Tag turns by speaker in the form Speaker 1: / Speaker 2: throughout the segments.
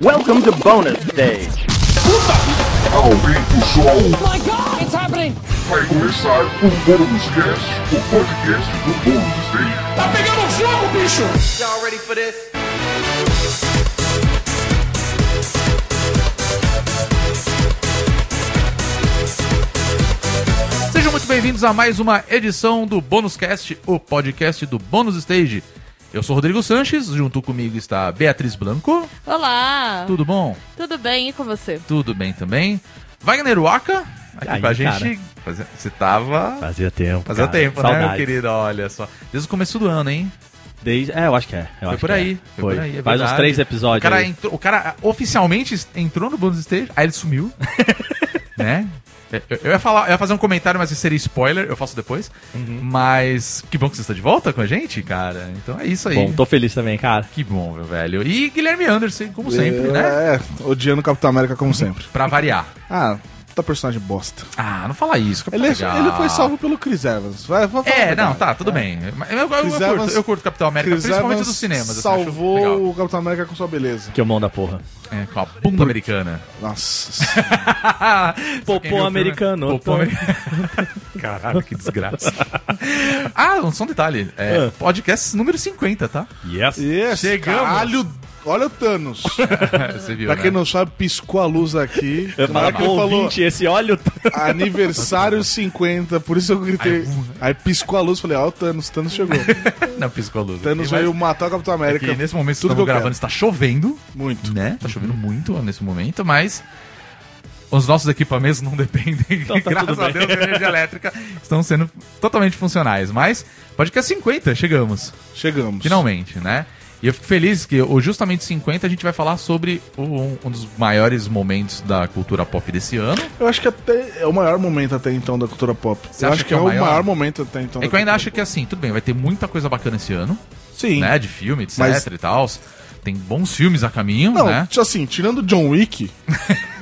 Speaker 1: Welcome to bonus stage.
Speaker 2: Aumenta o som,
Speaker 3: My God, it's happening!
Speaker 2: vai começar o Bônus Cast, o podcast do Bônus Day.
Speaker 3: Tá pegando fogo, bicho!
Speaker 4: Y'all ready for this?
Speaker 5: Sejam muito bem-vindos a mais uma edição do Bônus Cast, o podcast do Bônus Stage. Eu sou Rodrigo Sanches, junto comigo está Beatriz Blanco.
Speaker 6: Olá!
Speaker 5: Tudo bom?
Speaker 6: Tudo bem? E com você?
Speaker 5: Tudo bem também. Wagner Waka, aqui
Speaker 7: Aí, cara.
Speaker 5: pra gente. Fazer- Você tava.
Speaker 7: Fazia tempo.
Speaker 5: Fazia
Speaker 7: cara.
Speaker 5: tempo, né, meu
Speaker 7: Saudades.
Speaker 5: querido? Olha só. Desde o começo do ano, hein?
Speaker 7: Desde... É, eu acho que é. eu
Speaker 5: Foi
Speaker 7: acho
Speaker 5: por
Speaker 7: que é.
Speaker 5: aí. Foi,
Speaker 7: Foi.
Speaker 5: por aí. é
Speaker 7: Faz uns
Speaker 5: verdade.
Speaker 7: três episódios.
Speaker 5: O cara, é
Speaker 7: aí.
Speaker 5: entrou- o cara oficialmente entrou no bonus stage, aí ele sumiu. né? Eu, eu ia falar, eu ia fazer um comentário, mas isso seria spoiler, eu faço depois.
Speaker 7: Uhum.
Speaker 5: Mas que bom que você está de volta com a gente, cara. Então é isso aí.
Speaker 7: Bom, tô feliz também, cara.
Speaker 5: Que bom, meu velho. E Guilherme Anderson, como sempre, né?
Speaker 8: É, odiando o Capitão América como sempre.
Speaker 5: Pra variar.
Speaker 8: Ah, tá personagem bosta.
Speaker 5: Ah, não fala isso. que é
Speaker 8: Ele,
Speaker 5: legal.
Speaker 8: ele foi salvo pelo Chris Evans. Vai, vai falar a
Speaker 5: É,
Speaker 8: verdade.
Speaker 5: não, tá, tudo bem. Mas Eu, eu, eu,
Speaker 8: Chris
Speaker 5: curto,
Speaker 8: Evans-
Speaker 5: eu curto Capitão América,
Speaker 8: Chris
Speaker 5: principalmente
Speaker 8: Evans
Speaker 5: dos cinemas. assim, acho legal.
Speaker 8: Salvou o Capitão América com sua beleza.
Speaker 7: Que é o mão da porra.
Speaker 5: É, com a bunda americana.
Speaker 8: Nossa.
Speaker 7: Popô americano.
Speaker 5: Popô americano. Caralho, que desgraça. ah, um só um detalhe.
Speaker 8: Ah.
Speaker 5: É, Podcast número 50, tá?
Speaker 7: Yes.
Speaker 8: yes,
Speaker 5: Chegamos.
Speaker 8: Caralho, olha o Thanos.
Speaker 5: Você viu,
Speaker 8: pra quem
Speaker 5: né?
Speaker 8: não sabe, piscou a luz aqui.
Speaker 7: Eu
Speaker 8: Na hora
Speaker 7: falo com o ouvinte, esse óleo.
Speaker 5: tá
Speaker 8: aniversário 50, por isso eu gritei. Aí piscou a luz, falei, ó, o Thanos, Thanos chegou.
Speaker 5: Não, piscou a luz.
Speaker 8: Thanos
Speaker 5: E mais
Speaker 8: veio matar o Capitão
Speaker 5: é
Speaker 8: tá América.
Speaker 5: que nesse momento
Speaker 8: tudo
Speaker 5: que
Speaker 8: que eu
Speaker 5: estamos gravando
Speaker 8: quero.
Speaker 5: está chovendo,
Speaker 8: Muito.
Speaker 5: né? Tá chovendo muito nesse momento, mas... Os nossos equipamentos não dependem,
Speaker 7: tá
Speaker 5: graças
Speaker 7: tudo
Speaker 5: a
Speaker 7: bem.
Speaker 5: Deus, da energia elétrica estão sendo totalmente funcionais. Mas, podcast 50, chegamos.
Speaker 8: Chegamos.
Speaker 5: Finalmente, né? E eu fico feliz que o Justamente 50 a gente vai falar sobre o- um, um dos maiores momentos da cultura pop desse ano.
Speaker 8: Eu acho que até é o maior momento até então da cultura pop.
Speaker 5: Você
Speaker 8: eu
Speaker 5: acha
Speaker 8: acho que,
Speaker 5: que é
Speaker 8: é
Speaker 5: o
Speaker 8: o
Speaker 5: maior?
Speaker 8: maior, momento até então.
Speaker 5: É
Speaker 8: da
Speaker 5: que eu ainda
Speaker 8: cultura
Speaker 5: acho que assim, tudo bem, vai ter muita coisa bacana esse ano,
Speaker 8: pop. Sim.
Speaker 5: né? De filme, etc
Speaker 8: Mas-
Speaker 5: e tal. Tem bons filmes a caminho,
Speaker 8: Não,
Speaker 5: né?
Speaker 8: t- assim, tirando John Wick,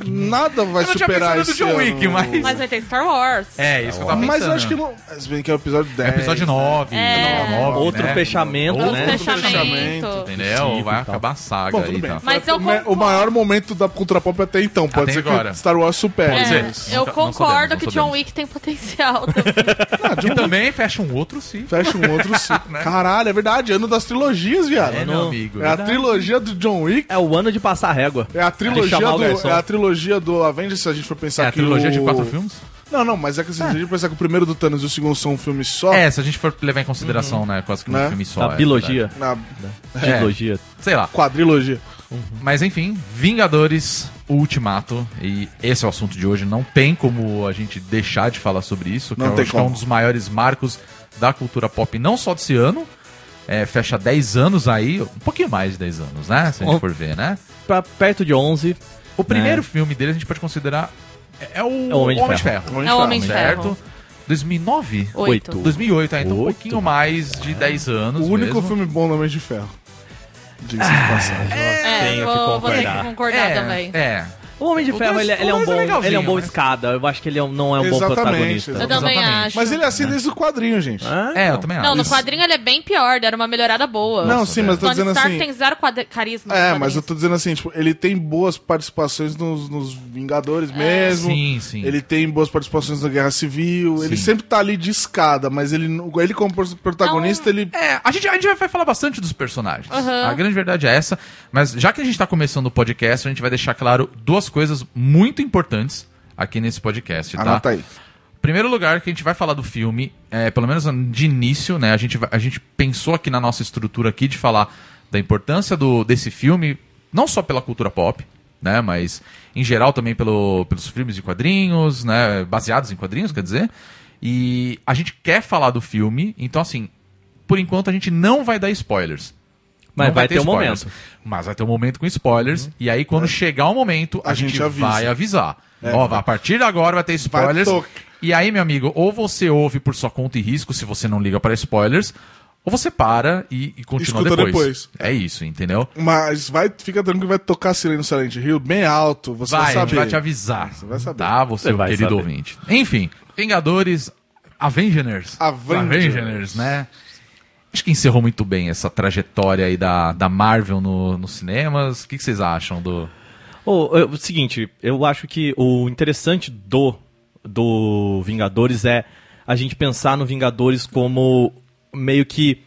Speaker 8: nada vai
Speaker 5: Eu não tinha
Speaker 8: superar
Speaker 5: pensado
Speaker 8: esse
Speaker 5: no John
Speaker 8: ano.
Speaker 5: Wick, mas-
Speaker 6: Mas vai ter Star Wars.
Speaker 5: É, isso que eu tava pensando.
Speaker 8: Mas eu acho que não... Se bem que é o episódio 10.
Speaker 5: É episódio 9,
Speaker 6: É.
Speaker 5: nove,
Speaker 7: Outro
Speaker 5: né?
Speaker 7: fechamento,
Speaker 5: Outro
Speaker 7: né?
Speaker 6: um fechamento.
Speaker 5: Entendeu? Vai
Speaker 7: e tal.
Speaker 5: acabar a saga
Speaker 8: Bom,
Speaker 5: aí tá.
Speaker 8: tudo
Speaker 5: e
Speaker 8: bem.
Speaker 5: tal.
Speaker 6: Mas eu
Speaker 8: o, ma- o
Speaker 6: concordo.
Speaker 8: maior momento da cultura pop até então. Pode
Speaker 5: Até
Speaker 8: ser
Speaker 5: agora.
Speaker 8: que Star Wars supere.
Speaker 5: Pode
Speaker 6: É,
Speaker 5: ser.
Speaker 6: eu
Speaker 5: Não- não sabemos,
Speaker 6: concordo
Speaker 5: não
Speaker 6: que John
Speaker 5: sabemos.
Speaker 6: Wick tem potencial. também.
Speaker 8: Ah, John
Speaker 5: E
Speaker 8: Wick
Speaker 5: também fecha um outro sim.
Speaker 8: fecha um outro ciclo.
Speaker 5: Né?
Speaker 8: Caralho, é verdade. Ano das trilogias, viado.
Speaker 5: É,
Speaker 8: É,
Speaker 5: meu
Speaker 7: não.
Speaker 5: amigo.
Speaker 8: a
Speaker 5: verdade.
Speaker 8: trilogia do John Wick.
Speaker 7: É o ano de passar a régua.
Speaker 8: É a trilogia
Speaker 7: chamar o
Speaker 8: do,
Speaker 7: garçom.
Speaker 8: é a trilogia do Avengers, se a gente for pensar
Speaker 5: É a
Speaker 8: que
Speaker 5: trilogia
Speaker 8: o-
Speaker 5: de quatro filmes?
Speaker 8: Não, não, mas é que assim, se a gente pensar que o primeiro do Thanos e o segundo são um filme só,
Speaker 5: É, se a gente for levar em consideração, né? Quase que um
Speaker 8: Né?
Speaker 5: filme só.
Speaker 7: da
Speaker 5: é
Speaker 7: bilogia.
Speaker 8: na
Speaker 5: verdade. É,
Speaker 7: Trilogia.
Speaker 5: sei lá.
Speaker 8: quadrilogia.
Speaker 5: Mas enfim, Vingadores Ultimato. E esse é o assunto de hoje. Não tem como a gente deixar de falar sobre isso.
Speaker 8: Não
Speaker 5: que eu
Speaker 8: tem
Speaker 5: acho que é
Speaker 8: como.
Speaker 5: um dos maiores marcos da cultura pop, não só desse ano. É, fecha 10 anos aí, um pouquinho mais de 10 anos, né? Se a gente
Speaker 7: Bom.
Speaker 5: for ver, né?
Speaker 7: Pra perto de 11.
Speaker 5: O primeiro filme dele a gente pode considerar. É é o,
Speaker 7: É o Homem de Ferro.
Speaker 5: Ferro.
Speaker 8: Vamos
Speaker 6: É o
Speaker 8: falar,
Speaker 6: Homem de
Speaker 8: né?
Speaker 6: Ferro.
Speaker 5: Certo? 2009?
Speaker 6: Oito.
Speaker 7: Oito.
Speaker 5: 2008, é, então um
Speaker 7: Oito,
Speaker 5: pouquinho mais de 10 anos.
Speaker 8: O único
Speaker 5: mesmo.
Speaker 8: filme bom do Homem de Ferro. Diga-se
Speaker 5: Ah,
Speaker 8: de passagem.
Speaker 6: É,
Speaker 7: Tenho que
Speaker 6: vou, vou ter
Speaker 7: concordar.
Speaker 6: que concordar
Speaker 5: é,
Speaker 6: também.
Speaker 5: É,
Speaker 7: O Homem de
Speaker 5: O
Speaker 7: Ferro,
Speaker 5: dois-
Speaker 7: ele, ele é
Speaker 5: o
Speaker 7: um
Speaker 5: dois é
Speaker 7: bom, ele é um bom
Speaker 5: legalzinho,
Speaker 7: escada. Eu acho que ele é um- não é um bom
Speaker 8: Exatamente,
Speaker 7: protagonista.
Speaker 6: Eu
Speaker 8: exatamente.
Speaker 6: também
Speaker 5: exatamente.
Speaker 6: acho.
Speaker 8: Mas ele é assim desde o quadrinho, gente.
Speaker 7: Ah,
Speaker 5: é, eu também acho.
Speaker 6: Não, no quadrinho ele é bem pior, deram uma melhorada boa.
Speaker 8: Não, sim, mas eu tô
Speaker 6: Tony
Speaker 8: dizendo
Speaker 6: Stark
Speaker 8: assim.
Speaker 6: tem zero quadri- carisma. nos
Speaker 8: É, mas eu
Speaker 6: quadrinhos.
Speaker 8: tô dizendo assim, tipo, ele tem boas participações nos, nos Vingadores mesmo.
Speaker 5: É, Sim, sim.
Speaker 8: Ele tem boas participações na Guerra Civil. Ele
Speaker 5: Sim.
Speaker 8: sempre tá ali de escada, mas ele, não- ele como pro- protagonista,
Speaker 6: Então,
Speaker 8: ele.
Speaker 5: É, a gente, a gente vai falar bastante dos personagens.
Speaker 6: Aham.
Speaker 5: A grande verdade é essa. Mas já que a gente tá começando o podcast, a gente vai deixar claro duas coisas muito importantes aqui nesse podcast, tá?
Speaker 8: Anota Ah, aí.
Speaker 5: Primeiro lugar que a gente vai falar do filme, é, pelo menos de início, né? A gente, vai- a gente pensou aqui na nossa estrutura aqui de falar da importância do, desse filme, não só pela cultura pop, né? Mas em geral também pelo, pelos filmes de quadrinhos, né? Baseados em quadrinhos, quer dizer. E a gente quer falar do filme, então assim, por enquanto a gente não vai dar spoilers.
Speaker 7: Mas
Speaker 5: Não
Speaker 7: vai ter um
Speaker 5: spoilers.
Speaker 7: momento.
Speaker 5: Mas vai ter um momento com spoilers. E aí, quando chegar o momento, a,
Speaker 8: Uhum. É. A
Speaker 5: gente,
Speaker 8: gente avisa. É.
Speaker 5: vai avisar. Ó, a partir de agora vai ter spoilers.
Speaker 8: to-
Speaker 5: E aí, meu amigo, ou você ouve por sua conta e risco, se você não liga para spoilers, ou você para e, e continua
Speaker 8: Escuta
Speaker 5: depois.
Speaker 8: depois.
Speaker 5: É isso, entendeu?
Speaker 8: Mas vai, fica tranquilo que vai tocar sirene no Silent Hill bem alto. Você
Speaker 5: Vai,
Speaker 8: vai,
Speaker 5: a
Speaker 8: saber.
Speaker 5: gente vai te avisar.
Speaker 8: Você vai saber.
Speaker 5: Tá, você,
Speaker 7: Você vai
Speaker 5: querido
Speaker 7: saber.
Speaker 5: ouvinte. Enfim, Vingadores, Avengers.
Speaker 8: Avengers.
Speaker 5: né? Acho que encerrou muito bem essa trajetória aí da, da Marvel no- nos cinemas. O que, que vocês acham do.
Speaker 7: Ô, eu- o seguinte, eu acho que o interessante do, do Vingadores é a gente pensar no Vingadores como meio que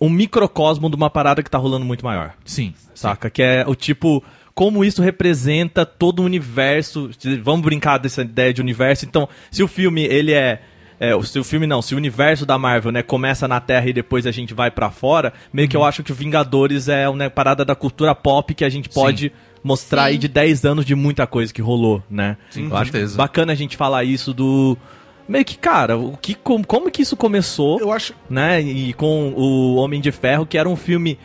Speaker 7: um microcosmo de uma parada que tá rolando muito maior.
Speaker 5: Sim.
Speaker 7: Saca? Que é o tipo. Como isso representa todo o universo. Vamos brincar dessa ideia de universo. Então, se o filme, ele é. é, se o filme não, se o universo da Marvel, né, começa na Terra e depois a gente vai pra fora, meio
Speaker 5: Uhum.
Speaker 7: que eu acho que o Vingadores é uma parada da cultura pop que a gente pode mostrar aí
Speaker 6: Sim.
Speaker 7: de 10 anos de muita coisa que rolou, né?
Speaker 5: Sim,
Speaker 7: eu
Speaker 8: Uhum.
Speaker 5: com
Speaker 7: acho
Speaker 5: certeza.
Speaker 7: bacana a gente falar isso do. Meio que, cara, o que, como, como que isso começou?
Speaker 8: Eu acho.
Speaker 7: né? E com o Homem de Ferro, que era um filme.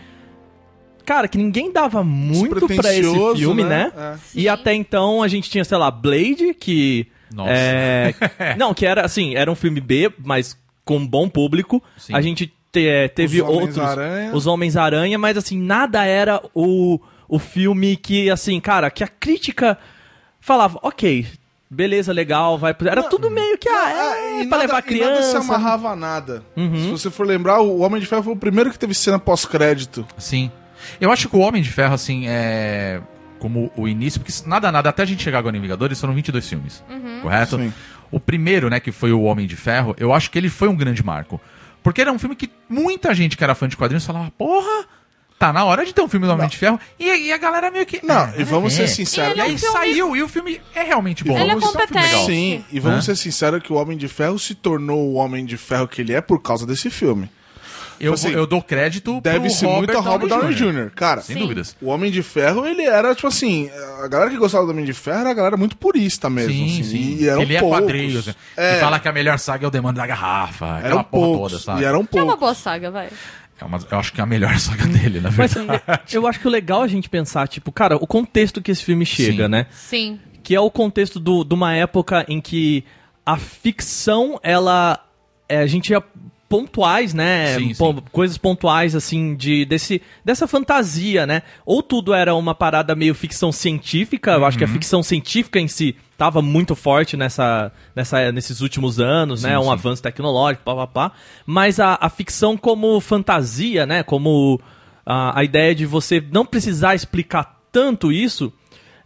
Speaker 7: Cara, que ninguém dava muito pra esse
Speaker 8: Despretensioso,
Speaker 7: filme,
Speaker 8: né?
Speaker 7: né? E
Speaker 6: Sim.
Speaker 7: até então a gente tinha, sei lá, Blade, que.
Speaker 5: Nossa.
Speaker 7: é, Não, que era assim, era um filme B, mas com um bom público.
Speaker 5: Sim.
Speaker 7: A gente te- é, teve
Speaker 8: Os Homens
Speaker 7: outros.
Speaker 8: Aranha.
Speaker 7: Os Homens-Aranha, mas assim, nada era o, o filme que, assim, cara, que a crítica falava, ok. Beleza, legal, vai. pro-" Era tudo meio que. Ah, é,
Speaker 8: e
Speaker 7: pra levar
Speaker 8: e nada se
Speaker 7: criança.
Speaker 8: amarrava a nada.
Speaker 5: Uhum.
Speaker 8: Se você for lembrar, o Homem de Ferro foi o primeiro que teve cena pós-crédito.
Speaker 5: Sim. Eu acho que o Homem de Ferro, assim, é. Como o início, porque nada, nada, até a gente chegar agora em Vingadores, foram 22 filmes,
Speaker 6: Uhum.
Speaker 5: correto?
Speaker 8: Sim.
Speaker 5: O primeiro, né, que foi o Homem de Ferro, eu acho que ele foi um grande marco. Porque era um filme que muita gente que era fã de quadrinhos falava, porra, tá na hora de ter um filme do Homem de Ferro. E, e a galera meio que...
Speaker 8: Não,
Speaker 5: "Ah,
Speaker 8: e vamos
Speaker 5: é."
Speaker 8: ser
Speaker 6: Ele
Speaker 8: sinceros.
Speaker 5: E
Speaker 6: é um
Speaker 5: aí
Speaker 6: filme-
Speaker 5: saiu, e o filme é realmente bom.
Speaker 6: Ele é
Speaker 5: Isso um filme
Speaker 6: competente.
Speaker 5: legal.
Speaker 8: Sim, e vamos
Speaker 5: Né?
Speaker 8: ser sinceros que o Homem de Ferro se tornou o Homem de Ferro que ele é por causa desse filme.
Speaker 5: Eu,
Speaker 8: Assim,
Speaker 5: eu dou crédito
Speaker 8: Deve-se
Speaker 5: Robert
Speaker 8: muito a Robert Downey Jr. Cara,
Speaker 5: Sem
Speaker 6: Sim.
Speaker 5: dúvidas.
Speaker 8: o Homem de Ferro, ele era, tipo assim, a galera que gostava do Homem de Ferro era a galera muito purista mesmo. assim, E eram
Speaker 5: Ele é
Speaker 8: poucos.
Speaker 5: quadrinhos. né?
Speaker 8: É,
Speaker 5: E fala que a melhor saga é o Demônio da Garrafa.
Speaker 8: eram
Speaker 5: aquela porra
Speaker 8: poucos.
Speaker 5: toda, sabe?
Speaker 8: E eram
Speaker 6: Que é uma
Speaker 8: poucos.
Speaker 6: boa saga, vai.
Speaker 5: É uma- eu acho que é a melhor saga dele, na
Speaker 7: Mas assim,
Speaker 5: verdade.
Speaker 7: eu acho que o legal é a gente pensar, tipo, cara, o contexto que esse filme chega,
Speaker 5: Sim.
Speaker 7: né?
Speaker 6: Sim.
Speaker 7: Que é o contexto do- de uma época em que a ficção, ela. é, a gente ia pontuais, né?
Speaker 5: Sim,
Speaker 7: Pon-
Speaker 5: sim.
Speaker 7: Coisas pontuais, assim, de desse, dessa fantasia, né? Ou tudo era uma parada meio ficção científica, eu acho
Speaker 5: Uhum.
Speaker 7: que a ficção científica em si tava muito forte nessa, nessa, nesses últimos anos, né? Um
Speaker 5: sim.
Speaker 7: avanço tecnológico, pá, pá, pá. Mas a, a ficção como fantasia, né? Como a, a ideia de você não precisar explicar tanto isso,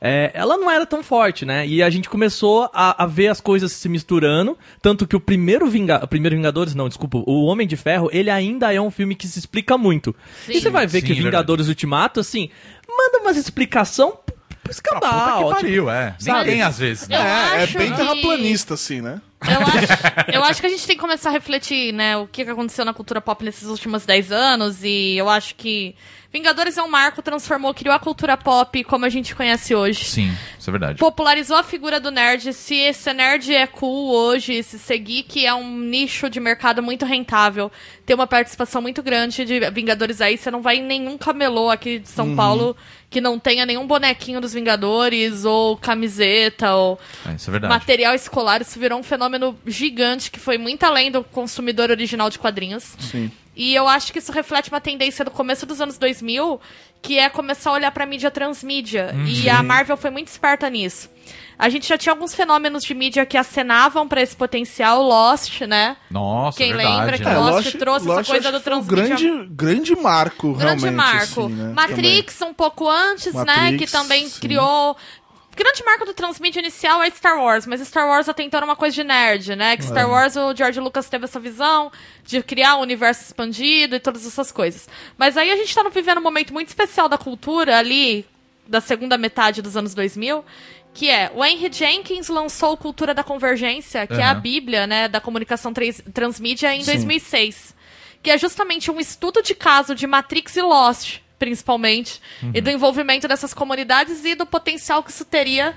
Speaker 7: é, ela não era tão forte, né? E a gente começou a, a ver as coisas se misturando, tanto que o primeiro, Vinga, primeiro Vingadores, não, desculpa, o Homem de Ferro, ele ainda é um filme que se explica muito. E você vai ver
Speaker 5: Sim,
Speaker 7: que
Speaker 5: é verdade.
Speaker 7: Vingadores Ultimato, assim, manda umas explicação pro- pro
Speaker 6: tá,
Speaker 5: Puta
Speaker 7: escambau.
Speaker 5: que
Speaker 7: tipo,
Speaker 5: pariu, é. Nem
Speaker 7: sabe?
Speaker 5: tem às vezes.
Speaker 6: Eu
Speaker 5: Né?
Speaker 8: É, é
Speaker 6: acho
Speaker 8: bem
Speaker 6: que-
Speaker 8: terraplanista, assim, né?
Speaker 6: Eu acho, eu acho que a gente tem que começar a refletir, né, o que que aconteceu na cultura pop nesses últimos 10 anos, e eu acho que Vingadores é um marco, transformou, criou a cultura pop como a gente conhece hoje.
Speaker 5: Sim, isso é verdade.
Speaker 6: Popularizou a figura do nerd. Se esse nerd é cool hoje, se ser geek é um nicho de mercado muito rentável, tem uma participação muito grande de Vingadores aí, você não vai em nenhum camelô aqui de São Paulo que não tenha nenhum bonequinho dos Vingadores, ou camiseta, ou
Speaker 5: É, isso é verdade.
Speaker 6: material escolar, isso virou um fenômeno gigante que foi muito além do consumidor original de quadrinhos. Sim. E eu acho que isso reflete uma tendência do começo dos anos 2000, que é começar a olhar pra mídia transmídia. E a Marvel foi muito esperta nisso. A gente já tinha alguns fenômenos de mídia que acenavam pra esse potencial, Lost, né?
Speaker 5: Nossa,
Speaker 6: Quem
Speaker 5: é verdade.
Speaker 6: lembra que
Speaker 5: né?
Speaker 6: Lost trouxe essa coisa
Speaker 8: acho
Speaker 6: do
Speaker 8: que foi um
Speaker 6: transmídia.
Speaker 8: grande, grande marco, realmente.
Speaker 6: Grande marco.
Speaker 8: assim, né?
Speaker 6: Matrix, um pouco antes, né?
Speaker 8: Matrix,
Speaker 6: Que também
Speaker 8: sim.
Speaker 6: criou. Grande marco do transmídia inicial é Star Wars, mas Star Wars até então era uma coisa de nerd, né? Que
Speaker 8: É.
Speaker 6: Star Wars, o George Lucas teve essa visão de criar um universo expandido e todas essas coisas. Mas aí a gente tá vivendo um momento muito especial da cultura ali, da segunda metade dos anos 2000, que é o Henry Jenkins lançou Cultura da Convergência, que é a
Speaker 5: Aham.
Speaker 6: Bíblia, né, da comunicação trans- transmídia em 2006, que é justamente um estudo de caso de Matrix e Lost, principalmente, e do envolvimento dessas comunidades e do potencial que isso teria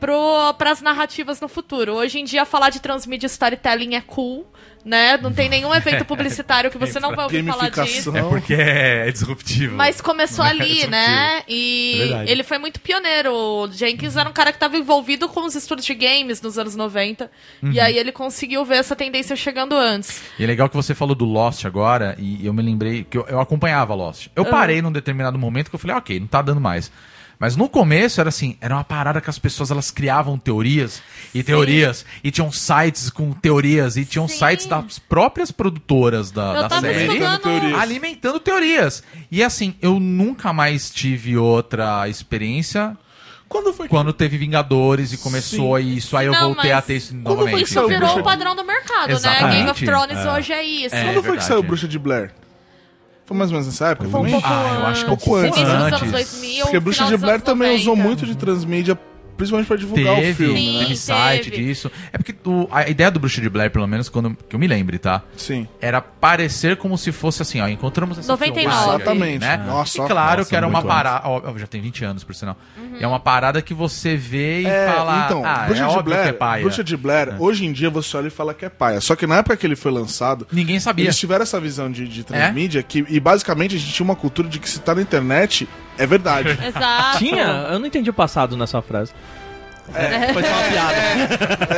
Speaker 6: para as narrativas no futuro. Hoje em dia, falar de transmídia e storytelling é cool, né? Não tem nenhum evento publicitário que você não vai ouvir falar disso.
Speaker 8: Gamificação.
Speaker 5: É porque é disruptivo.
Speaker 6: Mas começou
Speaker 5: É,
Speaker 6: ali,
Speaker 5: isso
Speaker 6: né? E
Speaker 7: Verdade.
Speaker 6: ele foi muito pioneiro. O Jenkins era um cara que estava envolvido com os estudos de games nos anos 90. E aí ele conseguiu ver essa tendência chegando antes.
Speaker 5: E é legal que você falou do Lost agora,
Speaker 6: Ah.
Speaker 5: e eu me lembrei que eu, eu acompanhava Lost. Eu parei num determinado momento que eu falei, ok, não "Ah, tá dando mais. Mas no começo era assim, era uma parada que as pessoas elas criavam teorias e teorias e tinham sites com teorias e tinham
Speaker 6: Sim.
Speaker 5: sites das próprias produtoras da,
Speaker 6: Eu
Speaker 5: da
Speaker 6: tava
Speaker 5: série
Speaker 6: estudando.
Speaker 5: alimentando teorias. E assim, eu nunca mais tive outra experiência
Speaker 8: Quando foi que
Speaker 5: quando teve Vingadores e começou isso, aí eu
Speaker 6: Não,
Speaker 5: voltei
Speaker 6: mas
Speaker 5: a ter isso
Speaker 8: foi
Speaker 5: novamente.
Speaker 8: que
Speaker 6: Isso
Speaker 8: saiu o
Speaker 6: virou
Speaker 8: Bruxa
Speaker 6: o padrão do mercado, né?
Speaker 5: Exatamente.
Speaker 6: Game of Thrones hoje é isso.
Speaker 5: É.
Speaker 8: Quando foi que
Speaker 5: verdade.
Speaker 8: saiu Bruxa de Blair? Foi mais ou menos nessa época?
Speaker 6: Foi um
Speaker 8: também?
Speaker 6: pouco
Speaker 5: Ah, eu acho
Speaker 6: antes,
Speaker 5: que é um pouco
Speaker 6: início dos anos
Speaker 5: antes.
Speaker 6: 2000,
Speaker 8: Porque Bruxa
Speaker 6: final
Speaker 8: de
Speaker 6: dos
Speaker 8: Blair
Speaker 6: anos
Speaker 8: também
Speaker 6: 90.
Speaker 8: usou muito de transmídia, principalmente pra divulgar
Speaker 5: teve,
Speaker 8: o filme,
Speaker 6: Sim.
Speaker 8: né?
Speaker 5: teve site
Speaker 6: teve.
Speaker 5: disso. É porque o- a ideia do Bruxa de Blair, pelo menos, quando que eu me lembre, tá?
Speaker 8: Sim.
Speaker 5: Era parecer como se fosse assim, ó, encontramos essa
Speaker 6: 99.
Speaker 5: filmagem,
Speaker 8: Exatamente.
Speaker 5: Né?
Speaker 8: Nossa,
Speaker 5: e claro
Speaker 4: nossa,
Speaker 5: que era uma
Speaker 4: muito antes.
Speaker 5: parada, ó, ó, já tem 20 anos, por sinal. E é uma parada que você vê e
Speaker 8: É,
Speaker 5: fala,
Speaker 8: então,
Speaker 5: ah,
Speaker 8: Bruxa,
Speaker 5: é
Speaker 8: de
Speaker 5: óbvio que é
Speaker 8: Blair,
Speaker 5: paia. É.
Speaker 8: Bruxa de Blair, hoje em dia você olha e fala que é paia. Só que na época que ele foi lançado,
Speaker 5: Ninguém sabia.
Speaker 8: eles tiveram essa visão de, de
Speaker 5: É?
Speaker 8: transmídia que, e basicamente a gente tinha uma cultura de que se tá na internet, é verdade.
Speaker 6: Exato.
Speaker 7: Tinha? Eu não entendi o passado nessa frase.
Speaker 5: Foi só uma piada.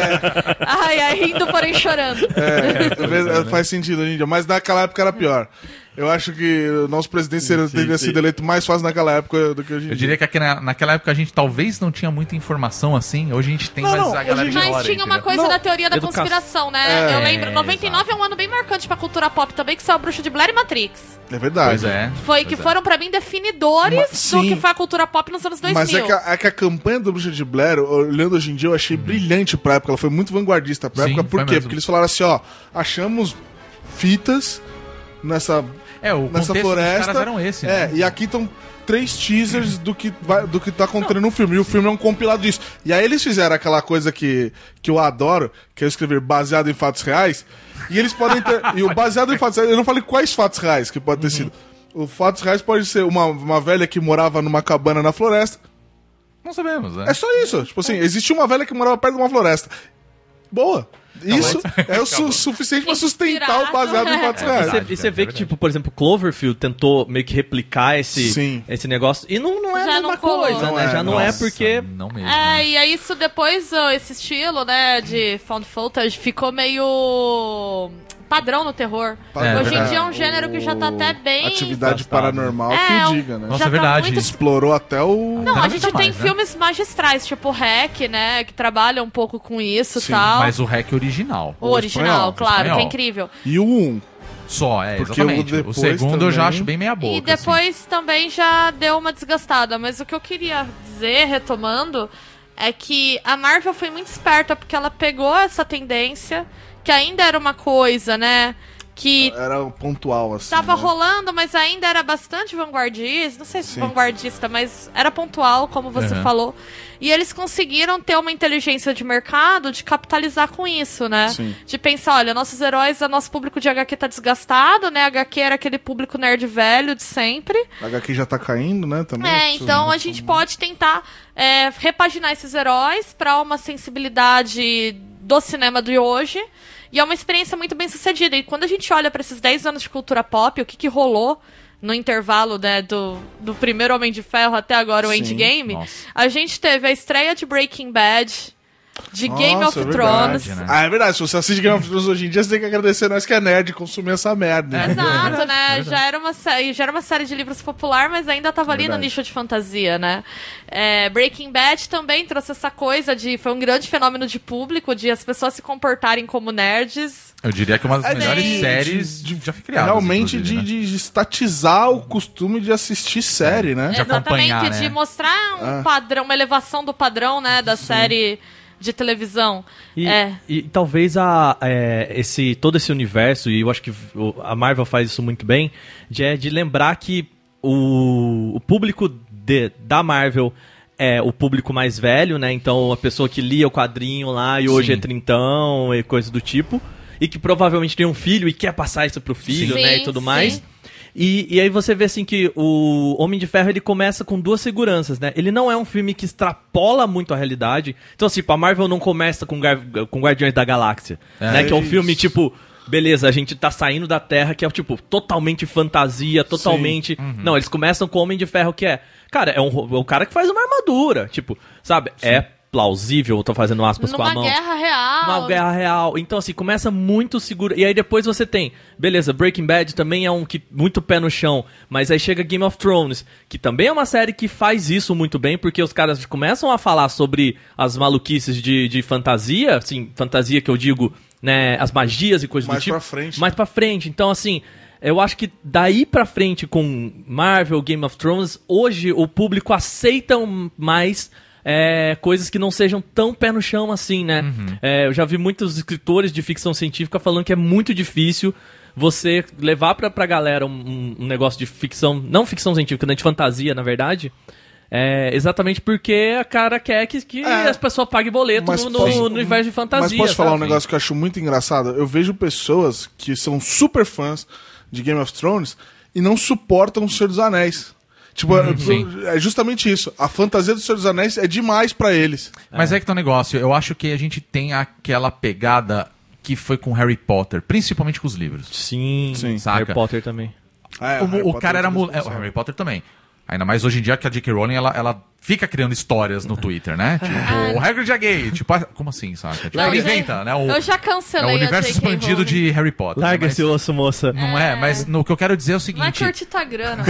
Speaker 6: Ai, ai, rindo, porém chorando.
Speaker 8: É, às vezes
Speaker 5: né?
Speaker 8: faz sentido hoje em dia, mas naquela época era pior. Eu acho que o nosso presidente seria- teria sido eleito mais fácil naquela época do que hoje em
Speaker 5: Eu
Speaker 8: dia.
Speaker 5: diria que aqui na- naquela época a gente talvez não tinha muita informação assim. Hoje a gente tem,
Speaker 8: Não,
Speaker 5: mas
Speaker 8: não,
Speaker 5: a
Speaker 8: hoje
Speaker 5: galera
Speaker 8: em
Speaker 5: ignora,
Speaker 6: Mas tinha uma
Speaker 5: entendeu?
Speaker 6: coisa
Speaker 8: Não,
Speaker 6: da teoria da
Speaker 7: educação.
Speaker 6: conspiração, né?
Speaker 8: É,
Speaker 6: eu lembro, 99
Speaker 5: exato.
Speaker 6: é um ano bem marcante pra cultura pop também, que saiu Bruxa de Blair e Matrix.
Speaker 8: É verdade.
Speaker 5: Pois é.
Speaker 6: Foi que
Speaker 5: pois é.
Speaker 6: foram pra mim definidores
Speaker 8: Mas-
Speaker 6: do
Speaker 8: sim.
Speaker 6: que foi a cultura pop nos anos 2000.
Speaker 8: Mas é que, a, é que a campanha do Bruxa de Blair, olhando hoje em dia, eu achei brilhante pra época. Ela foi muito vanguardista pra
Speaker 5: Uhum. Sim,
Speaker 8: época. Por
Speaker 5: foi
Speaker 8: quê?
Speaker 5: mesmo.
Speaker 8: Porque eles falaram assim, ó, achamos fitas nessa,
Speaker 5: É, o
Speaker 8: nessa
Speaker 5: contexto dos
Speaker 8: floresta.
Speaker 5: caras eram esse,
Speaker 8: é,
Speaker 5: né?
Speaker 8: e aqui estão três teasers do que, vai, do que tá acontecendo no filme. E o filme é um compilado disso. E aí eles fizeram aquela coisa que, que eu adoro, que é eu escrever baseado em fatos reais. E eles podem ter. e o baseado em fatos reais. Eu não falei quais fatos reais que
Speaker 5: Uhum.
Speaker 8: pode ter sido. O fatos reais pode ser uma, uma velha que morava numa cabana na floresta.
Speaker 5: Não sabemos, né?
Speaker 8: É só isso. Tipo assim, existia uma velha que morava perto de uma floresta. Boa.
Speaker 5: Tá
Speaker 8: Isso é o su- suficiente pra sustentar o baseado em fatos
Speaker 5: É
Speaker 8: reais.
Speaker 5: verdade.
Speaker 7: e você
Speaker 5: cara,
Speaker 7: vê
Speaker 5: é
Speaker 7: que,
Speaker 5: verdade.
Speaker 7: tipo, por exemplo, Cloverfield tentou meio que replicar esse,
Speaker 8: Sim.
Speaker 7: esse negócio. E não, não é
Speaker 6: Já
Speaker 7: a mesma
Speaker 6: não colou.
Speaker 7: coisa,
Speaker 8: Não
Speaker 7: né?
Speaker 8: é,
Speaker 7: Já não é
Speaker 5: Nossa,
Speaker 7: porque.
Speaker 5: Não mesmo. né?
Speaker 6: É, e aí isso depois, ó, esse estilo, né, de found footage ficou meio padrão no terror.
Speaker 5: É,
Speaker 6: Hoje em
Speaker 5: verdade.
Speaker 6: dia é um gênero que já tá até bem...
Speaker 8: Atividade
Speaker 5: afastado.
Speaker 8: paranormal,
Speaker 6: É,
Speaker 8: que
Speaker 6: um-
Speaker 8: diga, né?
Speaker 5: Nossa, é
Speaker 6: tá
Speaker 5: verdade,
Speaker 6: muito-
Speaker 5: isso.
Speaker 8: Explorou até o.
Speaker 6: Não,
Speaker 5: Cada
Speaker 6: a
Speaker 5: vez
Speaker 6: gente
Speaker 5: mais,
Speaker 6: tem
Speaker 5: né?
Speaker 6: filmes magistrais, tipo Hack, né, que trabalha um pouco com isso e
Speaker 8: Sim,
Speaker 6: tal.
Speaker 5: Mas o hack original.
Speaker 6: O original,
Speaker 8: espanhol,
Speaker 6: claro, que é
Speaker 5: espanhol.
Speaker 6: incrível.
Speaker 8: E o 1.
Speaker 5: Só, é,
Speaker 8: Porque
Speaker 5: exatamente.
Speaker 8: o
Speaker 5: O,
Speaker 8: depois
Speaker 5: segundo eu já
Speaker 8: também-
Speaker 5: acho bem meia boca.
Speaker 8: assim.
Speaker 5: assim.
Speaker 6: E depois também já deu uma desgastada, mas o que eu queria dizer, retomando, é que a Marvel foi muito esperta porque ela pegou essa tendência, que ainda era uma coisa, né? Que
Speaker 8: Era o pontual, assim.
Speaker 6: tava
Speaker 8: né?
Speaker 6: rolando, mas ainda era bastante vanguardista, não sei se
Speaker 8: Sim.
Speaker 6: vanguardista, mas era pontual, como você
Speaker 5: Uhum.
Speaker 6: falou. E eles conseguiram ter uma inteligência de mercado de capitalizar com isso, né?
Speaker 8: Sim.
Speaker 6: De pensar, olha, nossos heróis, o nosso público de HQ tá desgastado, né? HQ era aquele público nerd velho de sempre.
Speaker 8: A HQ já tá caindo, né? Também.
Speaker 6: É, então a gente pode tentar é, repaginar esses heróis para uma sensibilidade do cinema de hoje. E é uma experiência muito bem sucedida. E quando a gente olha para esses 10 anos de cultura pop, o que, que rolou no intervalo né, do, do primeiro Homem de Ferro até agora o
Speaker 8: Sim,
Speaker 6: Endgame,
Speaker 5: nossa.
Speaker 6: a gente teve a estreia de Breaking Bad, de
Speaker 8: Nossa,
Speaker 6: Game of
Speaker 8: é
Speaker 6: Thrones.
Speaker 8: verdade,
Speaker 5: né?
Speaker 8: Ah, é verdade. Se você assiste Game of Thrones hoje em dia, você tem que agradecer nós que é nerd consumir essa merda. né?
Speaker 6: Exato, né? Já era, uma série, já era uma série de livros popular, mas ainda tava ali no
Speaker 8: Verdade.
Speaker 6: nicho de fantasia, né? É, Breaking Bad também trouxe essa coisa de. Foi um grande fenômeno de público, de as pessoas se comportarem como nerds.
Speaker 5: Eu diria que é uma das
Speaker 8: É,
Speaker 5: melhores
Speaker 8: de-
Speaker 5: séries
Speaker 8: de-
Speaker 5: já
Speaker 6: É.
Speaker 5: criadas.
Speaker 8: Realmente de,
Speaker 5: inclusive, né?
Speaker 8: de- de estatizar o costume de assistir série,
Speaker 6: É.
Speaker 8: né?
Speaker 5: Já- De acompanhar,
Speaker 6: Exatamente, de
Speaker 5: né?
Speaker 6: mostrar um
Speaker 8: Ah.
Speaker 6: padrão, uma elevação do padrão, né? Da série de televisão.
Speaker 7: E,
Speaker 6: É.
Speaker 7: e talvez a, é, esse, todo esse universo, e eu acho que o- a Marvel faz isso muito bem, de, é de lembrar que o, o público de- da Marvel é o público mais velho, né? Então a pessoa que lia o quadrinho lá e hoje
Speaker 5: Sim.
Speaker 7: é trintão e coisa do tipo. E que provavelmente tem um filho e quer passar isso pro filho,
Speaker 6: Sim.
Speaker 7: né? E
Speaker 6: Sim,
Speaker 7: tudo
Speaker 6: sim.
Speaker 7: mais. E, e aí você vê assim que o Homem de Ferro ele começa com duas seguranças, né? Ele não é um filme que extrapola muito a realidade. Então, assim, a Marvel não começa com, Gar- com Guardiões da Galáxia, né? Que é um
Speaker 8: isso.
Speaker 7: filme tipo. Beleza, a gente tá saindo da Terra, que é, tipo, totalmente fantasia, totalmente. Não, eles começam com o Homem de Ferro, que é. Cara, é um, ro- é um cara que faz uma armadura. Tipo, sabe? É plausível, eu tô fazendo aspas com
Speaker 6: Numa
Speaker 7: a mão.
Speaker 6: guerra real.
Speaker 7: Uma guerra real. Então, assim, começa muito seguro. E aí depois você tem. Beleza, Breaking Bad também é um que muito pé no chão. Mas aí chega Game of Thrones, que também é uma série que faz isso muito bem, porque os caras começam a falar sobre as maluquices de, de fantasia, assim, fantasia que eu digo, né, as magias e coisas
Speaker 8: Mais
Speaker 7: do tipo.
Speaker 8: pra frente.
Speaker 7: Mais pra frente. Então, assim. Eu acho que daí pra frente com Marvel, Game of Thrones, hoje o público aceita um- mais é, coisas que não sejam tão pé no chão assim, né? É, eu já vi muitos escritores de ficção científica falando que é muito difícil você levar pra, pra galera um- um, um negócio de ficção, não ficção científica, né, de fantasia, na verdade. É, exatamente porque a cara quer que, que
Speaker 8: É.
Speaker 7: as pessoas paguem boleto
Speaker 8: Mas
Speaker 7: no, no-
Speaker 8: posso-
Speaker 7: no universo de fantasia.
Speaker 8: Mas posso
Speaker 5: né?
Speaker 8: falar um
Speaker 7: sabe?
Speaker 8: negócio que eu acho muito engraçado? Eu vejo pessoas que são super fãs de Game of Thrones e não suportam o Senhor dos Anéis. Tipo,
Speaker 5: Uhum.
Speaker 8: é é justamente isso. A fantasia do Senhor dos Anéis é demais pra eles.
Speaker 5: Mas é que tá o negócio. Eu acho que a gente tem aquela pegada que foi com Harry Potter, principalmente com os livros.
Speaker 7: Sim,
Speaker 8: Sim.
Speaker 5: Saca?
Speaker 7: Harry Potter também.
Speaker 8: Ah, é,
Speaker 5: o,
Speaker 8: Harry
Speaker 5: o
Speaker 8: Potter
Speaker 5: cara
Speaker 8: é
Speaker 5: era
Speaker 8: muito
Speaker 5: moleque. É, o
Speaker 8: responsável.
Speaker 5: Harry Potter também. Ainda mais hoje em dia que a J.K. Rowling, ela, ela fica criando histórias no Twitter, né? Tipo, o Hagrid é gay. Tipo, ah, como assim, saca? Tipo,
Speaker 6: Ah, Não,
Speaker 5: ela
Speaker 6: eu já-
Speaker 5: inventa, né? O,
Speaker 6: eu já
Speaker 5: é o
Speaker 6: cancelei a
Speaker 5: universo
Speaker 6: J.K.
Speaker 5: expandido
Speaker 6: Rowling.
Speaker 5: de Harry Potter. né?
Speaker 7: Larga
Speaker 5: Mas-
Speaker 7: esse osso, moça.
Speaker 5: Não é, mas no, o que eu quero dizer é o
Speaker 6: Vai
Speaker 5: seguinte.
Speaker 6: curtir tua grana.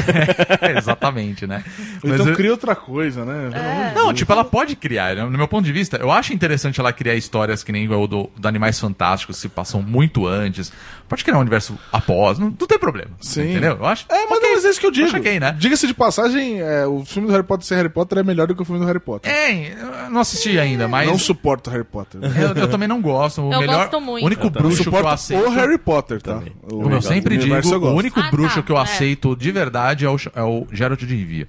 Speaker 5: Exatamente, né? Mas
Speaker 8: Então
Speaker 5: eu-
Speaker 8: cria outra coisa, né?
Speaker 5: Não, tipo, ela pode criar. né? No meu ponto de vista, eu acho interessante ela criar histórias que nem igual o do, do Animais Fantásticos, que se passam muito antes. Pode criar um universo após, não, não tem problema.
Speaker 8: Sim.
Speaker 5: Entendeu? Eu acho.
Speaker 8: É, mas
Speaker 5: ok.
Speaker 8: não, mas é isso que eu digo.
Speaker 5: saquei, né?
Speaker 8: Diga-se de passagem, é, o filme do Harry Potter sem Harry Potter é melhor do que o filme do Harry Potter.
Speaker 5: É, eu não assisti ainda, mas.
Speaker 8: Não suporto o Harry Potter.
Speaker 5: eu, eu também não gosto. O
Speaker 6: Eu
Speaker 5: melhor,
Speaker 6: gosto muito.
Speaker 5: O único
Speaker 7: Eu também.
Speaker 5: bruxo que eu
Speaker 8: o
Speaker 5: aceito.
Speaker 8: Harry Potter, tá? O,
Speaker 5: Como eu sempre digo,
Speaker 8: universo eu
Speaker 5: o
Speaker 8: gosto.
Speaker 5: único
Speaker 6: Ah, tá,
Speaker 5: bruxo que eu
Speaker 6: é.
Speaker 5: aceito de verdade é o, é o Geralt de Rivia.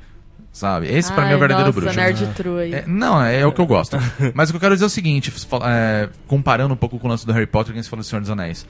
Speaker 5: Sabe? Esse pra
Speaker 6: Ai,
Speaker 5: mim é o verdadeiro
Speaker 6: Ah, nossa,
Speaker 5: bruxo.
Speaker 6: nerd true aí.
Speaker 5: É, não, é, o que eu gosto. Mas o que eu quero dizer é o seguinte, fal- é, comparando um pouco com o lance do Harry Potter, que a gente falou do Senhor dos Anéis.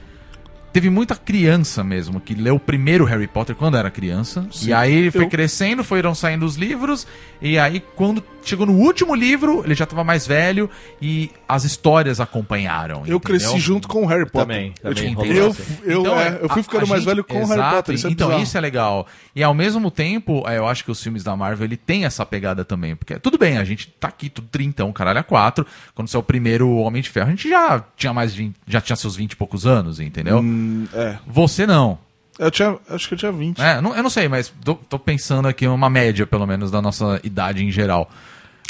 Speaker 5: Teve muita criança mesmo que leu o primeiro Harry Potter quando era criança. e aí foi
Speaker 8: Eu-
Speaker 5: crescendo, foram saindo os livros. E aí, quando chegou no último livro, ele já tava mais velho e as histórias acompanharam.
Speaker 8: Eu
Speaker 5: entendeu?
Speaker 8: cresci junto com o Harry Potter.
Speaker 7: também,
Speaker 8: Eu,
Speaker 7: também
Speaker 8: tipo,
Speaker 7: rolou
Speaker 8: eu,
Speaker 7: assim.
Speaker 8: eu, é, eu fui
Speaker 5: Então, a-
Speaker 8: ficando
Speaker 5: a
Speaker 8: mais
Speaker 5: gente-
Speaker 8: velho com o Harry
Speaker 5: exato,
Speaker 8: Potter. Isso é
Speaker 5: então
Speaker 8: bizarro.
Speaker 5: isso é legal. E ao mesmo tempo, é, eu acho que os filmes da Marvel ele tem essa pegada também. Porque tudo bem, a gente tá aqui, tudo trintão, caralho, a quatro. Quando saiu o primeiro Homem de Ferro, a gente já tinha mais de 20, já tinha seus 20 e poucos anos, entendeu?
Speaker 8: Hum, é.
Speaker 5: Você não.
Speaker 8: Eu tinha, acho que eu tinha 20.
Speaker 5: né? não. Eu não sei, mas tô, tô pensando aqui uma média, pelo menos, da nossa idade em geral.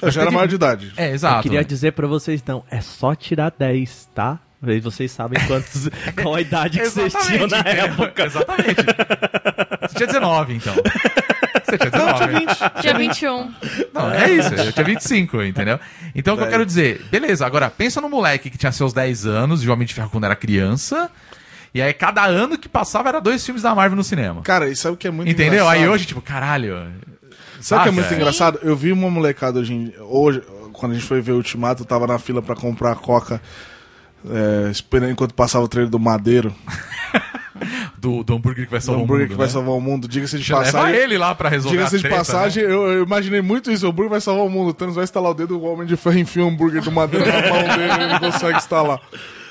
Speaker 8: eu já era maior de idade.
Speaker 5: É, exato.
Speaker 7: Eu queria dizer pra vocês, não, é só tirar 10, tá? Aí vocês sabem quantos, qual a idade que vocês tinham na
Speaker 5: entendeu?
Speaker 7: época.
Speaker 5: Exatamente. Você tinha 19, então. Você tinha 19. né?
Speaker 6: Dia 21.
Speaker 5: Não, é isso, eu tinha 25, entendeu? Então o
Speaker 8: É.
Speaker 5: que eu quero dizer, beleza, agora pensa no moleque que tinha seus 10 anos, de Homem de Ferro quando era criança, e aí cada ano que passava era dois filmes da Marvel no cinema.
Speaker 8: Cara, e sabe o que é muito
Speaker 5: Entendeu?
Speaker 8: engraçado?
Speaker 5: Aí hoje, Ah, tipo, caralho.
Speaker 8: Sabe o que é muito
Speaker 5: Saca?
Speaker 8: engraçado? Eu vi uma molecada hoje, em- hoje, quando a gente foi ver o Ultimato, eu tava na fila pra comprar a Coca, é, esperando enquanto passava o trailer do Madeiro.
Speaker 5: Do, do hambúrguer que vai
Speaker 8: O
Speaker 5: salvar o mundo.
Speaker 8: hambúrguer que vai
Speaker 5: né?
Speaker 8: salvar o mundo. Diga-se de
Speaker 5: Leva
Speaker 8: passagem.
Speaker 5: ele lá pra resolver
Speaker 8: Diga-se
Speaker 5: a
Speaker 8: de
Speaker 5: treta, né?
Speaker 8: passagem, eu, eu imaginei muito isso. O hambúrguer vai salvar o mundo. O Thanos vai instalar o dedo, o Homem de Ferro enfia o hambúrguer do Madeira na mão dele e ele não consegue instalar.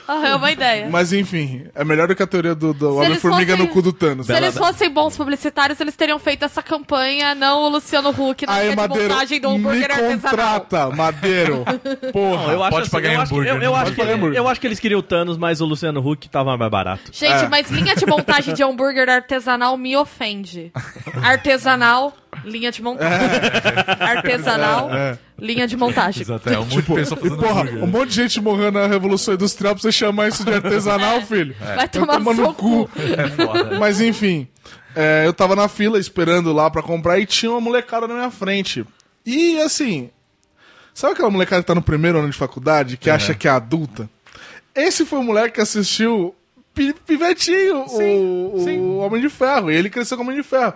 Speaker 6: Ah, é uma ideia.
Speaker 8: Mas enfim, é melhor do que a teoria do, do
Speaker 6: Se eles
Speaker 8: Homem-Formiga
Speaker 6: fossem-
Speaker 8: no cu do Thanos.
Speaker 6: Se eles fossem bons publicitários, eles teriam feito essa campanha, não o Luciano Huck na
Speaker 8: Aí,
Speaker 6: linha de
Speaker 8: Madeiro,
Speaker 6: montagem do
Speaker 8: me
Speaker 6: hambúrguer artesanal.
Speaker 8: contrata, Madeiro. Porra.
Speaker 7: Não, eu acho
Speaker 5: Pode
Speaker 7: assim,
Speaker 5: pagar
Speaker 7: eu
Speaker 5: em
Speaker 7: acho-
Speaker 5: hambúrguer,
Speaker 7: eu-
Speaker 5: né?
Speaker 7: eu
Speaker 5: Pode
Speaker 7: acho que-
Speaker 8: pagar em hambúrguer.
Speaker 7: Eu acho que eles queriam o Thanos, mas o Luciano Huck tava mais barato.
Speaker 6: Gente,
Speaker 8: É.
Speaker 6: mas linha de montagem de hambúrguer artesanal me ofende. Artesanal, linha de montagem.
Speaker 8: É.
Speaker 6: Artesanal, linha de montagem.
Speaker 5: Exato, é um monte de pessoa
Speaker 8: E
Speaker 5: fazendo
Speaker 8: Tipo, porra,
Speaker 5: hambúrguer.
Speaker 8: um monte de gente morrendo na Revolução Industrial pra você chamar isso de artesanal, filho.
Speaker 6: É. Vai tomar no seu cu.
Speaker 5: É
Speaker 8: Mas enfim, é, eu tava na fila esperando lá pra comprar e tinha uma molecada na minha frente. E assim, sabe aquela molecada que tá no primeiro ano de faculdade, que acha que é adulta? Esse foi o moleque que assistiu pi- Pivetinho, o, o Homem de Ferro, e ele cresceu com o Homem de Ferro.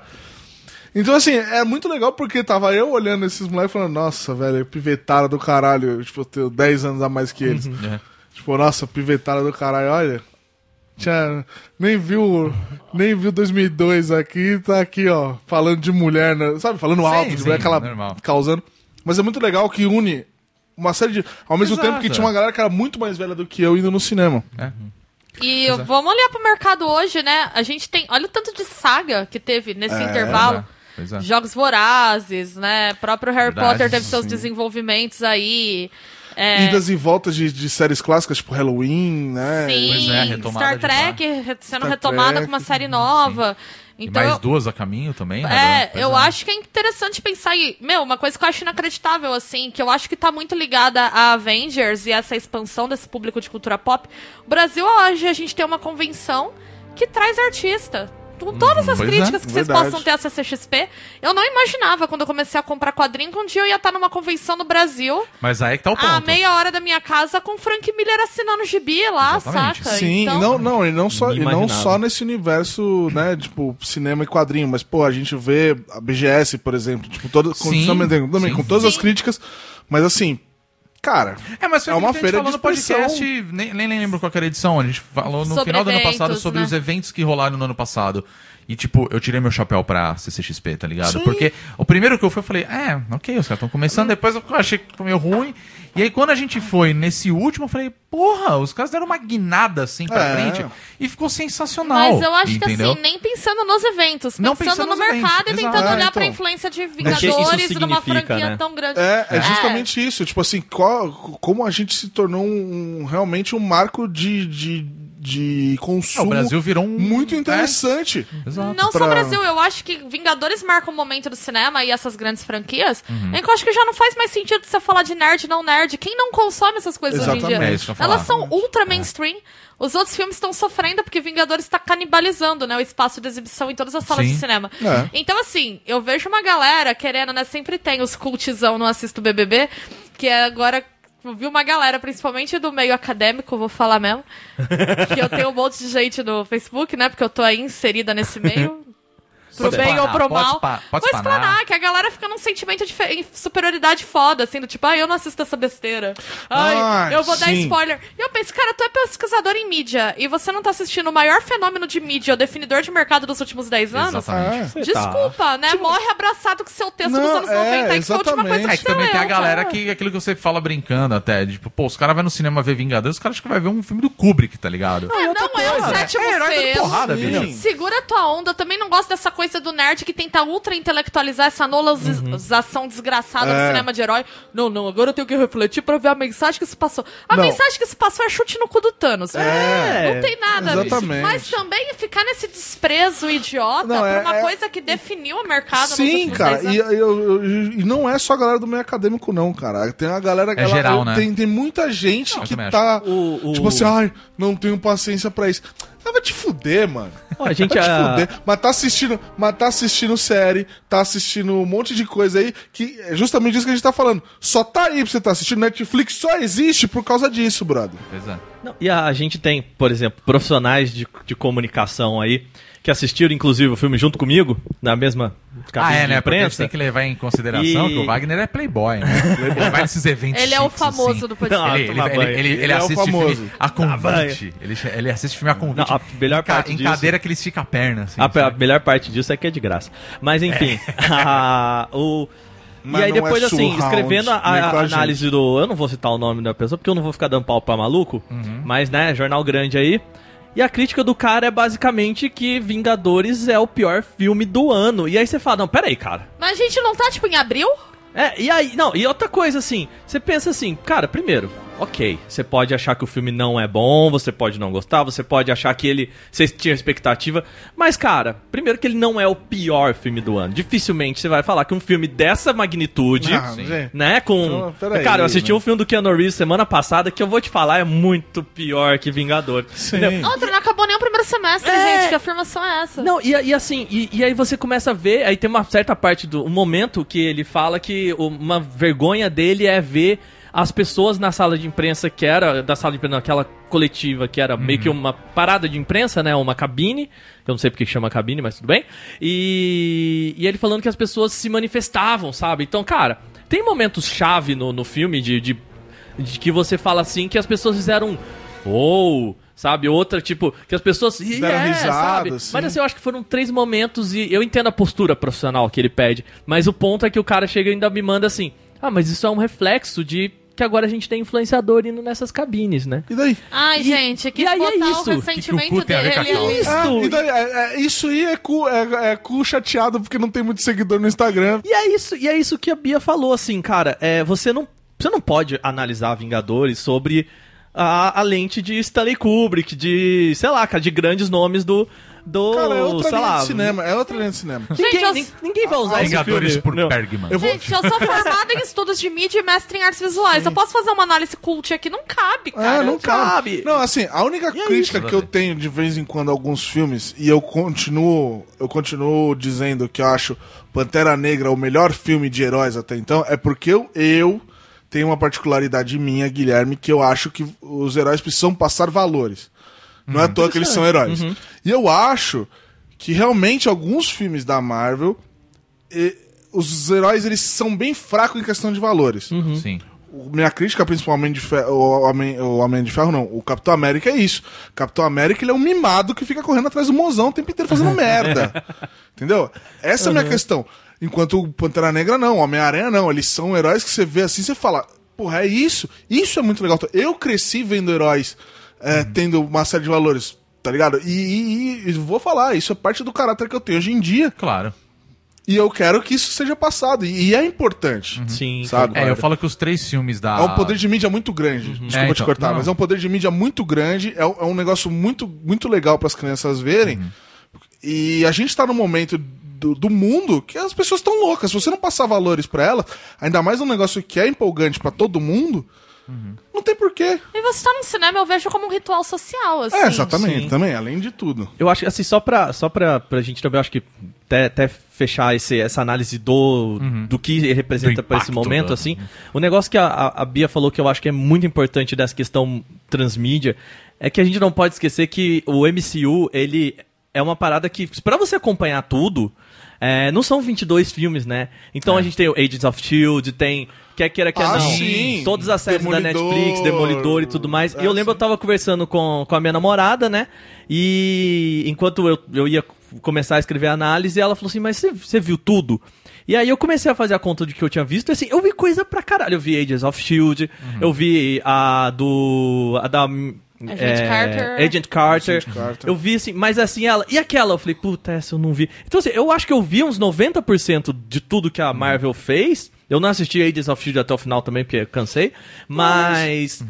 Speaker 8: Então, assim, é muito legal porque tava eu olhando esses moleques e falando, nossa, velho, pivetada do caralho. Tipo, eu tenho 10 anos a mais que eles.
Speaker 5: É.
Speaker 8: Tipo, nossa, pivetada do caralho, olha. Tinha, nem viu nem viu 2002 aqui, tá aqui, ó, falando de mulher, né? sabe? Falando alto, de
Speaker 5: sim,
Speaker 8: mulher, aquela
Speaker 5: normal.
Speaker 8: causando. Mas é muito legal que une uma série de... Ao mesmo
Speaker 5: Exato.
Speaker 8: tempo que tinha uma galera que era muito mais velha do que eu indo no cinema.
Speaker 5: É.
Speaker 6: E vamos olhar pro mercado hoje, né? A gente tem. Olha o tanto de saga que teve
Speaker 8: É,
Speaker 6: nesse intervalo.
Speaker 5: Pois é.
Speaker 6: Jogos Vorazes, né? Próprio Harry
Speaker 5: Verdade,
Speaker 6: Potter teve seus
Speaker 8: sim.
Speaker 6: desenvolvimentos aí. É.
Speaker 8: idas e voltas de, de séries clássicas, tipo Halloween, né?
Speaker 5: Pois
Speaker 6: Sim,
Speaker 5: é, retomada
Speaker 6: Star
Speaker 5: de
Speaker 6: Trek re- sendo
Speaker 8: Star
Speaker 6: retomada
Speaker 8: Trek,
Speaker 6: com uma série nova.
Speaker 5: E
Speaker 6: Então,
Speaker 5: mais
Speaker 6: eu-
Speaker 5: duas a caminho também, né?
Speaker 6: é,
Speaker 5: Pois
Speaker 6: eu acho que é interessante pensar. em- Meu, uma coisa que eu acho inacreditável, assim, que eu acho que tá muito ligada a Avengers e essa expansão desse público de cultura pop. O Brasil, hoje, a gente tem uma convenção que traz artista. Com todas as
Speaker 5: pois é,
Speaker 6: críticas que vocês
Speaker 8: verdade.
Speaker 6: possam ter à CCXP, eu não imaginava quando eu comecei a comprar quadrinho que um dia eu ia estar numa convenção no Brasil
Speaker 5: Mas aí é que tá o ponto.
Speaker 6: a meia hora da minha casa com Frank Miller assinando gibi lá,
Speaker 5: Exatamente.
Speaker 6: saca?
Speaker 8: Sim,
Speaker 6: então,
Speaker 8: não, não, e não só, e não
Speaker 7: Inimaginável.
Speaker 8: só nesse universo, né, tipo, cinema e quadrinho, mas, pô, a gente vê a BGS, por exemplo, tipo, todo, com,
Speaker 5: Sim,
Speaker 8: também, também,
Speaker 5: sim.
Speaker 8: com todas as
Speaker 6: Sim.
Speaker 8: críticas, mas assim, cara,
Speaker 5: É, mas foi
Speaker 8: É
Speaker 5: uma
Speaker 8: uma
Speaker 5: que a gente
Speaker 8: feira
Speaker 5: falou
Speaker 8: de
Speaker 5: no podcast, nem, nem lembro qual que era a edição, a gente falou no
Speaker 6: Sobre
Speaker 5: final do ano
Speaker 6: eventos,
Speaker 5: passado sobre
Speaker 6: né?
Speaker 5: os eventos que rolaram no ano passado. E, tipo, eu tirei meu chapéu pra CCXP, tá ligado?
Speaker 8: Sim. Uhum.
Speaker 5: Porque o primeiro que eu fui, eu falei, é, ok, os caras estão começando, depois eu achei que ficou meio ruim. E aí, quando a gente foi nesse último, eu falei, porra, os caras deram uma guinada assim pra
Speaker 8: É.
Speaker 5: frente e ficou sensacional.
Speaker 6: Mas eu acho
Speaker 5: entendeu?
Speaker 6: que assim, nem pensando nos eventos,
Speaker 5: Não
Speaker 6: pensando,
Speaker 5: pensando
Speaker 6: no
Speaker 5: nos eventos,
Speaker 6: mercado e
Speaker 5: exato.
Speaker 6: tentando
Speaker 8: É,
Speaker 6: olhar
Speaker 8: então.
Speaker 6: pra influência de
Speaker 7: que isso
Speaker 6: Vingadores e de
Speaker 7: significa,
Speaker 6: uma franquia
Speaker 7: né?
Speaker 6: tão grande.
Speaker 8: É, é justamente isso. Tipo assim, qual- como a gente se tornou um- um- realmente um marco de, de, de
Speaker 5: É,
Speaker 8: consumo
Speaker 5: o Brasil virou um.
Speaker 8: muito
Speaker 5: é,
Speaker 8: interessante.
Speaker 5: exato.
Speaker 6: Não só
Speaker 8: pra-
Speaker 6: o Brasil, eu acho que Vingadores marca um momento do cinema e essas grandes franquias. em que Eu acho que já não faz mais sentido você falar de nerd e não nerd. Quem não consome essas coisas hoje em
Speaker 8: Exatamente,
Speaker 6: dia?
Speaker 5: é isso que eu ia falar.
Speaker 6: Elas são ultra mainstream. Os outros filmes estão sofrendo porque Vingadores está canibalizando né, o espaço de exibição em todas as salas
Speaker 5: Sim.
Speaker 6: de cinema.
Speaker 8: É.
Speaker 6: Então, assim, eu vejo uma galera querendo, né? Sempre tem os cultizão no Assisto BBB, que é agora. Eu vi uma galera, principalmente do meio acadêmico, vou falar mesmo. Que eu tenho um monte de gente no Facebook, né? Porque eu tô aí inserida nesse meio. pro
Speaker 5: Pode
Speaker 6: bem
Speaker 5: espanar,
Speaker 6: ou pro
Speaker 5: pode
Speaker 6: mal.
Speaker 5: espa- pode
Speaker 6: vou
Speaker 5: espanar.
Speaker 6: explanar, que a galera fica num sentimento de fe- superioridade foda, assim, do tipo, ah, eu não assisto essa besteira. Ai,
Speaker 8: Ah,
Speaker 6: eu vou dar
Speaker 8: sim.
Speaker 6: spoiler. E eu penso, cara, tu é pesquisador em mídia e você não tá assistindo o maior fenômeno de mídia, o definidor de mercado dos últimos 10 anos?
Speaker 5: Exatamente.
Speaker 8: É.
Speaker 7: Você tá-
Speaker 6: Desculpa, né? Morre abraçado com seu texto dos
Speaker 8: Não,
Speaker 6: anos
Speaker 8: é,
Speaker 6: 90, aí que foi a última
Speaker 8: exatamente.
Speaker 6: coisa
Speaker 5: É
Speaker 6: que
Speaker 5: que também
Speaker 6: saiu,
Speaker 5: tem a galera
Speaker 6: cara.
Speaker 5: que, aquilo que você fala brincando até, tipo, pô, os caras vão no cinema ver Vingadores, os caras acham que vai ver um filme do Kubrick, tá ligado?
Speaker 6: Ah, não é o sétimo
Speaker 5: é herói dando
Speaker 6: selo.
Speaker 5: porrada,
Speaker 8: Sim.
Speaker 5: bicho.
Speaker 6: Segura a tua onda, eu também não gosto dessa coisa do nerd que tenta ultra intelectualizar essa anulação desgraçada do
Speaker 8: É.
Speaker 6: cinema de herói. Não, não, agora eu tenho que refletir pra ver a mensagem que se passou. A
Speaker 8: Não.
Speaker 6: mensagem que se passou é chute no cu do Thanos.
Speaker 8: É.
Speaker 6: não tem nada.
Speaker 8: Exatamente.
Speaker 6: bicho. Mas também ficar nesse desprezo idiota
Speaker 8: Não,
Speaker 6: por
Speaker 8: é-
Speaker 6: uma
Speaker 8: é-
Speaker 6: coisa que definiu o mercado nos
Speaker 8: Sim,
Speaker 6: últimos
Speaker 8: cara.
Speaker 6: dez anos.
Speaker 8: E, eu- eu- e não é só a galera do meio acadêmico, não, cara. Tem a galera. ela-
Speaker 5: geral,
Speaker 8: eu-
Speaker 5: né?
Speaker 8: tem, tem muita gente
Speaker 5: Não, eu
Speaker 8: que
Speaker 5: também
Speaker 8: tá.
Speaker 7: O- o-
Speaker 8: Tipo assim, ai, não tenho paciência pra isso. Ah, vai te fuder, mano.
Speaker 7: Ó, a gente é-
Speaker 8: Vai te
Speaker 7: a-
Speaker 8: fuder. Mas tá assistindo, mas tá assistindo série, tá assistindo um monte de coisa aí que é justamente isso que a gente tá falando. Só tá aí pra você tá assistindo. Netflix só existe por causa disso, brother.
Speaker 5: Pois é.
Speaker 7: Não, e a, a gente tem, por exemplo, profissionais de, de comunicação aí que assistiram, inclusive, o filme junto comigo, na mesma cabine
Speaker 5: Ah, é,
Speaker 7: de
Speaker 5: né? Porque a gente
Speaker 7: imprensa.
Speaker 5: tem que levar em consideração
Speaker 7: E-
Speaker 5: que o Wagner é playboy, né? Ele vai nesses eventos
Speaker 6: Ele é o
Speaker 5: chiques,
Speaker 6: famoso
Speaker 5: assim.
Speaker 6: do podcast.
Speaker 7: Ah,
Speaker 5: Ele, ele,
Speaker 7: tomar
Speaker 5: ele,
Speaker 7: banho.
Speaker 5: ele- ele
Speaker 8: Ele é o
Speaker 5: assiste filme
Speaker 8: famoso.
Speaker 5: a
Speaker 7: banho.
Speaker 5: convite. Ele, ele assiste filme a convite.
Speaker 7: Não, a melhor
Speaker 5: Em ca-
Speaker 7: parte
Speaker 5: Em
Speaker 7: disso-
Speaker 5: cadeira que ele estica a perna, assim.
Speaker 7: A, a
Speaker 5: sabe?
Speaker 7: melhor parte disso é que é de graça. Mas enfim, a- o.
Speaker 8: Mas
Speaker 7: e aí
Speaker 8: não é
Speaker 7: depois, assim,
Speaker 8: surround,
Speaker 7: escrevendo a,
Speaker 8: nem
Speaker 7: a
Speaker 8: com a
Speaker 7: análise do. Eu não vou citar o nome da pessoa, porque eu não vou ficar dando pau pra maluco.
Speaker 8: Uhum.
Speaker 7: Mas, né, jornal grande aí. E a crítica do cara é basicamente que Vingadores é o pior filme do ano. E aí você fala, não, peraí, cara.
Speaker 6: Mas a gente não tá, tipo, em abril?
Speaker 7: É, e aí, não, e outra coisa assim, você pensa assim, cara, primeiro, ok, você pode achar que o filme não é bom, você pode não gostar, você pode achar que ele, você tinha expectativa, mas cara, primeiro que ele não é o pior filme do ano, dificilmente você vai falar que um filme dessa magnitude,
Speaker 8: Ah, gente.
Speaker 7: né, com...
Speaker 8: Então, peraí,
Speaker 7: cara, eu assisti
Speaker 8: né?
Speaker 7: um filme do Keanu Reeves semana passada que eu vou te falar, é muito pior que Vingador. entendeu?
Speaker 6: Outra, não acabou nem o primeiro semestre,
Speaker 7: É.
Speaker 6: gente. Que afirmação é essa?
Speaker 7: Não, e, e assim, e, e aí você começa a ver, aí tem uma certa parte do um momento que ele fala que o- uma vergonha dele é ver as pessoas na sala de imprensa que era, da sala de imprensa, aquela coletiva que era meio que uma parada de imprensa, né, uma cabine, eu não sei porque que chama cabine, mas tudo bem, e, e ele falando que as pessoas se manifestavam, sabe, então, cara, tem momentos chave no, no filme de- de de que você fala assim que as pessoas fizeram um ou, sabe? Outra, tipo, que as pessoas "Ih,
Speaker 8: Deram
Speaker 7: é",
Speaker 8: risada,
Speaker 7: sabe?
Speaker 8: assim.
Speaker 7: Mas assim, eu acho que foram três momentos e eu entendo a postura profissional que ele pede, mas o ponto é que o cara chega e ainda me manda assim: "Ah, mas isso é um reflexo de que agora a gente tem influenciador indo nessas cabines, né?"
Speaker 8: E daí?
Speaker 6: Ai,
Speaker 7: E-
Speaker 6: gente,
Speaker 7: e
Speaker 6: quis
Speaker 7: aí é
Speaker 6: botar
Speaker 7: isso, que- que
Speaker 6: o
Speaker 7: o
Speaker 6: ressentimento
Speaker 5: cu tem a ver com a
Speaker 6: dele
Speaker 5: calça.
Speaker 6: ali.
Speaker 8: Ah,
Speaker 7: Isso.
Speaker 8: e daí, é- é- isso aí é cu, é, é cu chateado porque não tem muito seguidor no Instagram.
Speaker 7: E é isso, e é isso que a Bia falou, assim, cara. É, você não. Você não pode analisar Vingadores sobre a, a lente de Stanley Kubrick, de, sei lá, cara, de grandes nomes do. do
Speaker 8: Cara, é outra
Speaker 7: sei
Speaker 8: linha
Speaker 7: lá,
Speaker 8: de cinema. É outra linha de cinema.
Speaker 7: Ninguém,
Speaker 6: Gente, eu-
Speaker 7: nin- ninguém vai usar esse
Speaker 5: Vingadores
Speaker 7: filme,
Speaker 5: por
Speaker 7: não.
Speaker 5: Bergman.
Speaker 8: Eu vou-
Speaker 6: Gente, eu sou formada em estudos de mídia e mestre em artes visuais. Eu posso fazer uma análise cult aqui? Não cabe, cara.
Speaker 8: É, não cabe.
Speaker 7: cabe.
Speaker 8: Não, assim, a única crítica
Speaker 5: isso,
Speaker 8: que eu
Speaker 5: Davi?
Speaker 8: tenho de vez em quando a alguns filmes, e eu continuo, eu continuo dizendo que eu acho Pantera Negra o melhor filme de heróis até então, é porque eu, eu tenho uma particularidade minha, Guilherme, que eu acho que os heróis precisam passar valores. Não é à toa que eles são heróis. E eu acho que realmente alguns filmes da Marvel, eh, os heróis eles são bem fracos em questão de valores.
Speaker 5: Sim.
Speaker 7: Uhum.
Speaker 8: O- Minha crítica, principalmente, de Fe- o Homem, o Homem de Ferro, não. O Capitão América é isso. Capitão América, ele é um mimado que fica correndo atrás do mozão o tempo inteiro fazendo merda. Entendeu? Essa
Speaker 5: Uhum.
Speaker 8: é a minha questão. Enquanto o Pantera Negra, não. o Homem-Aranha, não. Eles são heróis que você vê assim, você fala, porra, é isso? Isso é muito legal. Eu cresci vendo heróis é,
Speaker 5: Uhum.
Speaker 8: tendo uma série de valores, tá ligado? E, e- e- e vou falar, isso é parte do caráter que eu tenho hoje em dia.
Speaker 5: Claro.
Speaker 8: E eu quero que isso seja passado. E, e é importante.
Speaker 7: Sim,
Speaker 8: Sabe?
Speaker 5: É, eu falo que os três filmes da.
Speaker 8: É um poder de mídia muito grande. Desculpa
Speaker 5: Ah. É,
Speaker 8: te
Speaker 5: então,
Speaker 8: cortar,
Speaker 5: não.
Speaker 8: mas é um poder de mídia muito grande. É, um- é um negócio muito, muito legal para as crianças verem.
Speaker 5: Uhum.
Speaker 8: E a gente tá num momento do, do mundo que as pessoas estão loucas. Se você não passar valores para elas, ainda mais um negócio que é empolgante para todo mundo,
Speaker 5: Uhum.
Speaker 8: não tem porquê.
Speaker 6: E você tá no cinema, eu vejo como um ritual social, assim.
Speaker 8: é, exatamente.
Speaker 7: sim.
Speaker 8: Também, além de tudo.
Speaker 7: Eu acho que, assim, só pra, só pra, pra gente também, eu acho que até, até fechar esse, essa análise do, do que ele representa
Speaker 5: Uhum. Do
Speaker 7: pra esse
Speaker 5: impacto,
Speaker 7: momento,
Speaker 5: né?
Speaker 7: assim, o negócio que a, a- a Bia falou que eu acho que é muito importante dessa questão transmídia é que a gente não pode esquecer que o MCU, ele é uma parada que, pra você acompanhar tudo, é, não são 22 filmes, né?
Speaker 5: É.
Speaker 7: Então a gente tem o Agents of S.H.I.E.L.D., tem... Quer queira, quer
Speaker 8: Ah,
Speaker 7: não.
Speaker 8: sim.
Speaker 7: Todas as séries
Speaker 8: Demolidor.
Speaker 7: da Netflix, Demolidor e tudo mais. e
Speaker 8: É,
Speaker 7: eu lembro,
Speaker 8: sim.
Speaker 7: eu tava conversando com, com a minha namorada, né? E enquanto eu, eu ia começar a escrever a análise, ela falou assim: Mas você- você viu tudo? E aí eu comecei a fazer a conta de que eu tinha visto, e assim, eu vi coisa pra caralho. Eu vi Agents of Shield, eu vi a do. a da. Agent
Speaker 6: Carter.
Speaker 7: Agent Carter.
Speaker 8: Carter.
Speaker 7: Eu vi assim, mas assim, ela. E aquela? Eu falei, puta, essa eu não vi. Então, assim, eu acho que eu vi uns 90% de tudo que a Marvel fez. Eu não assisti Agents of Shield até o final também, porque eu cansei. Mas.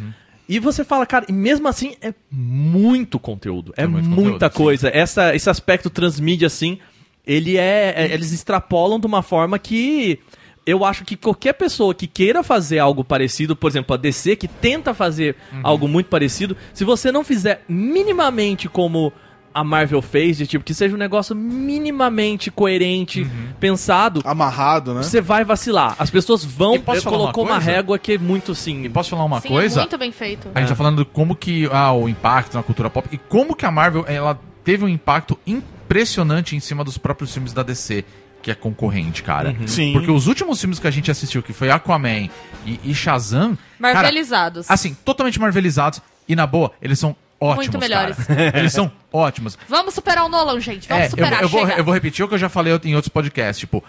Speaker 7: E você fala, cara, e mesmo assim é muito conteúdo. É
Speaker 5: muito
Speaker 7: muita
Speaker 5: conteúdo, sim.
Speaker 7: coisa. Essa, esse aspecto transmídia, assim, ele é, é- Eles extrapolam de uma forma que. Eu acho que qualquer pessoa que queira fazer algo parecido, por exemplo, a DC, que tenta fazer
Speaker 5: Uhum.
Speaker 7: algo muito parecido, se você não fizer minimamente como a Marvel fez, de tipo, que seja um negócio minimamente coerente,
Speaker 5: Uhum.
Speaker 7: pensado,
Speaker 8: Amarrado, né?
Speaker 7: você vai vacilar. As pessoas vão.
Speaker 5: E posso falar
Speaker 7: colocou
Speaker 5: uma
Speaker 7: uma,
Speaker 5: coisa?
Speaker 7: régua que é muito assim.
Speaker 5: Posso falar uma
Speaker 6: Sim,
Speaker 5: coisa?
Speaker 6: é muito bem feito.
Speaker 5: A gente tá falando de como que ah, o impacto na cultura pop e como que a Marvel ela teve um impacto impressionante em cima dos próprios filmes da DC, que é concorrente, cara.
Speaker 8: Sim.
Speaker 5: Porque os últimos filmes que a gente assistiu, que foi Aquaman e, e Shazam, cara,
Speaker 6: Marvelizados.
Speaker 5: assim, totalmente marvelizados e na boa, eles são ótimos,
Speaker 6: Muito melhores.
Speaker 5: cara. Eles são ótimos.
Speaker 6: Vamos superar o Nolan, gente. Vamos
Speaker 5: É, eu,
Speaker 6: superar,
Speaker 5: eu vou,
Speaker 6: chega.
Speaker 5: eu vou repetir o que eu já falei em outros podcasts, tipo,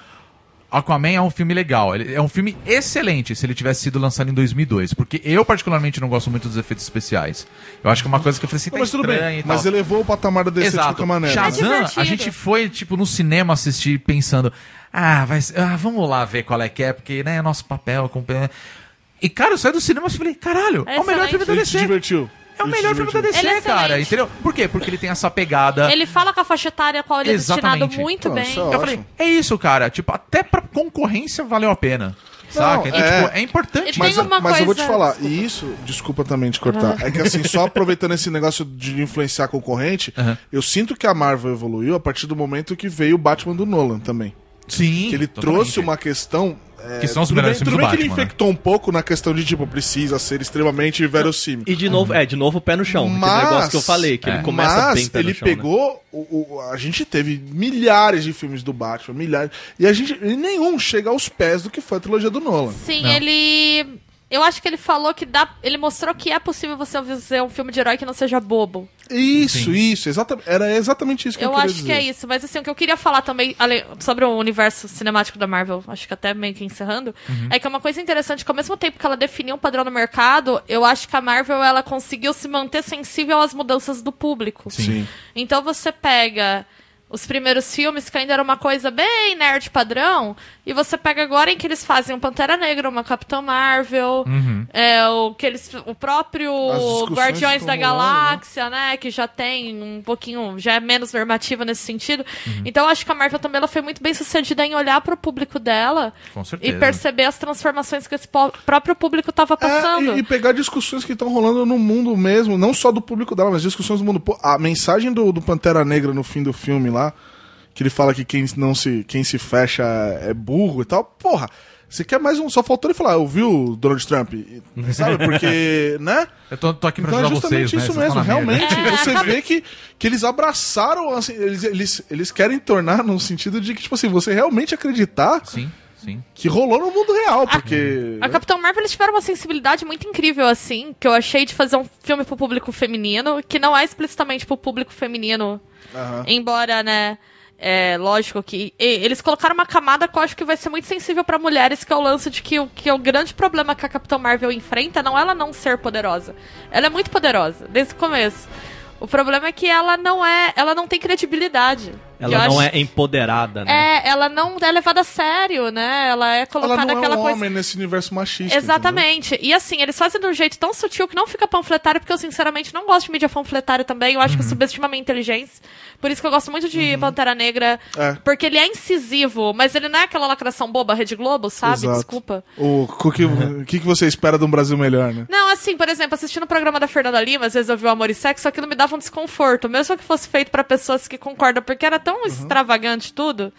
Speaker 5: Aquaman é um filme legal, ele é um filme excelente se ele tivesse sido lançado em 2002, porque eu particularmente não gosto muito dos efeitos especiais. Eu acho que é uma coisa que eu falei assim, tá
Speaker 8: Mas tudo
Speaker 5: estranho
Speaker 8: bem.
Speaker 5: e tal.
Speaker 8: Mas elevou o patamar da DC de
Speaker 5: Exato.
Speaker 8: qualquer maneira.
Speaker 6: Chato. É
Speaker 5: Shazam,
Speaker 6: divertido.
Speaker 5: a gente foi, tipo, no cinema assistir pensando, ah, vai, ser- ah, vamos lá ver qual é que é, porque, né, é nosso papel. com- E, cara, eu saí do cinema e falei, caralho, é, o melhor
Speaker 6: Excelente.
Speaker 5: filme da
Speaker 8: Ele se
Speaker 5: DC.
Speaker 8: divertiu.
Speaker 5: É o
Speaker 8: Ele se
Speaker 5: melhor filme da
Speaker 8: divertiu.
Speaker 5: DC,
Speaker 6: Ele é
Speaker 5: cara,
Speaker 6: excelente.
Speaker 5: entendeu? Por quê? Porque ele tem essa pegada.
Speaker 6: Ele fala com a faixa etária a qual ele é destinado
Speaker 5: Exatamente.
Speaker 6: muito
Speaker 8: Não,
Speaker 6: bem.
Speaker 8: isso é
Speaker 5: Eu falei,
Speaker 8: Ótimo.
Speaker 5: é isso, cara. Tipo, até pra concorrência valeu a pena. Saca? Então,
Speaker 8: é.
Speaker 5: tipo, é importante.
Speaker 6: Ele tem
Speaker 5: isso.
Speaker 6: uma
Speaker 8: mas eu vou te
Speaker 6: coisa- Ah.
Speaker 8: falar, e isso, desculpa também te cortar, é que assim, só aproveitando esse negócio de influenciar a concorrente,
Speaker 5: Aham.
Speaker 8: eu sinto que a Marvel evoluiu a partir do momento que veio o Batman do Nolan também.
Speaker 5: Sim.
Speaker 8: Que ele
Speaker 5: totalmente.
Speaker 8: trouxe uma questão. é,
Speaker 5: Que são os
Speaker 8: tudo
Speaker 5: melhores
Speaker 8: bem-
Speaker 5: filmes
Speaker 8: tudo
Speaker 5: do
Speaker 8: bem que ele
Speaker 5: Batman, né?
Speaker 8: infectou um pouco na questão de, tipo, precisa ser extremamente verossímil.
Speaker 7: E de novo, é, de novo o pé no chão. aquele negócio que eu falei, que
Speaker 5: Uhum. é.
Speaker 7: ele começa
Speaker 8: mas
Speaker 7: bem pé
Speaker 8: ele
Speaker 7: no chão. né?
Speaker 8: pegou o, o- a gente teve milhares de filmes do Batman, milhares, e a gente e nenhum chega aos pés do que foi a trilogia do Nolan.
Speaker 6: Sim,
Speaker 5: Não.
Speaker 6: ele. Eu acho que ele falou que dá. Ele mostrou que é possível você fazer um filme de herói que não seja bobo.
Speaker 8: Isso, isso, exatamente, era exatamente isso que eu,
Speaker 6: eu
Speaker 8: queria
Speaker 6: acho
Speaker 8: dizer.
Speaker 6: que é isso. Mas assim, o que eu queria falar também ale- sobre o universo cinemático da Marvel, acho que até meio que encerrando,
Speaker 8: Uhum.
Speaker 6: é que é uma coisa interessante que ao mesmo tempo que ela definiu um padrão no mercado, eu acho que a Marvel ela conseguiu se manter sensível às mudanças do público.
Speaker 8: Sim.
Speaker 6: Então você pega Os primeiros filmes, que ainda era uma coisa bem nerd padrão, e você pega agora em que eles fazem um Pantera Negra, uma Capitã Marvel,
Speaker 5: Uhum.
Speaker 6: é, o, que eles, o próprio
Speaker 8: As discussões
Speaker 6: Guardiões
Speaker 8: estão
Speaker 6: da
Speaker 8: rolando, né?
Speaker 6: Galáxia. Galáxia, né? Que já tem um pouquinho, já é menos normativa nesse sentido.
Speaker 5: Uhum.
Speaker 6: Então acho que a Marvel também ela foi muito bem sucedida em olhar para o público dela
Speaker 5: né? Com
Speaker 6: e
Speaker 5: certeza.
Speaker 6: perceber as transformações que esse po- próprio público estava passando.
Speaker 8: É, e, e pegar discussões que estão rolando no mundo mesmo, não só do público dela, mas discussões do mundo. Pô, a mensagem do, do Pantera Negra no fim do filme lá, que ele fala que quem não se, quem se fecha é burro e tal, porra. Você quer mais um? Só faltou ele falar, eu vi o Donald Trump, e- sabe? Porque, né?
Speaker 5: Eu tô, tô aqui pra
Speaker 8: Então é
Speaker 5: ajudar
Speaker 8: justamente
Speaker 5: vocês, né?
Speaker 8: isso
Speaker 5: Vocês
Speaker 8: mesmo,
Speaker 5: estão na merda.
Speaker 8: realmente.
Speaker 6: É,
Speaker 8: você
Speaker 6: acaba-
Speaker 8: vê que, que eles abraçaram, assim, eles, eles, eles querem tornar num sentido de que, tipo assim, você realmente acreditar
Speaker 5: Sim, Ah, sim.
Speaker 8: que rolou no mundo
Speaker 6: Ah,
Speaker 8: real, porque.
Speaker 6: A Capitão Marvel eles tiveram uma sensibilidade muito incrível, assim, que eu achei de fazer um filme pro público feminino, que não é explicitamente pro público feminino. Embora, né? É lógico que. e- eles colocaram uma camada que eu acho que vai ser muito sensível pra mulheres, que é o lance de que, o- que é o grande problema que a Capitão Marvel enfrenta não é ela não ser poderosa. Ela é muito poderosa, desde o começo. O problema é que ela não é. Ela não tem credibilidade. Eu
Speaker 7: Ela não
Speaker 6: acho-
Speaker 7: é empoderada, né?
Speaker 6: É, ela não é levada a sério, né? Ela é
Speaker 8: Ela
Speaker 6: colocada
Speaker 8: não é
Speaker 6: aquela
Speaker 8: um
Speaker 6: coisa.
Speaker 8: homem nesse universo machista.
Speaker 6: Exatamente. E assim, eles fazem de um jeito tão sutil que não fica panfletário, porque eu sinceramente não gosto de mídia panfletária também. Eu acho
Speaker 8: Uhum.
Speaker 6: que subestima a minha inteligência. Por isso que eu gosto muito de Pantera Negra.
Speaker 8: É.
Speaker 6: Porque ele é incisivo, mas ele não é aquela lacração boba Rede Globo, sabe?
Speaker 8: Exato.
Speaker 6: Desculpa.
Speaker 8: entendeu? O o que, o que que você espera de um Brasil melhor, né?
Speaker 6: Não, assim, por exemplo, assistindo o programa da Fernanda Lima, às vezes eu vi o Amor e Sexo, aquilo me dava um desconforto, mesmo que fosse feito pra pessoas que concordam, porque era tão extravagante tudo,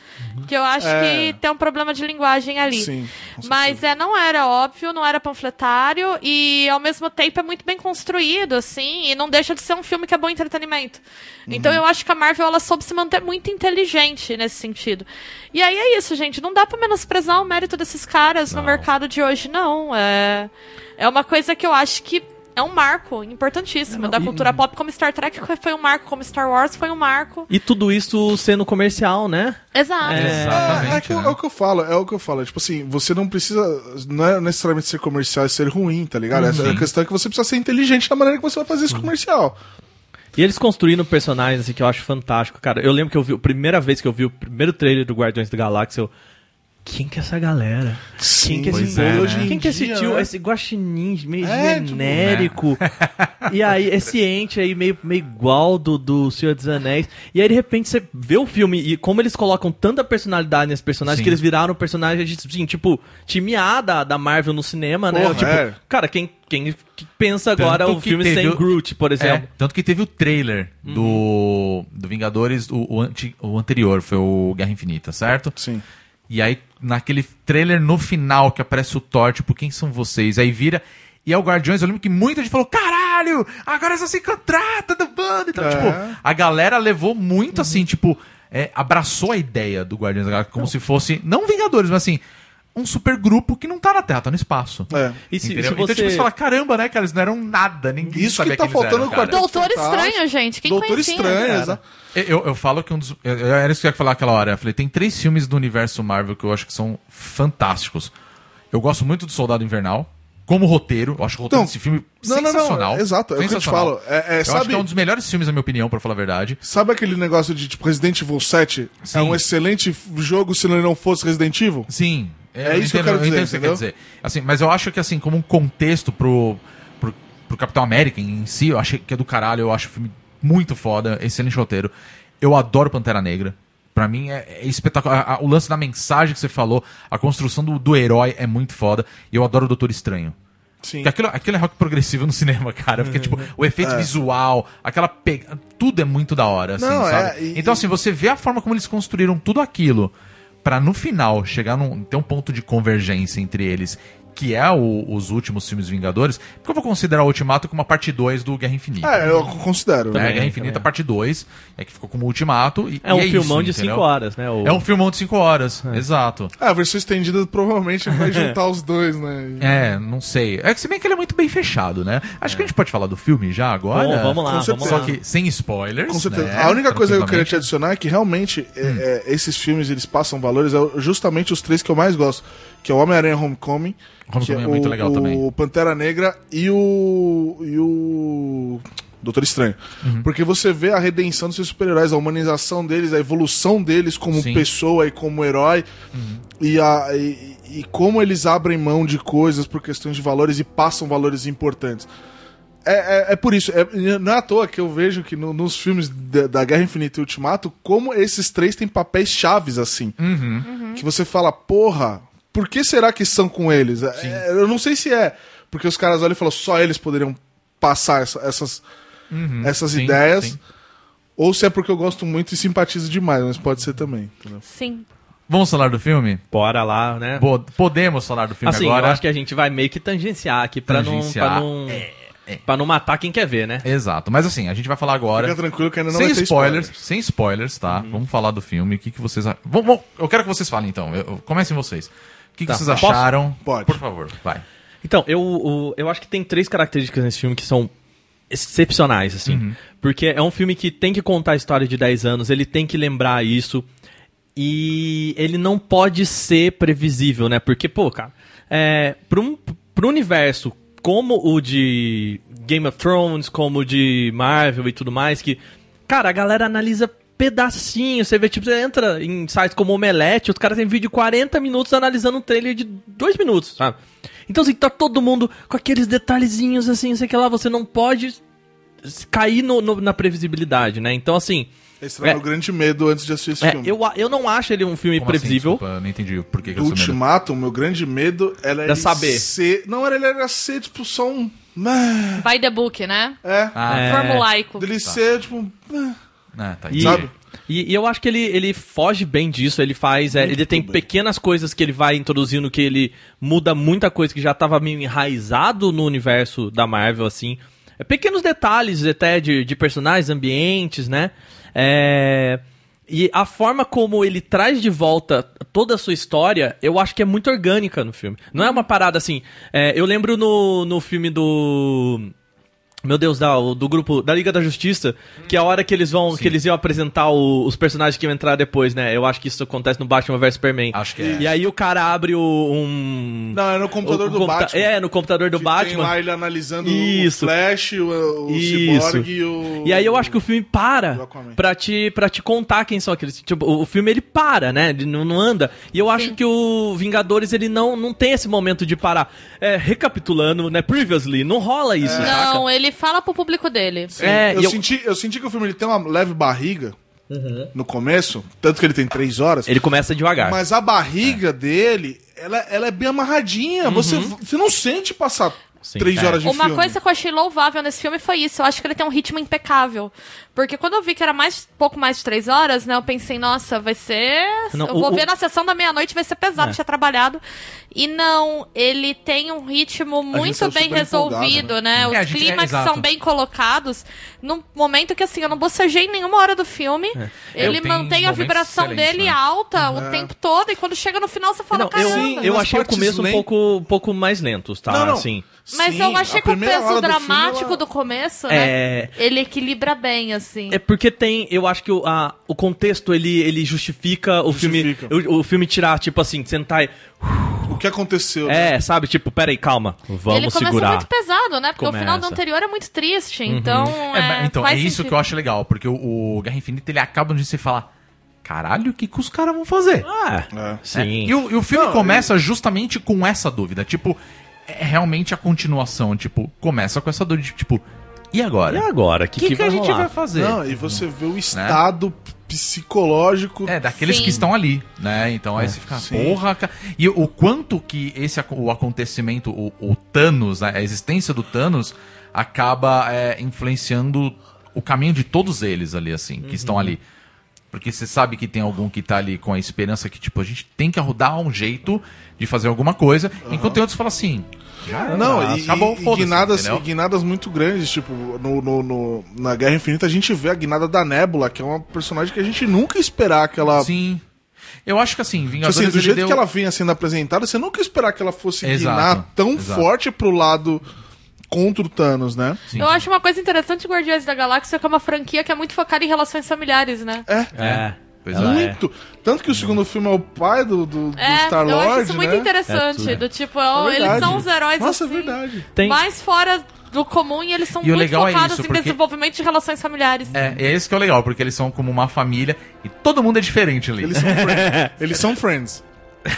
Speaker 6: que eu acho
Speaker 8: Uhum. É.
Speaker 6: que tem um problema de linguagem ali.
Speaker 8: Sim, com certeza.
Speaker 6: Mas é, não era óbvio, não era panfletário e ao mesmo tempo é muito bem construído, assim, e não deixa de ser um filme que é bom entretenimento.
Speaker 8: Uhum.
Speaker 6: Então eu acho que a Marvel ela soube se manter muito inteligente nesse sentido. E aí é isso, gente, não dá pra menosprezar o mérito desses caras no mercado de hoje, não. É, é uma coisa que eu acho que é um marco importantíssimo
Speaker 8: É,
Speaker 6: da
Speaker 8: um
Speaker 6: cultura pop, como Star Trek foi um marco, como Star Wars foi um marco.
Speaker 7: E tudo isso sendo comercial, né?
Speaker 6: Exato.
Speaker 5: Exatamente.
Speaker 8: É, é que-
Speaker 5: né?
Speaker 8: é o que eu falo, é o que eu falo. Tipo assim, você não precisa. Não é necessariamente ser comercial e ser ruim, tá ligado? Essa- A
Speaker 5: Uhum.
Speaker 8: questão é que você precisa ser inteligente na maneira que você vai fazer esse comercial.
Speaker 7: E eles construindo personagens assim, que eu acho fantástico, cara. Eu lembro que eu vi, a primeira vez que eu vi o primeiro trailer do Guardiões da Galáxia, eu. Quem que é essa galera? Quem que é
Speaker 5: pois
Speaker 7: esse
Speaker 5: é,
Speaker 7: povo?
Speaker 5: né?
Speaker 7: Quem que é esse
Speaker 8: dia,
Speaker 7: tio?
Speaker 8: né?
Speaker 7: Esse guaxinim meio
Speaker 8: É, tipo, né?
Speaker 7: genérico. E aí, esse ente aí meio, meio igual do, do Senhor dos Anéis. E aí, de repente, você vê o filme e como eles colocam tanta personalidade nesse personagem
Speaker 5: Sim.
Speaker 7: que eles viraram personagens, assim, tipo, time A da, da Marvel no cinema, né?
Speaker 8: Porra,
Speaker 7: tipo,
Speaker 8: é.
Speaker 7: cara, quem, quem que pensa agora é
Speaker 5: Tanto
Speaker 7: o
Speaker 5: que
Speaker 7: filme
Speaker 5: teve
Speaker 7: sem
Speaker 5: o-
Speaker 7: Groot, por exemplo? Uhum.
Speaker 5: É, tanto que teve o trailer do, do Vingadores, o, o, anti- o anterior, foi o Guerra Infinita, certo?
Speaker 8: Sim.
Speaker 5: E aí, naquele trailer no final que aparece o Thor, tipo, quem são vocês? Aí vira. E é o Guardiões, eu lembro que muita gente falou: caralho, agora só se contrata do bando. Então,
Speaker 8: É.
Speaker 5: tipo, a galera levou muito
Speaker 7: Uhum.
Speaker 5: assim, tipo, é, abraçou a ideia do Guardiões da Galáxia como se fosse, não Vingadores, mas assim, um super grupo que não tá na Terra, tá no espaço.
Speaker 8: É.
Speaker 7: E se,
Speaker 5: Entendeu?
Speaker 7: se você...
Speaker 5: Então, tipo, você fala, caramba, né, cara? Eles não eram nada, ninguém
Speaker 8: Isso
Speaker 5: sabia
Speaker 8: que tá
Speaker 5: quem eles
Speaker 8: faltando
Speaker 5: eram,
Speaker 8: no
Speaker 5: cara.
Speaker 8: Quarteto
Speaker 6: Doutor
Speaker 8: Fantástico.
Speaker 6: Estranho, gente, quem
Speaker 8: Doutor
Speaker 6: conhecia?
Speaker 8: Estranho, exato.
Speaker 5: Eu, eu falo que um dos. eu- eu- Era isso que eu ia falar aquela hora. Eu falei, tem três filmes do universo Marvel que eu acho que são fantásticos. Eu gosto muito do Soldado Invernal, como roteiro. Eu acho o roteiro
Speaker 8: Não,
Speaker 5: desse filme
Speaker 8: Então, não, não, não,
Speaker 5: sensacional.
Speaker 8: exato, é o que eu te
Speaker 5: Sensacional.
Speaker 8: falo. É- é,
Speaker 5: eu acho
Speaker 8: sabe-
Speaker 5: que é um dos melhores filmes, na minha opinião, pra falar a verdade.
Speaker 8: Sabe aquele negócio de tipo Resident Evil 7?
Speaker 5: Sim.
Speaker 8: É um excelente f- jogo se ele não fosse Resident Evil?
Speaker 5: Sim.
Speaker 8: É isso que eu quero dizer,
Speaker 5: entendo o que você quer
Speaker 8: entendeu?
Speaker 5: dizer. Assim, mas eu acho que, assim, como um contexto pro, pro, pro Capitão América em si, eu achei que é do caralho, eu acho o filme muito foda, excelente roteiro. Eu adoro Pantera Negra. Pra mim é, é espetacular. A- a- O lance da mensagem que você falou, a construção do, do herói é muito foda. E eu adoro o Doutor Estranho.
Speaker 8: Sim.
Speaker 5: Porque aquilo, aquilo é rock progressivo no cinema, cara. Porque, tipo,
Speaker 8: Uhum.
Speaker 5: o efeito
Speaker 8: É.
Speaker 5: visual, aquela pega... Tudo é muito da hora, assim,
Speaker 8: Não, é,
Speaker 5: sabe?
Speaker 8: e-
Speaker 5: então, assim, você vê a forma como eles construíram tudo aquilo pra no final chegar num... ter um ponto de convergência entre eles, que é o- os últimos filmes Vingadores, porque eu vou considerar o Ultimato como a parte 2 do Guerra Infinita.
Speaker 8: É, eu considero.
Speaker 5: né?
Speaker 8: né?
Speaker 5: Guerra Infinita, parte 2, é que ficou como Ultimato. E,
Speaker 7: É um
Speaker 5: e
Speaker 7: filmão
Speaker 5: isso,
Speaker 7: de
Speaker 5: entendeu?
Speaker 7: 5 horas, É. né? O-
Speaker 5: É um filmão de 5 horas, exato.
Speaker 8: Ah, a versão estendida provavelmente vai juntar os dois, né?
Speaker 5: É, não sei. É que se bem que ele é muito bem fechado, né? Acho que a gente pode falar do filme já agora.
Speaker 7: É. Bom, vamos lá,
Speaker 8: com
Speaker 7: vamos
Speaker 8: certeza.
Speaker 7: lá.
Speaker 5: Só que sem spoilers.
Speaker 8: Com certeza.
Speaker 5: né?
Speaker 8: A única coisa que eu queria te
Speaker 5: Tranquilamente.
Speaker 8: adicionar é que realmente é, é, esses filmes eles passam valores, é o- justamente os três que eu mais gosto, que é o Homem-Aranha Homecoming,
Speaker 5: Homecoming
Speaker 8: que
Speaker 5: é muito
Speaker 8: o,
Speaker 5: legal
Speaker 8: o
Speaker 5: também.
Speaker 8: Pantera Negra e o e o Doutor Estranho. Porque você vê a redenção dos seus super-heróis, a humanização deles, a evolução deles como
Speaker 5: Sim.
Speaker 8: pessoa e como herói. E, a, e, e como eles abrem mão de coisas por questões de valores e passam valores importantes. É, é, é por isso, é- não é à toa que eu vejo que no- nos filmes da, da Guerra Infinita e Ultimato, como esses três têm papéis chaves, assim. Que você fala, porra, por que será que são com eles? É, eu não sei se é, porque os caras olham e falam, só eles poderiam passar essa- essas,
Speaker 7: Uhum.
Speaker 8: essas
Speaker 5: sim,
Speaker 8: ideias.
Speaker 5: sim.
Speaker 8: Ou se é porque eu gosto muito e simpatizo demais, mas pode ser também. entendeu?
Speaker 6: Sim.
Speaker 5: Vamos falar do filme?
Speaker 7: Bora lá, né?
Speaker 5: Bo- podemos falar do filme
Speaker 7: Assim,
Speaker 5: agora.
Speaker 7: eu acho que a gente vai meio que tangenciar aqui pra
Speaker 5: Tangenciar. É,
Speaker 7: não. Pra não, pra não matar quem quer ver, né?
Speaker 5: Exato, mas assim, a gente vai falar agora.
Speaker 8: Fica tranquilo que ainda não
Speaker 5: sem
Speaker 8: vai ter
Speaker 5: spoilers,
Speaker 8: spoilers.
Speaker 5: sem spoilers, tá?
Speaker 7: Uhum.
Speaker 5: Vamos falar do filme. O que, que vocês acham? eu quero que vocês falem então. Eu- eu- comecem vocês. O que, que
Speaker 7: Tá.
Speaker 5: vocês
Speaker 7: Posso?
Speaker 5: acharam?
Speaker 8: Pode.
Speaker 5: Por favor, vai.
Speaker 7: Então, eu, o- eu acho que tem três características nesse filme que são excepcionais, assim.
Speaker 5: Uhum.
Speaker 7: Porque é um filme que tem que contar a história de 10 anos, ele tem que lembrar isso. E ele não pode ser previsível, né? Porque, pô, cara, é, para um, pra um universo como o de Game of Thrones, como o de Marvel e tudo mais, que, cara, a galera analisa pedacinho, você vê, tipo, você entra em sites como Omelete, os caras têm vídeo de 40 minutos analisando um trailer de 2 minutos, sabe? Então, assim, tá todo mundo com aqueles detalhezinhos, assim, não sei o que lá, você não pode cair no- no- na previsibilidade, né? Então, assim...
Speaker 8: Esse era o
Speaker 7: é-
Speaker 8: meu grande medo antes de assistir esse
Speaker 7: é,
Speaker 8: filme.
Speaker 7: eu, a- eu não acho ele um filme
Speaker 5: Como assim?
Speaker 7: previsível.
Speaker 5: Desculpa, não entendi por que, que
Speaker 8: Do
Speaker 5: eu sou
Speaker 8: Ultimato, o meu grande medo era
Speaker 7: Era
Speaker 8: ele
Speaker 7: saber.
Speaker 8: ser. Não, era ele era ser, tipo, só um. "Ah",
Speaker 6: By the book, né?
Speaker 8: É.
Speaker 5: Ah,
Speaker 7: É.
Speaker 6: Formulaico.
Speaker 8: Dele ser, tipo. um, "Ah".
Speaker 5: ah, tá.
Speaker 7: E,
Speaker 8: Sabe?
Speaker 7: e, e eu acho que ele, ele foge bem disso, ele faz. é, ele tem
Speaker 8: bem.
Speaker 7: pequenas coisas que ele vai introduzindo, que ele muda muita coisa que já tava meio enraizado no universo da Marvel, assim. É, pequenos detalhes até de, de personagens, ambientes, né? É, E a forma como ele traz de volta toda a sua história, eu acho que é muito orgânica no filme. Não é uma parada assim. é, eu lembro no, no filme do. Meu Deus, da, o- do grupo da Liga da Justiça, que é a hora que eles vão, que eles iam apresentar o- os personagens que iam entrar depois, né? Eu acho que isso acontece no Batman vs Superman.
Speaker 5: Acho que é.
Speaker 7: E aí o cara abre o, um
Speaker 8: Não, era no computador
Speaker 7: o- o
Speaker 8: do
Speaker 7: computa-
Speaker 8: Batman.
Speaker 7: É, no computador do
Speaker 8: que Tem
Speaker 7: Batman.
Speaker 8: lá ele analisando
Speaker 7: Isso.
Speaker 8: o Flash, o, o
Speaker 7: Isso.
Speaker 8: Cyborg e o.
Speaker 7: E aí eu acho que o filme
Speaker 8: Do
Speaker 7: para
Speaker 8: Aquaman.
Speaker 7: pra te, pra te contar quem são aqueles. Tipo, o o filme ele para, né? Ele não, não anda. E eu acho que o Vingadores ele não, não tem esse momento de parar. É, recapitulando, né? Previously, não rola isso, saca?
Speaker 6: Não, ele fala pro público dele.
Speaker 7: É,
Speaker 8: É. eu,
Speaker 7: e eu-
Speaker 8: senti, eu senti que o filme ele tem uma leve barriga no começo, tanto que ele tem três horas.
Speaker 7: Ele é. começa devagar.
Speaker 8: Mas a barriga dele, ela, ela é bem amarradinha. Você, você não sente passar
Speaker 7: Uhum. Sim,
Speaker 8: três
Speaker 7: é.
Speaker 8: horas de
Speaker 6: Uma
Speaker 8: filme.
Speaker 6: coisa que eu achei louvável nesse filme foi isso. Eu acho que ele tem um ritmo impecável. Porque quando eu vi que era mais pouco mais de três horas, né? Eu pensei, nossa, vai ser.
Speaker 7: Não,
Speaker 6: eu
Speaker 7: o-
Speaker 6: vou
Speaker 7: o- É.
Speaker 6: ver na sessão da meia-noite, vai ser pesado, tinha trabalhado. E não, ele tem um ritmo muito
Speaker 8: saiu
Speaker 6: bem
Speaker 8: super empolgado,
Speaker 6: resolvido, né?
Speaker 5: É, a
Speaker 6: Os
Speaker 5: gente- é,
Speaker 6: climas
Speaker 5: exato.
Speaker 6: são bem colocados. Num momento que, assim, eu não bocejei em nenhuma hora do filme.
Speaker 7: É.
Speaker 6: Ele
Speaker 5: Eu tenho
Speaker 6: mantém a
Speaker 5: momentos
Speaker 6: vibração
Speaker 5: excelentes,
Speaker 6: dele
Speaker 5: né?
Speaker 6: alta o tempo todo. E quando chega no final, você fala,
Speaker 7: Não, eu,
Speaker 6: caramba.
Speaker 7: eu
Speaker 8: Nas
Speaker 7: achei o
Speaker 8: partes
Speaker 7: começo um
Speaker 8: lento.
Speaker 7: pouco, um pouco mais lento, tá? Assim.
Speaker 6: Mas
Speaker 8: Sim,
Speaker 6: eu achei
Speaker 8: a
Speaker 6: que o
Speaker 8: primeira hora
Speaker 6: peso
Speaker 8: do filme,
Speaker 6: dramático
Speaker 8: ela-
Speaker 6: do começo,
Speaker 7: É.
Speaker 6: né? Ele equilibra bem, assim.
Speaker 7: É porque tem, eu acho que o, a- o contexto ele, ele justifica o
Speaker 8: Justifica.
Speaker 7: filme o, o filme tirar tipo assim, sentar e,
Speaker 8: O que aconteceu? né?
Speaker 7: é, sabe, tipo, peraí, calma, vamos
Speaker 6: ele começa
Speaker 7: segurar.
Speaker 6: muito pesado, né? Porque o final do
Speaker 7: Começa.
Speaker 6: anterior é muito triste, então.
Speaker 5: É, mas-
Speaker 6: é,
Speaker 5: então, é
Speaker 6: faz
Speaker 5: isso
Speaker 6: sentido.
Speaker 5: que eu acho legal, porque o, o Guerra Infinita ele acaba de se falar. Caralho, o que, que os caras vão fazer?
Speaker 8: né?
Speaker 7: Ah, sim.
Speaker 5: É. E o, e o filme começa justamente com essa dúvida. Tipo, é realmente a continuação. Tipo, começa com essa dúvida de tipo, e
Speaker 7: E
Speaker 5: agora?
Speaker 7: agora, o que,
Speaker 5: O que, que
Speaker 7: vai
Speaker 5: a gente
Speaker 7: rolar?
Speaker 5: vai fazer?
Speaker 8: Não, e você vê
Speaker 7: Uhum.
Speaker 8: o estado
Speaker 7: Né?
Speaker 8: psicológico.
Speaker 5: É, daqueles
Speaker 6: Sim.
Speaker 5: que estão ali, né? Então aí você fica,
Speaker 8: É, sim.
Speaker 5: porra, cara. E o quanto que esse ac- o acontecimento, o, o Thanos, a existência do Thanos, acaba é, influenciando o caminho de todos eles ali, assim, que
Speaker 8: Uhum.
Speaker 5: estão ali. Porque você sabe que tem algum que tá ali com a esperança que, tipo, a gente tem que arrudar um jeito de fazer alguma coisa, enquanto tem outros que falam assim. já
Speaker 8: Não,
Speaker 7: Tá.
Speaker 5: era,
Speaker 8: e,
Speaker 5: Ah, acabou,
Speaker 8: e
Speaker 5: foda-se,
Speaker 8: guinadas,
Speaker 5: entendeu?
Speaker 8: e guinadas muito grandes, tipo, no, no- no- na Guerra Infinita a gente vê a guinada da Nebula, que é uma personagem que a gente nunca ia esperar que ela...
Speaker 5: Sim. Eu acho que assim,
Speaker 8: Tipo
Speaker 5: Vingadores
Speaker 8: assim, do
Speaker 5: ele
Speaker 8: jeito
Speaker 5: deu...
Speaker 8: que ela vinha sendo apresentada, você nunca ia esperar que ela fosse
Speaker 5: Exato,
Speaker 8: guinar tão
Speaker 5: exato.
Speaker 8: forte pro lado contra o Thanos, né?
Speaker 5: Sim.
Speaker 6: Eu acho uma coisa interessante de Guardiões da Galáxia que é uma franquia que é muito focada em relações familiares, né?
Speaker 7: É.
Speaker 5: Pois
Speaker 7: Ela
Speaker 5: é.
Speaker 7: é.
Speaker 8: Muito. Tanto que o segundo filme é o pai do, do, do
Speaker 6: É,
Speaker 8: Star
Speaker 6: eu acho
Speaker 8: Lord,
Speaker 6: isso
Speaker 8: né?
Speaker 6: muito
Speaker 7: É
Speaker 6: interessante.
Speaker 7: tudo.
Speaker 6: do tipo, ó,
Speaker 8: É
Speaker 6: eles
Speaker 8: verdade.
Speaker 6: são os heróis
Speaker 8: Nossa, é
Speaker 6: assim,
Speaker 8: verdade.
Speaker 7: Tem-
Speaker 6: mais fora do comum e eles são
Speaker 5: E o
Speaker 6: muito
Speaker 5: legal é
Speaker 6: focados
Speaker 5: isso,
Speaker 6: em
Speaker 5: porque-
Speaker 6: desenvolvimento de relações familiares.
Speaker 5: É, e é isso que é o legal, porque eles são como uma família e todo mundo é diferente ali.
Speaker 8: Eles são friends. Eles são friends.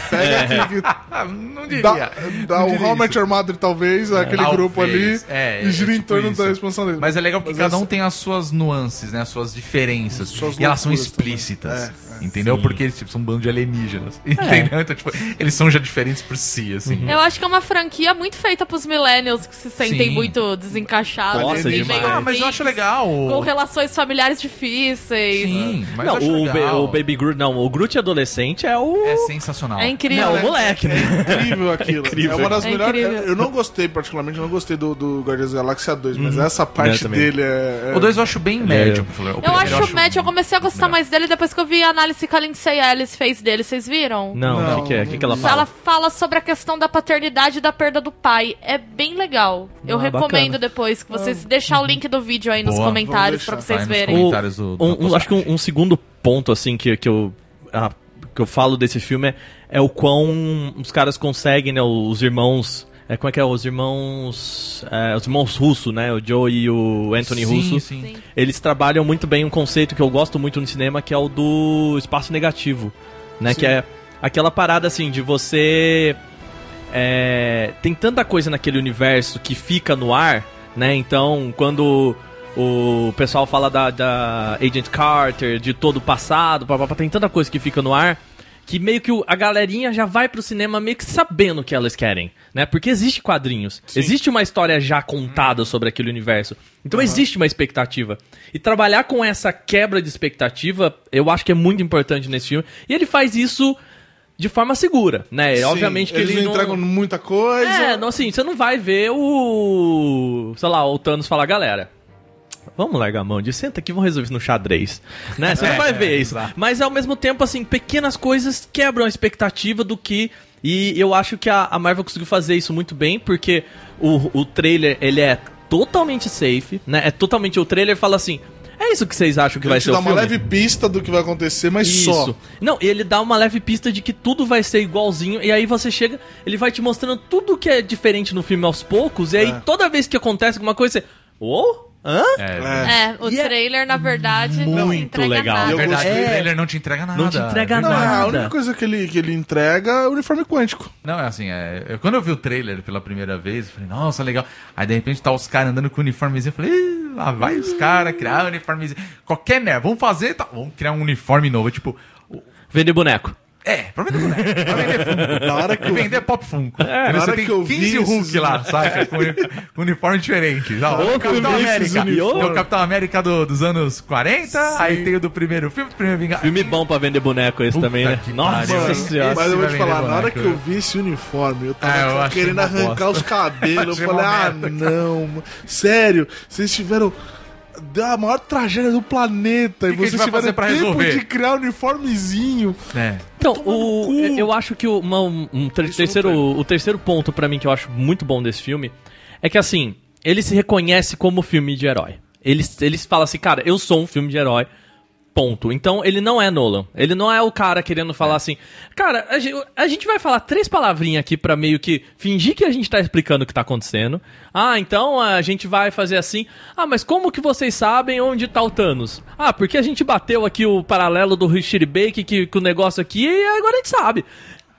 Speaker 8: Pega aquele que
Speaker 5: Ah, não
Speaker 8: dá, dá
Speaker 5: Não diria
Speaker 8: o How I
Speaker 5: isso.
Speaker 8: Met Your Mother, talvez,
Speaker 7: É,
Speaker 8: aquele
Speaker 5: Talvez.
Speaker 8: grupo ali,
Speaker 5: É, é
Speaker 8: e gira em
Speaker 5: tipo
Speaker 8: torno
Speaker 5: isso.
Speaker 8: da responsabilidade.
Speaker 5: Mas é legal porque
Speaker 8: Mas
Speaker 5: cada
Speaker 8: essa-
Speaker 5: um tem as suas nuances, né? As suas diferenças.
Speaker 8: Suas
Speaker 5: e elas são
Speaker 8: loucuras também. É,
Speaker 5: explícitas. entendeu? Porque eles tipo, são um bando de alienígenas.
Speaker 7: É.
Speaker 5: Entendeu? Então, tipo, eles são já diferentes por si, assim.
Speaker 7: Uhum.
Speaker 6: Eu acho que é uma franquia muito feita pros millennials que se sentem
Speaker 5: Sim.
Speaker 6: muito desencaixados. assim,
Speaker 7: Nossa,
Speaker 6: meio
Speaker 7: demais.
Speaker 5: Ah, mas eu acho legal.
Speaker 6: É, Com relações familiares difíceis.
Speaker 5: Sim, mas eu
Speaker 7: Não,
Speaker 5: acho
Speaker 7: o, Ba-
Speaker 5: legal.
Speaker 7: o Baby Groot, não, o Groot adolescente é o.
Speaker 5: É sensacional.
Speaker 6: É
Speaker 7: É,
Speaker 6: incrível.
Speaker 7: o moleque, né?
Speaker 8: incrível aquilo. É,
Speaker 7: incrível.
Speaker 8: uma das
Speaker 6: É
Speaker 8: melhores.
Speaker 6: incrível.
Speaker 8: Eu não gostei, particularmente, eu não gostei do, do Guardiões da Galáxia 2, mas essa
Speaker 7: Uhum. Eu
Speaker 8: parte
Speaker 7: também.
Speaker 8: dele é. é-
Speaker 5: O 2 eu acho bem médio. pra falar- o
Speaker 6: Eu
Speaker 5: primeiro tá
Speaker 6: acho o Matt, eu comecei a gostar mais dele depois que eu vi a análise que a Lindsay Ellis fez dele, vocês viram?
Speaker 7: Não, o
Speaker 8: Não.
Speaker 7: que, que é? O que, que ela
Speaker 6: Ela fala.
Speaker 7: fala?
Speaker 6: sobre a questão da paternidade e da perda do pai. É bem legal. Eu
Speaker 7: Ah,
Speaker 6: recomendo
Speaker 7: bacana. Uhum.
Speaker 6: depois que vocês deixar o link do vídeo aí nos
Speaker 5: Boa,
Speaker 6: comentários
Speaker 8: vamos
Speaker 6: pra
Speaker 8: deixar.
Speaker 6: vocês
Speaker 5: Vai nos
Speaker 6: verem.
Speaker 5: comentários do- da
Speaker 7: Um- um- acho que
Speaker 5: postagem.
Speaker 7: um, um segundo ponto, assim, que, que, eu, ah, que eu falo desse filme é, é o quão os caras conseguem, né? Os irmãos. É, como é que é? Os irmãos. é, os irmãos russo, né? O Joe e o Anthony
Speaker 5: Sim,
Speaker 7: Russo.
Speaker 5: sim.
Speaker 6: Sim.
Speaker 7: Eles trabalham muito bem um conceito que eu gosto muito no cinema, que é o do espaço negativo, né? Que é aquela parada assim de você é, tem tanta coisa naquele universo que fica no ar, né? Então, quando o pessoal fala da, da Agent Carter, de todo o passado, papapá, tem tanta coisa que fica no ar que meio que o- a galerinha já vai pro cinema meio que sabendo o que elas querem, né? Porque existe quadrinhos, existe uma história já contada sobre aquele universo. Então existe uma expectativa. E trabalhar com essa quebra de expectativa, eu acho que é muito importante nesse filme. E ele faz isso de forma segura, né?
Speaker 8: Sim,
Speaker 7: Obviamente que
Speaker 8: eles
Speaker 7: ele
Speaker 8: não entregam muita coisa.
Speaker 7: é, não, assim, você não vai ver o. Sei lá, o Thanos falar, galera. Vamos largar a mão de senta aqui, vamos resolver isso no xadrez. Né? Você não vai ver isso. Mas ao mesmo tempo, assim, pequenas coisas quebram a expectativa do que. E eu acho que a, a Marvel conseguiu fazer isso muito bem, porque o, o trailer, ele é totalmente safe, né? É totalmente. O trailer fala assim. É isso que vocês acham que
Speaker 8: Ele
Speaker 7: vai
Speaker 8: te
Speaker 7: ser o
Speaker 8: dá
Speaker 7: filme?
Speaker 8: uma leve pista do que vai acontecer, mas só.
Speaker 7: Não, ele dá uma leve pista de que tudo vai ser igualzinho, e aí você chega, ele vai te mostrando tudo que é diferente no filme aos poucos, e aí toda vez que acontece alguma coisa, você. Uou? Hã?
Speaker 5: É.
Speaker 8: É.
Speaker 6: É, o
Speaker 7: E é
Speaker 6: trailer, na verdade, não
Speaker 7: muito
Speaker 6: entrega
Speaker 7: legal.
Speaker 5: Na
Speaker 8: Eu
Speaker 6: nada.
Speaker 5: verdade,
Speaker 8: gostei.
Speaker 5: o trailer não te entrega nada.
Speaker 7: Não te entrega
Speaker 5: é
Speaker 8: Não,
Speaker 5: verdade.
Speaker 8: a
Speaker 7: nada.
Speaker 8: única coisa que ele, que ele entrega é o uniforme quântico.
Speaker 5: Não, é assim, é, eu- quando eu vi o trailer pela primeira vez, eu falei, nossa, legal. Aí de repente tá os caras andando com uniformezinho, eu falei, "Ih, lá vai os caras criar uniformezinho. Qualquer merda, vamos fazer, tá, vamos criar um uniforme novo. Tipo, o-
Speaker 7: Vender boneco.
Speaker 5: é, pra vender boneco, pra vender Funko.
Speaker 8: Na hora que
Speaker 5: Pra
Speaker 8: eu-
Speaker 5: vender Pop Funko. Aí
Speaker 8: na
Speaker 5: você
Speaker 8: hora
Speaker 5: tem
Speaker 8: que eu
Speaker 5: 15
Speaker 8: vi
Speaker 5: Hulk
Speaker 8: esses-
Speaker 5: lá, saca? Com, uni- com uniforme diferente. Não,
Speaker 7: Ô,
Speaker 5: é o Capitão
Speaker 7: filme, esses
Speaker 5: América.
Speaker 7: uniformes.
Speaker 5: É o Capitão América do- dos anos 40, aí tem o do primeiro filme, do primeiro Vingador.
Speaker 7: Filme bom pra vender boneco esse
Speaker 5: Puta
Speaker 7: também, né?
Speaker 5: que
Speaker 7: Nossa
Speaker 5: pariu.
Speaker 7: senhora.
Speaker 8: Mas eu vou
Speaker 5: vai
Speaker 8: te
Speaker 5: vender
Speaker 8: falar, na hora
Speaker 5: boneco,
Speaker 8: que eu
Speaker 5: né?
Speaker 8: vi esse uniforme, eu
Speaker 5: Ah, eu
Speaker 8: tava
Speaker 5: achei
Speaker 8: querendo
Speaker 5: uma
Speaker 8: arrancar
Speaker 5: bosta.
Speaker 8: os cabelos.
Speaker 5: Achei
Speaker 8: Eu falei,
Speaker 5: uma
Speaker 8: ah,
Speaker 5: merda,
Speaker 8: não. mano. Sério, vocês tiveram. Deu a maior tragédia do planeta.
Speaker 5: que
Speaker 8: e
Speaker 5: a gente
Speaker 8: vocês
Speaker 5: vai
Speaker 8: tiveram
Speaker 5: fazer pra
Speaker 8: tempo
Speaker 5: resolver?
Speaker 8: de criar um uniformezinho.
Speaker 5: É.
Speaker 7: Então,
Speaker 8: tomar
Speaker 7: o,
Speaker 8: no cu.
Speaker 7: eu acho que o- uma- um, um ter-
Speaker 8: Isso
Speaker 7: terceiro,
Speaker 8: não
Speaker 7: o terceiro ponto pra mim que eu acho muito bom desse filme é que, assim, ele se reconhece como filme de herói. Eles, eles falam assim, cara, eu sou um filme de herói, ponto. Então, ele não é Nolan. Ele não é o cara querendo falar assim, cara, a gente, a gente vai falar três palavrinhas aqui pra meio que fingir que a gente tá explicando o que tá acontecendo. Ah, então a gente vai fazer assim. Ah, mas como que vocês sabem onde tá o Thanos? Ah, porque a gente bateu aqui o paralelo do Shiribake que, que o negócio aqui e agora a gente sabe.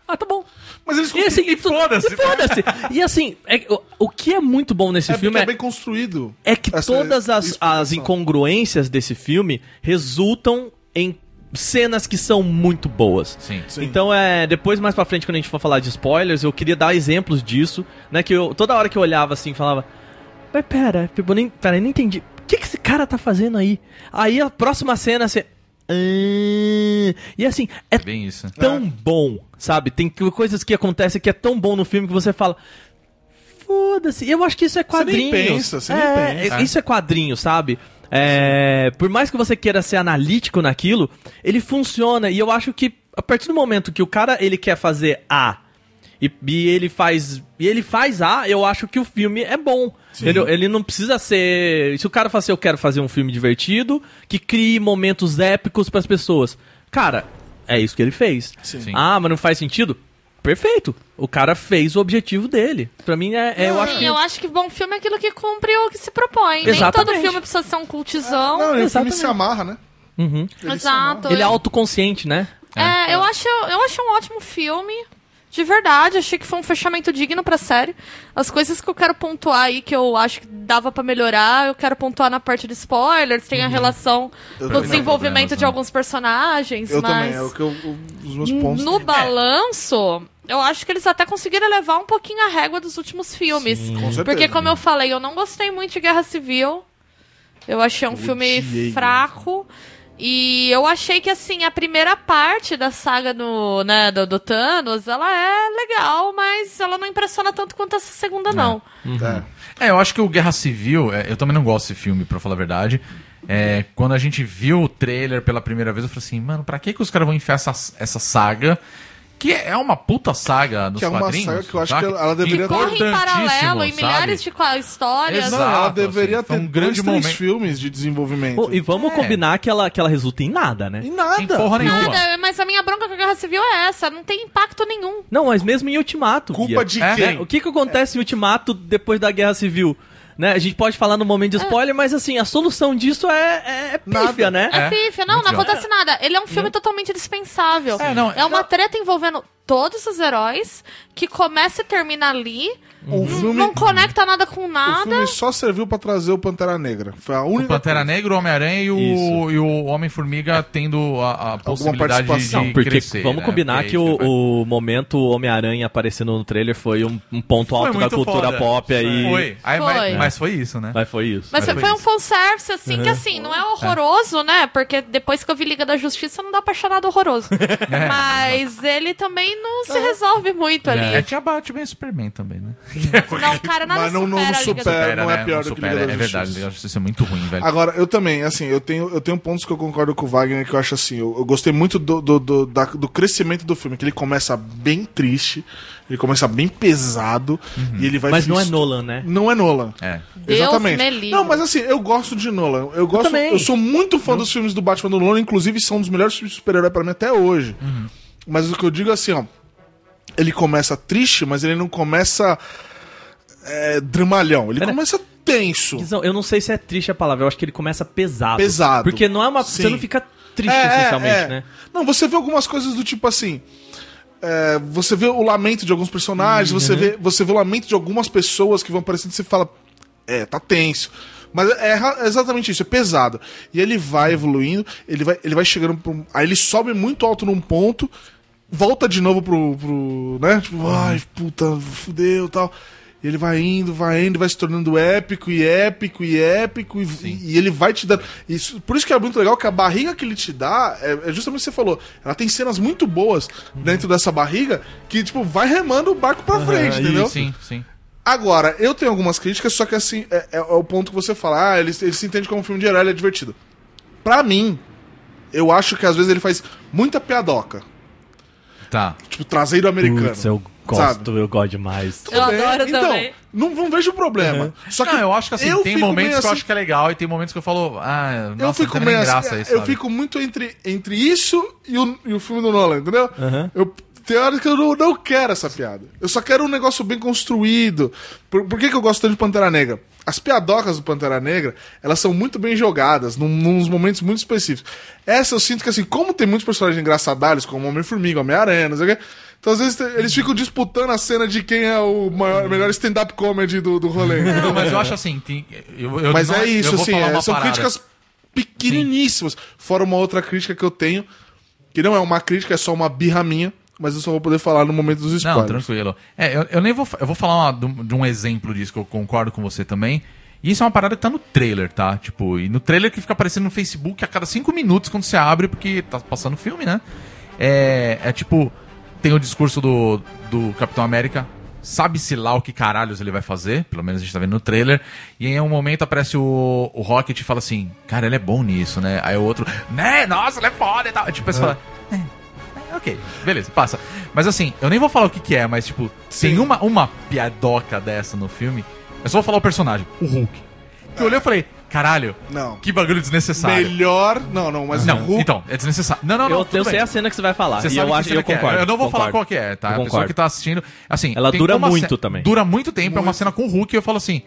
Speaker 7: Ah, tá bom.
Speaker 8: Mas eles
Speaker 7: E assim,
Speaker 8: conseguiram.
Speaker 7: e tu-
Speaker 5: foda-se.
Speaker 7: e foda-se. E assim, é- o, o que é muito bom nesse
Speaker 8: né? É, porque
Speaker 7: filme
Speaker 8: é
Speaker 7: é,
Speaker 8: bem construído.
Speaker 7: é que
Speaker 8: Essa
Speaker 7: todas as, as
Speaker 8: explicação.
Speaker 7: incongruências desse filme resultam em cenas que são muito boas.
Speaker 5: Sim.
Speaker 8: Sim.
Speaker 7: Então é, depois mais pra frente quando a gente for falar de spoilers, eu queria dar exemplos disso, né, que eu toda hora que eu olhava assim, falava: "Mas pera, eu nem, pera, eu não entendi. O que que esse cara tá fazendo aí?" Aí a próxima cena você "Ah", e assim, é
Speaker 5: Bem isso.
Speaker 7: tão bom, sabe? Tem que- coisas que acontecem que é tão bom no filme que você fala. Foda-se. Eu acho que isso é quadrinho.
Speaker 8: nem pensa, você nem
Speaker 7: É,
Speaker 8: pensa.
Speaker 7: é- Isso é quadrinho, sabe? É, por mais que você queira ser analítico naquilo, ele funciona. E eu acho que a partir do momento que o cara ele quer fazer A e, e ele faz e ele faz A, eu acho que o filme é bom. Entendeu? Ele não precisa ser. Se o cara fala assim, eu quero fazer um filme divertido, que crie momentos épicos pras pessoas. Cara, é isso que ele fez.
Speaker 5: Sim.
Speaker 7: Ah, mas não faz sentido? Perfeito. O cara fez o objetivo dele. Pra mim, é, é- eu acho
Speaker 6: Sim,
Speaker 7: que...
Speaker 6: Ah, eu acho que bom filme é aquilo que cumpre o que se propõe. Nem
Speaker 7: Exatamente.
Speaker 6: todo filme precisa ser um cultizão.
Speaker 8: Ah, Não, ele
Speaker 7: Exatamente.
Speaker 8: se amarra, né?
Speaker 6: Exato.
Speaker 7: Ele é autoconsciente, né?
Speaker 6: É, eu acho, eu acho um ótimo filme. De verdade, achei que foi um fechamento digno pra série. As coisas que eu quero pontuar aí, que eu acho que dava pra melhorar, eu quero pontuar na parte de spoilers, tem a
Speaker 7: Uhum.
Speaker 6: relação
Speaker 5: também
Speaker 6: do
Speaker 5: não,
Speaker 6: desenvolvimento
Speaker 5: problemas,
Speaker 6: de
Speaker 5: não.
Speaker 6: alguns personagens,
Speaker 8: Eu também,
Speaker 6: mas
Speaker 8: é o que eu, o- os meus pontos. é.
Speaker 6: no balanço, eu acho que eles até conseguiram elevar um pouquinho a régua dos últimos filmes.
Speaker 8: com certeza. né?
Speaker 6: Porque, como eu falei, eu não gostei muito de Guerra Civil. Eu achei um filme
Speaker 8: odiei
Speaker 6: fraco. E eu achei que, assim, a primeira parte da saga do, né, do, do Thanos, ela é legal, mas ela não impressiona tanto quanto essa segunda, não.
Speaker 8: É.
Speaker 5: É, eu acho que o Guerra Civil, é, eu também não gosto desse filme, pra falar a verdade. É, quando a gente viu o trailer pela primeira vez, eu falei assim, mano, pra que, que os caras vão enfiar essa, essa saga? Que é uma puta saga nos
Speaker 8: Que é uma
Speaker 5: quadrinhos.
Speaker 8: saga que eu acho
Speaker 5: saca?
Speaker 8: que ela- ela deveria-
Speaker 6: Que corre em paralelo em
Speaker 5: é Importantíssimo,
Speaker 6: milhares
Speaker 5: sabe?
Speaker 6: de qua- histórias.
Speaker 5: Exato.
Speaker 8: Não, ela
Speaker 5: assim,
Speaker 8: deveria ter
Speaker 5: foi um grande
Speaker 8: dois, três
Speaker 5: momento.
Speaker 8: filmes de desenvolvimento.
Speaker 7: Pô, e vamos
Speaker 5: É.
Speaker 7: combinar que ela, que ela resulta em nada, né?
Speaker 8: E nada.
Speaker 5: Em porra nenhuma.
Speaker 6: Nada, mas a minha bronca com a Guerra Civil é essa, não tem impacto nenhum.
Speaker 7: Não, mas mesmo em Ultimato.
Speaker 8: Culpa
Speaker 7: Bia. Né,
Speaker 8: de
Speaker 5: É.
Speaker 8: quem?
Speaker 7: O que, que acontece em Ultimato depois da Guerra Civil? Né? A gente pode falar no momento de spoiler, mas assim, a solução disso é, é, é pífia, né?
Speaker 6: É,
Speaker 5: É,
Speaker 6: pífia, não,
Speaker 5: muito
Speaker 6: não
Speaker 5: idiota.
Speaker 6: acontece nada. Ele é um filme totalmente dispensável.
Speaker 5: É, não,
Speaker 6: é uma treta envolvendo todos os heróis que começa e termina ali.
Speaker 5: Uhum.
Speaker 8: O filme,
Speaker 6: Não conecta nada com
Speaker 8: o
Speaker 6: nada.
Speaker 8: filme só serviu pra trazer o Pantera Negra. Foi a
Speaker 5: O
Speaker 8: única.
Speaker 5: Pantera Negra, o Homem-Aranha e o,
Speaker 7: Isso.
Speaker 5: e o Homem-Formiga tendo a, a possibilidade de
Speaker 8: participação.
Speaker 7: Porque
Speaker 5: crescer.
Speaker 7: vamos
Speaker 5: né?
Speaker 7: combinar
Speaker 5: Porque
Speaker 7: que
Speaker 5: é isso
Speaker 7: o,
Speaker 5: ele faz.
Speaker 7: o momento Homem-Aranha aparecendo no trailer foi um, um ponto
Speaker 5: é Foi
Speaker 7: alto da
Speaker 5: muito
Speaker 7: cultura
Speaker 5: foda.
Speaker 7: pop aí.
Speaker 5: Foi. Aí,
Speaker 6: Foi.
Speaker 5: Mas, mas foi isso, né?
Speaker 7: Mas foi isso.
Speaker 6: Mas
Speaker 5: Mas
Speaker 8: é
Speaker 6: foi,
Speaker 5: foi
Speaker 6: um fanservice, assim,
Speaker 8: Uhum.
Speaker 6: que assim, não é horroroso, né? Porque depois que eu vi Liga da Justiça, não dá pra achar nada horroroso.
Speaker 8: É,
Speaker 6: Mas ele também não se resolve muito ali.
Speaker 5: É que a Batman e Superman também, né?
Speaker 6: Não, cara, nada
Speaker 8: Mas não-
Speaker 6: supera
Speaker 8: não
Speaker 6: a Liga da
Speaker 8: supera. É, não é pior do que
Speaker 5: supera,
Speaker 8: Liga da
Speaker 5: É
Speaker 8: Justiça.
Speaker 5: verdade, Liga da Justiça é muito ruim, velho.
Speaker 8: Agora, eu também, assim, eu tenho, eu tenho pontos que eu concordo com o Wagner, que eu acho assim, eu, eu gostei muito do, do, do, da- do crescimento do filme, que ele começa bem triste, ele começa bem pesado, e ele vai...
Speaker 7: Mas não é
Speaker 8: se-
Speaker 7: Nolan, né?
Speaker 8: Não é Nolan.
Speaker 5: É.
Speaker 6: Deus
Speaker 8: Exatamente.
Speaker 6: me livre.
Speaker 8: Não, mas assim, eu gosto de Nolan. Eu gosto. Eu,
Speaker 7: também.
Speaker 8: sou muito fã dos filmes do Batman do Nolan, inclusive são um dos melhores filmes de super-herói pra mim até hoje. Mas o que eu digo é assim, ó. Ele começa triste, mas ele não começa é, dramalhão. Ele começa tenso.
Speaker 7: Guizão, eu não sei se é triste a palavra, eu acho que ele começa pesado.
Speaker 8: Pesado.
Speaker 7: Porque não é uma. Você
Speaker 8: Sim.
Speaker 7: não fica triste,
Speaker 5: É,
Speaker 7: essencialmente, né?
Speaker 8: É, Não, você vê algumas coisas do tipo assim. é, você vê o lamento de alguns personagens,
Speaker 7: Uhum.
Speaker 8: você, vê, você vê o lamento de algumas pessoas que vão aparecendo e você fala. É, tá tenso. Mas é ra- é exatamente isso, é pesado. E ele vai evoluindo, ele vai, ele vai chegando. pra um- aí ele sobe muito alto num ponto, volta de novo pro. pro né? Tipo, ai, puta, fudeu tal. E ele vai indo, vai indo, vai se tornando épico e épico e épico. E, e ele vai te dando. Isso, por isso que é muito legal que a barriga que ele te dá, é, é justamente o que você falou. Ela tem cenas muito boas dentro dessa barriga que, tipo, vai remando o barco pra frente, entendeu?
Speaker 5: É, Sim, sim.
Speaker 8: Agora, eu tenho algumas críticas, só que assim, é, é- é o ponto que você fala, ah, ele, ele se entende como um filme de herói, ele é divertido. Pra mim, eu acho que às vezes ele faz muita piadoca.
Speaker 5: Tá.
Speaker 8: Tipo, traseiro americano.
Speaker 7: Putz, eu gosto,
Speaker 8: sabe?
Speaker 7: eu gosto demais.
Speaker 6: Eu
Speaker 8: Tudo bem,
Speaker 6: adoro
Speaker 8: então,
Speaker 6: também.
Speaker 8: Não, não vejo problema. Só que
Speaker 5: não, eu acho que assim,
Speaker 8: eu
Speaker 5: tem
Speaker 8: fico meio
Speaker 5: momentos que eu
Speaker 8: assim-
Speaker 5: acho que é legal e tem momentos que eu falo, ah, nossa,
Speaker 8: eu fico
Speaker 5: não tem
Speaker 8: meio
Speaker 5: nem
Speaker 8: assim,
Speaker 5: graça isso.
Speaker 8: eu
Speaker 5: sabe?
Speaker 8: fico muito entre, entre isso e o, e o filme do Nolan, entendeu? Eu, tem horas que eu não, não quero essa piada. Eu só quero um negócio bem construído. Por, por que, que eu gosto tanto de Pantera Negra? As piadocas do Pantera Negra, elas são muito bem jogadas, num, nos momentos muito específicos. Essa eu sinto que, assim, como tem muitos personagens engraçadalhos, como Homem-Formiga, Homem-Aranha, não sei o quê, então às vezes te- eles ficam disputando a cena de quem é o maior- melhor stand-up comedy do, do rolê.
Speaker 5: Não, mas eu acho assim, tem- eu, eu
Speaker 8: Mas
Speaker 5: não-
Speaker 8: é isso,
Speaker 5: eu vou
Speaker 8: assim,
Speaker 5: falar
Speaker 8: é,
Speaker 5: uma
Speaker 8: são
Speaker 5: parada.
Speaker 8: críticas pequeniníssimas. Fora uma outra crítica que eu tenho, que não é uma crítica, é só uma birra minha, mas eu só vou poder falar no momento dos
Speaker 5: Não,
Speaker 8: spoilers.
Speaker 5: tranquilo. É, eu, eu nem vou. fa- Eu vou falar uma- de um- de um exemplo disso, que eu concordo com você também. E isso é uma parada que tá no trailer, tá? Tipo, e no trailer que fica aparecendo no Facebook a cada cinco minutos quando você abre, porque tá passando filme, né? É, é tipo, tem o discurso do, do Capitão América. Sabe-se lá o que caralhos ele vai fazer, pelo menos a gente tá vendo no trailer. E em um momento aparece o, o Rocket e fala assim: Cara, ele é bom nisso, né? Aí o outro, né? Nossa, ele é foda e tal. Tipo, você fala: Ok, beleza, passa. Mas assim, eu nem vou falar o que, que é, mas tipo, tem uma, uma piadoca dessa no filme. Eu só vou falar o personagem, o Hulk. que eu olhei e falei, caralho,
Speaker 8: Não.
Speaker 5: que bagulho desnecessário.
Speaker 8: Melhor. Não, não, mas o
Speaker 5: Não,
Speaker 8: Hulk.
Speaker 5: então, é desnecessário. Não, não, não.
Speaker 7: Eu,
Speaker 5: tudo
Speaker 7: eu sei
Speaker 5: bem.
Speaker 7: a cena que você vai falar. e
Speaker 5: Você
Speaker 7: eu
Speaker 5: sabe que
Speaker 7: acho
Speaker 5: cena
Speaker 7: eu
Speaker 5: que é.
Speaker 7: concordo.
Speaker 5: Eu não vou falar
Speaker 7: concordo.
Speaker 5: qual que é, tá?
Speaker 7: Eu
Speaker 5: a pessoa
Speaker 7: concordo.
Speaker 5: que tá assistindo. Assim,
Speaker 7: Ela
Speaker 5: tem
Speaker 7: dura
Speaker 5: uma ce-
Speaker 7: muito também.
Speaker 5: Dura muito tempo, é uma cena com o Hulk e eu falo assim,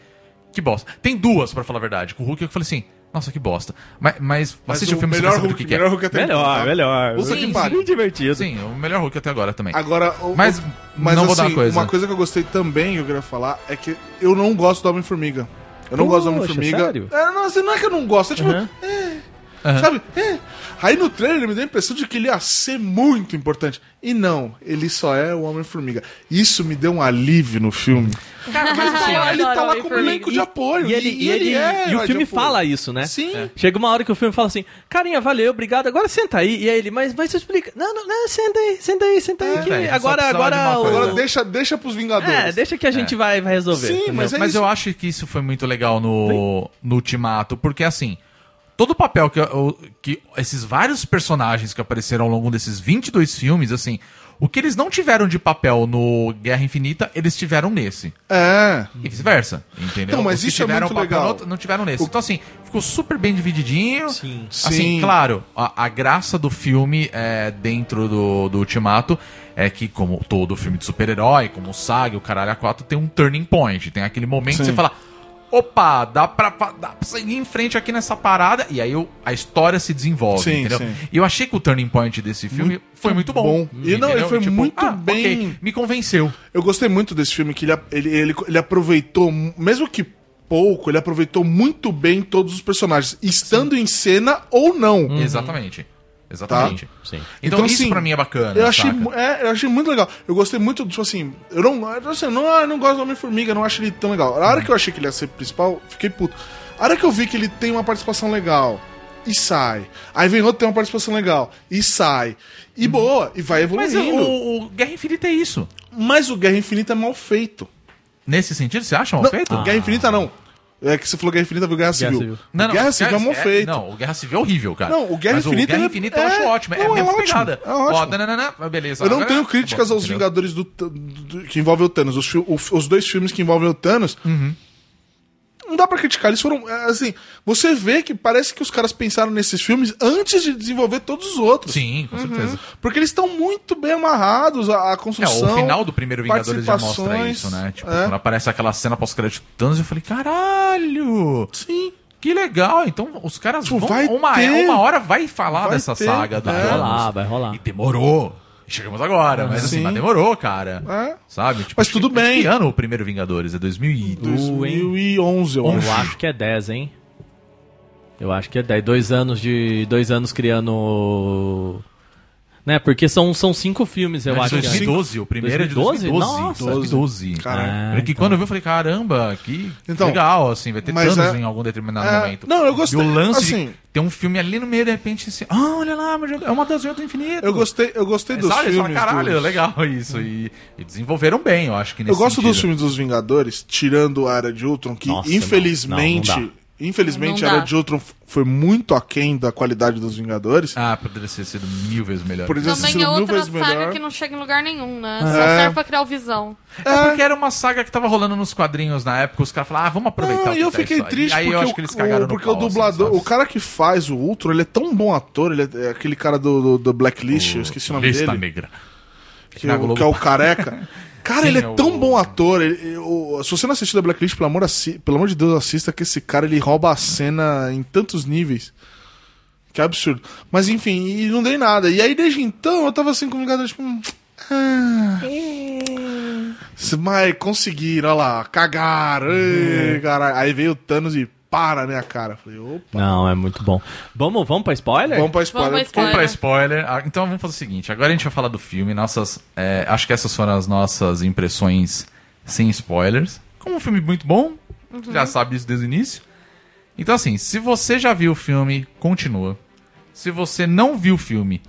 Speaker 5: que bosta. Tem duas, pra falar a verdade. Com o Hulk eu falei assim, nossa, que bosta. Mas, mas,
Speaker 8: Mas
Speaker 5: assiste o, filme e você
Speaker 8: melhor
Speaker 5: vai saber
Speaker 8: Hulk,
Speaker 5: do que, que é.
Speaker 8: melhor Hulk até então,
Speaker 7: Melhor,
Speaker 8: tá?
Speaker 7: melhor.
Speaker 8: Puta
Speaker 5: Sim,
Speaker 8: que pariu.
Speaker 7: Muito divertido.
Speaker 5: Sim, o melhor Hulk até agora também.
Speaker 8: Agora, o-
Speaker 5: Mas-
Speaker 8: o- mas
Speaker 5: não
Speaker 8: assim,
Speaker 5: vou dar uma coisa.
Speaker 8: que eu gostei também, eu queria falar, é que eu não gosto do Homem-Formiga. Eu não gosto do
Speaker 7: Poxa,
Speaker 8: Homem-Formiga.
Speaker 7: sério?
Speaker 8: É, não, assim, não é que eu não gosto, é tipo.
Speaker 7: Aham.
Speaker 8: é,
Speaker 5: Aham.
Speaker 8: Sabe? É. Aí no trailer ele me deu a impressão de que ele ia ser muito importante. E não, ele só é o Homem-Formiga. Isso me deu um alívio no filme.
Speaker 6: Eu
Speaker 8: ele
Speaker 6: adoro
Speaker 8: tá lá
Speaker 6: o
Speaker 8: como
Speaker 6: Homem-Formiga.
Speaker 8: elenco de apoio.
Speaker 7: E ele, e ele,
Speaker 8: é
Speaker 7: e o
Speaker 8: herói
Speaker 7: filme
Speaker 8: de
Speaker 5: tipo,
Speaker 8: apoio.
Speaker 7: fala isso, né?
Speaker 8: Sim.
Speaker 7: É. Chega uma hora que o filme fala assim, carinha, valeu, obrigado, agora senta aí. E aí ele, mas, mas você explica. Não, não, não, senta aí, senta aí, senta aí. que
Speaker 5: É, velho, só
Speaker 7: agora,
Speaker 5: precisava
Speaker 7: agora...
Speaker 5: de uma coisa.
Speaker 8: Agora
Speaker 7: o-
Speaker 8: deixa, deixa pros Vingadores.
Speaker 7: É, deixa que a gente vai, vai resolver.
Speaker 8: Sim,
Speaker 7: entendeu?
Speaker 8: mas é
Speaker 5: Mas
Speaker 8: isso.
Speaker 5: eu acho que isso foi muito legal no, no Ultimato, porque assim, todo o papel que, eu- que esses vários personagens que apareceram ao longo desses 22 filmes, assim, o que eles não tiveram de papel no Guerra Infinita, eles tiveram nesse.
Speaker 8: É.
Speaker 5: E vice-versa, entendeu?
Speaker 8: Então, mas
Speaker 5: Os que
Speaker 8: isso é
Speaker 5: tiveram
Speaker 8: muito
Speaker 5: papel
Speaker 8: legal.
Speaker 5: no outro, não tiveram nesse. Então, assim, ficou super bem divididinho.
Speaker 7: Sim.
Speaker 8: Sim.
Speaker 5: Assim, claro, a, a graça do filme é, dentro do, do Ultimato é que, como todo filme de super-herói, como o Saga, o Caralho A4, tem um turning point. Tem aquele momento que
Speaker 8: Sim.
Speaker 5: você fala: opa, dá pra, fa- dá pra seguir em frente aqui nessa parada. E aí o- a história se desenvolve,
Speaker 8: Sim,
Speaker 5: entendeu?
Speaker 8: sim.
Speaker 5: E eu achei que o turning point desse filme foi muito bom.
Speaker 8: bom. E não,
Speaker 5: entendeu?
Speaker 8: ele
Speaker 5: tipo, ah,
Speaker 8: foi muito bem-
Speaker 5: ok, me convenceu.
Speaker 8: Eu gostei muito desse filme, que ele, ele, ele, ele aproveitou, mesmo que pouco, ele aproveitou muito bem todos os personagens, estando em cena ou não.
Speaker 5: Exatamente. Exatamente.
Speaker 7: Sim.
Speaker 5: Então,
Speaker 8: Uhum. Então,
Speaker 5: isso
Speaker 8: assim,
Speaker 5: pra mim é bacana.
Speaker 8: Eu achei,
Speaker 5: saca?
Speaker 8: mu- é, eu achei muito legal. Eu gostei muito, tipo assim, eu não, eu, assim, não, ah, eu não gosto do Homem-Formiga, não acho ele tão legal. A hora que eu achei que ele ia ser principal, fiquei puto. A hora que eu vi que ele tem uma participação legal e sai. Aí vem outro que tem uma participação legal e sai. E boa, e vai
Speaker 5: Mas
Speaker 8: evoluindo. Uhum. Mas,
Speaker 5: o, o Guerra Infinita é isso.
Speaker 8: o Guerra Infinita é mal feito.
Speaker 5: Nesse sentido, você acha mal
Speaker 8: Não, Ah,
Speaker 5: feito?
Speaker 8: Guerra Infinita não. É que você falou Guerra Infinita, viu Guerra Civil.
Speaker 7: Civil.
Speaker 5: Não, não,
Speaker 8: Guerra
Speaker 5: o
Speaker 8: Civil é mal
Speaker 5: Guerra-
Speaker 8: feito.
Speaker 5: Não, o Guerra Civil é horrível, cara.
Speaker 8: Não, o Guerra
Speaker 5: Mas
Speaker 8: Infinita
Speaker 5: O Guerra
Speaker 8: é-
Speaker 5: Infinita eu
Speaker 8: é-
Speaker 5: acho ótimo. É
Speaker 8: não,
Speaker 5: a
Speaker 8: é
Speaker 5: mesma
Speaker 8: ótimo,
Speaker 5: pegada.
Speaker 8: é ótimo.
Speaker 5: Ó, nananana, mas beleza.
Speaker 8: Eu não
Speaker 5: agora-
Speaker 8: tenho
Speaker 5: tá
Speaker 8: críticas
Speaker 5: bom,
Speaker 8: aos
Speaker 5: entendeu?
Speaker 8: Vingadores do, do- do- que envolvem o Thanos. Os, fi- o- os dois filmes que envolvem o Thanos.
Speaker 5: Uhum.
Speaker 8: Não dá pra criticar. Eles foram. é, Assim, você vê que parece que os caras pensaram nesses filmes antes de desenvolver todos os outros. Uhum.
Speaker 5: Sim, com certeza.
Speaker 8: Porque eles estão muito bem amarrados à, à
Speaker 5: É,
Speaker 8: construção.
Speaker 5: o final do primeiro Vingadores já mostra
Speaker 8: participações,
Speaker 5: isso, né? Tipo,
Speaker 8: é.
Speaker 5: quando aparece aquela cena pós-crédito do Thanos, eu falei, caralho!
Speaker 8: Sim.
Speaker 5: Que legal! Então os caras
Speaker 8: Tipo,
Speaker 5: vão.
Speaker 8: vai
Speaker 5: uma,
Speaker 8: ter.
Speaker 5: uma hora vai falar
Speaker 8: Vai
Speaker 5: dessa
Speaker 8: ter. é.
Speaker 5: saga do
Speaker 8: Vai
Speaker 5: Thanos.
Speaker 7: rolar, vai rolar.
Speaker 5: E demorou. Chegamos agora, mas assim,
Speaker 8: Sim.
Speaker 5: mas demorou, cara.
Speaker 8: É.
Speaker 5: Sabe? Tipo,
Speaker 8: Mas tudo
Speaker 5: acho que- acho
Speaker 8: bem.
Speaker 5: que ano o primeiro Vingadores? É 2002.
Speaker 8: 2011, eu
Speaker 7: Eu
Speaker 8: acho.
Speaker 7: acho que é 10, hein? Eu acho que é 10. Dois anos de. Dois anos criando. Né? Porque são, são cinco filmes, eu
Speaker 5: É de
Speaker 7: acho. que é.
Speaker 5: 2012, o primeiro é de 2012.
Speaker 7: 2012?
Speaker 5: 2012.
Speaker 8: Caralho.
Speaker 5: É, Porque quando eu vi, eu falei, caramba, que
Speaker 8: Então,
Speaker 5: legal, assim, vai ter
Speaker 8: mas
Speaker 5: Thanos
Speaker 8: é-
Speaker 5: em algum determinado
Speaker 8: é,
Speaker 5: momento.
Speaker 8: não, eu gostei,
Speaker 5: E o lance de
Speaker 8: assim-
Speaker 5: ter um filme ali no meio, de repente, assim, ah, olha lá, meu Deus, é uma das joias do infinito.
Speaker 8: Eu gostei, eu gostei dos
Speaker 5: Sabe, Você fala,
Speaker 8: filmes.
Speaker 5: caralho,
Speaker 8: dos-
Speaker 5: legal isso. E, e desenvolveram bem, eu acho que nesse
Speaker 8: Eu gosto dos
Speaker 5: sentido.
Speaker 8: filmes dos Vingadores, tirando a Era de Ultron, que
Speaker 7: Nossa,
Speaker 8: infelizmente.
Speaker 7: não, não, não
Speaker 8: Infelizmente,
Speaker 6: Não
Speaker 8: a Era
Speaker 6: dá.
Speaker 8: de Ultron f- foi muito aquém da qualidade dos Vingadores.
Speaker 5: Ah, poderia ter sido mil vezes melhor.
Speaker 8: Por exemplo,
Speaker 6: Também é
Speaker 8: mil
Speaker 6: outra
Speaker 8: vezes
Speaker 6: saga
Speaker 8: melhor.
Speaker 6: que não chega em lugar nenhum, né? Só
Speaker 8: É.
Speaker 6: serve pra criar o visão.
Speaker 8: Ah.
Speaker 5: É porque era uma saga que tava rolando nos quadrinhos na época, os caras falaram, ah, vamos aproveitar.
Speaker 8: Ah,
Speaker 5: o
Speaker 8: e
Speaker 5: que
Speaker 8: eu
Speaker 5: tá
Speaker 8: fiquei
Speaker 5: isso aí.
Speaker 8: triste
Speaker 5: Aí eu acho que eles
Speaker 8: porque, o,
Speaker 5: cagaram
Speaker 8: o,
Speaker 5: no
Speaker 8: porque
Speaker 5: pau,
Speaker 8: o
Speaker 5: assim,
Speaker 8: dublador,
Speaker 5: sabe?
Speaker 8: o cara que faz o Ultron, ele é tão bom ator, ele é, é aquele cara do, do, do Blacklist, eu esqueci o nome
Speaker 5: Lista
Speaker 8: dele,
Speaker 5: negra.
Speaker 8: que,
Speaker 5: Na
Speaker 8: é o,
Speaker 5: Globo.
Speaker 8: que é o Careca. Cara,
Speaker 5: Sim,
Speaker 8: ele
Speaker 5: é o-
Speaker 8: é tão bom ator. ele- ele- o- se você não assistiu The Blacklist, pelo amor, assi- pelo amor de Deus, assista que esse cara ele rouba a cena em tantos níveis. Que absurdo. Mas enfim, e não dei nada. E aí desde então eu tava assim com Vingadores, tipo. hum, Ah. Mas conseguiram, olha lá, cagaram.
Speaker 5: É.
Speaker 8: ei, caralho. Aí veio o Thanos e para na minha cara. Falei, opa,
Speaker 7: Não, é muito bom. Vamos, vamos pra
Speaker 5: É.
Speaker 7: spoiler?
Speaker 8: vamos pra spoiler.
Speaker 6: pra
Speaker 5: Vamos pra
Speaker 6: Spoiler.
Speaker 5: spoiler. Ah, Então vamos fazer o seguinte: agora a gente vai falar do filme. Nossas, é, acho que essas foram as nossas impressões sem spoilers. Como um filme muito bom, você já sabe isso desde o início. Então, assim, se você já viu o filme, continua. Se você não viu o filme,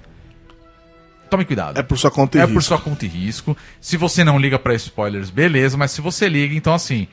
Speaker 5: tome cuidado.
Speaker 8: É por sua conta e
Speaker 5: É
Speaker 8: risco.
Speaker 5: por sua conta e risco. Se você não liga pra spoilers, beleza, mas se você liga, então assim,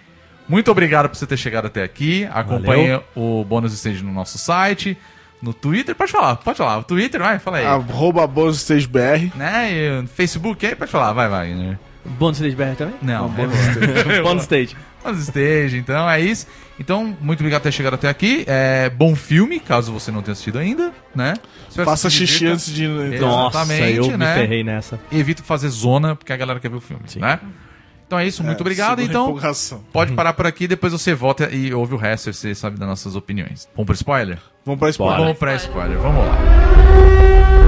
Speaker 5: muito obrigado por você ter chegado até aqui. Acompanhe o bônus stage no nosso site, no Twitter, pode falar, pode falar. O Twitter, vai, fala
Speaker 8: Ah,
Speaker 5: aí.
Speaker 8: Arroba Bozo Stage BR.
Speaker 5: Né? E o Facebook aí, pode falar, vai, vai. né?
Speaker 7: Bônus stage BR também?
Speaker 5: Não, é-
Speaker 7: Bônus stage.
Speaker 5: Mas esteja, então é isso. Então, muito obrigado por ter chegado até aqui. É bom filme, caso você não tenha assistido ainda, né? Espero que
Speaker 8: Faça
Speaker 5: se
Speaker 8: xixi
Speaker 5: divirta.
Speaker 8: antes de.
Speaker 5: É.
Speaker 7: Nossa,
Speaker 5: Exatamente,
Speaker 7: eu me
Speaker 5: né?
Speaker 7: ferrei nessa.
Speaker 5: E evito fazer zona, porque a galera quer ver o filme, né? Então é isso, muito obrigado.
Speaker 8: segura a
Speaker 5: Então,
Speaker 8: empolgação.
Speaker 5: pode parar por aqui, depois você volta e ouve o resto, você sabe das nossas opiniões. Vamos pro spoiler?
Speaker 8: Vamos pra spoiler.
Speaker 5: Vamos pra spoiler, vamos lá.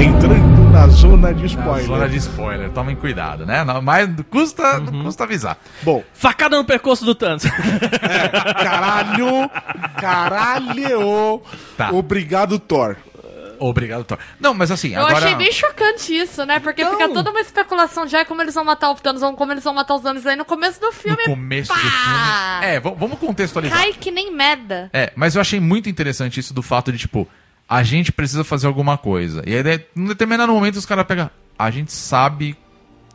Speaker 8: Entrando na zona de
Speaker 5: A
Speaker 8: spoiler.
Speaker 5: Zona de spoiler, tomem cuidado, né? Não- Mas custa, custa avisar.
Speaker 8: Bom,
Speaker 7: Facada no pescoço do Thanos.
Speaker 8: caralho, caralho.
Speaker 5: Tá.
Speaker 8: Obrigado, Thor.
Speaker 5: Obrigado, Thor. Não, mas assim,
Speaker 6: Eu
Speaker 5: agora.
Speaker 6: achei bem chocante isso, né?
Speaker 8: Então.
Speaker 6: Porque fica toda uma especulação de ai, como eles vão matar o Thanos, como eles vão matar os Thanos. Aí no começo do
Speaker 5: no
Speaker 6: filme,
Speaker 5: começo
Speaker 6: pá!
Speaker 5: do filme. É, v- vamos contextualizar.
Speaker 6: cai que nem merda.
Speaker 5: É, mas eu achei muito interessante isso do fato de, tipo, a gente precisa fazer alguma coisa. E aí, de- num determinado momento, os caras pegam. A gente sabe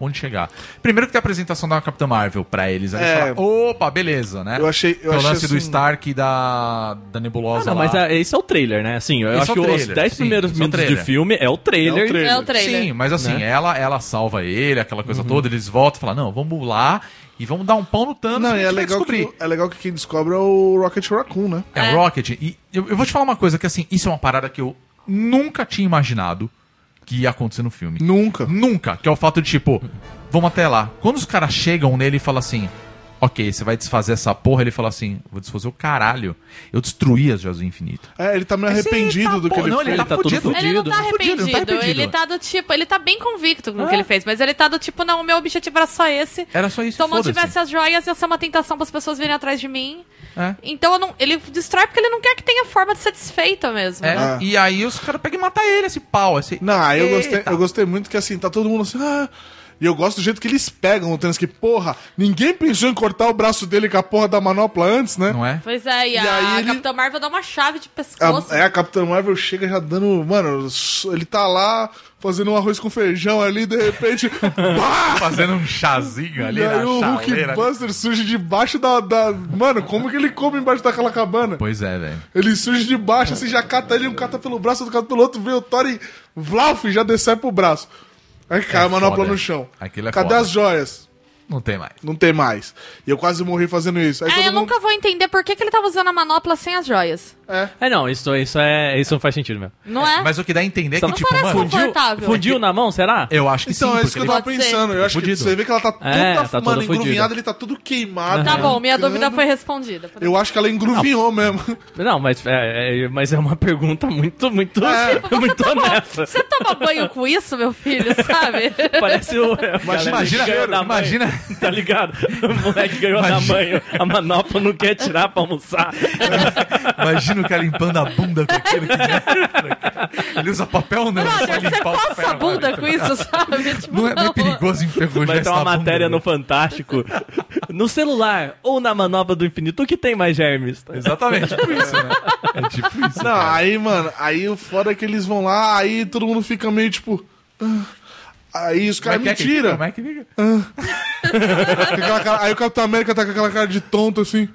Speaker 5: onde chegar. Primeiro que tem a apresentação da Capitã Marvel pra eles. Aí
Speaker 8: É.
Speaker 5: eles falam, opa, beleza, né?
Speaker 8: Eu achei- eu
Speaker 5: Tem o
Speaker 8: achei
Speaker 5: lance do
Speaker 8: assim-
Speaker 5: Stark e da, da Nebulosa.
Speaker 7: Não,
Speaker 5: lá.
Speaker 7: mas é- esse é o trailer, né? Assim, eu
Speaker 5: Esse
Speaker 7: acho
Speaker 5: é o
Speaker 7: que os
Speaker 5: trailer,
Speaker 7: 10
Speaker 5: sim,
Speaker 7: primeiros
Speaker 5: esse é o
Speaker 7: minutos de
Speaker 5: trailer.
Speaker 7: filme é o trailer. né?
Speaker 8: É o trailer.
Speaker 6: É o trailer.
Speaker 5: Sim, mas assim, ela ela salva ele, aquela
Speaker 8: Uhum.
Speaker 5: coisa toda, eles voltam e falam, não, vamos lá e vamos dar um pau no Thanos
Speaker 8: Não,
Speaker 5: que a
Speaker 8: e
Speaker 5: gente
Speaker 8: é
Speaker 5: vai
Speaker 8: legal,
Speaker 5: descobrir.
Speaker 8: que, é legal que quem descobre é o Rocket Raccoon, né?
Speaker 5: É, o Rocket. E eu, eu vou te falar uma coisa que, assim, isso é uma parada que eu nunca tinha imaginado que ia acontecer no filme.
Speaker 8: Nunca.
Speaker 5: Nunca. Que é o fato de, tipo, vamos até lá. Quando os caras chegam nele e falam assim, ok, você vai desfazer essa porra, ele fala assim, vou desfazer o caralho. Eu destruí as Joias do Infinito.
Speaker 8: É, ele tá meio arrependido do que ele
Speaker 5: não,
Speaker 8: fez.
Speaker 5: Ele tá,
Speaker 7: Ele tá todo
Speaker 5: fudido.
Speaker 7: fudido.
Speaker 6: Ele não tá
Speaker 5: Fudido,
Speaker 6: arrependido,
Speaker 5: não tá arrependido.
Speaker 6: ele tá do tipo, ele tá bem convicto
Speaker 8: É.
Speaker 6: no que ele fez, mas ele tá do tipo, não, o meu objetivo era só esse.
Speaker 5: Era só isso,
Speaker 6: Então, não
Speaker 5: foda-se.
Speaker 6: tivesse as joias, ia ser uma tentação pras pessoas virem atrás de mim.
Speaker 5: É.
Speaker 6: Então, eu não- ele destrói porque ele não quer que tenha forma de ser desfeita mesmo.
Speaker 5: É,
Speaker 6: né?
Speaker 5: E aí os caras pegam e matam ele, esse pau. Esse...
Speaker 8: Ah. Não, aí
Speaker 5: É,
Speaker 8: eu gostei,
Speaker 5: Eita.
Speaker 8: eu gostei muito que assim, tá todo mundo assim. "Ah", E eu gosto do jeito que eles pegam o Thanos, que, porra, ninguém pensou em cortar o braço dele com a porra da manopla antes, né?
Speaker 5: Não é?
Speaker 6: Pois é, e,
Speaker 8: E
Speaker 6: a
Speaker 8: aí ele-
Speaker 6: Capitã Marvel dá uma chave de pescoço.
Speaker 8: A, é, a Capitã Marvel chega já dando. Mano, ele tá lá fazendo um arroz com feijão ali, de repente. pá!
Speaker 5: Fazendo um chazinho ali
Speaker 8: E aí
Speaker 5: na
Speaker 8: o
Speaker 5: chaleira. ali.
Speaker 8: Hulkbuster surge debaixo da, da. Mano, como que ele come embaixo daquela cabana?
Speaker 5: Pois é, velho.
Speaker 8: Ele surge de baixo, assim, já cata ele, um cata pelo braço, outro cata pelo outro, vem o Thor e Vlauf e já decepa o braço. Aí cai
Speaker 5: É
Speaker 8: a manopla
Speaker 5: foda.
Speaker 8: no chão.
Speaker 5: Aquilo é
Speaker 8: Cadê
Speaker 5: foda.
Speaker 8: as joias?
Speaker 5: Não tem mais.
Speaker 8: Não tem mais. E eu quase morri fazendo isso. Aí
Speaker 6: É,
Speaker 8: todo
Speaker 6: eu
Speaker 8: mundo...
Speaker 6: nunca vou entender por que, que ele tava usando a manopla sem as joias.
Speaker 7: É, não, isso, isso, é, isso não faz sentido mesmo.
Speaker 6: Não é?
Speaker 5: Mas o que dá a entender é que,
Speaker 7: Não
Speaker 5: tipo,
Speaker 6: parece
Speaker 5: mano,
Speaker 6: um Confortável.
Speaker 7: fundiu na mão, será?
Speaker 5: eu acho que
Speaker 8: Então,
Speaker 5: sim.
Speaker 8: é isso que eu
Speaker 5: porque tá
Speaker 8: tava
Speaker 6: Pode ser.
Speaker 8: pensando. Eu acho que
Speaker 5: Fudido.
Speaker 8: você vê que ela tá toda,
Speaker 7: É, tá toda
Speaker 8: mano,
Speaker 7: fudida.
Speaker 8: engruvinhada, ele tá todo queimado.
Speaker 6: Tá
Speaker 8: né?
Speaker 6: bom, minha
Speaker 8: Ficando.
Speaker 6: dúvida foi respondida.
Speaker 8: Eu acho que ela engruvinhou mesmo.
Speaker 7: Não, mas é, é- mas é uma pergunta muito, muito,
Speaker 5: É.
Speaker 7: muito honesta.
Speaker 6: Você toma banho com isso, meu filho, sabe?
Speaker 7: Parece o. Imagina,
Speaker 5: imagina- imagina-
Speaker 7: Tá ligado? O moleque ganhou da mãe. A manopla não quer tirar pra almoçar.
Speaker 5: Imagina o cara limpando a bunda com aquele que... Ele usa papel não, só
Speaker 6: Brother, você
Speaker 5: limpar o
Speaker 6: passa a
Speaker 5: papel,
Speaker 6: bunda
Speaker 5: né?
Speaker 6: com isso, sabe? Tipo,
Speaker 5: Não é, não é perigoso enferrujar
Speaker 7: Vai ter
Speaker 5: essa
Speaker 7: uma
Speaker 5: bunda,
Speaker 7: matéria
Speaker 5: né?
Speaker 7: no Fantástico. No celular ou na manobra do infinito, o que tem mais germes?
Speaker 5: Exatamente, tipo isso, né? É tipo isso.
Speaker 8: Não, aí, mano, aí o foda é que eles vão lá, aí todo mundo fica meio tipo. "Ah". Aí os caras
Speaker 5: Como é que é que-
Speaker 8: mentira.
Speaker 5: como é que fica?
Speaker 8: Com
Speaker 5: é?
Speaker 8: aquela cara- aí o Capitão América tá com aquela cara de tonto assim.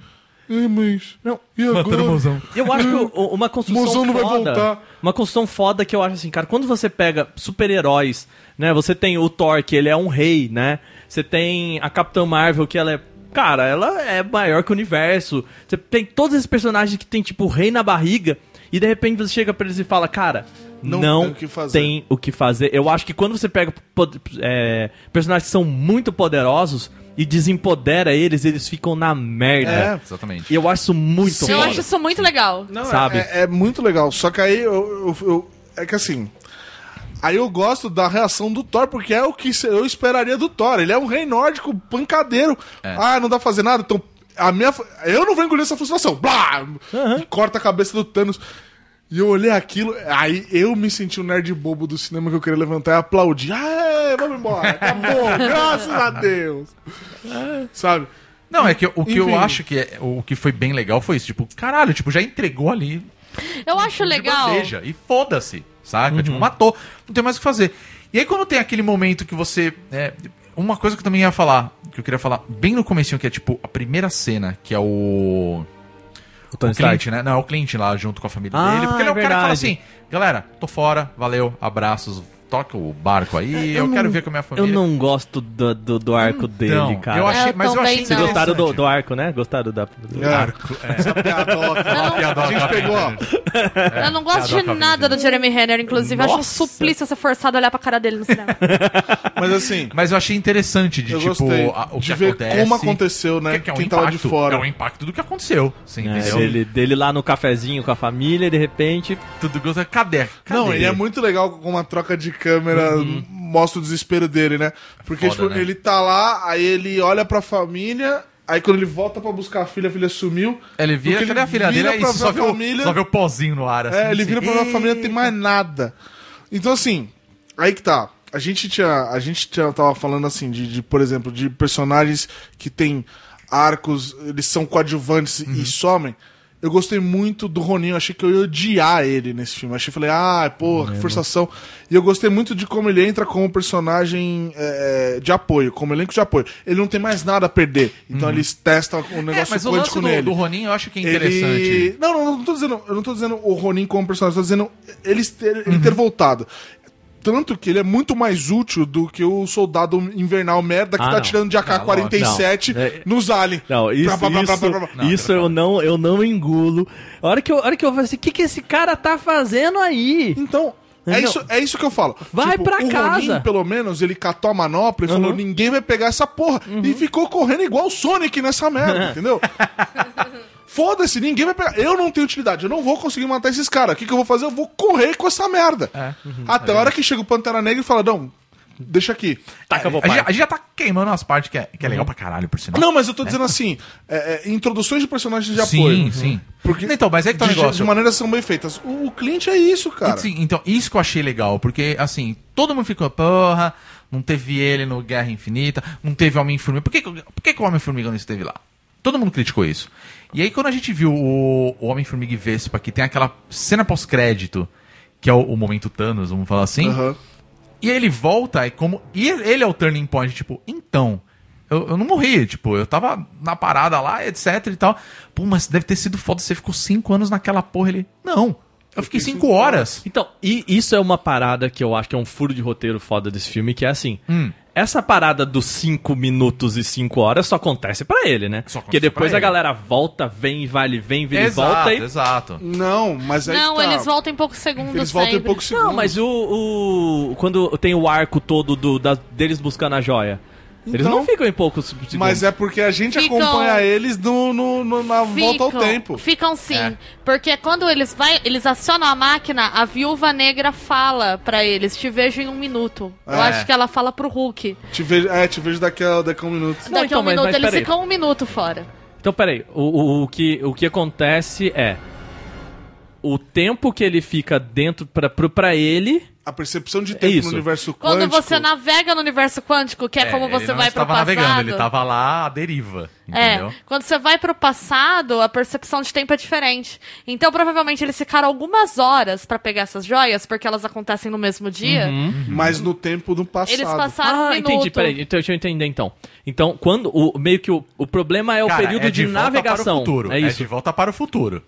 Speaker 8: Ei, mas.
Speaker 7: Não.
Speaker 8: E agora?
Speaker 5: Matando o mozão.
Speaker 7: Eu acho que o- uma construção
Speaker 8: Mozão
Speaker 7: foda,
Speaker 8: não vai voltar.
Speaker 7: uma construção foda que eu acho assim, cara, quando você pega super-heróis, né? Você tem o Thor, que ele é um rei, né? Você tem a Capitã Marvel, que ela é Cara, ela é maior que o universo. Você tem todos esses personagens que tem, tipo, rei na barriga. E de repente você chega pra eles e fala, cara, não,
Speaker 8: Não tem o que fazer.
Speaker 7: tem o que fazer. Eu acho que quando você pega pod- é, personagens que são muito poderosos e desempodera eles, eles ficam na
Speaker 8: É.
Speaker 7: merda.
Speaker 5: Exatamente.
Speaker 7: E eu acho isso muito
Speaker 6: Eu
Speaker 7: foda.
Speaker 6: acho isso muito legal.
Speaker 8: Não, é-
Speaker 7: sabe?
Speaker 8: É, é muito legal. Só que aí eu, eu- eu- É que assim. Aí eu gosto da reação do Thor, porque é o que se- eu esperaria do Thor. Ele é um rei nórdico pancadeiro. Ah, não dá pra fazer nada? Então. A minha. fu- Eu não vou engolir essa frustração. Blá! E Corta a cabeça do Thanos. E eu olhei aquilo, aí eu me senti um nerd bobo do cinema que eu queria levantar e aplaudir. Ah, vamos embora, acabou, graças a Deus. Sabe?
Speaker 5: Não, é que o que eu
Speaker 8: Enfim.
Speaker 5: acho que é- o que foi bem legal foi isso, tipo, caralho, tipo, já entregou ali
Speaker 6: Eu acho
Speaker 5: de
Speaker 6: legal.
Speaker 5: bandeja. E foda-se, saca? Tipo, matou. Não tem mais o que fazer. E aí quando tem aquele momento que você. é, uma coisa que eu também ia falar, que eu queria falar bem no comecinho, que é tipo a primeira cena, que é o.
Speaker 7: O Tony
Speaker 5: O Clint, né? Não, é o Clint lá junto com a família
Speaker 7: Ah,
Speaker 5: dele. Porque ele é o
Speaker 7: é
Speaker 5: cara que fala
Speaker 7: verdade.
Speaker 5: assim: galera, tô fora, valeu, abraços, toca o barco aí, eu, quero ver com a minha
Speaker 7: Eu
Speaker 5: família. Então,
Speaker 7: não gosto do, do, do arco dele, cara.
Speaker 8: É,
Speaker 5: Eu achei,
Speaker 6: Eu
Speaker 5: mas eu
Speaker 6: também
Speaker 5: achei
Speaker 6: não.
Speaker 7: Vocês gostaram do,
Speaker 5: interessante.
Speaker 7: do arco, né? Gostaram da. do-
Speaker 5: Arco,
Speaker 8: Essa piadoca.
Speaker 5: piadoca,
Speaker 8: a gente pegou, ó.
Speaker 6: eu não gosto de
Speaker 5: piadoca
Speaker 6: nada do Jeremy Renner, inclusive. Eu acho um
Speaker 7: Nossa.
Speaker 6: suplício ser forçado a olhar pra cara dele no cinema.
Speaker 8: Mas assim,
Speaker 5: Mas eu achei interessante de,
Speaker 8: eu
Speaker 5: tipo,
Speaker 8: gostei
Speaker 5: a- o
Speaker 8: de
Speaker 5: que
Speaker 8: ver
Speaker 5: acontece.
Speaker 8: como aconteceu, né?
Speaker 5: que- que é um
Speaker 8: Quem tava
Speaker 5: impacto,
Speaker 8: de fora.
Speaker 5: É o impacto do que aconteceu. Você entendeu?
Speaker 7: É, dele, dele lá no cafezinho com a família, de repente.
Speaker 5: Tudo gosta. Cadê? Cadê? Uhum.
Speaker 8: Não, e é muito legal como uma troca de câmera mostra o desespero dele, né? Porque,
Speaker 5: Foda,
Speaker 8: tipo,
Speaker 5: né?
Speaker 8: ele tá lá, aí ele olha pra família, aí quando ele volta pra buscar a filha, a filha sumiu.
Speaker 5: Ele
Speaker 8: No
Speaker 5: vira,
Speaker 8: que
Speaker 5: cadê a filha dele?
Speaker 8: vira
Speaker 5: Aí
Speaker 8: pra
Speaker 5: só
Speaker 8: ver
Speaker 5: vê,
Speaker 8: a
Speaker 5: o,
Speaker 8: família.
Speaker 5: só vê o pozinho no ar. Assim,
Speaker 8: É, ele
Speaker 5: assim,
Speaker 8: vira pra uma
Speaker 5: "Ei".
Speaker 8: família, não tem mais nada. Então, assim, aí que tá. A gente tinha. A gente tinha, tava falando assim, de, de, por exemplo, de personagens que tem arcos, eles são coadjuvantes e somem. Eu gostei muito do Roninho, eu achei que eu ia odiar ele nesse filme. Eu Achei falei, ah, porra, que forçação. E eu gostei muito de como ele entra como personagem é, de apoio, como elenco de apoio. Ele não tem mais nada a perder. Então eles testam o
Speaker 5: É,
Speaker 8: negócio
Speaker 5: mas o
Speaker 8: quântico
Speaker 5: lance do,
Speaker 8: nele.
Speaker 5: do Ronin eu acho que é interessante.
Speaker 8: Ele... Não, não, não tô dizendo, eu não tô dizendo o Ronin como personagem, eu tô dizendo ele ter,
Speaker 7: Uhum.
Speaker 8: ele ter voltado. Tanto que ele é muito mais útil do que o soldado invernal merda que
Speaker 7: Ah,
Speaker 8: tá
Speaker 7: não.
Speaker 8: tirando de
Speaker 7: Não,
Speaker 8: AK-47
Speaker 7: não. É-
Speaker 8: nos Alien.
Speaker 7: Não, isso,
Speaker 8: Pra- pra- pra-
Speaker 7: isso,
Speaker 8: pra- pra- pra-
Speaker 5: Não,
Speaker 7: isso eu, não, eu não engulo. A hora que eu, a hora que eu falei assim, o que, que esse cara tá fazendo aí?
Speaker 8: Então, é
Speaker 7: Não.
Speaker 8: isso, é isso que eu falo.
Speaker 7: Vai pra
Speaker 8: o
Speaker 7: casa.
Speaker 8: Ronin, pelo menos, ele catou a manopla e falou:
Speaker 7: Uhum.
Speaker 8: ninguém vai pegar essa porra. E ficou correndo igual o Sonic nessa merda, entendeu? Foda-se, ninguém vai pegar. Eu não tenho utilidade, eu não vou conseguir matar esses caras. O que, que eu vou fazer? Eu vou correr com essa merda. Até a hora que chega o Pantera Negra e fala: não, deixa aqui.
Speaker 7: Taca,
Speaker 5: a, gente, a gente já tá queimando as partes que é, que é legal pra caralho, por sinal.
Speaker 8: Não, mas eu tô dizendo assim: é, é, introduções de personagens de
Speaker 5: sim,
Speaker 8: apoio.
Speaker 5: sim.
Speaker 8: Uhum. Porque
Speaker 5: Então, mas é que tá o
Speaker 8: de,
Speaker 5: negócio.
Speaker 8: de maneiras que são bem feitas. O, o cliente é isso, cara.
Speaker 5: Sim, então, isso que eu achei legal, porque assim, todo mundo ficou, porra, não teve ele no Guerra Infinita, não teve Homem-Formiga. Por que, que o- por que, que o Homem-Formiga não esteve lá? Todo mundo criticou isso. E aí, quando a gente viu o, o Homem-Formiga e Vespa, que tem aquela cena pós-crédito, que é o, o momento Thanos, vamos falar assim,
Speaker 8: Aham.
Speaker 5: e ele volta, e como. E ele é o turning point, tipo, então. Eu, eu não morri, tipo, eu tava na parada lá, etc e tal. Pô, mas deve ter sido foda, você ficou cinco anos naquela porra. Ele. Não, eu fiquei cinco horas.
Speaker 7: Então, e isso é uma parada que eu acho que é um furo de roteiro foda desse filme, que é assim.
Speaker 5: Hum.
Speaker 7: Essa parada dos 5 minutos e 5 horas só acontece pra ele, né?
Speaker 5: Só acontece
Speaker 7: Porque depois
Speaker 5: pra
Speaker 7: a
Speaker 5: ele.
Speaker 7: galera volta, vem, vai, ele vem, vem, ele volta e.
Speaker 5: exato.
Speaker 8: Não, mas aí
Speaker 6: não,
Speaker 8: tá.
Speaker 6: eles voltam em poucos segundos
Speaker 8: Eles voltam em
Speaker 6: sempre.
Speaker 8: poucos segundos.
Speaker 7: Não, mas o, o- Quando tem o arco todo do, da- deles buscando a joia. eles
Speaker 8: Então-
Speaker 7: não ficam em poucos segundos.
Speaker 8: Mas é porque a gente
Speaker 6: Ficam-
Speaker 8: acompanha eles no, no- no- na volta ao tempo.
Speaker 6: Ficam sim.
Speaker 5: É.
Speaker 6: Porque quando eles vai, eles acionam a máquina, a viúva negra fala pra eles: Te vejo em um minuto. Eu
Speaker 5: É.
Speaker 6: acho que ela fala pro Hulk.
Speaker 8: Te vejo, é, te vejo daqui a, daqui a um minuto.
Speaker 7: Não,
Speaker 6: Daqui
Speaker 7: então,
Speaker 6: a um
Speaker 7: mas-
Speaker 6: minuto,
Speaker 7: mas
Speaker 6: eles
Speaker 7: peraí.
Speaker 6: ficam um minuto fora.
Speaker 7: Então, peraí, o, o, o que, o que acontece é. O tempo que ele fica dentro pra, pro- pra ele.
Speaker 8: A percepção de
Speaker 7: É
Speaker 8: tempo
Speaker 7: isso.
Speaker 8: no universo
Speaker 6: Quando
Speaker 8: quântico...
Speaker 6: você navega no universo quântico, que é, como você vai pro
Speaker 5: estava
Speaker 6: passado.
Speaker 5: navegando, ele tava lá à deriva,
Speaker 6: É,
Speaker 5: entendeu?
Speaker 6: quando você vai pro passado, a percepção de tempo é diferente. Então, provavelmente, eles ficaram algumas horas pra pegar essas joias, porque elas acontecem no mesmo dia.
Speaker 5: Uhum.
Speaker 7: Uhum.
Speaker 8: Mas no tempo do passado.
Speaker 6: Eles passaram um minuto.
Speaker 7: entendi, peraí, então, deixa eu entender então. Então, quando. O, meio que o, o problema é o
Speaker 5: Cara,
Speaker 7: período
Speaker 5: é
Speaker 7: de,
Speaker 5: volta
Speaker 7: navegação.
Speaker 5: Para o futuro.
Speaker 7: É isso.
Speaker 5: de volta para o futuro.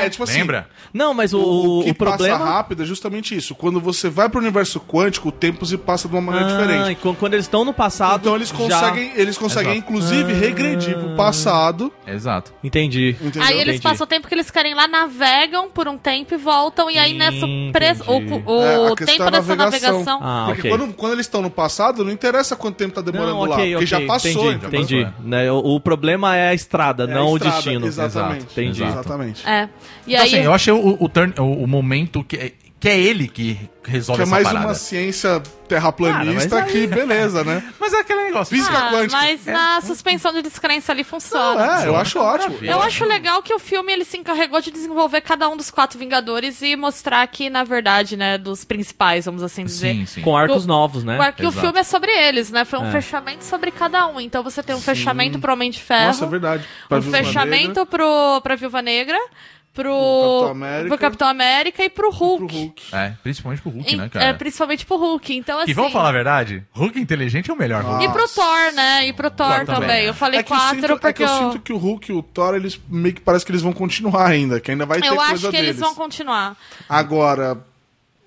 Speaker 8: É, é tipo assim...
Speaker 5: Lembra?
Speaker 7: Não, mas o,
Speaker 8: O,
Speaker 7: Uhum. o,
Speaker 8: que
Speaker 7: problema.
Speaker 8: passa rápido é justamente isso. Quando você vai pro universo quântico, o tempo se passa de uma maneira
Speaker 7: Ah, e
Speaker 8: é diferente.
Speaker 7: quan- quando eles estão no passado.
Speaker 8: Então eles
Speaker 7: já- Ah.
Speaker 8: conseguem, eles conseguem
Speaker 5: Exato.
Speaker 8: inclusive, regredir pro passado.
Speaker 5: Exato.
Speaker 7: Entendi.
Speaker 8: Entendeu?
Speaker 6: Aí eles
Speaker 7: Entendi.
Speaker 6: passam o tempo que eles querem lá, navegam por um tempo e voltam. E aí, nessa
Speaker 7: Entendi.
Speaker 6: pres... o,
Speaker 8: É,
Speaker 6: o
Speaker 8: a questão
Speaker 6: tempo
Speaker 8: é a
Speaker 6: dessa
Speaker 8: navegação.
Speaker 6: navegação.
Speaker 7: Ah,
Speaker 8: Porque
Speaker 7: ok.
Speaker 8: quando, quando eles estão no passado, não interessa quanto tempo tá demorando
Speaker 7: Não, ok,
Speaker 8: lá. Porque
Speaker 7: ok,
Speaker 8: já passou,
Speaker 7: entendi.
Speaker 8: entendeu?
Speaker 7: entendi. Né, o, o problema é a estrada,
Speaker 8: É a
Speaker 7: não
Speaker 8: estrada,
Speaker 7: o destino.
Speaker 8: Exatamente.
Speaker 7: Exato, entendi.
Speaker 8: Exatamente.
Speaker 6: É. E
Speaker 5: Então,
Speaker 6: aí.
Speaker 5: assim, eu achei o, o, turn- o- o momento que é, que é ele que resolve
Speaker 8: Que é
Speaker 5: essa
Speaker 8: mais
Speaker 5: parada.
Speaker 8: uma ciência terraplanista
Speaker 7: Cara, mas aí-
Speaker 8: que beleza, né?
Speaker 5: Mas é aquele negócio.
Speaker 8: Física
Speaker 6: Ah,
Speaker 8: quântica.
Speaker 6: mas na suspensão de descrença ali funciona.
Speaker 8: É, eu acho ótimo.
Speaker 5: Maravilha.
Speaker 6: Eu acho legal que o filme ele se encarregou de desenvolver cada um dos quatro Vingadores e mostrar que, na verdade, né, dos principais, vamos assim dizer.
Speaker 5: Sim, sim.
Speaker 7: Com arcos
Speaker 6: Do-
Speaker 7: novos, né?
Speaker 6: O arquivo
Speaker 5: Exato.
Speaker 6: filme é sobre eles, né? Foi um
Speaker 7: É.
Speaker 6: fechamento sobre cada um. Então você tem um fechamento pro Homem de Ferro,
Speaker 8: Nossa, é verdade. Pra
Speaker 6: um
Speaker 8: Viúva Negra.
Speaker 6: fechamento pro, pra Viúva Negra, pro
Speaker 8: Capitão América.
Speaker 6: pro Capitão América e pro Hulk.
Speaker 8: Pro Hulk.
Speaker 5: É, principalmente pro Hulk,
Speaker 6: Em-
Speaker 5: né,
Speaker 6: é,
Speaker 5: cara?
Speaker 6: principalmente pro Hulk. Então, assim.
Speaker 5: E vamos falar a verdade? Hulk inteligente é o
Speaker 8: Ah,
Speaker 5: melhor Hulk.
Speaker 6: E pro Thor, né? E pro Thor
Speaker 5: Thor também,
Speaker 6: também.
Speaker 5: é.
Speaker 6: Eu falei
Speaker 8: É que eu
Speaker 6: quatro
Speaker 8: sinto- é
Speaker 6: porque
Speaker 8: que eu,
Speaker 6: eu.
Speaker 8: sinto que o Hulk e o Thor, eles meio que parece que eles vão continuar ainda, que ainda vai ter
Speaker 6: eu
Speaker 8: coisa
Speaker 6: acho que
Speaker 8: deles.
Speaker 6: eles vão continuar.
Speaker 5: Então,
Speaker 8: Agora,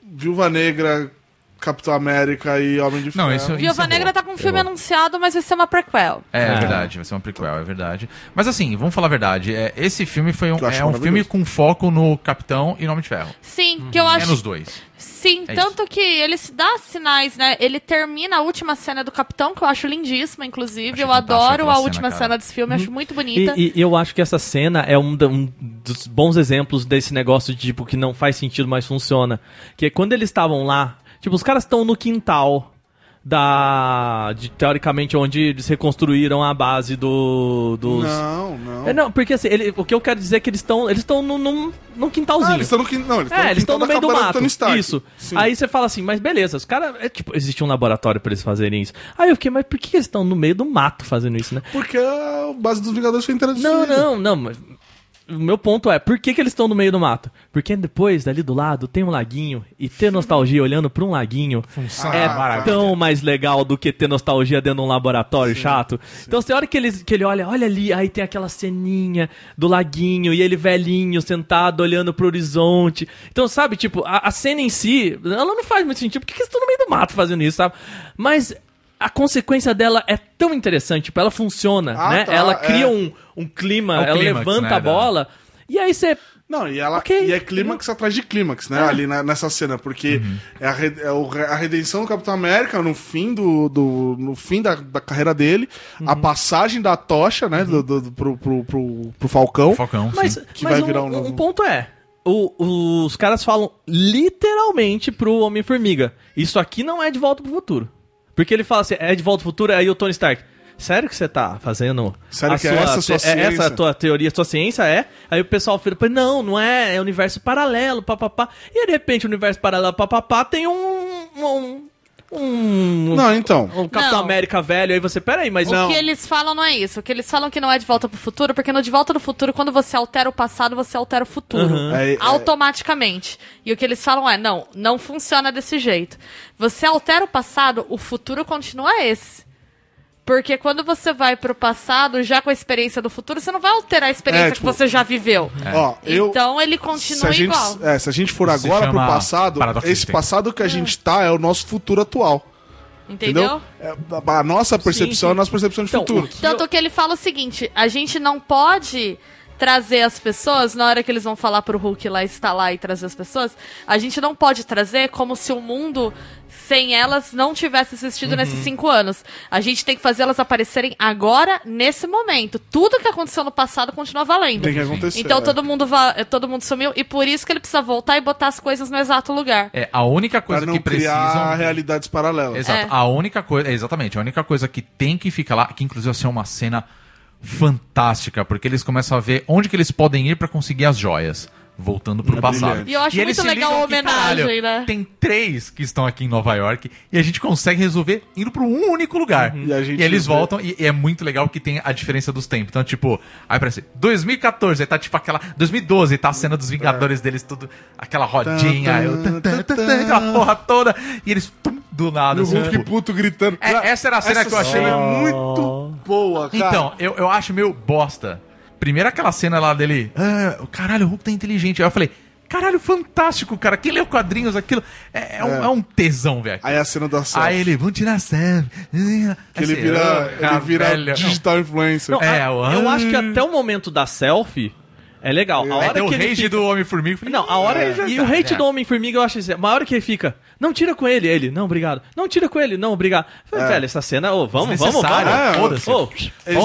Speaker 8: Viúva Negra, Capitão América e Homem de Ferro.
Speaker 5: Não,
Speaker 7: é
Speaker 5: isso é
Speaker 6: Viúva
Speaker 5: encerrou.
Speaker 6: Negra tá com um filme
Speaker 5: Encerrou.
Speaker 6: anunciado, mas vai ser uma prequel.
Speaker 5: É, é verdade, vai ser uma prequel, é verdade. Mas assim, vamos falar a verdade. é, esse filme foi um,
Speaker 8: Eu acho
Speaker 5: é um filme
Speaker 8: maravilhoso.
Speaker 5: com foco no Capitão e no Homem de Ferro.
Speaker 6: Sim, que eu
Speaker 5: É nos
Speaker 6: acho.
Speaker 5: dois.
Speaker 6: Sim,
Speaker 5: É
Speaker 6: tanto que ele se dá sinais, né? Ele termina a última cena do Capitão, que eu acho lindíssima, inclusive.
Speaker 5: Achei
Speaker 6: eu
Speaker 5: fantástica
Speaker 6: adoro
Speaker 5: aquela
Speaker 6: a
Speaker 5: cena,
Speaker 6: última
Speaker 5: cara.
Speaker 6: cena, desse filme,
Speaker 8: Uhum.
Speaker 6: acho muito bonita.
Speaker 7: E, e eu acho que essa cena é um, da- um dos bons exemplos desse negócio de tipo que não faz sentido, mas funciona. Que é quando eles estavam lá, tipo, os caras estão no quintal da. de, teoricamente, onde eles reconstruíram a base do. dos.
Speaker 8: Não, não. Ah,
Speaker 7: É, não, porque assim, ele- o que eu quero dizer é que eles estão. Eles estão num, num, num
Speaker 8: Ah,
Speaker 7: quintalzinho.
Speaker 8: eles estão no quinto. Não, eles
Speaker 7: É, eles estão no
Speaker 8: quintal da
Speaker 7: meio do
Speaker 8: cabana
Speaker 7: mato.
Speaker 8: Tony Stark.
Speaker 7: Isso.
Speaker 8: Sim.
Speaker 7: Aí você fala assim, mas beleza, os caras. É, tipo, existe um laboratório pra eles fazerem isso. Aí eu fiquei, mas por que eles estão no meio do mato fazendo isso, né?
Speaker 8: Porque a base dos Vingadores foi inteira
Speaker 7: Não,
Speaker 8: destruída.
Speaker 7: não, não, mas. O meu ponto é, por que, que eles estão no meio do mato? Porque depois, dali do lado, tem um laguinho, e ter nostalgia olhando pra um laguinho é
Speaker 8: Ah, maravilha.
Speaker 7: tão mais legal do que ter nostalgia dentro de um laboratório chato. Então, tem hora que ele, que ele olha, olha ali, aí tem aquela ceninha do laguinho, e ele velhinho, sentado, olhando pro horizonte. Então, sabe, tipo, a, a cena em si, ela não faz muito sentido, porque eles estão no meio do mato fazendo isso, sabe? Mas... A consequência dela é tão interessante, tipo, ela funciona,
Speaker 8: Ah,
Speaker 7: né?
Speaker 8: tá,
Speaker 7: ela cria
Speaker 8: é.
Speaker 7: um, um clima,
Speaker 5: É o
Speaker 7: ela
Speaker 5: clímax,
Speaker 7: levanta
Speaker 5: né,
Speaker 7: a bola e aí você.
Speaker 8: Não, e ela
Speaker 7: Ok.
Speaker 8: e é clímax atrás de clímax, né? Ali na- nessa cena, porque
Speaker 5: Uhum.
Speaker 8: é, a, re- é o re- a redenção do Capitão América no fim do, do no fim da, da carreira dele, a passagem da tocha, né, do, do- do- pro, pro, pro, pro Falcão.
Speaker 5: Falcão,
Speaker 7: Mas,
Speaker 5: sim.
Speaker 8: Que
Speaker 7: mas
Speaker 8: vai
Speaker 7: um,
Speaker 8: virar um
Speaker 7: um
Speaker 8: novo-
Speaker 7: ponto é. o- os caras falam literalmente pro Homem-Formiga: Isso aqui não é de volta pro futuro. Porque ele fala assim: é de volta pro futuro, aí o Tony Stark. Sério que você tá fazendo?
Speaker 8: Sério que é essa a sua
Speaker 7: te- é
Speaker 8: ciência?"
Speaker 7: essa a tua teoria, a tua ciência é? Aí o pessoal fica, "Pô, não, não é, é universo paralelo, papapá. E aí, de repente o universo paralelo, papapá, tem um. um, um
Speaker 8: Não, então.
Speaker 7: um Capitão
Speaker 6: Não.
Speaker 7: América velho, aí você, peraí, mas
Speaker 6: O que eles falam não é isso. O que eles falam que não é de volta pro futuro, porque no de volta no futuro, quando você altera o passado, você altera o futuro.
Speaker 8: É, é-
Speaker 6: automaticamente. E o que eles falam é: não, não funciona desse jeito. Você altera o passado, o futuro continua esse. Porque quando você vai pro passado, já com a experiência do futuro, você não vai alterar a experiência
Speaker 8: É, tipo,
Speaker 6: que você já viveu.
Speaker 8: Ó, eu,
Speaker 6: então ele
Speaker 8: se
Speaker 6: continua
Speaker 8: a, gente,
Speaker 6: igual.
Speaker 8: é, se a gente for
Speaker 5: É. Isso se
Speaker 8: agora pro
Speaker 5: chama
Speaker 8: passado,
Speaker 5: paradoxo de
Speaker 8: esse
Speaker 5: tempo.
Speaker 8: passado que a gente tá é o nosso futuro atual.
Speaker 6: Entendeu?
Speaker 8: Entendeu? É, a- a nossa percepção
Speaker 7: sim.
Speaker 8: é a nossa percepção de
Speaker 7: Então,
Speaker 8: futuro.
Speaker 7: o que-
Speaker 6: Tanto que ele fala o seguinte: a gente não pode trazer as pessoas, na hora que eles vão falar pro Hulk lá estar lá e trazer as pessoas, a gente não pode trazer como se o mundo sem elas não tivesse existido nesses cinco anos. A gente tem que fazer elas aparecerem agora, nesse momento. Tudo que aconteceu no passado continua valendo.
Speaker 8: Tem que acontecer.
Speaker 6: Então
Speaker 8: é.
Speaker 6: todo mundo va- todo mundo sumiu e por isso que ele precisa voltar e botar as coisas no exato lugar.
Speaker 5: É, a única coisa
Speaker 8: Pra não
Speaker 5: que
Speaker 8: criar
Speaker 5: precisam. né?
Speaker 8: realidades paralelas.
Speaker 5: Exato.
Speaker 6: É.
Speaker 5: A única coisa. é, Exatamente. A única coisa que tem que ficar lá, que inclusive vai ser uma cena fantástica, porque eles começam a ver onde que eles podem ir pra conseguir as joias. Voltando pro passado.
Speaker 8: É brilhante.
Speaker 6: E eu acho
Speaker 5: eles
Speaker 6: muito
Speaker 5: se
Speaker 6: legal
Speaker 5: ligam
Speaker 6: a
Speaker 5: que,
Speaker 6: homenagem,
Speaker 5: caralho,
Speaker 6: né?
Speaker 5: Tem três que estão aqui em Nova York e a gente consegue resolver indo pra um único lugar.
Speaker 8: Uhum. E a gente
Speaker 5: eles
Speaker 8: vê-
Speaker 5: voltam e, e é muito legal que tem a diferença dos tempos. Então, tipo, aí parece 2014, aí tá tipo aquela. 2012, tá a cena dos Vingadores deles, tudo. Aquela rodinha,
Speaker 8: Tan,
Speaker 5: aí o tan, tan,
Speaker 8: tan,
Speaker 5: tan, tan, aquela porra toda. E eles tum, do nada.
Speaker 8: E o
Speaker 5: assim,
Speaker 8: Uhum. Hulk
Speaker 5: tipo,
Speaker 8: um puto gritando.
Speaker 5: É, essa era a cena que eu achei- Oh.
Speaker 8: cena é muito boa, cara.
Speaker 5: Então, eu, eu acho meio bosta. Primeiro aquela cena lá dele, ah, caralho, o Hulk tá inteligente. Aí eu falei, caralho, fantástico, cara. Quem leu quadrinhos, aquilo. É, é Um, é um tesão, velho.
Speaker 8: Aí a cena da selfie.
Speaker 5: Aí ele, vamos tirar a Assim, "Ah, selfie.
Speaker 8: Que ele vira, ele vira digital influencer.
Speaker 7: Não,
Speaker 5: É,
Speaker 7: a-
Speaker 5: o-
Speaker 7: eu acho que até o momento da selfie é legal. A hora
Speaker 5: Até o
Speaker 7: que ele
Speaker 5: rage
Speaker 7: fica...
Speaker 5: do Homem-Formiga. eu falei,
Speaker 7: Não, a hora.
Speaker 5: "Ih, já
Speaker 7: É E
Speaker 5: tá,
Speaker 7: o hate
Speaker 5: já".
Speaker 7: do Homem-Formiga, eu acho assim. Uma hora que ele fica. Não tira com ele, ele. Não, obrigado. Não tira com ele, não, obrigado. Eu falei, Velho, essa cena, ô, vamos, vamos,
Speaker 5: Desnecessário,
Speaker 7: vamos.
Speaker 8: é,
Speaker 5: É. foda-se.
Speaker 7: Ô,
Speaker 5: Ou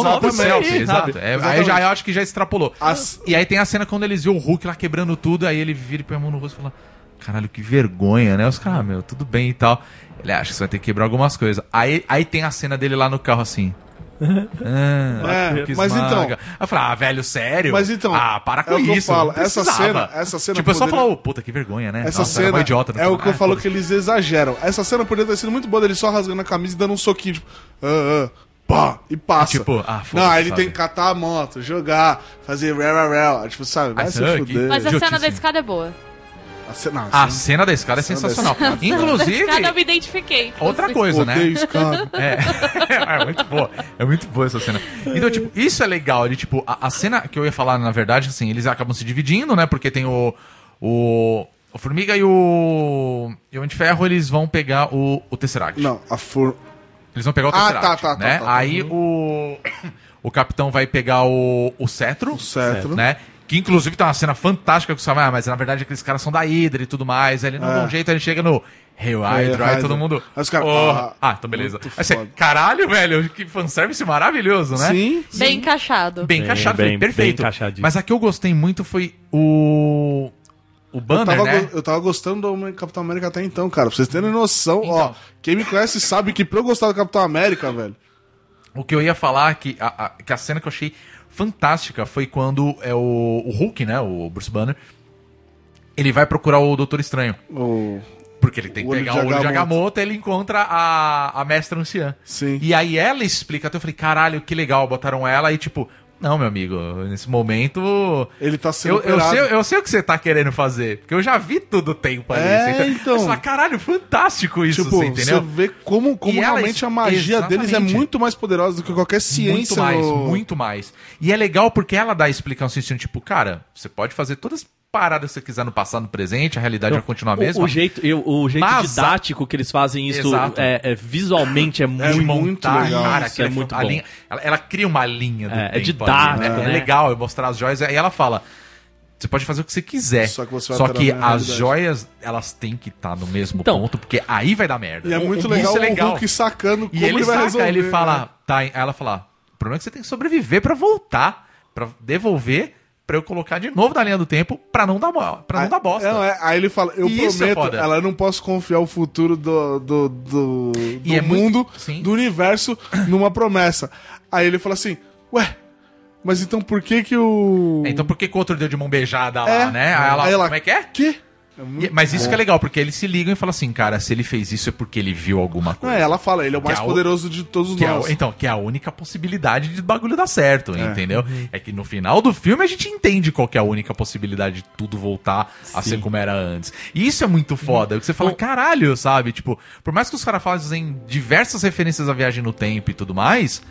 Speaker 5: não,
Speaker 7: vamos,
Speaker 5: pro
Speaker 8: Exatamente.
Speaker 5: selfie,
Speaker 7: sabe?
Speaker 5: exato. É, aí eu já eu acho que já extrapolou.
Speaker 8: As-
Speaker 5: E aí tem a cena quando eles viram o Hulk lá quebrando tudo, aí ele vira e põe a mão no rosto e fala: Caralho, que vergonha, né? Os caras, ah, meu, tudo bem e tal. Ele acha que você vai ter que quebrar algumas coisas. Aí, aí tem a cena dele lá no carro assim. Ah,
Speaker 8: É,
Speaker 5: que
Speaker 8: mas
Speaker 5: esmaga.
Speaker 8: então-
Speaker 5: Aí eu falo, ah, velho, sério?
Speaker 8: Mas então,
Speaker 5: Ah, para
Speaker 8: é
Speaker 5: com
Speaker 8: o que eu
Speaker 5: isso.
Speaker 8: falo,
Speaker 5: não
Speaker 8: essa
Speaker 5: precisava.
Speaker 8: cena- essa cena
Speaker 5: Tipo, o pessoal
Speaker 8: poderia-
Speaker 5: fala, ô, puta, que vergonha, né?
Speaker 8: Essa
Speaker 5: Nossa, era
Speaker 8: cena
Speaker 5: mó idiota,
Speaker 8: é o que eu falo
Speaker 5: que
Speaker 8: que eles exageram. Essa cena poderia ter sido muito boa dele só rasgando a camisa e dando um soquinho, tipo, ah, ah, pá, e passa.
Speaker 5: Tipo, ah, foda-se,
Speaker 8: Não, aí ele
Speaker 5: sabe?
Speaker 8: tem que catar a moto, jogar, fazer rara rara. Tipo, sabe, vai
Speaker 5: Ah,
Speaker 8: se
Speaker 5: sabe que-
Speaker 8: fuder.
Speaker 6: Mas a cena da
Speaker 5: Idiotice.
Speaker 6: escada é boa.
Speaker 8: A cena- não,
Speaker 5: A
Speaker 8: a cena-
Speaker 5: cena da escada é
Speaker 8: Cena da
Speaker 5: sensacional. Inclusive,
Speaker 6: Cada eu me identifiquei. inclusive.
Speaker 5: outra coisa, né?
Speaker 8: Odeio escada.
Speaker 5: É. é muito boa. É muito boa essa cena. Então, tipo, isso é legal. Ele, tipo, a, a cena que eu ia falar, na verdade, assim, eles acabam se dividindo, né? Porque tem o. O, o Formiga e o. E o Homem de Ferro, eles vão pegar o, o Tesseract.
Speaker 8: Não, a for...
Speaker 5: Eles vão pegar o
Speaker 8: Ah,
Speaker 5: Tesseract.
Speaker 8: tá, tá, tá,
Speaker 5: né?
Speaker 8: tá, tá.
Speaker 5: Aí o. O capitão vai pegar o, o cetro. O
Speaker 8: cetro.
Speaker 5: Né? Que inclusive tem uma cena fantástica com o Samuel, "Ah, mas na verdade aqueles caras são da Hydra e tudo mais. Aí ele não dá um jeito, aí ele chega no. Hey, Hydra, aí
Speaker 8: É. Hydra.
Speaker 5: todo mundo.
Speaker 8: Aí os caras,
Speaker 5: "Oh,
Speaker 8: ah,
Speaker 5: ah, então beleza.
Speaker 8: muito
Speaker 5: Aí você,
Speaker 8: foda.
Speaker 5: caralho, velho, que fanservice maravilhoso, né?
Speaker 8: Sim.
Speaker 6: Bem encaixado.
Speaker 5: Bem encaixado,
Speaker 7: bem-
Speaker 5: foi perfeito.
Speaker 7: bem encaixadinho.
Speaker 5: mas a que eu gostei muito foi o. O
Speaker 8: Eu
Speaker 5: banner,
Speaker 8: tava,
Speaker 5: né?
Speaker 8: go- eu tava gostando do Homem- Capitão América até então, cara. Pra vocês terem noção, ó.
Speaker 5: Então.
Speaker 8: Quem me conhece sabe que pra eu gostar do Capitão América, velho.
Speaker 5: O que eu ia falar, que a, a- que a cena que eu achei fantástica foi quando é o, o Hulk, né? O Bruce Banner. Ele vai procurar o Doutor Estranho.
Speaker 8: o-
Speaker 5: Porque ele tem
Speaker 8: O
Speaker 5: que
Speaker 8: olho
Speaker 5: pegar
Speaker 8: de
Speaker 5: o olho de
Speaker 8: Agamotto.
Speaker 5: Agamotto ele encontra a, a mestra anciã.
Speaker 8: Sim.
Speaker 5: E aí ela explica, até eu falei, caralho, que legal, botaram ela e tipo, não, meu amigo, nesse momento.
Speaker 8: Ele tá sendo
Speaker 5: Eu, eu,
Speaker 8: operado.
Speaker 5: sei, eu sei o que você tá querendo fazer, porque eu já vi todo o tempo ali.
Speaker 8: É,
Speaker 5: você-
Speaker 8: então.
Speaker 5: Você fala, caralho, fantástico isso,
Speaker 8: tipo,
Speaker 5: você entendeu?
Speaker 8: você vê como, como
Speaker 5: E ela-
Speaker 8: realmente a magia deles é
Speaker 5: exatamente.
Speaker 8: muito mais poderosa do que qualquer
Speaker 5: muito
Speaker 8: ciência.
Speaker 5: mais,
Speaker 8: no-
Speaker 5: muito mais. E é legal porque ela dá a explicação assim, tipo, cara, você pode fazer todas as paradas que você quiser no passado, no presente, a realidade
Speaker 8: Então,
Speaker 5: vai continuar a
Speaker 7: O-
Speaker 5: mesma.
Speaker 7: O, jeito, eu- o jeito
Speaker 5: Mas a-
Speaker 7: didático que eles fazem isso
Speaker 5: Exato.
Speaker 7: é, é visualmente é
Speaker 5: de
Speaker 7: muito,
Speaker 5: montar,
Speaker 7: legal.
Speaker 5: cara,
Speaker 7: Isso
Speaker 5: aquele
Speaker 7: é muito
Speaker 5: a
Speaker 7: bom.
Speaker 5: linha- ela, ela cria uma linha do
Speaker 7: É, é
Speaker 5: tempo ali,
Speaker 7: didático,
Speaker 5: né?
Speaker 7: né?
Speaker 5: É legal eu mostrar as joias. Aí ela fala: você pode fazer o que você quiser.
Speaker 8: Só que você vai alterar
Speaker 5: que
Speaker 8: a minha
Speaker 5: as
Speaker 8: realidade.
Speaker 5: joias, elas têm que estar no mesmo
Speaker 7: Então.
Speaker 5: ponto, porque aí vai dar merda.
Speaker 8: E é muito
Speaker 5: Isso
Speaker 8: legal,
Speaker 5: é legal.
Speaker 8: o Hulk sacando
Speaker 5: E
Speaker 8: como
Speaker 5: ele,
Speaker 8: vai
Speaker 5: saca,
Speaker 8: resolver.
Speaker 5: ele
Speaker 8: né?
Speaker 5: fala, tá, aí ela fala, o problema é que você tem que sobreviver pra voltar, pra devolver, pra eu colocar de novo na linha do tempo, pra não dar, mo- pra não
Speaker 8: Aí-
Speaker 5: dar bosta.
Speaker 8: não, é, aí ele fala, eu
Speaker 5: E isso é
Speaker 8: prometo,
Speaker 5: foda.
Speaker 8: ela eu não posso confiar o futuro do, do, do, do
Speaker 5: é muito-
Speaker 8: mundo,
Speaker 5: sim.
Speaker 8: do universo, numa promessa. Aí ele fala assim, ué, mas então por que que o...
Speaker 5: É, Então por que que o outro deu de mão beijada lá,
Speaker 8: É.
Speaker 5: né? Aí ela,
Speaker 8: Aí ela-
Speaker 5: como é que é?
Speaker 8: Quê?
Speaker 5: E- mas isso que é legal, porque eles se ligam e falam assim, cara, se ele fez isso é porque ele viu alguma
Speaker 8: Não,
Speaker 5: coisa.
Speaker 8: é, ela fala, ele é o
Speaker 5: Que
Speaker 8: mais
Speaker 5: é o-
Speaker 8: poderoso de todos
Speaker 5: Que é,
Speaker 8: nós.
Speaker 5: a- então, que é a única possibilidade de bagulho dar certo, entendeu? É que no final do filme a gente entende qual que é a única possibilidade de tudo voltar a ser como era antes. E isso é muito foda. Que você fala, caralho, sabe? Tipo, por mais que os caras fazem diversas referências à viagem no tempo e tudo mais,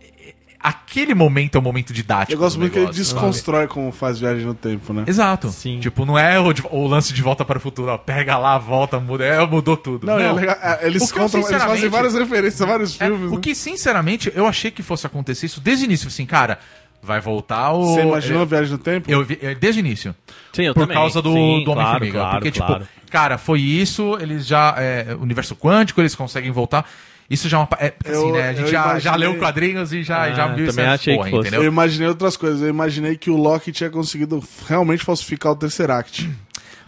Speaker 5: é- aquele momento é o momento didático.
Speaker 8: Eu gosto
Speaker 5: do
Speaker 8: muito que ele
Speaker 5: negócio, sabe?
Speaker 8: desconstrói como faz viagem no tempo, né?
Speaker 5: Exato.
Speaker 7: Sim.
Speaker 5: Tipo, não é o, de- o lance de volta para o futuro, ó, pega lá, volta, muda, é, mudou tudo.
Speaker 8: Não, é legal, é,
Speaker 5: O
Speaker 8: eles
Speaker 5: que eu,
Speaker 8: contam, eles fazem
Speaker 5: sinceramente-
Speaker 8: várias referências a vários
Speaker 5: É,
Speaker 8: filmes.
Speaker 5: o
Speaker 8: né?
Speaker 5: que, sinceramente, eu achei que fosse acontecer isso desde o início. Assim, cara, vai voltar o.
Speaker 8: Você imaginou viagem no tempo?
Speaker 5: Eu, eu vi- eu- desde o início.
Speaker 7: Sim, eu
Speaker 5: por
Speaker 7: também.
Speaker 5: causa do,
Speaker 7: Sim,
Speaker 5: do
Speaker 7: claro,
Speaker 5: Homem-Formiga.
Speaker 7: claro,
Speaker 5: porque,
Speaker 7: claro.
Speaker 5: tipo, cara, foi isso, eles já. É, universo quântico, eles conseguem voltar. Isso já é uma. pa- É, porque assim,
Speaker 8: Eu-
Speaker 5: né? A gente
Speaker 8: eu
Speaker 5: já,
Speaker 8: imaginei-
Speaker 5: já leu quadrinhos e já,
Speaker 7: Ah,
Speaker 5: já viu
Speaker 7: também
Speaker 5: essas
Speaker 7: achei que fosse.
Speaker 8: Eu imaginei outras coisas. Eu imaginei que o Loki tinha conseguido realmente falsificar o Tesseract.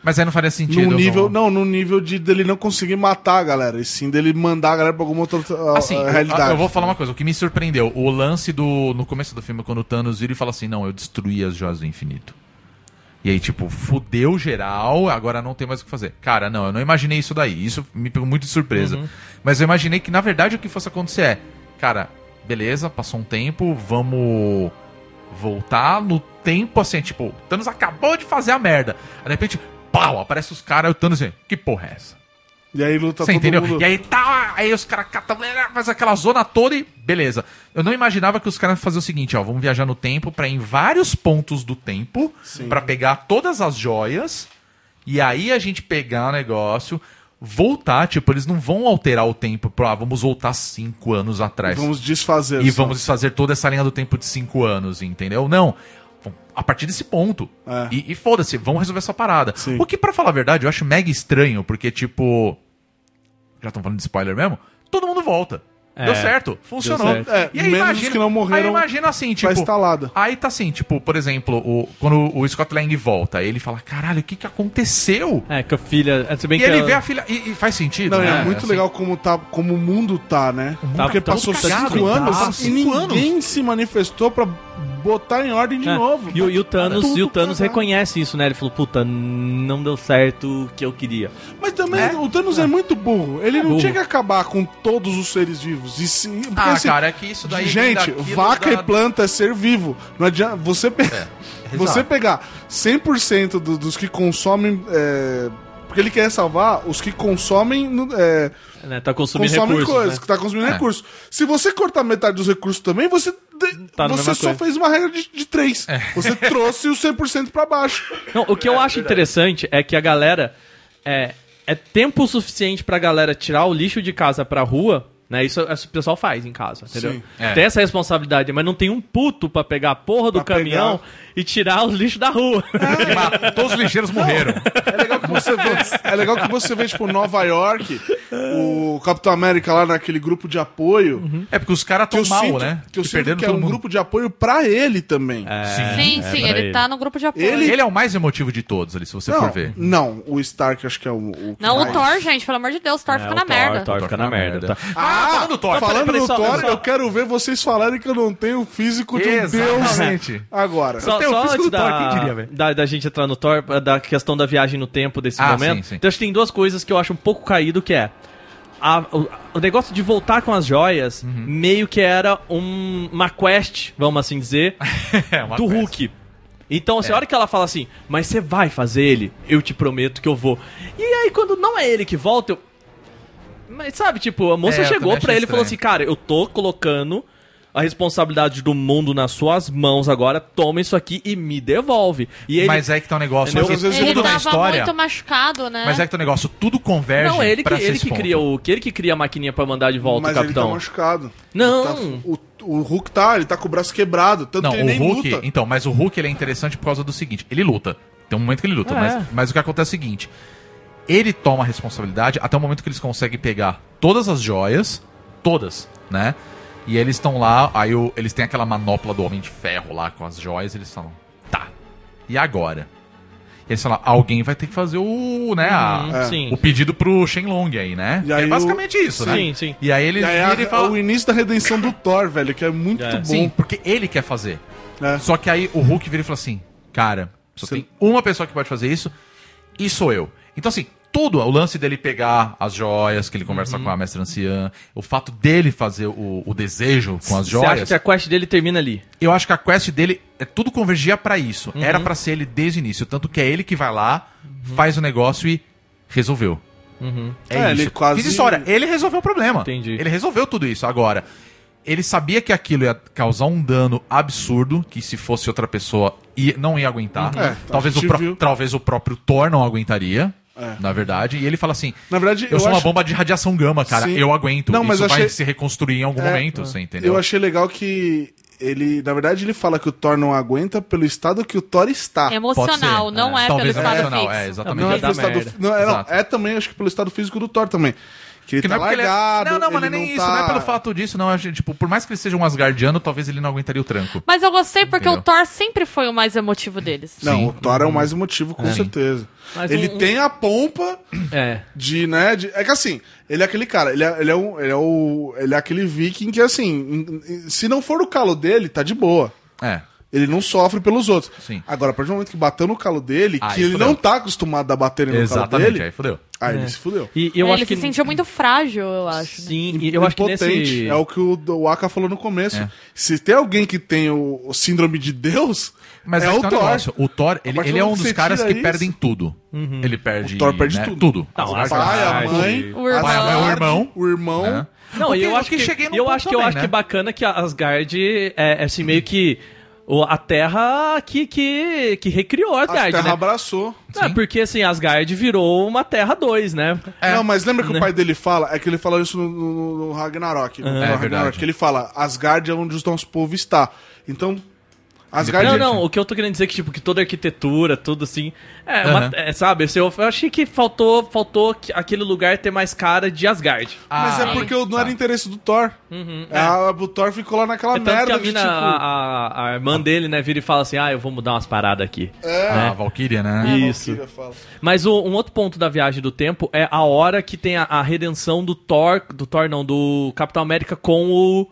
Speaker 5: Mas aí não faria sentido.
Speaker 8: Num nível,
Speaker 5: não-
Speaker 8: não, num nível de dele não conseguir matar a galera, e sim dele mandar a galera pra alguma outra ah,
Speaker 5: Assim,
Speaker 8: ah,
Speaker 5: eu-
Speaker 8: realidade.
Speaker 5: eu vou falar uma coisa, o que me surpreendeu, o lance do. No começo do filme, quando o Thanos vira e fala assim, não, eu destruí as joias do infinito. E aí, tipo, fudeu geral, agora não tem mais o que fazer. Cara, não, eu não imaginei isso daí. Isso me pegou muito de surpresa. Mas eu imaginei que, na verdade, o que fosse acontecer é, cara, beleza, passou um tempo, vamos voltar no tempo assim, tipo, o Thanos acabou de fazer a merda. Aí, de repente, pau, aparece os caras, o Thanos assim, que porra é essa?
Speaker 8: E aí luta
Speaker 5: Você
Speaker 8: todo
Speaker 5: entendeu?
Speaker 8: mundo.
Speaker 5: E aí tá, aí os caras catam, faz aquela zona toda e beleza. Eu não imaginava que os caras iam fazer o seguinte, ó, vamos viajar no tempo pra ir em vários pontos do tempo pra pegar todas as joias e aí a gente pegar o negócio, voltar, tipo, eles não vão alterar o tempo pra, ah, vamos voltar cinco anos atrás.
Speaker 8: Vamos desfazer. assim, Tá
Speaker 5: e
Speaker 8: só.
Speaker 5: vamos fazer toda essa linha do tempo de cinco anos, entendeu? Não. Vão- A partir desse ponto.
Speaker 8: É.
Speaker 5: E, e foda-se, vamos resolver essa parada.
Speaker 8: Sim.
Speaker 5: O que, pra falar a verdade, eu acho mega estranho, porque, tipo. Já estão falando de spoiler mesmo? Todo mundo volta.
Speaker 7: É.
Speaker 5: Deu certo, funcionou.
Speaker 7: Deu certo.
Speaker 8: É, menos os que não morreram,
Speaker 5: Aí imagina assim, tipo.
Speaker 8: Vai instalada.
Speaker 5: Aí tá assim, tipo, por exemplo, o- quando o Scott Lang volta, ele fala: caralho, o que que aconteceu?
Speaker 7: É, que a filha. é, Se bem
Speaker 5: E
Speaker 7: que
Speaker 5: ele
Speaker 7: ela-
Speaker 5: vê a filha. E, e faz sentido.
Speaker 8: Não,
Speaker 5: né?
Speaker 8: é, muito
Speaker 5: Assim,
Speaker 8: legal como, tá, como o mundo tá, né?
Speaker 7: tá
Speaker 8: Porque
Speaker 7: todo
Speaker 8: passou
Speaker 5: cagado,
Speaker 8: cinco
Speaker 5: tá
Speaker 8: anos
Speaker 5: cinco
Speaker 8: e ninguém se manifestou pra botar em ordem de
Speaker 7: É.
Speaker 8: novo. Tá
Speaker 7: E, o- e o Thanos,
Speaker 8: Tudo
Speaker 7: e o Thanos
Speaker 8: cagado.
Speaker 7: reconhece isso, né? Ele falou, puta, não deu certo o que eu queria.
Speaker 8: Mas também o Thanos é. muito burro. Ele não
Speaker 7: burro.
Speaker 8: tinha que acabar com todos os seres vivos. E sim, porque,
Speaker 5: Ah,
Speaker 8: assim,
Speaker 5: cara, é que isso daí. vem
Speaker 8: Gente,
Speaker 5: daquilo
Speaker 8: vaca
Speaker 5: da-
Speaker 8: e planta é ser vivo. Não adianta. Você, pe- você pegar 100% do- dos que consomem. é, Porque ele quer salvar os que consomem. no- é,
Speaker 7: Né? Tá consumindo
Speaker 8: consomem
Speaker 7: recursos,
Speaker 8: coisas,
Speaker 7: né?
Speaker 8: que tá consumindo
Speaker 5: É.
Speaker 8: recursos. Se você cortar metade dos recursos também, você. de-
Speaker 7: Tá na
Speaker 8: você
Speaker 7: mesma
Speaker 8: só
Speaker 7: coisa.
Speaker 8: fez uma regra de, de três. Você trouxe o 100% pra baixo.
Speaker 7: Não, o que eu acho interessante é que a galera é, é tempo suficiente pra galera tirar o lixo de casa pra rua, né? Isso, isso o pessoal faz em casa, entendeu?
Speaker 8: Sim.
Speaker 5: É.
Speaker 7: Tem essa responsabilidade, mas não tem um puto pra pegar a porra do
Speaker 8: Pra
Speaker 7: caminhão e tirar o lixo da rua.
Speaker 5: Que ma- Todos os lixeiros morreram.
Speaker 8: É legal que você vê, é legal que você vê tipo, Nova York, o Capitão América lá naquele grupo de apoio.
Speaker 5: É porque os caras
Speaker 8: que
Speaker 5: tão
Speaker 8: eu
Speaker 5: mal,
Speaker 8: sinto,
Speaker 5: né?
Speaker 8: que eu
Speaker 5: E
Speaker 8: sinto que é um
Speaker 5: mundo.
Speaker 8: grupo de apoio pra ele
Speaker 6: Sim,
Speaker 8: também.
Speaker 7: é
Speaker 6: sim,
Speaker 7: pra
Speaker 6: ele,
Speaker 7: ele.
Speaker 6: tá no grupo de apoio.
Speaker 5: Ele... é o mais emotivo de todos ali, se você
Speaker 8: não,
Speaker 5: for ver.
Speaker 8: não, o Stark acho que é o, o que
Speaker 6: Não,
Speaker 8: mais.
Speaker 6: o Thor, gente, pelo amor de Deus, o
Speaker 5: É,
Speaker 6: Thor fica na merda.
Speaker 7: É, Thor fica na merda, tá?
Speaker 5: Ah, falando do Thor.
Speaker 8: Falando
Speaker 7: peraí,
Speaker 8: do
Speaker 7: só-
Speaker 8: Thor,
Speaker 7: só-
Speaker 8: eu quero ver vocês falarem que eu não tenho o físico de um deus
Speaker 5: Exatamente.
Speaker 8: agora.
Speaker 7: Só,
Speaker 5: tenho o
Speaker 7: só
Speaker 5: físico
Speaker 7: antes
Speaker 5: do Thor,
Speaker 7: da,
Speaker 5: quem diria, velho?
Speaker 7: da, da gente entrar no Thor, da questão da viagem no tempo desse
Speaker 5: Ah,
Speaker 7: momento.
Speaker 5: sim, sim.
Speaker 7: Então acho que tem duas coisas que eu acho um pouco caído, que é a- o, o negócio de voltar com as joias,
Speaker 5: Uhum.
Speaker 7: meio que era um- uma quest, vamos assim dizer,
Speaker 5: É uma É.
Speaker 7: do
Speaker 5: peça.
Speaker 7: Hulk. Então, assim, a hora que ela fala assim, mas você vai fazer ele, eu te prometo que eu vou. E aí, quando não é ele que volta, eu. Mas sabe, tipo, a moça
Speaker 5: É, eu
Speaker 7: chegou
Speaker 5: também achei
Speaker 7: pra ele e falou assim:
Speaker 5: estranho.
Speaker 7: cara, eu tô colocando a responsabilidade do mundo nas suas mãos agora, toma isso aqui e me devolve. E ele.
Speaker 5: Mas é que tá um negócio.
Speaker 7: Entendeu?
Speaker 5: Mas,
Speaker 8: Às vezes
Speaker 6: Ele
Speaker 5: tudo na
Speaker 6: tava
Speaker 5: história.
Speaker 6: muito machucado, né?
Speaker 5: Mas é que tá um negócio. Tudo converge.
Speaker 7: não, ele que,
Speaker 5: pra ser
Speaker 7: ele
Speaker 5: esse
Speaker 7: que
Speaker 5: ponto.
Speaker 7: cria o. que Ele que cria a maquininha pra mandar de volta
Speaker 8: Mas
Speaker 7: o
Speaker 8: ele tá
Speaker 7: capitão.
Speaker 8: machucado.
Speaker 7: Não.
Speaker 8: Ele tá- o, o Hulk tá, ele tá com o braço quebrado, tanto
Speaker 5: Não,
Speaker 8: que ele nem
Speaker 5: o Hulk.
Speaker 8: luta.
Speaker 5: Então, mas o Hulk ele é interessante por causa do seguinte: ele luta. Tem um momento que ele luta,
Speaker 7: Ah,
Speaker 5: mas,
Speaker 7: é.
Speaker 5: mas o que acontece é o seguinte: ele toma a responsabilidade até o momento que eles conseguem pegar todas as joias, todas, né? E eles estão lá, aí o- eles têm aquela manopla do Homem de Ferro lá com as joias, eles falam, tá, e agora? E eles falam, alguém vai ter que fazer o, né, a-
Speaker 7: Uhum, sim.
Speaker 5: o pedido pro Shenlong aí, né?
Speaker 8: E aí
Speaker 5: é basicamente isso, né?
Speaker 7: Sim, sim.
Speaker 5: E aí eles
Speaker 8: E aí
Speaker 5: viram e
Speaker 8: é
Speaker 5: falam,
Speaker 8: o início da redenção do Thor, velho, que é muito
Speaker 7: É.
Speaker 8: bom.
Speaker 5: Sim, porque ele quer fazer.
Speaker 8: É.
Speaker 5: Só que aí o Hulk vira e fala assim: Cara, só
Speaker 8: Você-
Speaker 5: tem uma pessoa que pode fazer isso, e sou eu. Então, assim, tudo, o lance dele pegar as joias, que ele conversa
Speaker 7: Uhum.
Speaker 5: com a mestra anciã, o fato dele fazer o, o desejo com as
Speaker 7: Você acha
Speaker 5: joias,
Speaker 7: que a quest dele termina ali?
Speaker 5: eu acho que a quest dele é tudo convergia pra isso. Era pra ser ele desde o início. Tanto que é ele que vai lá, faz o negócio e resolveu. É,
Speaker 8: É,
Speaker 5: isso.
Speaker 8: ele quase-
Speaker 5: Fiz história. Ele resolveu o problema.
Speaker 7: Entendi.
Speaker 5: Ele resolveu tudo isso. Agora, ele sabia que aquilo ia causar um dano absurdo, que se fosse outra pessoa ia- não ia aguentar.
Speaker 8: É,
Speaker 5: talvez,
Speaker 8: a gente
Speaker 5: o pró-
Speaker 8: viu.
Speaker 5: talvez o próprio Thor não aguentaria,
Speaker 8: É.
Speaker 5: na verdade. E ele fala assim...
Speaker 8: Na verdade,
Speaker 5: eu,
Speaker 8: eu
Speaker 5: sou uma
Speaker 8: acho-
Speaker 5: bomba de radiação gama, cara.
Speaker 8: Sim.
Speaker 5: Eu aguento.
Speaker 8: Não, mas
Speaker 5: Isso
Speaker 8: eu
Speaker 5: vai
Speaker 8: achei- É,
Speaker 5: se reconstruir em algum momento, você entendeu?
Speaker 8: Eu achei legal que ele, na verdade, ele fala que o Thor não aguenta pelo estado que o Thor está.
Speaker 6: Emocional,
Speaker 5: ah, Pode ser.
Speaker 6: não é,
Speaker 5: Talvez
Speaker 6: pelo estado
Speaker 5: emocional,
Speaker 6: fixo.
Speaker 5: é, exatamente.
Speaker 8: Não é,
Speaker 7: Também
Speaker 8: pelo
Speaker 7: já dá
Speaker 8: estado,
Speaker 7: merda.
Speaker 8: não, é, não,
Speaker 5: Exato.
Speaker 8: é também, acho que pelo estado físico do Thor também. Que ele
Speaker 5: Que
Speaker 8: tá
Speaker 5: não é porque ele é-
Speaker 8: largado.
Speaker 5: Não, não, mano, é
Speaker 8: ele
Speaker 5: nem isso.
Speaker 8: tá-
Speaker 5: Não é pelo fato disso, não. Acho, tipo, por mais que ele seja um asgardiano, talvez ele não aguentaria o tranco.
Speaker 6: Mas eu gostei porque
Speaker 5: Entendeu?
Speaker 6: o Thor sempre foi o mais emotivo deles.
Speaker 8: Não,
Speaker 5: Sim. Uhum.
Speaker 8: o Thor é o mais emotivo, com certeza.
Speaker 7: Mas
Speaker 8: ele
Speaker 7: um- um-
Speaker 8: tem a pompa
Speaker 7: É.
Speaker 8: de, né? de- é que assim, ele é aquele cara, ele é, ele é, um, ele é, o, ele é aquele viking que, assim, em- em- se não for o calo dele, tá de boa.
Speaker 5: É.
Speaker 8: Ele não sofre pelos outros.
Speaker 5: Sim.
Speaker 8: Agora, a partir do momento que bateu no calo dele,
Speaker 5: Aí
Speaker 8: que ele
Speaker 5: fudeu.
Speaker 8: não tá acostumado a bater no calo
Speaker 5: Exatamente, é.
Speaker 8: dele,
Speaker 5: aí fodeu.
Speaker 8: aí
Speaker 7: É.
Speaker 8: ele se fudeu.
Speaker 7: E eu
Speaker 6: É, ele
Speaker 7: acho
Speaker 6: se
Speaker 7: que.
Speaker 6: sentiu muito frágil, eu acho. né?
Speaker 7: Sim, e eu acho que nesse.
Speaker 8: É o que o, o Aka falou no começo.
Speaker 5: É.
Speaker 8: Se tem alguém que tem o, o síndrome de Deus,
Speaker 5: Mas
Speaker 8: é
Speaker 5: aí
Speaker 8: o
Speaker 5: que tá
Speaker 8: Thor.
Speaker 5: negócio. O Thor, ele,
Speaker 8: partir
Speaker 5: ele
Speaker 8: do
Speaker 5: é
Speaker 8: momento
Speaker 5: um
Speaker 8: que
Speaker 5: dos
Speaker 8: você
Speaker 5: caras
Speaker 8: tira
Speaker 5: que
Speaker 8: isso-
Speaker 5: perdem tudo.
Speaker 6: Uhum.
Speaker 5: Ele perde.
Speaker 8: O Thor perde
Speaker 5: né,
Speaker 8: tudo.
Speaker 7: Não,
Speaker 8: O pai, a mãe,
Speaker 6: O
Speaker 8: a
Speaker 6: irmão.
Speaker 5: Pai, a mãe, o
Speaker 8: Asgard,
Speaker 5: irmão.
Speaker 8: O irmão.
Speaker 5: Né?
Speaker 7: Não,
Speaker 5: O
Speaker 7: e
Speaker 5: que-
Speaker 7: eu
Speaker 5: o
Speaker 7: acho
Speaker 5: que
Speaker 7: que,
Speaker 5: cheguei num
Speaker 7: eu
Speaker 5: ponto
Speaker 7: acho que eu
Speaker 5: também,
Speaker 7: acho
Speaker 5: né?
Speaker 7: que bacana que a Asgard é, é assim meio que o- a Terra que que, que recriou a
Speaker 8: A
Speaker 7: Asgard,
Speaker 8: terra
Speaker 7: né?
Speaker 8: abraçou.
Speaker 7: É,
Speaker 5: Sim.
Speaker 7: porque assim, Asgard virou uma Terra 2, né?
Speaker 5: É.
Speaker 8: Não, mas lembra que o pai dele fala? É que ele fala isso no, no- no Ragnarok. no Ragnarok,
Speaker 5: É verdade.
Speaker 8: Que ele fala, Asgard é onde os nossos povos está. Então, Asgard...
Speaker 7: Não,
Speaker 5: gente.
Speaker 7: não, o que eu tô querendo dizer é que tipo que toda a arquitetura, tudo assim, é, uma-
Speaker 5: Aham.
Speaker 7: é, sabe, assim, eu, eu achei que faltou faltou que aquele lugar ter mais cara de Asgard.
Speaker 8: Mas
Speaker 5: Ah,
Speaker 8: é porque não era interesse do Thor. Ah, o Thor ficou lá naquela
Speaker 7: É tanto que
Speaker 8: merda
Speaker 7: a
Speaker 8: de
Speaker 7: mina,
Speaker 8: tipo... Ah.
Speaker 7: a, a- a irmã dele, né, vira e fala assim: "Ah, eu vou mudar umas paradas aqui".
Speaker 5: É,
Speaker 8: É.
Speaker 5: A Valkyria, né?
Speaker 7: Isso.
Speaker 8: Valkyria fala.
Speaker 7: Mas o- um outro ponto da viagem do tempo é a hora que tem a, a redenção do Thor, do Thor não, do Capitão América com o,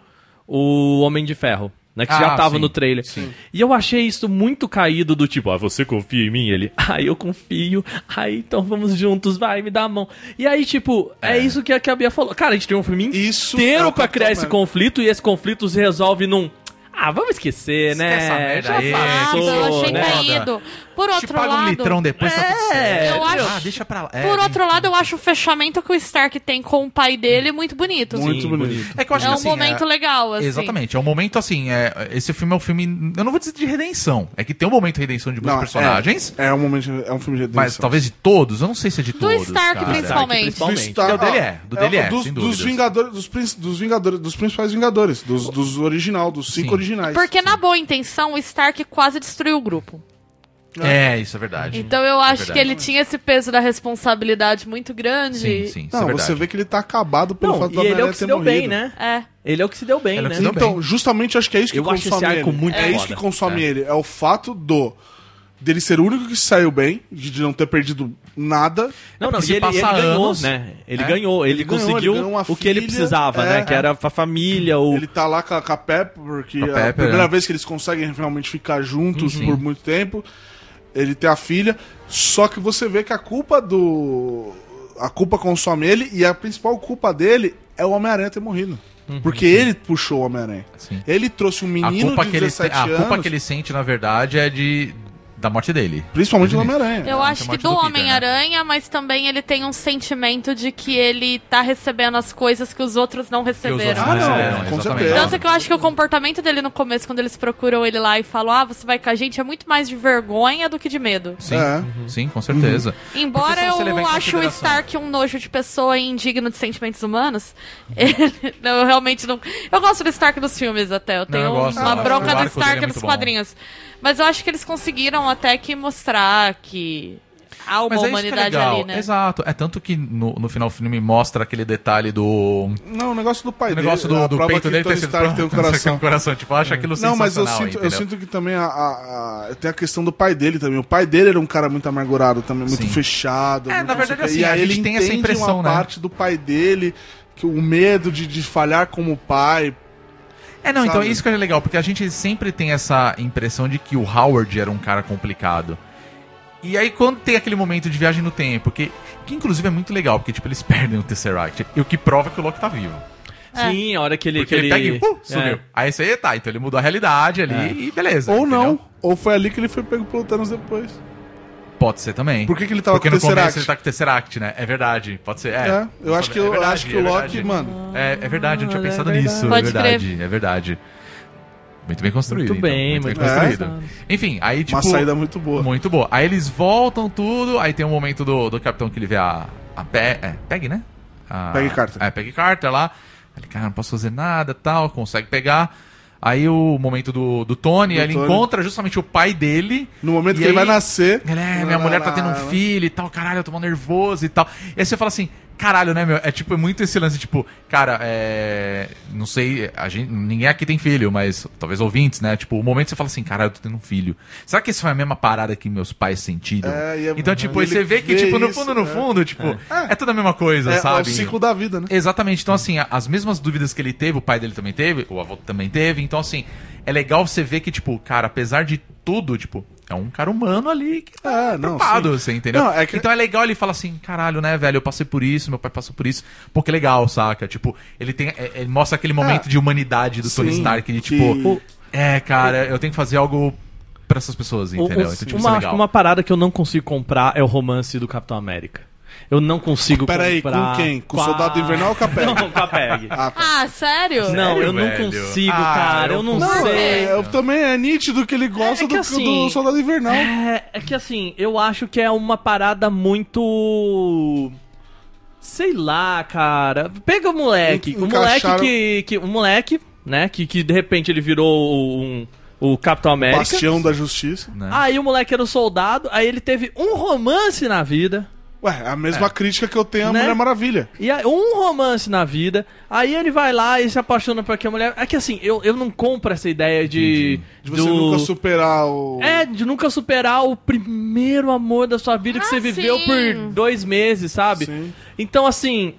Speaker 7: o Homem de Ferro. né? Que
Speaker 5: Ah,
Speaker 7: já tava
Speaker 5: sim,
Speaker 7: no trailer. E eu achei isso muito caído do tipo, ah, você confia em mim? Ele, ah, eu confio. Ah, então vamos juntos, vai, me dá a mão. E aí, tipo, é, isso que a, que a Bia falou. Cara, a gente tem um filme
Speaker 8: Isso é
Speaker 7: inteiro
Speaker 8: o
Speaker 7: pra
Speaker 8: Capitão
Speaker 7: criar esse
Speaker 8: América.
Speaker 7: conflito e esse conflito se resolve num... Ah, vamos esquecer, né?
Speaker 5: Esquece essa merda
Speaker 7: Já
Speaker 5: aí,
Speaker 6: Exato,
Speaker 7: passou,
Speaker 5: Isso,
Speaker 6: Ah, eu achei
Speaker 7: né?
Speaker 6: caído. Por
Speaker 5: Te
Speaker 6: outro
Speaker 5: paga um
Speaker 6: lado. é.
Speaker 5: litrão depois, tá tudo certo.
Speaker 6: Eu acho-
Speaker 5: Ah, deixa pra lá. É,
Speaker 6: Por
Speaker 5: tem-
Speaker 6: outro lado, eu acho o fechamento que o Stark tem com o pai dele muito bonito. assim.
Speaker 8: Muito bonito.
Speaker 5: É que eu acho
Speaker 6: É um
Speaker 5: que assim,
Speaker 6: momento
Speaker 5: é-
Speaker 6: legal, assim.
Speaker 5: Exatamente, é um momento assim. É, esse filme é um filme. Eu não vou dizer de redenção. É que tem um momento de redenção de muitos
Speaker 8: Não,
Speaker 5: personagens.
Speaker 8: É, é um momento, é um filme de redenção.
Speaker 5: Mas talvez de todos, eu não sei se é de
Speaker 6: Do
Speaker 5: todos.
Speaker 6: Stark,
Speaker 5: cara.
Speaker 6: principalmente.
Speaker 8: Do Star- Ah,
Speaker 5: Do dele é, do dele é,
Speaker 8: dos,
Speaker 5: sem
Speaker 8: dos
Speaker 5: dúvidas.
Speaker 8: Vingadores, dos, prin- dos Vingadores, dos principais Vingadores, dos, dos original, dos cinco
Speaker 5: Sim.
Speaker 8: originais.
Speaker 6: Porque na boa intenção, o Stark quase destruiu o grupo.
Speaker 8: né?
Speaker 5: É, isso é verdade.
Speaker 6: Então eu acho
Speaker 5: verdade.
Speaker 6: que ele tinha esse peso da responsabilidade muito grande.
Speaker 5: Sim, sim, isso
Speaker 8: Não,
Speaker 5: é verdade.
Speaker 8: você vê que ele tá acabado pelo
Speaker 7: Não,
Speaker 8: fato
Speaker 7: e
Speaker 8: da
Speaker 7: ele é o
Speaker 8: Maria
Speaker 7: que se
Speaker 8: ter
Speaker 7: deu
Speaker 8: morrido.
Speaker 7: bem, né?
Speaker 6: É.
Speaker 7: Ele é o que se deu bem,
Speaker 5: Ele é o que
Speaker 7: né?
Speaker 5: se deu
Speaker 8: Então,
Speaker 5: bem.
Speaker 8: justamente acho que é isso que
Speaker 7: Eu acho
Speaker 8: consome
Speaker 7: esse arco
Speaker 8: ele.
Speaker 7: muito
Speaker 8: É isso
Speaker 7: foda.
Speaker 8: que consome ele. É o fato do dele ser o único que se saiu bem, de de não ter perdido nada.
Speaker 7: Não, não,
Speaker 5: porque
Speaker 7: e
Speaker 5: se
Speaker 7: ele, ele
Speaker 5: passar
Speaker 7: ganhou,
Speaker 5: anos,
Speaker 7: né? Ele
Speaker 5: é,
Speaker 7: ganhou, ele,
Speaker 8: ele ganhou, ele
Speaker 7: conseguiu
Speaker 8: ganhou uma
Speaker 7: o que ele
Speaker 8: filha,
Speaker 7: precisava,
Speaker 8: é,
Speaker 7: né? Que era a família, o...
Speaker 8: Ele tá lá com a, com a Pepper, porque
Speaker 5: Com a
Speaker 8: é a
Speaker 5: Pepper,
Speaker 8: primeira
Speaker 5: é.
Speaker 8: vez que eles conseguem realmente ficar juntos
Speaker 5: Uhum.
Speaker 8: por muito tempo. Ele tem a filha, só que você vê que a culpa do. A culpa consome ele e a principal culpa dele é o Homem-Aranha ter morrido. Porque ele puxou o Homem-Aranha.
Speaker 5: Sim.
Speaker 8: Ele trouxe um
Speaker 5: Uhum, A
Speaker 8: menino
Speaker 5: culpa,
Speaker 8: de
Speaker 5: que ele,
Speaker 8: 17
Speaker 5: a
Speaker 8: anos,
Speaker 5: culpa que ele sente, na verdade, é de da morte dele.
Speaker 8: principalmente
Speaker 5: Uhum.
Speaker 8: do Homem-Aranha.
Speaker 6: Eu
Speaker 5: a
Speaker 6: acho que
Speaker 5: É, morte
Speaker 6: do,
Speaker 5: do Peter, né?
Speaker 6: Homem-Aranha, mas também ele tem um sentimento de que ele tá recebendo as coisas que os outros não receberam.
Speaker 8: Ah, não,
Speaker 5: receberam,
Speaker 8: com
Speaker 5: exatamente.
Speaker 8: certeza.
Speaker 6: Tanto que eu acho que o comportamento dele no começo, quando eles procuram ele lá e falam, ah, você vai com a gente, é muito mais de vergonha do que de medo.
Speaker 5: Sim,
Speaker 8: É.
Speaker 5: sim, com certeza.
Speaker 6: Embora
Speaker 5: Porque se você levar em
Speaker 6: eu acho o
Speaker 5: consideração-
Speaker 6: Stark um nojo de pessoa e indigno de sentimentos humanos, ele- não, eu realmente não. Eu gosto do Stark nos filmes até. Eu tenho
Speaker 5: eu gosto,
Speaker 6: uma
Speaker 5: eu
Speaker 6: bronca
Speaker 5: acho o
Speaker 6: do
Speaker 5: arco dele é
Speaker 6: Stark
Speaker 5: muito
Speaker 6: nos
Speaker 5: bom.
Speaker 6: quadrinhos. Mas eu acho que eles conseguiram até que mostrar que há uma
Speaker 5: Mas é isso que é
Speaker 6: humanidade
Speaker 5: legal.
Speaker 6: ali, né?
Speaker 5: Exato. É tanto que no, no final do filme mostra aquele detalhe do.
Speaker 8: Não, o negócio do pai
Speaker 5: O negócio
Speaker 8: dele.
Speaker 5: do,
Speaker 8: a
Speaker 5: do
Speaker 8: prova
Speaker 5: peito
Speaker 8: que
Speaker 5: dele
Speaker 8: Tony
Speaker 5: ter sido
Speaker 8: Stark tem um coração. É.
Speaker 5: Tipo, eu acho aquilo
Speaker 8: Não,
Speaker 5: sensacional.
Speaker 8: mas eu sinto, eu
Speaker 5: entendeu?
Speaker 8: sinto que também a, a- a- tem a questão do pai dele também. O pai dele era um cara muito amargurado também, muito
Speaker 5: Sim.
Speaker 8: fechado.
Speaker 5: É,
Speaker 8: muito
Speaker 5: na
Speaker 8: não
Speaker 5: verdade,
Speaker 8: sei o quê.
Speaker 5: assim,
Speaker 8: e
Speaker 5: a
Speaker 8: aí
Speaker 5: gente
Speaker 8: ele
Speaker 5: tem essa
Speaker 8: entende
Speaker 5: impressão,
Speaker 8: uma
Speaker 5: né?
Speaker 8: parte do pai dele, que o medo de, de falhar como pai.
Speaker 5: É, não, então
Speaker 8: Sabe?
Speaker 5: isso que é legal, porque a gente sempre tem essa impressão de que o Howard era um cara complicado. E aí quando tem aquele momento de viagem no tempo, que, que inclusive é muito legal, porque tipo, eles perdem o Tesseract, e o que prova que o Loki tá vivo.
Speaker 8: É.
Speaker 7: Sim, a hora que ele...
Speaker 5: Porque
Speaker 7: que
Speaker 5: ele pega e uh,
Speaker 7: é.
Speaker 5: sumiu. Aí você, tá, então ele mudou a realidade ali e beleza.
Speaker 8: Ou
Speaker 5: entendeu?
Speaker 8: não. Ou foi ali que ele foi pego pelo Thanos depois.
Speaker 5: Pode ser também.
Speaker 8: Por que, que ele tava
Speaker 5: Porque
Speaker 8: com o
Speaker 5: no começo
Speaker 8: Tesseract?
Speaker 5: ele tá com o Tesseract, né? É verdade, pode ser. É,
Speaker 8: É, eu acho
Speaker 5: É
Speaker 8: que, eu
Speaker 5: verdade,
Speaker 8: acho que
Speaker 5: é
Speaker 8: o Loki,
Speaker 5: verdade.
Speaker 8: mano.
Speaker 5: É, é verdade, eu não tinha
Speaker 7: Ah,
Speaker 5: pensado
Speaker 7: é verdade.
Speaker 5: nisso.
Speaker 6: Pode
Speaker 5: é verdade, é verdade. Muito bem construído.
Speaker 7: Muito
Speaker 5: então,
Speaker 7: bem,
Speaker 5: muito
Speaker 7: muito
Speaker 5: bem
Speaker 8: bem
Speaker 5: construído. Enfim, aí tipo.
Speaker 8: Uma saída muito boa.
Speaker 5: Muito boa. Aí eles voltam tudo, aí tem um momento do, do capitão que ele vê a. a Pe é, Peg, né? A,
Speaker 8: Peggy Carter.
Speaker 5: É, Peg Carter lá. Ele, cara, não posso fazer nada tal, consegue pegar. Aí o momento do, do Tony,
Speaker 8: Do
Speaker 5: aí ele
Speaker 8: Tony.
Speaker 5: encontra justamente o pai dele.
Speaker 8: No momento
Speaker 5: E
Speaker 8: que ele vai
Speaker 5: aí-
Speaker 8: nascer.
Speaker 5: Ele, é, minha mulher tá tendo um filho e tal, caralho, eu tô mal nervoso e tal. E aí você fala assim, caralho, né, meu? É tipo, é muito esse lance, tipo, cara, é. Não sei, a gente, ninguém aqui tem filho, mas talvez ouvintes, né? Tipo, o momento que você fala assim, caralho, eu tô tendo um filho. Será que isso foi a mesma parada que meus pais sentiram?
Speaker 8: É, e é-
Speaker 5: então, tipo, aí
Speaker 8: ele
Speaker 5: você vê que,
Speaker 8: vê
Speaker 5: tipo, no
Speaker 8: isso,
Speaker 5: fundo, no
Speaker 8: é.
Speaker 5: fundo, tipo, é. tudo a mesma coisa,
Speaker 8: É, é o
Speaker 5: sabe?
Speaker 8: ciclo da vida, né?
Speaker 5: Exatamente. Então, assim, a- as mesmas dúvidas que ele teve, o pai dele também teve, o avô também teve. Então, assim, é legal você ver que, tipo, cara, apesar de tudo, tipo, é um cara humano ali que tá
Speaker 8: É, não,
Speaker 5: preocupado,
Speaker 8: sim.
Speaker 5: você entendeu?
Speaker 8: Não, é que-
Speaker 5: Então é legal ele falar assim, caralho, né, velho, eu passei por isso, meu pai passou por isso. Pô, que legal, saca? Tipo, ele tem. é- ele mostra aquele momento de humanidade do Tony
Speaker 8: sim,
Speaker 5: Stark, de
Speaker 8: que-
Speaker 5: tipo, é, cara, eu tenho que fazer algo pra essas pessoas,
Speaker 7: Um- um-
Speaker 5: entendeu? Então, tipo, isso é
Speaker 7: uma,
Speaker 5: legal.
Speaker 7: uma parada que eu não consigo comprar é o romance do Capitão América. Eu não consigo
Speaker 8: Pera aí, com
Speaker 7: comprar.
Speaker 8: quem? Com o
Speaker 7: a-
Speaker 8: Soldado Invernal ou com a Peg?
Speaker 7: Não, com a Peg.
Speaker 8: Ah, tá.
Speaker 6: Ah, sério?
Speaker 7: não, eu não
Speaker 5: velho?
Speaker 7: consigo,
Speaker 5: Ah,
Speaker 7: cara.
Speaker 5: eu
Speaker 7: Eu não,
Speaker 8: Não,
Speaker 7: sei.
Speaker 8: é, eu também é nítido que ele gosta
Speaker 7: É que
Speaker 8: do,
Speaker 7: assim-
Speaker 8: do Soldado Invernal.
Speaker 7: É, é que assim, eu acho que é uma parada muito. Sei lá, cara. Pega o moleque.
Speaker 8: En-
Speaker 7: O moleque
Speaker 8: encaixaram-
Speaker 7: que, que. O moleque, né? Que, que de repente ele virou um, o Capitão América.
Speaker 8: Bastião da Justiça.
Speaker 5: né?
Speaker 7: Aí o moleque era o soldado, aí ele teve um romance na vida.
Speaker 8: Ué, a mesma crítica que eu tenho à
Speaker 7: Né?
Speaker 8: Mulher Maravilha.
Speaker 7: E aí, um romance na vida, aí ele vai lá e se apaixona por aquela mulher. É que assim, eu, eu não compro essa ideia de.
Speaker 8: De você
Speaker 7: do-
Speaker 8: nunca superar
Speaker 5: Tipo,
Speaker 8: o.
Speaker 7: É, de nunca superar o primeiro amor da sua vida que
Speaker 6: Ah,
Speaker 7: você viveu
Speaker 6: sim.
Speaker 7: por dois meses, sabe?
Speaker 8: Sim.
Speaker 7: Então, assim,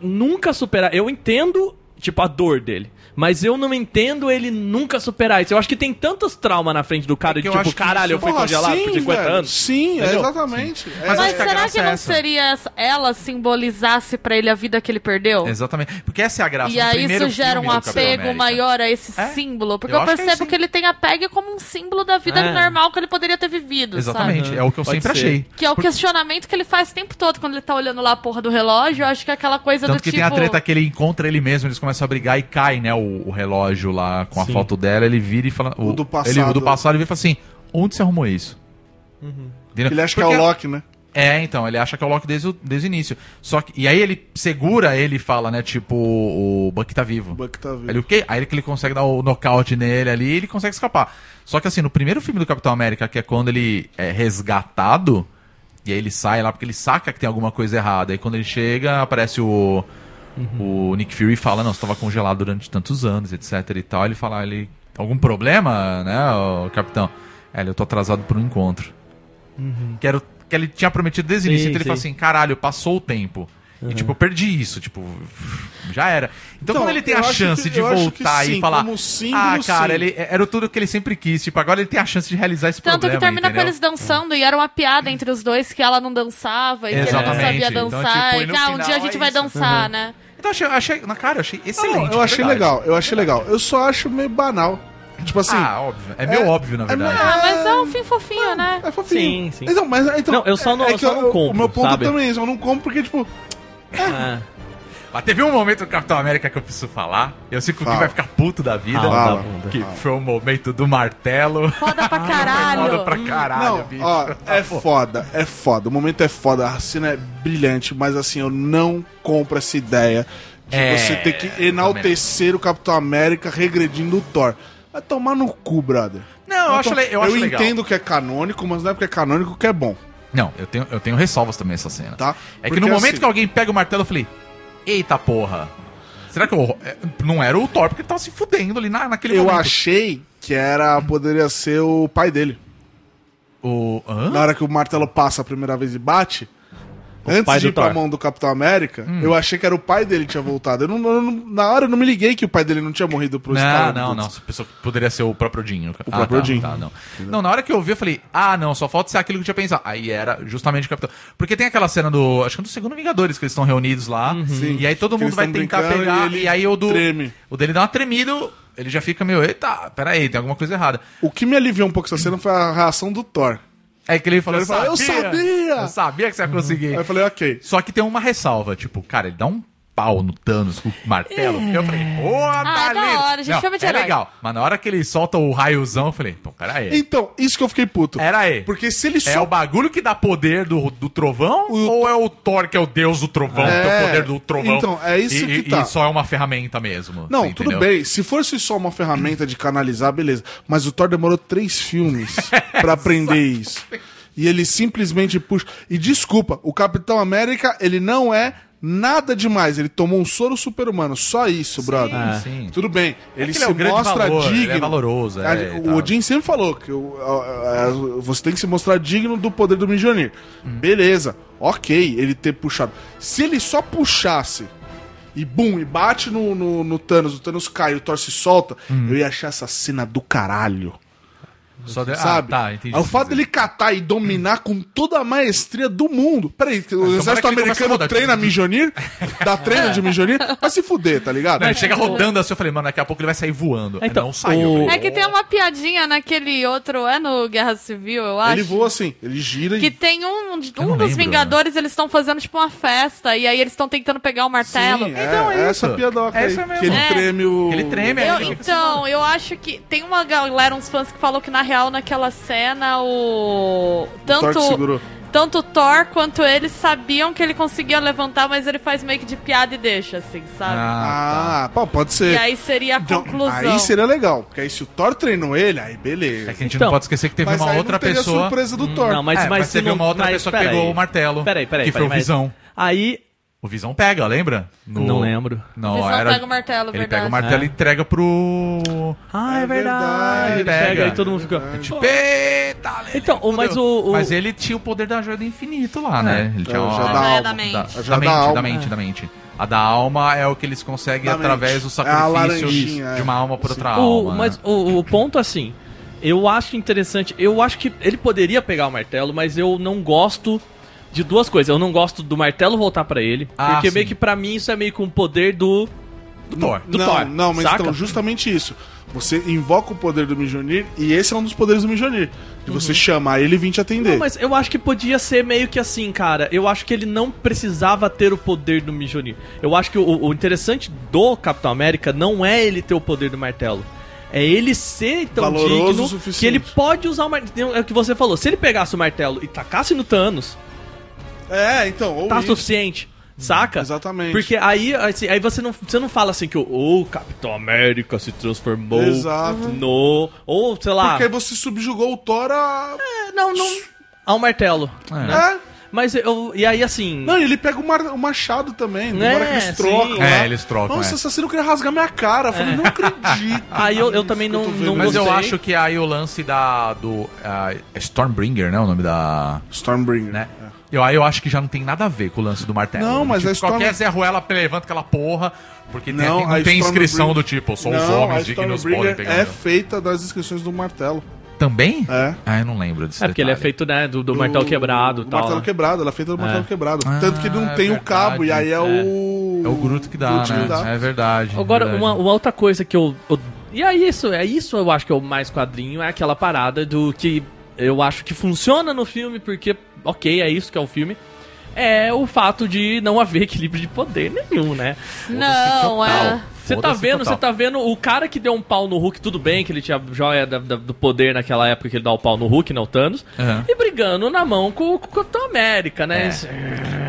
Speaker 7: nunca superar. Eu entendo, Tipo, a dor dele. Mas eu não entendo ele nunca superar isso. Eu acho que tem tantos traumas na frente do cara,
Speaker 5: É que
Speaker 7: de
Speaker 5: eu
Speaker 7: tipo,
Speaker 5: acho que assim,
Speaker 7: caralho, eu
Speaker 5: isso-
Speaker 7: fui
Speaker 8: Porra,
Speaker 7: congelado
Speaker 8: sim,
Speaker 7: por 50
Speaker 8: velho.
Speaker 7: anos.
Speaker 8: Sim, é
Speaker 7: Entendeu?
Speaker 8: exatamente. É,
Speaker 5: Mas
Speaker 6: Mas
Speaker 5: acho que a
Speaker 6: será
Speaker 5: graça
Speaker 6: que
Speaker 5: é
Speaker 6: não
Speaker 5: essa.
Speaker 6: seria essa- ela simbolizasse pra ele a vida que ele perdeu?
Speaker 5: Exatamente. Porque essa é a graça
Speaker 6: E
Speaker 5: do
Speaker 6: aí
Speaker 5: primeiro
Speaker 6: isso gera
Speaker 5: filme
Speaker 6: um
Speaker 5: do Capitão
Speaker 6: apego
Speaker 5: América.
Speaker 6: maior a esse
Speaker 5: É,
Speaker 6: símbolo. Porque
Speaker 5: eu
Speaker 6: eu,
Speaker 5: acho que é
Speaker 6: percebo
Speaker 5: sim.
Speaker 6: que ele tem apego como um símbolo da vida
Speaker 7: É.
Speaker 6: normal que ele poderia ter vivido,
Speaker 5: Exatamente,
Speaker 7: sabe?
Speaker 5: é o que eu
Speaker 7: Pode
Speaker 5: sempre
Speaker 7: ser.
Speaker 5: achei.
Speaker 6: sabe? Que é o questionamento que ele faz o tempo todo quando ele tá olhando lá a porra do relógio. Eu acho que é aquela coisa
Speaker 5: Tanto
Speaker 6: do
Speaker 5: que
Speaker 6: tipo...
Speaker 5: tem a treta que ele encontra ele mesmo, eles começam a brigar e cai, né, o, o relógio lá com a
Speaker 7: Sim.
Speaker 5: foto dela, ele vira e fala...
Speaker 8: O do
Speaker 5: Ele,
Speaker 8: passado. Uhum.
Speaker 5: o do passado, ele vira e fala assim, onde você arrumou isso? Entendeu?
Speaker 8: Ele acha que
Speaker 5: Porque-
Speaker 8: é o Loki, né?
Speaker 5: É, então, ele acha que é o Loki desde o, desde o início. Só que, e aí ele segura ele e fala, né, tipo, o Buck tá vivo.
Speaker 8: O Buck tá vivo.
Speaker 5: Ele, o quê? Aí ele, que ele consegue dar o nocaute nele ali e ele consegue escapar. Só que assim, no primeiro filme do Capitão América, que é quando ele é resgatado, e aí ele sai lá porque ele saca que tem alguma coisa errada. Aí quando ele chega, aparece o, o Nick Fury e fala, não, você tava congelado durante tantos anos, etc e tal. Ele fala, "Ah, ele. Algum problema, né, o capitão? É, ele, eu tô atrasado por um encontro. Que, era o- que ele tinha prometido desde o início.
Speaker 7: Sim,
Speaker 5: Então ele
Speaker 7: Uhum. sim.
Speaker 5: fala assim, caralho, passou o tempo. E tipo, eu perdi isso, tipo, já era. Então,
Speaker 8: Então,
Speaker 5: quando ele tem
Speaker 8: eu
Speaker 5: a
Speaker 8: acho
Speaker 5: chance
Speaker 8: que-
Speaker 5: de
Speaker 8: eu acho
Speaker 5: voltar
Speaker 8: que
Speaker 5: e
Speaker 8: sim,
Speaker 5: falar.
Speaker 8: como símbolo,
Speaker 5: ah, cara,
Speaker 8: sim."
Speaker 5: ele era tudo que ele sempre quis. Tipo, agora ele tem a chance de realizar esse
Speaker 6: Tanto
Speaker 5: problema.
Speaker 6: que termina
Speaker 5: entendeu?
Speaker 6: com eles dançando, e era uma piada entre os dois que ela não dançava e que
Speaker 5: Exatamente.
Speaker 6: ele não sabia
Speaker 5: Então,
Speaker 6: dançar.
Speaker 5: tipo, e
Speaker 6: e
Speaker 5: no
Speaker 6: que, ah, um
Speaker 5: final
Speaker 6: dia a gente
Speaker 5: é
Speaker 6: vai
Speaker 5: isso.
Speaker 6: dançar, né?
Speaker 5: Então, eu achei, eu achei- na cara, eu achei é excelente.
Speaker 8: Não, eu
Speaker 5: de
Speaker 8: achei
Speaker 5: verdade.
Speaker 8: legal, eu achei legal. Eu só acho meio banal. Tipo assim.
Speaker 5: ah, óbvio. É, meio óbvio, na verdade.
Speaker 8: meio-
Speaker 6: Ah, mas é um fim fofinho, né?
Speaker 8: É fofinho.
Speaker 7: Sim, sim.
Speaker 8: Então, mas, então,
Speaker 7: Não, eu só não-
Speaker 8: é
Speaker 7: eu só
Speaker 8: que
Speaker 7: não compro,
Speaker 8: O meu ponto
Speaker 7: sabe?
Speaker 8: também é isso. Eu não compro porque, tipo,
Speaker 7: É.
Speaker 5: Mas teve um momento do Capitão América que eu preciso falar. Eu sei que o Gui
Speaker 8: Fala.
Speaker 5: vai ficar puto da vida.
Speaker 8: Fala.
Speaker 5: Que foi o momento do martelo.
Speaker 6: Foda pra
Speaker 5: Ah, Foda
Speaker 6: caralho.
Speaker 5: pra caralho,
Speaker 8: Hum. não,
Speaker 5: bicho.
Speaker 8: ó, é
Speaker 5: Pô,
Speaker 8: foda, é foda. O momento é foda, a cena é brilhante, mas assim, eu não compro essa ideia de
Speaker 5: É,
Speaker 8: você ter
Speaker 5: eu
Speaker 8: que
Speaker 5: também não.
Speaker 8: enaltecer o Capitão América regredindo o Thor. Vai tomar no cu, brother.
Speaker 5: Não, eu acho, le- eu acho legal.
Speaker 8: entendo que é canônico, mas não é porque é canônico que é bom,
Speaker 5: Não, eu tenho, eu tenho ressalvas também essa cena.
Speaker 8: tá?
Speaker 5: É que
Speaker 8: Porque,
Speaker 5: no momento
Speaker 8: assim,
Speaker 5: que alguém pega o martelo, eu falei: Eita porra! Será que eu. é, Não era o Thor, porque ele tava se fudendo ali na, naquele
Speaker 8: Eu
Speaker 5: momento.
Speaker 8: achei que era poderia ser o pai dele.
Speaker 5: O. Hã?
Speaker 8: Na hora que o martelo passa a primeira vez e bate,
Speaker 7: pai
Speaker 8: antes de
Speaker 7: do
Speaker 8: ir pra
Speaker 7: Thor.
Speaker 8: mão do Capitão América,
Speaker 5: Hum.
Speaker 8: eu achei que era o pai dele que tinha voltado. Eu não, eu não- na hora eu não me liguei que o pai dele não tinha morrido pro
Speaker 5: Não,
Speaker 8: Star-Lord.
Speaker 5: não, não. Essa pessoa poderia ser o próprio Dinho. O
Speaker 8: próprio
Speaker 5: tá,
Speaker 8: Jim.
Speaker 5: tá, não. não, na hora que eu vi, eu falei, ah, não, só falta ser aquilo que eu tinha pensado. Aí era justamente o Capitão. Porque tem aquela cena do. Acho que é do segundo Vingadores que eles estão reunidos lá.
Speaker 8: Uhum. Sim.
Speaker 5: E aí todo
Speaker 8: Que
Speaker 5: mundo
Speaker 8: eles
Speaker 5: vai
Speaker 8: tão
Speaker 5: tentar
Speaker 8: brincando
Speaker 5: pegar.
Speaker 8: e
Speaker 5: E,
Speaker 8: ele
Speaker 5: aí o do.
Speaker 8: treme.
Speaker 5: O dele dá uma tremido, ele já fica meio, eita, peraí, tem alguma coisa errada.
Speaker 8: O que me aliviou um pouco essa cena foi a reação do Thor.
Speaker 5: É que ele falou,
Speaker 8: Ele fala, "Eu sabia!"
Speaker 5: Eu sabia que você ia conseguir.
Speaker 8: Aí eu falei, ok.
Speaker 5: Só que tem uma ressalva, tipo, cara, ele dá um pau no Thanos com o martelo. Eu falei, porra,
Speaker 6: Ah,
Speaker 5: tá
Speaker 6: é da
Speaker 5: lindo.
Speaker 6: hora, a gente
Speaker 5: Não,
Speaker 6: chama de
Speaker 5: É
Speaker 6: herói.
Speaker 5: legal. Mas na hora que ele solta o raiozão, eu falei, pô, peraí.
Speaker 8: Então, isso que eu fiquei puto.
Speaker 5: Pera aí.
Speaker 8: Porque se ele
Speaker 5: É
Speaker 8: só.
Speaker 5: o bagulho que dá poder do, do trovão?
Speaker 8: O-
Speaker 5: Ou é o Thor que é o deus do trovão, que é o
Speaker 8: É,
Speaker 5: poder do trovão?
Speaker 8: então, é isso
Speaker 5: e,
Speaker 8: que
Speaker 5: e-
Speaker 8: tá.
Speaker 5: E só é uma ferramenta mesmo.
Speaker 8: Não,
Speaker 5: você
Speaker 8: tudo
Speaker 5: entendeu?
Speaker 8: bem. Se fosse só uma ferramenta de canalizar, beleza. Mas o Thor demorou três filmes
Speaker 5: É,
Speaker 8: pra aprender isso. E ele simplesmente puxa. E desculpa, o Capitão América, ele não é nada demais. Ele tomou um soro super-humano. Só isso, brother.
Speaker 5: Ah, sim.
Speaker 8: Tudo bem. Ele
Speaker 5: que ele
Speaker 8: se
Speaker 5: é o grande
Speaker 8: mostra
Speaker 5: valor, ele
Speaker 8: digno.
Speaker 5: é valoroso, é,
Speaker 8: A-
Speaker 5: e
Speaker 8: o
Speaker 5: tal.
Speaker 8: Odin sempre falou que o- a- a- você tem que se mostrar digno do poder do Mjolnir. Beleza. Ok, ele ter puxado. Se ele só puxasse e bum, e bate no, no, no Thanos, o Thanos cai, o Thor se solta,
Speaker 5: Hum.
Speaker 8: eu ia achar essa cena do caralho.
Speaker 5: Só de- ah,
Speaker 8: Sabe?
Speaker 5: tá, entendi.
Speaker 8: Aí o fato dele catar e dominar com toda a maestria do mundo. Peraí, que
Speaker 5: É,
Speaker 8: o
Speaker 5: tomara
Speaker 8: exército
Speaker 5: que ele comece a
Speaker 8: americano
Speaker 5: rodar.
Speaker 8: treina Mjolnir, dá treino de Mjolnir, vai se fuder, tá ligado?
Speaker 5: Não, ele chega rodando assim, eu falei, mano, daqui a pouco ele vai sair voando. Aí
Speaker 7: Então,
Speaker 5: não saiu.
Speaker 7: o-
Speaker 5: eu falei,
Speaker 6: É que tem uma piadinha naquele outro, é no Guerra Civil, eu acho.
Speaker 8: Ele voa assim, ele gira
Speaker 6: Que
Speaker 8: e.
Speaker 6: tem um, um
Speaker 5: não
Speaker 6: dos
Speaker 5: lembro,
Speaker 6: Vingadores, eles estão fazendo tipo uma festa, e aí eles estão tentando pegar o martelo.
Speaker 8: Sim, é,
Speaker 5: Então é
Speaker 8: é essa
Speaker 5: isso.
Speaker 8: piadoca
Speaker 5: Essa
Speaker 8: aí,
Speaker 5: mesmo.
Speaker 8: que ele
Speaker 6: É.
Speaker 8: treme o...
Speaker 5: Que ele treme, é.
Speaker 6: Eu-
Speaker 5: Ele fica
Speaker 8: assim,
Speaker 6: então, eu acho que tem uma galera, uns fãs que falou que na real naquela cena o
Speaker 8: Thor que
Speaker 6: tanto
Speaker 8: segurou.
Speaker 6: tanto o Thor quanto eles sabiam que ele conseguia levantar, mas ele faz meio que de piada e deixa assim, sabe?
Speaker 5: Ah,
Speaker 8: Ah, pô, pode ser.
Speaker 6: E aí seria a
Speaker 8: Então,
Speaker 6: conclusão.
Speaker 8: aí seria legal, porque aí se o Thor treinou ele, aí beleza.
Speaker 5: É que a gente
Speaker 7: Então,
Speaker 5: não pode esquecer que teve
Speaker 8: Mas
Speaker 5: uma
Speaker 8: aí
Speaker 5: outra
Speaker 8: não teria
Speaker 5: pessoa.
Speaker 8: a surpresa do Thor.
Speaker 7: Hum, Não, mas,
Speaker 5: É,
Speaker 7: mas
Speaker 5: mas
Speaker 7: se
Speaker 5: teve
Speaker 7: não- tá
Speaker 5: uma outra
Speaker 7: mas
Speaker 5: pessoa que
Speaker 7: peraí.
Speaker 5: pegou o martelo,
Speaker 7: Peraí, peraí.
Speaker 5: que foi
Speaker 7: peraí,
Speaker 5: o
Speaker 7: mas-
Speaker 5: Visão.
Speaker 7: Aí.
Speaker 5: O Visão pega, lembra? No-
Speaker 7: Não lembro. É.
Speaker 5: Não,
Speaker 6: Visão
Speaker 5: era...
Speaker 6: pega o martelo,
Speaker 5: Ele
Speaker 6: verdade.
Speaker 5: pega o martelo e entrega pro.
Speaker 7: Ah, é, verdade.
Speaker 8: É verdade.
Speaker 7: Ele pega,
Speaker 5: Pega.
Speaker 7: aí todo mundo fica. Pô,
Speaker 5: Tipo, Eita, Lele,
Speaker 7: Então, o- mas o- o-
Speaker 5: Mas ele tinha o poder da joia do infinito lá, né? Ele tinha
Speaker 6: Então,
Speaker 8: É, o joia
Speaker 6: da alma. Da-
Speaker 5: Da,
Speaker 6: da
Speaker 5: da mente,
Speaker 8: alma.
Speaker 5: da mente, da mente. A da alma é o que eles conseguem
Speaker 8: Da mente.
Speaker 5: através do
Speaker 8: É a
Speaker 5: sacrifício
Speaker 8: laranjinha, é.
Speaker 5: de uma alma por outra
Speaker 7: O,
Speaker 5: alma.
Speaker 7: Uh,
Speaker 5: né?
Speaker 7: mas o, o ponto assim, eu acho interessante. Eu acho que ele poderia pegar o martelo, mas eu não gosto de duas coisas. Eu não gosto do martelo voltar pra ele,
Speaker 5: Ah,
Speaker 7: porque
Speaker 5: sim.
Speaker 7: meio que pra mim isso é meio que um poder do
Speaker 5: do Thor.
Speaker 7: do
Speaker 8: não,
Speaker 7: Thor,
Speaker 8: não, mas
Speaker 7: saca?
Speaker 8: então, justamente isso. Você invoca o poder do Mjolnir e esse é um dos poderes do Mjolnir. De você chamar ele e vir te atender.
Speaker 7: Não, mas eu acho que podia ser meio que assim, cara. Eu acho que ele não precisava ter o poder do Mjolnir. Eu acho que o, o interessante do Capitão América não é ele ter o poder do martelo. É ele ser tão
Speaker 8: Valoroso o
Speaker 7: digno
Speaker 8: suficiente.
Speaker 7: que ele pode usar o martelo. É o que você falou. Se ele pegasse o martelo e tacasse no Thanos,
Speaker 8: É, então, ou
Speaker 7: tá
Speaker 8: isso.
Speaker 7: suficiente. Saca?
Speaker 8: Exatamente.
Speaker 7: Porque aí, assim, aí você, não, você não fala assim que o o Capitão América se transformou
Speaker 8: Exato.
Speaker 7: no. Ou, sei lá.
Speaker 8: Porque aí você subjugou o Thor a.
Speaker 7: Não, não. Ao um martelo.
Speaker 5: É.
Speaker 8: É.
Speaker 7: Mas eu. E aí, assim.
Speaker 8: Não, e ele pega o, mar- o machado também. Tem
Speaker 7: É,
Speaker 8: hora que eles
Speaker 7: sim.
Speaker 8: trocam.
Speaker 5: É,
Speaker 8: lá.
Speaker 5: eles trocam,
Speaker 8: Nossa,
Speaker 5: é.
Speaker 8: assassino queria rasgar minha cara. Eu falei, não
Speaker 7: É.
Speaker 8: acredito.
Speaker 7: Aí eu- eu também não-
Speaker 8: tô vendo.
Speaker 7: não
Speaker 5: Mas eu
Speaker 7: gostei.
Speaker 5: acho que aí o lance da. do. ah, é Stormbringer, né? O nome da.
Speaker 8: Stormbringer.
Speaker 5: né? Eu, aí eu acho que já não tem nada a ver com o lance do martelo.
Speaker 8: É. Não, mas
Speaker 5: tipo,
Speaker 8: a Storm-
Speaker 5: Qualquer Zé Ruela levanta aquela porra, porque tem-
Speaker 8: Não,
Speaker 5: tem, não
Speaker 8: a
Speaker 5: tem inscrição
Speaker 8: Stormbringer-
Speaker 5: do tipo, só os
Speaker 8: Não, a
Speaker 5: homens dignos podem
Speaker 8: Stormbringer
Speaker 5: pegar. né?
Speaker 8: é
Speaker 5: o-
Speaker 8: feita das inscrições do martelo.
Speaker 5: Também?
Speaker 8: É.
Speaker 5: Ah, eu não lembro disso.
Speaker 7: É porque ele é feito, né, do, do martelo quebrado e
Speaker 8: do
Speaker 7: tal.
Speaker 8: Martelo
Speaker 7: né?
Speaker 8: quebrado, ela é feita do martelo quebrado.
Speaker 5: Ah,
Speaker 8: Tanto que não
Speaker 5: é
Speaker 8: tem o
Speaker 5: verdade.
Speaker 8: cabo, e aí é,
Speaker 5: É.
Speaker 8: o.
Speaker 5: É o Gruto que dá,
Speaker 8: Groot
Speaker 5: né?
Speaker 8: que dá.
Speaker 5: É verdade.
Speaker 7: Agora,
Speaker 5: verdade.
Speaker 7: uma, uma outra coisa que eu, eu- E é isso, é isso eu acho que é o mais quadrinho, é aquela parada do que eu acho que funciona no filme, porque, ok, é isso que é o filme. É o fato de não haver equilíbrio de poder nenhum, né?
Speaker 6: Não, é.
Speaker 5: Total.
Speaker 7: Você tá
Speaker 5: Foda-se
Speaker 7: vendo,
Speaker 5: total.
Speaker 7: você tá vendo o cara que deu um pau no Hulk, tudo bem que ele tinha a joia da- da- do poder naquela época que ele dá o pau no Hulk, não o Thanos,
Speaker 5: Aham.
Speaker 7: e brigando na mão com, com o Capitão América, né?
Speaker 5: É.
Speaker 7: Isso-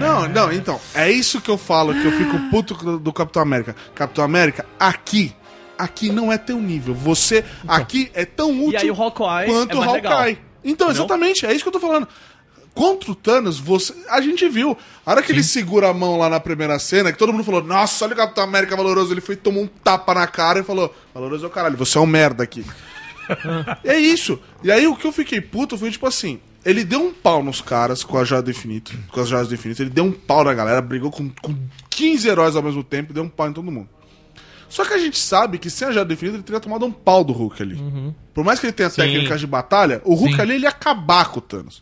Speaker 8: Não, não, então. É isso que eu falo, que eu fico puto do, do Capitão América. Capitão América, aqui. Aqui não é teu nível. Você aqui é tão útil
Speaker 7: Então. E aí o Hawkeye
Speaker 8: quanto
Speaker 7: é
Speaker 8: o
Speaker 7: mais
Speaker 8: Hawkeye.
Speaker 7: legal.
Speaker 8: Então, exatamente, é isso que eu tô falando. Contra o Thanos, você, a gente viu. A hora que ele segura a mão lá na primeira cena, que todo mundo falou: Nossa, olha o Capitão América valoroso. Ele foi tomou um tapa na cara e falou: Valoroso é o caralho, você é um merda aqui. É isso. E aí o que eu fiquei puto foi tipo assim. Ele deu um pau nos caras com a Joia do Infinito. Com as Joias do Infinito. Ele deu um pau na galera, brigou com, com 15 heróis ao mesmo tempo, deu um pau em todo mundo. Só que a gente sabe que sem a Joia do Infinito ele teria tomado um pau do Hulk ali. Por mais que ele tenha técnicas de batalha, o Hulk
Speaker 5: Sim.
Speaker 8: ali ele ia acabar com o Thanos.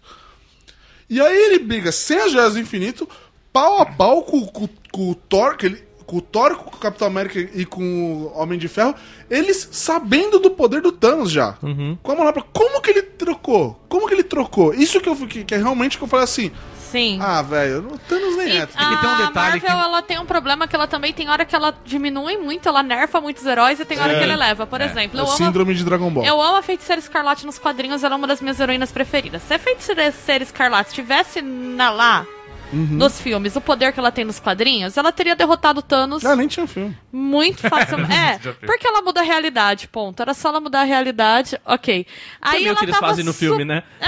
Speaker 8: E aí ele briga sem as Joias do Infinito, pau a pau com, com- com o Thor, que ele- com o Thor, com o Capitão América e com o Homem de Ferro, eles sabendo do poder do Thanos já. Como lá pra- como que ele trocou? Como que ele trocou? Isso que eu fiquei, que é realmente que eu falei assim,
Speaker 6: Sim.
Speaker 8: ah, velho, o Thanos nem
Speaker 6: E ah,
Speaker 8: é.
Speaker 5: que ter um
Speaker 6: a
Speaker 5: detalhe
Speaker 6: Marvel,
Speaker 5: que-
Speaker 6: ela tem um problema que ela também tem hora que ela diminui muito, ela nerfa muitos heróis e tem hora
Speaker 5: É.
Speaker 6: que ela eleva. Por exemplo, eu
Speaker 8: É
Speaker 6: amo,
Speaker 8: síndrome de Dragon Ball.
Speaker 6: eu amo a Feiticeira Escarlate nos quadrinhos, ela é uma das minhas heroínas preferidas. Se a Feiticeira Escarlate estivesse na, lá,
Speaker 5: Uhum.
Speaker 6: nos filmes, o poder que ela tem nos quadrinhos, ela teria derrotado Thanos
Speaker 8: Ah, nem tinha filme.
Speaker 6: muito facilmente. É,
Speaker 5: Já tem.
Speaker 6: porque ela muda a realidade, ponto. Era só ela mudar a realidade, ok.
Speaker 5: é
Speaker 6: Aí
Speaker 7: Também o
Speaker 6: ela
Speaker 7: que eles
Speaker 6: tava
Speaker 7: fazem no
Speaker 6: su-
Speaker 7: filme, né?
Speaker 6: é,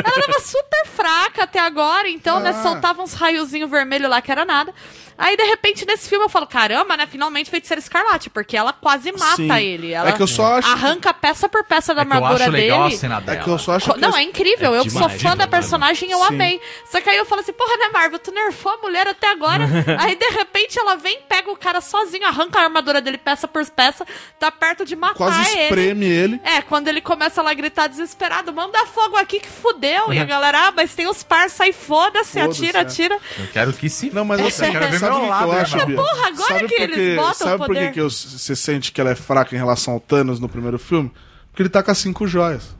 Speaker 6: ela tava super fraca até agora, então, né,
Speaker 8: Ah.
Speaker 6: soltava uns raiozinhos vermelhos lá que era nada. Aí, de repente, nesse filme eu falo, caramba, né, finalmente Feiticeira Escarlate, porque ela quase mata
Speaker 8: Sim.
Speaker 6: ele. Ela
Speaker 8: É que eu só acho-
Speaker 6: arranca peça por peça da
Speaker 5: É que eu
Speaker 6: armadura
Speaker 5: acho legal
Speaker 6: dele.
Speaker 5: a cena
Speaker 8: É
Speaker 5: dela.
Speaker 8: que eu só acho
Speaker 6: Co-
Speaker 8: que
Speaker 6: Não, é incrível.
Speaker 7: É
Speaker 6: eu
Speaker 7: demais,
Speaker 6: sou fã da
Speaker 7: demais.
Speaker 6: personagem eu
Speaker 8: Sim.
Speaker 6: amei. Só que aí eu falo assim, porra, né, Marvel? Tu nerfou a mulher até agora. aí, de repente, ela vem, pega o cara sozinho, arranca a armadura dele peça por peça, tá perto de matar
Speaker 8: quase
Speaker 6: ele.
Speaker 8: espreme ele.
Speaker 6: É, quando ele começa lá a gritar desesperado, manda fogo aqui que fudeu. E a galera, ah, mas tem os parça aí, foda-se,
Speaker 8: Uhum. Foda-se,
Speaker 6: atira,
Speaker 8: é.
Speaker 6: atira.
Speaker 5: Eu quero que se.
Speaker 8: Não, mas
Speaker 5: Nossa,
Speaker 8: assim,
Speaker 5: eu quero ver meu
Speaker 8: sabe o que
Speaker 5: lado,
Speaker 8: eu
Speaker 5: né,
Speaker 8: acho,
Speaker 5: mano?
Speaker 8: Bia?
Speaker 6: Porra, agora
Speaker 8: sabe
Speaker 6: que
Speaker 8: por
Speaker 6: eles
Speaker 8: quê?
Speaker 6: botam
Speaker 8: Sabe
Speaker 6: o
Speaker 8: por que
Speaker 6: poder?
Speaker 8: que eu- você sente que ela é fraca em relação ao Thanos no primeiro filme? Porque ele tá com as cinco joias.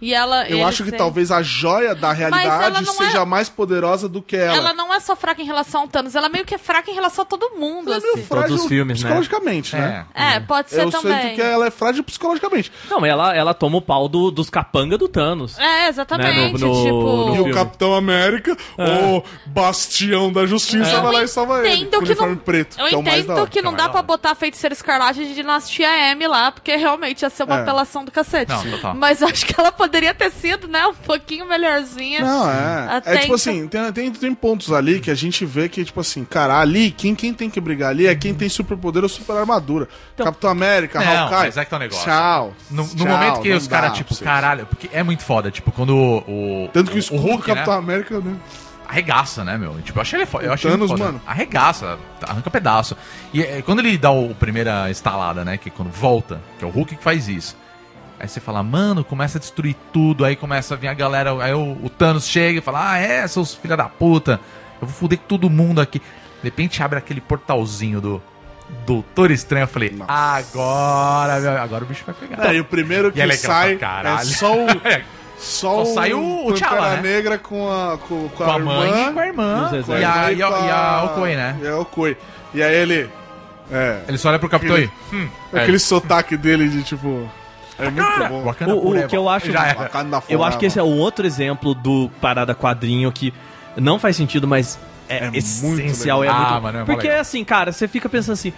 Speaker 6: E ela.
Speaker 8: Eu
Speaker 6: ele
Speaker 8: acho que
Speaker 6: tem-
Speaker 8: talvez a joia da
Speaker 6: ela
Speaker 8: realidade
Speaker 6: não
Speaker 8: seja
Speaker 6: é-
Speaker 8: mais poderosa do que ela.
Speaker 6: Ela não é só fraca em relação ao Thanos, ela meio que é fraca em relação a todo mundo.
Speaker 8: Ela é meio
Speaker 6: assim.
Speaker 8: frágil
Speaker 7: Todos os filmes, né?
Speaker 8: psicologicamente,
Speaker 5: É.
Speaker 8: né?
Speaker 6: É, pode ser
Speaker 8: Eu
Speaker 6: também.
Speaker 8: sinto que ela é frágil psicologicamente.
Speaker 7: Não, ela, ela toma o pau do, dos capanga do Thanos.
Speaker 6: É, exatamente.
Speaker 7: Né, no- no-
Speaker 6: tipo.
Speaker 7: no
Speaker 8: E o
Speaker 7: filme.
Speaker 8: Capitão América, o bastião da justiça, vai lá e salva ele.
Speaker 6: entendo
Speaker 8: Com
Speaker 6: que
Speaker 8: uniforme
Speaker 6: não,
Speaker 8: preto.
Speaker 6: eu
Speaker 8: que é o mais da
Speaker 6: entendo
Speaker 8: hora.
Speaker 6: que não dá pra botar a feiticeira escarlate de dinastia M lá, porque realmente ia ser uma
Speaker 8: É.
Speaker 6: apelação do cacete.
Speaker 5: Não, total.
Speaker 6: Mas eu acho que ela poderia ter sido, né, um pouquinho melhorzinha.
Speaker 8: Não, é.
Speaker 6: Até
Speaker 8: é tipo
Speaker 6: então-
Speaker 8: assim, tem, tem, tem pontos ali que a gente vê que, tipo assim, cara, ali, quem, quem tem que brigar ali é quem tem superpoder ou super armadura. Capitão América,
Speaker 5: Não,
Speaker 8: Hawkeye.
Speaker 5: mas é que tá um negócio.
Speaker 8: Tchau.
Speaker 5: No, no
Speaker 8: Tchau,
Speaker 5: momento que
Speaker 8: não
Speaker 5: os
Speaker 8: dá
Speaker 5: caras,
Speaker 8: pra
Speaker 5: tipo,
Speaker 8: vocês.
Speaker 5: caralho, porque é muito foda, tipo, quando o. o
Speaker 8: Tanto que o tá
Speaker 5: o
Speaker 8: escudo do
Speaker 5: Hulk, né?
Speaker 8: Capitão América, né?
Speaker 5: arregaça, né, meu? Tipo, eu achei ele foda. Eu achei
Speaker 8: Thanos,
Speaker 5: ele foda.
Speaker 8: mano.
Speaker 5: Arregaça, arranca pedaço. E é, quando ele dá o- a primeira estalada, né? Que quando volta, que é o Hulk que faz isso. Aí você fala, mano, começa a destruir tudo, aí começa a vir a galera, aí o, o Thanos chega e fala, ah, é, seus filha da puta, eu vou foder com todo mundo aqui. De repente abre aquele portalzinho do Doutor Estranho, eu falei, agora, meu, agora o bicho vai pegar.
Speaker 8: Então, e o primeiro que
Speaker 5: E é legal pra
Speaker 8: sai é
Speaker 5: caralho.
Speaker 8: só o. Só,
Speaker 5: Só sai o- o
Speaker 8: Pantera
Speaker 5: T'Challa, né?
Speaker 8: Negra com a, com, com
Speaker 5: com a mãe e com a irmã,
Speaker 7: dos
Speaker 5: e
Speaker 7: exércitos.
Speaker 5: a, e a, e a Okoi, né?
Speaker 8: E a Okoi. E aí ele. É.
Speaker 5: Ele só olha pro Capitão aí.
Speaker 8: Aquele-
Speaker 5: É.
Speaker 8: Aquele sotaque dele de tipo. É muito bom.
Speaker 5: Wakanda
Speaker 7: O- o
Speaker 5: forever.
Speaker 7: que eu acho-
Speaker 5: Já era.
Speaker 8: Wakanda
Speaker 7: Eu acho que esse é
Speaker 8: forever.
Speaker 7: um outro exemplo do parada quadrinho que não faz sentido, mas é,
Speaker 8: É muito
Speaker 7: essencial.
Speaker 5: legal.
Speaker 7: é
Speaker 5: Ah,
Speaker 7: muito-
Speaker 5: mano, é mó
Speaker 7: Porque
Speaker 5: legal.
Speaker 7: assim, cara, você fica pensando assim,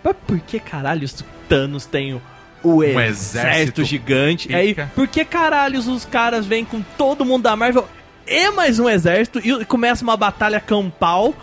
Speaker 7: mas por que caralho os Thanos têm o exército,
Speaker 5: Um exército
Speaker 7: gigante?
Speaker 5: pica.
Speaker 7: Aí, por que caralhos os caras vêm com todo mundo da Marvel e mais um exército e começa uma batalha campal?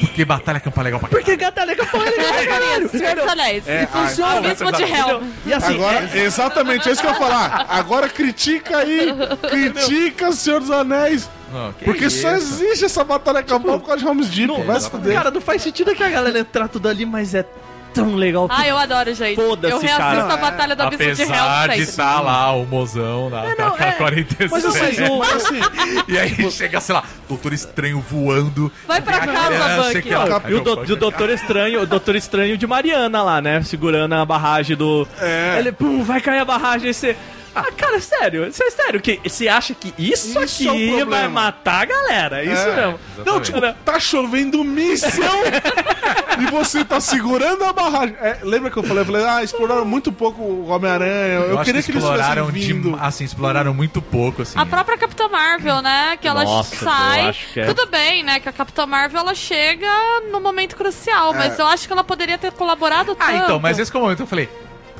Speaker 5: Porque batalha campa legal pra
Speaker 7: Por que batalha campal é legal, caralho?
Speaker 6: Senhor dos Anéis.
Speaker 8: É,
Speaker 5: Ah, então
Speaker 6: o
Speaker 7: Funciona.
Speaker 6: mesmo de Helm.
Speaker 7: E assim,
Speaker 8: Agora,
Speaker 7: é-
Speaker 8: exatamente, é isso que eu ia falar. Agora critica aí, critica Senhor dos Anéis.
Speaker 5: Não, que
Speaker 8: Porque só é
Speaker 5: isso? Tipo,
Speaker 8: existe essa batalha campal por causa de Holmes Deep.
Speaker 7: não,
Speaker 8: Vai se fuder.
Speaker 7: cara, não faz sentido que a galera entrar tudo ali, mas é tão legal.
Speaker 6: Ah, eu adoro, gente.
Speaker 7: Foda-se,
Speaker 6: Eu reassisto
Speaker 7: cara.
Speaker 6: a Batalha do Abismo de
Speaker 5: Apesar
Speaker 6: Helm
Speaker 5: de
Speaker 6: sempre.
Speaker 5: estar lá o mozão na
Speaker 7: É, não, é. Mas assim, eu sei,
Speaker 5: 47.
Speaker 7: o-
Speaker 5: E aí chega, sei lá, Doutor Estranho voando.
Speaker 6: Vai pra
Speaker 5: E a
Speaker 6: casa,
Speaker 5: galera,
Speaker 6: Bucky.
Speaker 5: sei que lá.
Speaker 7: E o, do, e o Doutor Estranho, o Doutor Estranho de Mariana lá, né? Segurando a barragem do.
Speaker 8: É.
Speaker 7: Ele, pum, vai cair a barragem aí você. Ah, cara, sério, isso é sério. Que, você acha que isso,
Speaker 8: Isso é o
Speaker 7: aqui
Speaker 8: problema.
Speaker 7: vai matar a galera? Isso
Speaker 8: É,
Speaker 7: mesmo. Não, tipo, né?
Speaker 8: Tá chovendo míssel e você tá segurando a barragem. É, lembra que eu falei? Eu falei, ah, exploraram muito pouco o Homem-Aranha. Eu,
Speaker 5: Eu, acho que
Speaker 8: queria que, eles tivessem
Speaker 5: exploraram
Speaker 8: vindo.
Speaker 5: de, assim, exploraram muito pouco, assim.
Speaker 6: A própria Capitã Marvel, né? Que ela
Speaker 7: Nossa, eu
Speaker 6: sai.
Speaker 7: acho que é.
Speaker 6: Tudo bem, né? Que a Capitã Marvel ela chega no momento
Speaker 8: É.
Speaker 6: crucial, mas eu acho que ela poderia ter colaborado
Speaker 5: Ah, então,
Speaker 6: tanto.
Speaker 5: mas esse que é o momento. Eu falei,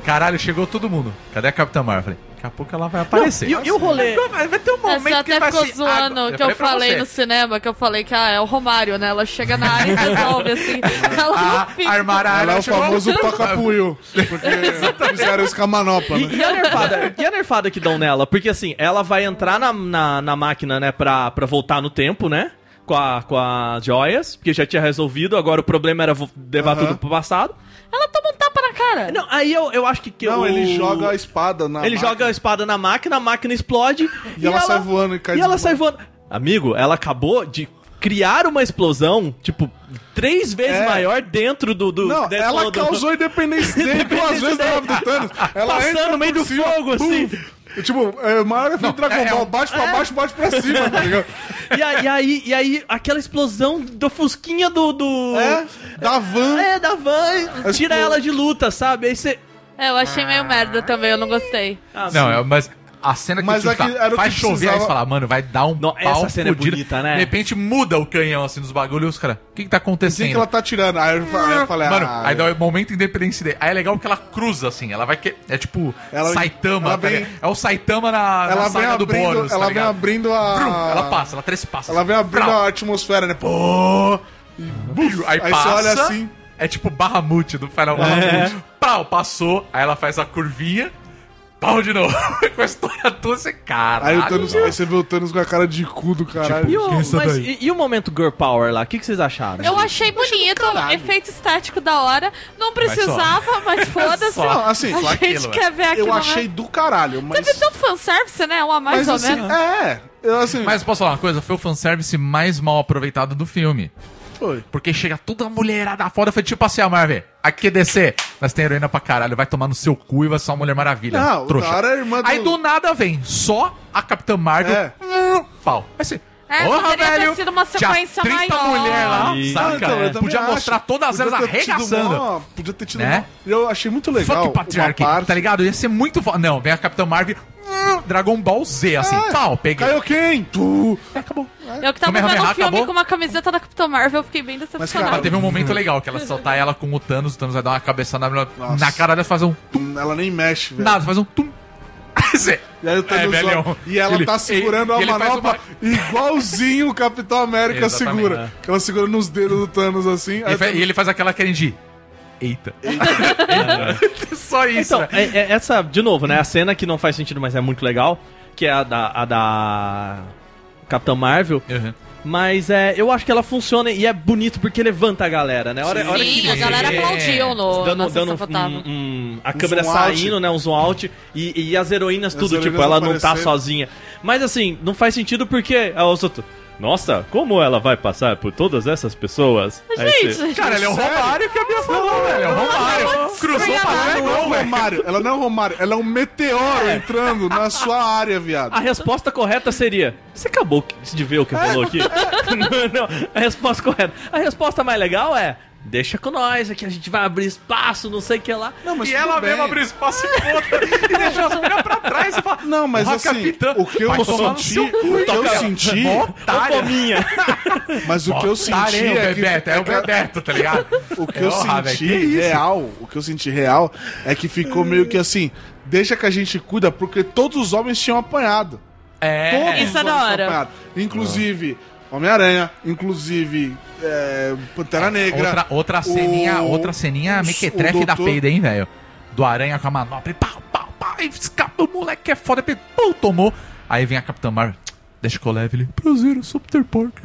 Speaker 5: caralho, chegou todo mundo. Cadê a Capitã Marvel? Eu falei, daqui a pouco ela vai aparecer.
Speaker 7: E, o- e
Speaker 8: assim.
Speaker 7: o rolê?
Speaker 5: Vai vai ter um
Speaker 6: É, Você
Speaker 5: momento que
Speaker 6: até
Speaker 5: vai
Speaker 6: ficou
Speaker 5: ser-
Speaker 6: zoando
Speaker 5: agora-
Speaker 6: que eu
Speaker 5: pra
Speaker 6: falei
Speaker 5: você.
Speaker 6: no cinema, que eu falei que ah, é o Romário, né? Ela chega na área e resolve, assim. Ela
Speaker 5: Ah,
Speaker 6: não fica.
Speaker 5: armar a
Speaker 8: Ela é o
Speaker 5: chegou-
Speaker 8: famoso pacapuio. Porque fizeram isso com a manopla, né?
Speaker 7: E, e a nerfada, e a nerfada que dão nela? Porque assim, ela vai entrar na, na, na máquina, né, pra, pra voltar no tempo, né? Com, a, com as joias, porque já tinha resolvido, agora o problema era vo- levar
Speaker 8: Aham.
Speaker 7: tudo pro passado.
Speaker 6: Ela toma um tapa na cara.
Speaker 7: Não, aí eu, eu acho que. que
Speaker 8: Não,
Speaker 7: o-
Speaker 8: ele joga a espada na.
Speaker 7: Ele
Speaker 8: máquina.
Speaker 7: joga a espada na máquina, a máquina explode.
Speaker 8: E ela sai voando e cai
Speaker 7: E ela
Speaker 8: desmaiada.
Speaker 7: sai voando. Amigo, ela acabou de criar uma explosão, tipo, três vezes
Speaker 8: É.
Speaker 7: maior dentro do. do
Speaker 8: Não,
Speaker 7: dentro
Speaker 8: ela
Speaker 7: do-
Speaker 8: causou independência dele duas vezes na nave do Thanos. Ela
Speaker 7: Passando
Speaker 8: entra
Speaker 7: no meio
Speaker 8: por
Speaker 7: do fogo, assim.
Speaker 8: pum. Tipo, é maior que o Dragon
Speaker 5: um-
Speaker 8: Ball. Bate
Speaker 5: é.
Speaker 8: pra baixo, bate pra cima, tá ligado?
Speaker 7: E, a- e aí, e aí, aquela explosão do fusquinha do. do...
Speaker 8: É, da van.
Speaker 7: É, da van,
Speaker 8: Mas,
Speaker 7: tira
Speaker 8: pô-
Speaker 7: ela de luta, sabe? Aí você.
Speaker 6: É, eu achei
Speaker 5: Ah.
Speaker 6: meio merda também, eu não gostei.
Speaker 7: Ah,
Speaker 5: Não, é, mas a cena que
Speaker 8: Mas
Speaker 5: tipo,
Speaker 8: aqui
Speaker 5: tá,
Speaker 8: era o
Speaker 5: faz
Speaker 8: que
Speaker 5: chover, aí
Speaker 8: precisava-
Speaker 5: você fala, mano, vai dar um
Speaker 7: Não,
Speaker 5: pau
Speaker 7: essa cena é
Speaker 5: fudido.
Speaker 7: bonita, né?
Speaker 5: De repente muda o canhão, assim, nos bagulhos, e os caras, o que que tá
Speaker 8: Assim
Speaker 5: acontecendo?
Speaker 8: que ela tá tirando. Aí eu falei, eu falei
Speaker 5: Mano,
Speaker 8: ah,
Speaker 5: aí dá o momento independência dele. Aí é legal que ela cruza, assim, ela vai que... É tipo
Speaker 8: Ela-
Speaker 5: Saitama,
Speaker 8: ela
Speaker 5: tá
Speaker 8: vem-
Speaker 5: ligado? É o Saitama na, na
Speaker 8: ela vem
Speaker 5: saga do
Speaker 8: abrindo,
Speaker 5: Boros, tá
Speaker 8: ela vem
Speaker 5: ligado?
Speaker 8: abrindo a.
Speaker 5: Brum, ela passa, ela trespassa. assim.
Speaker 8: Ela vem abrindo a atmosfera, né? Pô. E buf,
Speaker 5: Aí,
Speaker 8: aí
Speaker 5: passa,
Speaker 8: você olha assim. É.
Speaker 5: É tipo Bahamut do Final Bahamut. Pau, passou, aí ela faz a curvinha, pau de novo. com a história toda, você cara.
Speaker 8: Aí o Thanos. Aí você vê o Thanos com a cara de cu do caralho.
Speaker 7: E o,
Speaker 5: Quem é essa
Speaker 7: mas,
Speaker 5: daí?
Speaker 7: e, e o momento Girl Power lá? O que, que vocês acharam?
Speaker 6: Eu achei bonito, efeito estático da hora. Não precisava, mas foda-se.
Speaker 5: Só,
Speaker 8: Não, assim,
Speaker 6: a
Speaker 8: só
Speaker 6: gente
Speaker 5: aquilo, é.
Speaker 6: quer ver aquilo,
Speaker 8: eu achei
Speaker 6: né?
Speaker 8: do caralho, mas.
Speaker 6: Teve tão fanservice, né? Um a mais
Speaker 8: Mas
Speaker 6: ou
Speaker 8: assim,
Speaker 6: menos.
Speaker 8: é. Eu assim.
Speaker 5: Mas posso falar uma coisa? Foi o fanservice mais mal aproveitado do filme.
Speaker 8: foi.
Speaker 5: Porque chega toda a mulherada foda, foi tipo assim, a Marvel. Aqui DC, nós tem heroína pra caralho, vai tomar no seu cu e vai ser uma Mulher Maravilha.
Speaker 8: Não,
Speaker 5: trouxa.
Speaker 8: da hora é a irmã do-
Speaker 5: Aí do nada vem só a Capitã Marvel.
Speaker 8: É.
Speaker 5: hum, Pau. Aí você.
Speaker 6: É,
Speaker 5: Porra,
Speaker 6: poderia ter
Speaker 5: velho!
Speaker 6: sido uma
Speaker 5: tinha
Speaker 6: sequência
Speaker 5: 30
Speaker 6: maior.
Speaker 5: mulher lá,
Speaker 7: Sim.
Speaker 5: saca? é.
Speaker 8: Então, eu também
Speaker 5: Podia
Speaker 8: acho.
Speaker 5: mostrar todas
Speaker 8: Podia
Speaker 5: elas
Speaker 8: ter tido
Speaker 5: arregaçando.
Speaker 8: mó- podia ter tido.
Speaker 5: Né?
Speaker 8: mó- Eu achei muito legal.
Speaker 5: Fuck
Speaker 8: uma
Speaker 5: Patriarchy,
Speaker 8: parte-
Speaker 5: tá ligado? Ia ser muito foda. Não, vem a Capitã Marvel. hum, Dragon Ball Z, assim,
Speaker 8: É,
Speaker 5: pau, peguei.
Speaker 8: Caiu quem? Tu.
Speaker 5: Acabou.
Speaker 6: Eu que tava
Speaker 5: Kamehameha
Speaker 6: vendo um filme
Speaker 5: é acabou?
Speaker 6: com uma camiseta da Capitão Marvel, eu fiquei bem
Speaker 5: Mas
Speaker 6: decepcionada.
Speaker 5: teve um momento legal que ela soltar ela com o Thanos, o Thanos vai dar uma cabeçada na, na
Speaker 8: Nossa.
Speaker 5: cara dela e fazer um
Speaker 8: Hum, Ela nem mexe, velho.
Speaker 5: Nada, faz um tum. Aí você-
Speaker 8: E aí o Thanos
Speaker 5: É, velhão.
Speaker 8: olha, E ela
Speaker 5: Ele-
Speaker 8: tá segurando
Speaker 5: e- e
Speaker 8: a
Speaker 5: ele faz
Speaker 8: manopla igualzinho o Capitão América
Speaker 5: Exatamente,
Speaker 8: segura.
Speaker 5: né?
Speaker 8: Que ela segura nos dedos do Thanos assim. aí
Speaker 5: ele fa-
Speaker 8: o
Speaker 5: e ele faz aquela querem de. Eita. Só isso.
Speaker 7: Então,
Speaker 5: né?
Speaker 7: é- é essa, de novo, né? A cena que não faz sentido, mas é muito legal, que é a da, a da Capitã Marvel.
Speaker 5: Uhum.
Speaker 7: Mas é, eu acho que ela funciona e é bonito porque levanta a galera, né? Hora, hora que
Speaker 6: Sim, a galera
Speaker 7: É.
Speaker 6: aplaudiu no,
Speaker 7: Dando,
Speaker 6: na sessão
Speaker 7: dando um-
Speaker 6: votável.
Speaker 7: um- um- a câmera
Speaker 8: zoom out.
Speaker 7: saindo, né? Um zoom out. E, e as heroínas, tudo,
Speaker 8: heroínas
Speaker 7: tipo, ela não tá
Speaker 8: aparecendo.
Speaker 7: sozinha. Mas assim, não faz sentido porque. ah, os outros, Nossa, como ela vai passar por todas essas pessoas? Aí
Speaker 6: Gente,
Speaker 7: você-
Speaker 5: Cara, ele é o Romário que a Bia falou, velho. É o Romário. Cruzou pra
Speaker 8: Ela não é
Speaker 5: lá,
Speaker 8: um Romário, ela não é um Romário, ela é um meteoro entrando na sua área, viado.
Speaker 7: A resposta correta seria: Você acabou de ver o que falou aqui? não, não, a resposta correta. A resposta mais legal é: Deixa com nós, aqui a gente vai abrir espaço, não sei o que lá.
Speaker 8: Não, mas
Speaker 5: E
Speaker 8: tudo
Speaker 5: ela
Speaker 8: bem.
Speaker 5: mesma abriu espaço e foda e deixou as minas pra trás e fala.
Speaker 8: Não, mas
Speaker 5: "Ó,
Speaker 8: assim,
Speaker 5: capitã,
Speaker 8: o que eu
Speaker 5: vai tomar no
Speaker 8: senti,
Speaker 5: seu cu,
Speaker 8: o que eu
Speaker 5: cara."
Speaker 8: senti,
Speaker 5: Mó
Speaker 7: Ô,
Speaker 5: otária.
Speaker 7: fominha.
Speaker 8: mas o que
Speaker 5: Tá,
Speaker 8: eu senti
Speaker 5: né,
Speaker 8: é
Speaker 5: o
Speaker 8: que,
Speaker 5: Bebeto, é o
Speaker 8: é que-
Speaker 5: Bebeto, tá ligado?
Speaker 8: O que eu
Speaker 5: Porra, velho,
Speaker 8: senti
Speaker 5: é que isso?
Speaker 8: real, o que eu senti real é que ficou meio que assim, deixa que a gente cuida, porque todos os homens tinham apanhado. Todos
Speaker 5: É.
Speaker 6: Isso é
Speaker 8: os homens
Speaker 6: da
Speaker 8: tinham
Speaker 6: hora.
Speaker 8: apanhado. Inclusive Homem-Aranha, inclusive é, Pantera Negra.
Speaker 5: Outra, outra ceninha,
Speaker 8: o-
Speaker 5: outra ceninha
Speaker 8: o-
Speaker 5: mequetrefe
Speaker 8: o
Speaker 5: da
Speaker 8: doutor-
Speaker 5: peida, hein, velho? Do aranha com a manopla e pau, pau, pau, e escapa, o moleque é foda, e pum, tomou. Aí vem a Capitã Marvel, deixa que eu leve ele, prazer, eu sou Peter Parker.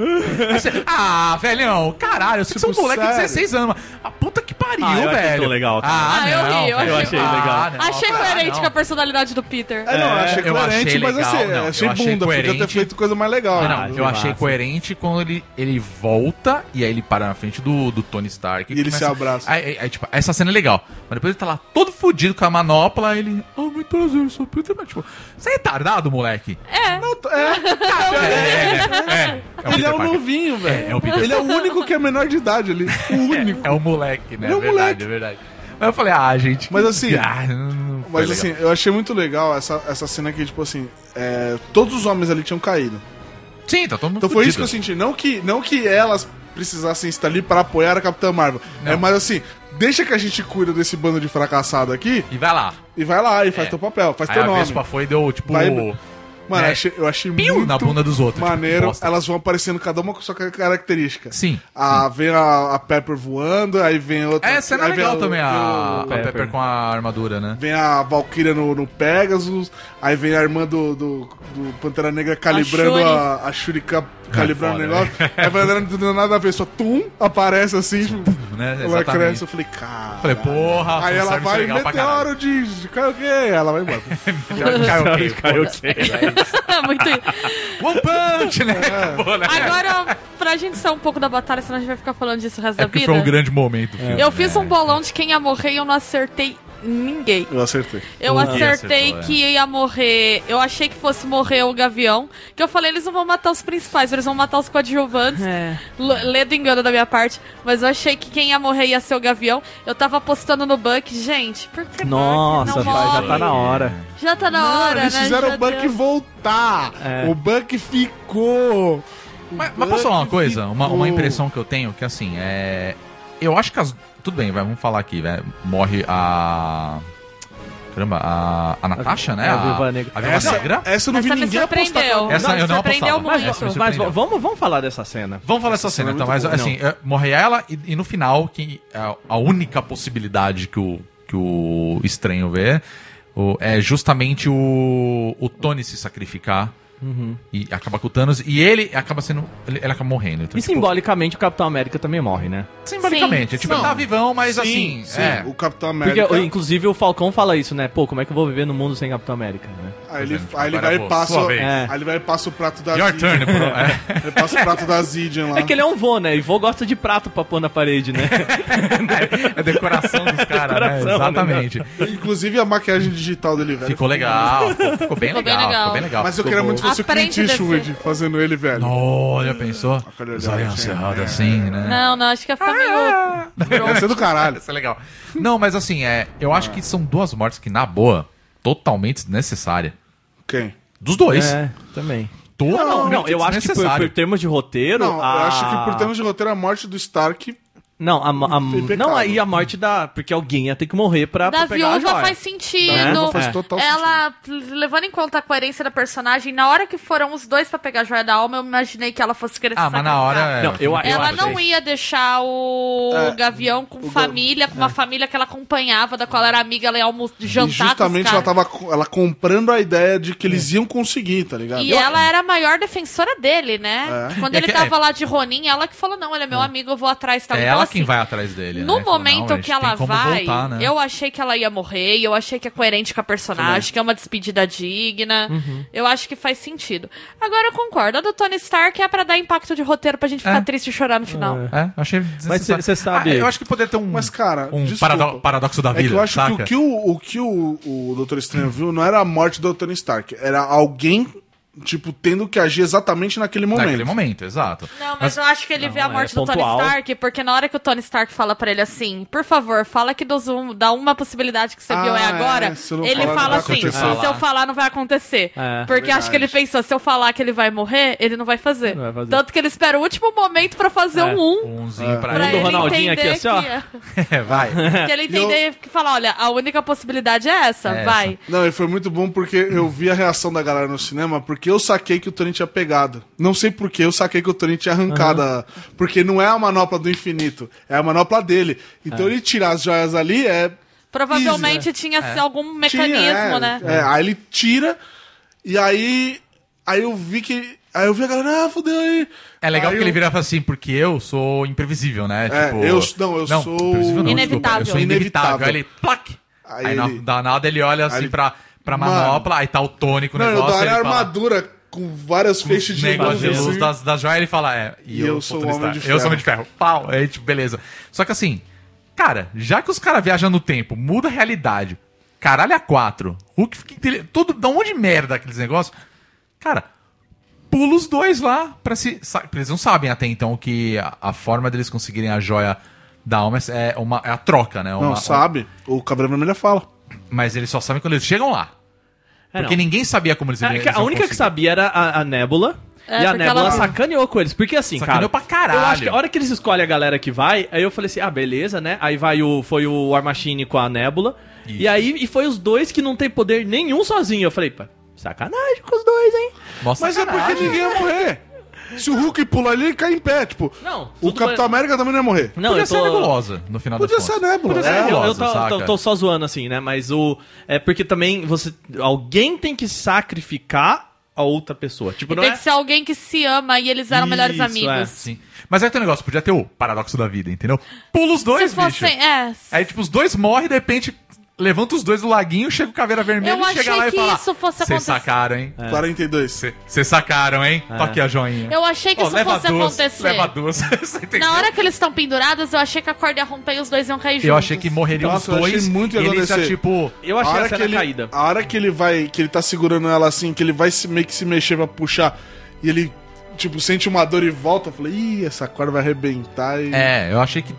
Speaker 5: Aí você, ah, velhão, caralho, você é um
Speaker 8: Tipo,
Speaker 5: moleque de
Speaker 8: sério?
Speaker 5: 16 anos, mas a puta que pariu,
Speaker 7: Ah, eu achei
Speaker 5: velho.
Speaker 7: tão legal, cara.
Speaker 6: Ah, eu ri, eu
Speaker 5: velho.
Speaker 7: Eu
Speaker 6: achei-
Speaker 5: Ah,
Speaker 7: achei legal.
Speaker 5: não,
Speaker 6: Achei
Speaker 5: cara,
Speaker 6: coerente
Speaker 5: não.
Speaker 6: com a personalidade do Peter.
Speaker 8: É, não, eu achei
Speaker 5: eu achei
Speaker 8: coerente, mas
Speaker 5: legal,
Speaker 8: assim,
Speaker 5: não, eu
Speaker 8: achei
Speaker 5: achei
Speaker 8: bunda, podia ter
Speaker 5: coerente.
Speaker 8: feito coisa mais legal.
Speaker 5: Não,
Speaker 7: Ah,
Speaker 8: né?
Speaker 5: eu achei
Speaker 7: massa.
Speaker 5: coerente quando ele, ele volta e aí ele para na frente do, do Tony Stark.
Speaker 8: E ele se abraça.
Speaker 5: Aí, aí, aí, tipo, essa cena é legal. Mas depois ele tá lá todo fudido com a manopla aí ele. Ah, muito prazer, eu sou o Peter. Mas, tipo, você é retardado, moleque? É, é, é. é o
Speaker 8: Ele
Speaker 5: Peter
Speaker 8: é um
Speaker 5: Parker.
Speaker 8: novinho,
Speaker 5: É, é o
Speaker 8: velho.
Speaker 5: Peter
Speaker 8: Ele é o único que é menor de idade ali. O único.
Speaker 5: É o moleque, né?
Speaker 8: Ele é um
Speaker 5: verdade,
Speaker 8: moleque.
Speaker 5: é verdade. Mas eu falei, ah, gente.
Speaker 8: Mas assim-
Speaker 5: Ah, não- não foi
Speaker 8: Mas
Speaker 5: legal.
Speaker 8: assim, eu achei muito legal essa, essa cena que, tipo assim, é, todos os homens ali tinham caído.
Speaker 5: Sim, tá todo mundo
Speaker 8: Então foi
Speaker 5: fudido.
Speaker 8: isso que eu senti. Não que, não que elas precisassem estar ali para apoiar a Capitã Marvel.
Speaker 5: Não.
Speaker 8: É, mas assim, deixa que a gente cuida desse bando de fracassado aqui
Speaker 5: E vai lá.
Speaker 8: e vai lá e faz teu papel, faz
Speaker 5: É. Aí
Speaker 8: teu
Speaker 5: a
Speaker 8: nome.
Speaker 5: Vespa foi e deu, tipo.
Speaker 8: Vai- Mano, Mano,
Speaker 5: né?
Speaker 8: eu achei, eu achei
Speaker 5: Piu
Speaker 8: muito
Speaker 5: na bunda dos outros, tipo,
Speaker 8: maneiro.
Speaker 5: bosta.
Speaker 8: elas vão aparecendo cada uma com sua ca- característica.
Speaker 5: Sim,
Speaker 8: Ah, vem a, a Pepper voando, aí vem outra.
Speaker 5: É, cena
Speaker 8: aí vem
Speaker 5: legal
Speaker 8: a-
Speaker 5: também, a, a
Speaker 8: vem o-
Speaker 5: Pepper.
Speaker 7: Pepper
Speaker 5: com a armadura, né?
Speaker 8: Vem a Valkyria no, no Pegasus, aí vem a irmã do, do, do Pantera Negra calibrando
Speaker 6: Shuri.
Speaker 8: a, a Shuriken, calibrando o
Speaker 5: É foda, né?
Speaker 8: negócio. Aí vai andando do nada a pessoa, tum, aparece assim, tipo,
Speaker 5: Né?
Speaker 8: ela
Speaker 5: Exatamente.
Speaker 8: cresce. Eu falei, cara.
Speaker 5: Falei, porra,
Speaker 8: Aí
Speaker 5: um
Speaker 8: ela
Speaker 5: service
Speaker 8: vai,
Speaker 5: legal pra caralho.
Speaker 8: meteoro de é de Kaioken, ela vai embora.
Speaker 5: Caiu, caiu,
Speaker 6: Muito.
Speaker 5: One Punch, né? Acabou, né?
Speaker 6: Agora, pra gente sair um pouco da batalha, senão a gente vai ficar falando disso o resto
Speaker 5: É
Speaker 6: da
Speaker 5: porque
Speaker 6: vida.
Speaker 5: foi um grande momento. o filme,
Speaker 6: Eu fiz
Speaker 5: né?
Speaker 6: um bolão de quem ia morrer e eu não acertei ninguém.
Speaker 8: Eu acertei.
Speaker 6: Eu
Speaker 5: Ninguém
Speaker 6: acertei
Speaker 5: acertou, é.
Speaker 6: que ia morrer. Eu achei que fosse morrer o Gavião. Que eu falei, eles não vão matar os principais, eles vão matar os coadjuvantes.
Speaker 7: É.
Speaker 6: L- Ledo engano da minha parte. Mas eu achei que quem ia morrer ia ser o Gavião. Eu tava apostando no Buck. Gente, por que Buck
Speaker 7: Nossa,
Speaker 6: não
Speaker 7: pai, já
Speaker 6: morre?
Speaker 7: tá na hora.
Speaker 6: Já tá na
Speaker 8: Mano,
Speaker 6: hora,
Speaker 8: eles
Speaker 6: né?
Speaker 8: fizeram
Speaker 6: Já
Speaker 8: o Buck
Speaker 6: deu.
Speaker 8: voltar.
Speaker 7: É.
Speaker 8: O Buck ficou.
Speaker 5: Mas, mas posso falar uma
Speaker 8: Buck
Speaker 5: coisa? Uma,
Speaker 8: ficou.
Speaker 5: uma impressão que eu tenho, que assim, é. Eu acho que as. Tudo bem, vai, vamos falar aqui, velho. Morre a. Caramba, a, a Natasha, né?
Speaker 7: é, a Viúva Negra.
Speaker 5: A Viúva Negra?
Speaker 8: Essa, essa eu não
Speaker 6: Essa
Speaker 8: vi
Speaker 6: me
Speaker 8: ninguém apostar.
Speaker 6: surpreendeu.
Speaker 5: Essa eu não
Speaker 6: surpreendeu
Speaker 5: apostava.
Speaker 6: muito.
Speaker 5: Essa me
Speaker 7: Mas
Speaker 5: surpreendeu.
Speaker 7: vamos, vamos falar dessa cena.
Speaker 5: Vamos falar essa cena,
Speaker 8: cena é
Speaker 5: então. Mas,
Speaker 8: muito boa.
Speaker 5: assim, é, morre ela e, e no final, que a, a única possibilidade que o, que o estranho vê o- é justamente o, o Tony se sacrificar
Speaker 8: Uhum.
Speaker 5: e acabar com o Thanos. E ele acaba sendo. Ele, ele acaba morrendo. Então,
Speaker 7: E
Speaker 5: tipo,
Speaker 7: simbolicamente o Capitão América também morre, né?
Speaker 5: simbolicamente. é, tipo, ele tá vivão, mas assim.
Speaker 8: sim,
Speaker 5: é.
Speaker 8: o Capitão
Speaker 7: Porque,
Speaker 8: América.
Speaker 7: inclusive, o Falcão fala isso, né? Pô, como é que eu vou viver no mundo sem Capitão América, né?
Speaker 8: Aí ele,
Speaker 5: Exemplo,
Speaker 8: aí ele
Speaker 5: agora
Speaker 8: vai
Speaker 5: é
Speaker 8: e
Speaker 5: boa.
Speaker 8: passa.
Speaker 5: Sua vez.
Speaker 8: Aí ele vai e passa o prato da
Speaker 5: Your turn, bro. É.
Speaker 8: Ele passa o prato da Zidian lá.
Speaker 7: É que ele é um vô, né? E vô gosta de prato pra pôr na parede, né?
Speaker 5: É decoração dos caras, né?
Speaker 7: Decoração,
Speaker 5: Exatamente.
Speaker 8: Inclusive a maquiagem digital dele, velho.
Speaker 5: Ficou legal. Ficou, ficou bem
Speaker 6: Ficou bem
Speaker 5: legal.
Speaker 6: legal.
Speaker 5: Ficou bem legal.
Speaker 8: Mas eu queria muito que fosse o
Speaker 6: Aprende
Speaker 8: Clint
Speaker 6: a
Speaker 8: Eastwood
Speaker 6: descer.
Speaker 8: fazendo ele, velho.
Speaker 5: Olha, pensou?
Speaker 8: Aquele
Speaker 5: Os
Speaker 8: olhar,
Speaker 5: olhos
Speaker 8: assim,
Speaker 5: cerrados
Speaker 8: é.
Speaker 5: assim, né?
Speaker 6: Não, não, acho que
Speaker 8: Ah,
Speaker 6: ia ficar meio.
Speaker 8: Deve ser do caralho.
Speaker 5: Isso é legal. Não, mas assim, é, eu acho que são duas mortes que, na boa, totalmente desnecessária.
Speaker 8: Quem?
Speaker 5: Dos dois.
Speaker 7: É, também.
Speaker 5: Totalmente
Speaker 7: Não, eu acho que por,
Speaker 5: desnecessário.
Speaker 7: por termos de roteiro.
Speaker 8: Não, eu
Speaker 7: a-
Speaker 8: acho que por termos de roteiro, a morte do Stark
Speaker 7: Não, a, mo- a-
Speaker 8: Impecável.
Speaker 7: não, aí a morte da. Porque alguém ia ter que morrer
Speaker 8: tá
Speaker 7: pra,
Speaker 6: Da
Speaker 7: pra pegar a
Speaker 6: viúva
Speaker 7: joia.
Speaker 6: faz sentido.
Speaker 7: Da viúva
Speaker 8: faz
Speaker 7: É.
Speaker 8: total
Speaker 6: Ela, levando em conta a coerência da personagem, na hora que foram os dois pra pegar a joia da alma, eu imaginei que ela fosse querer se
Speaker 5: Ah, mas na
Speaker 6: sacrificar.
Speaker 5: hora. é,
Speaker 7: Não, eu- eu
Speaker 6: Ela
Speaker 7: acho
Speaker 6: não
Speaker 7: isso.
Speaker 6: ia deixar o
Speaker 8: É,
Speaker 6: Gavião com família, com uma família que ela acompanhava, da qual ela era amiga, ela ia almo- jantar
Speaker 8: E
Speaker 6: com os
Speaker 8: justamente
Speaker 6: caras.
Speaker 8: ela tava co- ela comprando a ideia de que
Speaker 5: É.
Speaker 8: eles iam conseguir, tá ligado?
Speaker 6: E ela era a maior defensora dele, né? Quando
Speaker 5: É
Speaker 6: ele
Speaker 5: que-
Speaker 6: tava
Speaker 5: é.
Speaker 6: lá de Ronin, ela que falou, não, ele é meu amigo, eu vou atrás. Tal.
Speaker 5: É
Speaker 6: Então,
Speaker 5: ela
Speaker 6: assim,
Speaker 5: quem vai atrás dele.
Speaker 6: No
Speaker 5: né? Fala,
Speaker 6: momento
Speaker 5: "Não, a gente
Speaker 6: que
Speaker 5: tem
Speaker 6: ela
Speaker 5: como
Speaker 6: vai,
Speaker 5: voltar, né?"
Speaker 6: eu achei que ela ia morrer, eu achei que é coerente com a personagem, que é uma despedida digna.
Speaker 5: Uhum.
Speaker 6: Eu acho que faz sentido. Agora eu concordo, a do Tony Stark é pra dar impacto de roteiro pra gente ficar
Speaker 5: É.
Speaker 6: triste e chorar no final.
Speaker 5: É, achei desnecessário.
Speaker 7: cê- cê sabe-
Speaker 5: Ah, eu acho que poderia ter um,
Speaker 8: Mas, cara,
Speaker 5: um
Speaker 8: desculpa.
Speaker 5: parado- paradoxo da
Speaker 8: É
Speaker 5: vida.
Speaker 8: que eu acho
Speaker 5: saca?
Speaker 8: que o que o, o, que o, o Doutor Estranho viu não era a morte do Tony Stark, era alguém, tipo, tendo que agir exatamente naquele momento.
Speaker 5: Naquele momento, exato.
Speaker 6: Não, mas, eu acho que ele vê a
Speaker 7: é
Speaker 6: morte do Tony
Speaker 7: pontual.
Speaker 6: Stark, porque na hora que o Tony Stark fala pra ele assim, por favor, fala que dos um, dá uma possibilidade que você
Speaker 8: Ah,
Speaker 6: viu é
Speaker 8: é,
Speaker 6: agora,
Speaker 8: se eu não
Speaker 6: ele
Speaker 8: falar,
Speaker 6: fala
Speaker 8: não vai
Speaker 6: assim,
Speaker 8: acontecer.
Speaker 6: se eu falar não vai acontecer.
Speaker 7: É,
Speaker 6: porque acho que ele pensou, se eu falar que ele vai morrer, ele não vai fazer.
Speaker 7: Não vai fazer.
Speaker 6: Tanto que ele espera o último momento pra fazer
Speaker 7: É,
Speaker 6: um 1.
Speaker 5: Umzinho
Speaker 6: Pra
Speaker 5: pra
Speaker 7: Um do
Speaker 6: ele
Speaker 5: ele.
Speaker 7: Ronaldinho
Speaker 6: entender
Speaker 7: aqui, assim, ó.
Speaker 6: que-
Speaker 5: É, vai.
Speaker 6: Que ele entender que fala, olha, a única possibilidade é essa,
Speaker 5: É
Speaker 6: vai.
Speaker 8: Não, e foi muito bom porque eu vi a reação da galera no cinema, porque eu saquei que o Tony tinha pegado. Não sei por que eu saquei que o Tony tinha arrancado. a- Porque não é a manopla do infinito, é a manopla dele. Então
Speaker 5: É.
Speaker 8: ele tirar as joias ali é.
Speaker 6: Provavelmente tinha
Speaker 7: é.
Speaker 6: assim, algum mecanismo,
Speaker 8: tinha, é,
Speaker 6: né?
Speaker 8: é, aí ele tira, e aí. Aí eu vi que. Aí eu vi a galera, ah, fodeu aí.
Speaker 5: É legal
Speaker 8: Aí
Speaker 5: que ele
Speaker 8: eu-
Speaker 5: vira e fala assim, porque eu sou imprevisível, né?
Speaker 8: É,
Speaker 5: tipo,
Speaker 8: eu- não, eu sou-
Speaker 5: imprevisível não,
Speaker 6: Inevitável.
Speaker 5: desculpa, eu sou inevitável.
Speaker 8: Inevitável.
Speaker 5: Aí ele, plac! Aí,
Speaker 8: Aí ele-
Speaker 5: não dá nada, ele olha assim
Speaker 8: ele-
Speaker 5: pra, pra
Speaker 8: Mano.
Speaker 5: manopla, aí tá o Tony com o
Speaker 8: Não, eu
Speaker 5: negócio.
Speaker 8: dou
Speaker 5: aí
Speaker 8: a
Speaker 5: ele fala,
Speaker 8: armadura com várias feixes de
Speaker 5: negócio de luz tá
Speaker 8: assim.
Speaker 5: das, das joias, ele fala, é,
Speaker 8: E eu sou o
Speaker 5: Tony
Speaker 8: Homem
Speaker 5: Stark.
Speaker 8: de
Speaker 5: Eu sou um
Speaker 8: Ferro.
Speaker 5: homem de ferro. Pau, aí tipo, beleza. Só que assim, cara, já que os caras viajam no tempo, muda a realidade. Caralho, é a quatro. Hulk fica inteligente. Tudo, dá um monte de merda aqueles negócios. Cara, pula os dois lá pra se. sa- porque Eles não sabem até então que a, a forma deles conseguirem a joia da alma é, uma, é a troca, né? Uma-
Speaker 8: Não, sabe? O Cabra Vermelha fala.
Speaker 5: Mas eles só sabem quando eles chegam lá.
Speaker 7: É,
Speaker 5: Porque
Speaker 7: não.
Speaker 5: ninguém sabia como eles
Speaker 7: É,
Speaker 5: eles
Speaker 7: que a
Speaker 5: iam
Speaker 7: única que
Speaker 5: conseguir.
Speaker 7: sabia era a, a Nebula.
Speaker 6: É,
Speaker 7: e a
Speaker 6: porque
Speaker 7: Nebula
Speaker 6: ela-
Speaker 7: sacaneou com eles. Porque assim,
Speaker 5: Sacaneou
Speaker 7: cara.
Speaker 5: pra caralho.
Speaker 7: Eu acho que a hora que eles escolhem a galera que vai, aí eu falei assim: ah, beleza, né? Aí vai o, foi o War Machine com a Nebula.
Speaker 5: Isso.
Speaker 7: E aí e foi os dois que não tem poder nenhum sozinho. Eu falei, pá, sacanagem com os dois, hein?
Speaker 5: Nossa,
Speaker 8: Mas é porque ninguém ia morrer. Se o Hulk pular ali, ele cai em pé, tipo.
Speaker 7: Não,
Speaker 8: O
Speaker 7: tudo
Speaker 8: Capitão
Speaker 7: bem.
Speaker 8: América também não ia morrer.
Speaker 7: Não,
Speaker 5: podia
Speaker 7: eu tô...
Speaker 5: ser a nebulosa, no final
Speaker 8: Podia
Speaker 5: das
Speaker 8: ser a
Speaker 5: contas.
Speaker 8: Nebula.
Speaker 5: Podia ser a
Speaker 8: É,
Speaker 7: É, eu,
Speaker 5: nebulosa,
Speaker 7: eu tô,
Speaker 5: saca?
Speaker 7: tô- tô só zoando assim, né? Mas o. É porque também você. Alguém tem que sacrificar a outra pessoa. Tipo, não
Speaker 6: Tem
Speaker 7: é.
Speaker 6: que ser alguém que se ama e eles eram melhores
Speaker 7: Isso, é.
Speaker 6: amigos.
Speaker 5: Sim. Mas aí tem um negócio, podia ter o paradoxo da vida, entendeu? Pula os dois,
Speaker 6: Se fossem,
Speaker 5: bicho.
Speaker 6: é.
Speaker 5: Aí, tipo, os dois morrem, de repente, levanta os dois do laguinho, chega o caveira vermelha
Speaker 6: Eu
Speaker 5: e chega
Speaker 6: achei
Speaker 5: lá e
Speaker 6: que
Speaker 5: fala.
Speaker 6: isso fosse
Speaker 5: Vocês
Speaker 6: acontecer."
Speaker 5: sacaram, hein?
Speaker 8: É. 42.
Speaker 5: Vocês sacaram, hein?
Speaker 8: É.
Speaker 5: Tá aqui a joinha.
Speaker 6: Eu achei que
Speaker 5: Ó,
Speaker 6: isso
Speaker 5: leva
Speaker 6: fosse
Speaker 5: duas,
Speaker 6: acontecer.
Speaker 5: Leva duas. Você entendeu?
Speaker 6: Na hora que eles estão pendurados, eu achei que a corda ia romper e os dois iam cair juntos.
Speaker 5: Eu achei que morreriam
Speaker 8: Nossa,
Speaker 5: os
Speaker 8: eu achei
Speaker 5: dois.
Speaker 8: muito que
Speaker 5: e
Speaker 8: ia
Speaker 5: eles já,
Speaker 8: acontecer.
Speaker 5: tipo.
Speaker 7: Eu achei
Speaker 8: a
Speaker 7: a
Speaker 8: hora
Speaker 7: cena
Speaker 8: que ele,
Speaker 7: caída.
Speaker 8: A hora que ele vai, que ele tá segurando ela assim, que ele vai se, meio que se mexer pra puxar, e ele, tipo, sente uma dor e volta, eu falei, ih, essa corda vai arrebentar e.
Speaker 5: É, eu achei que.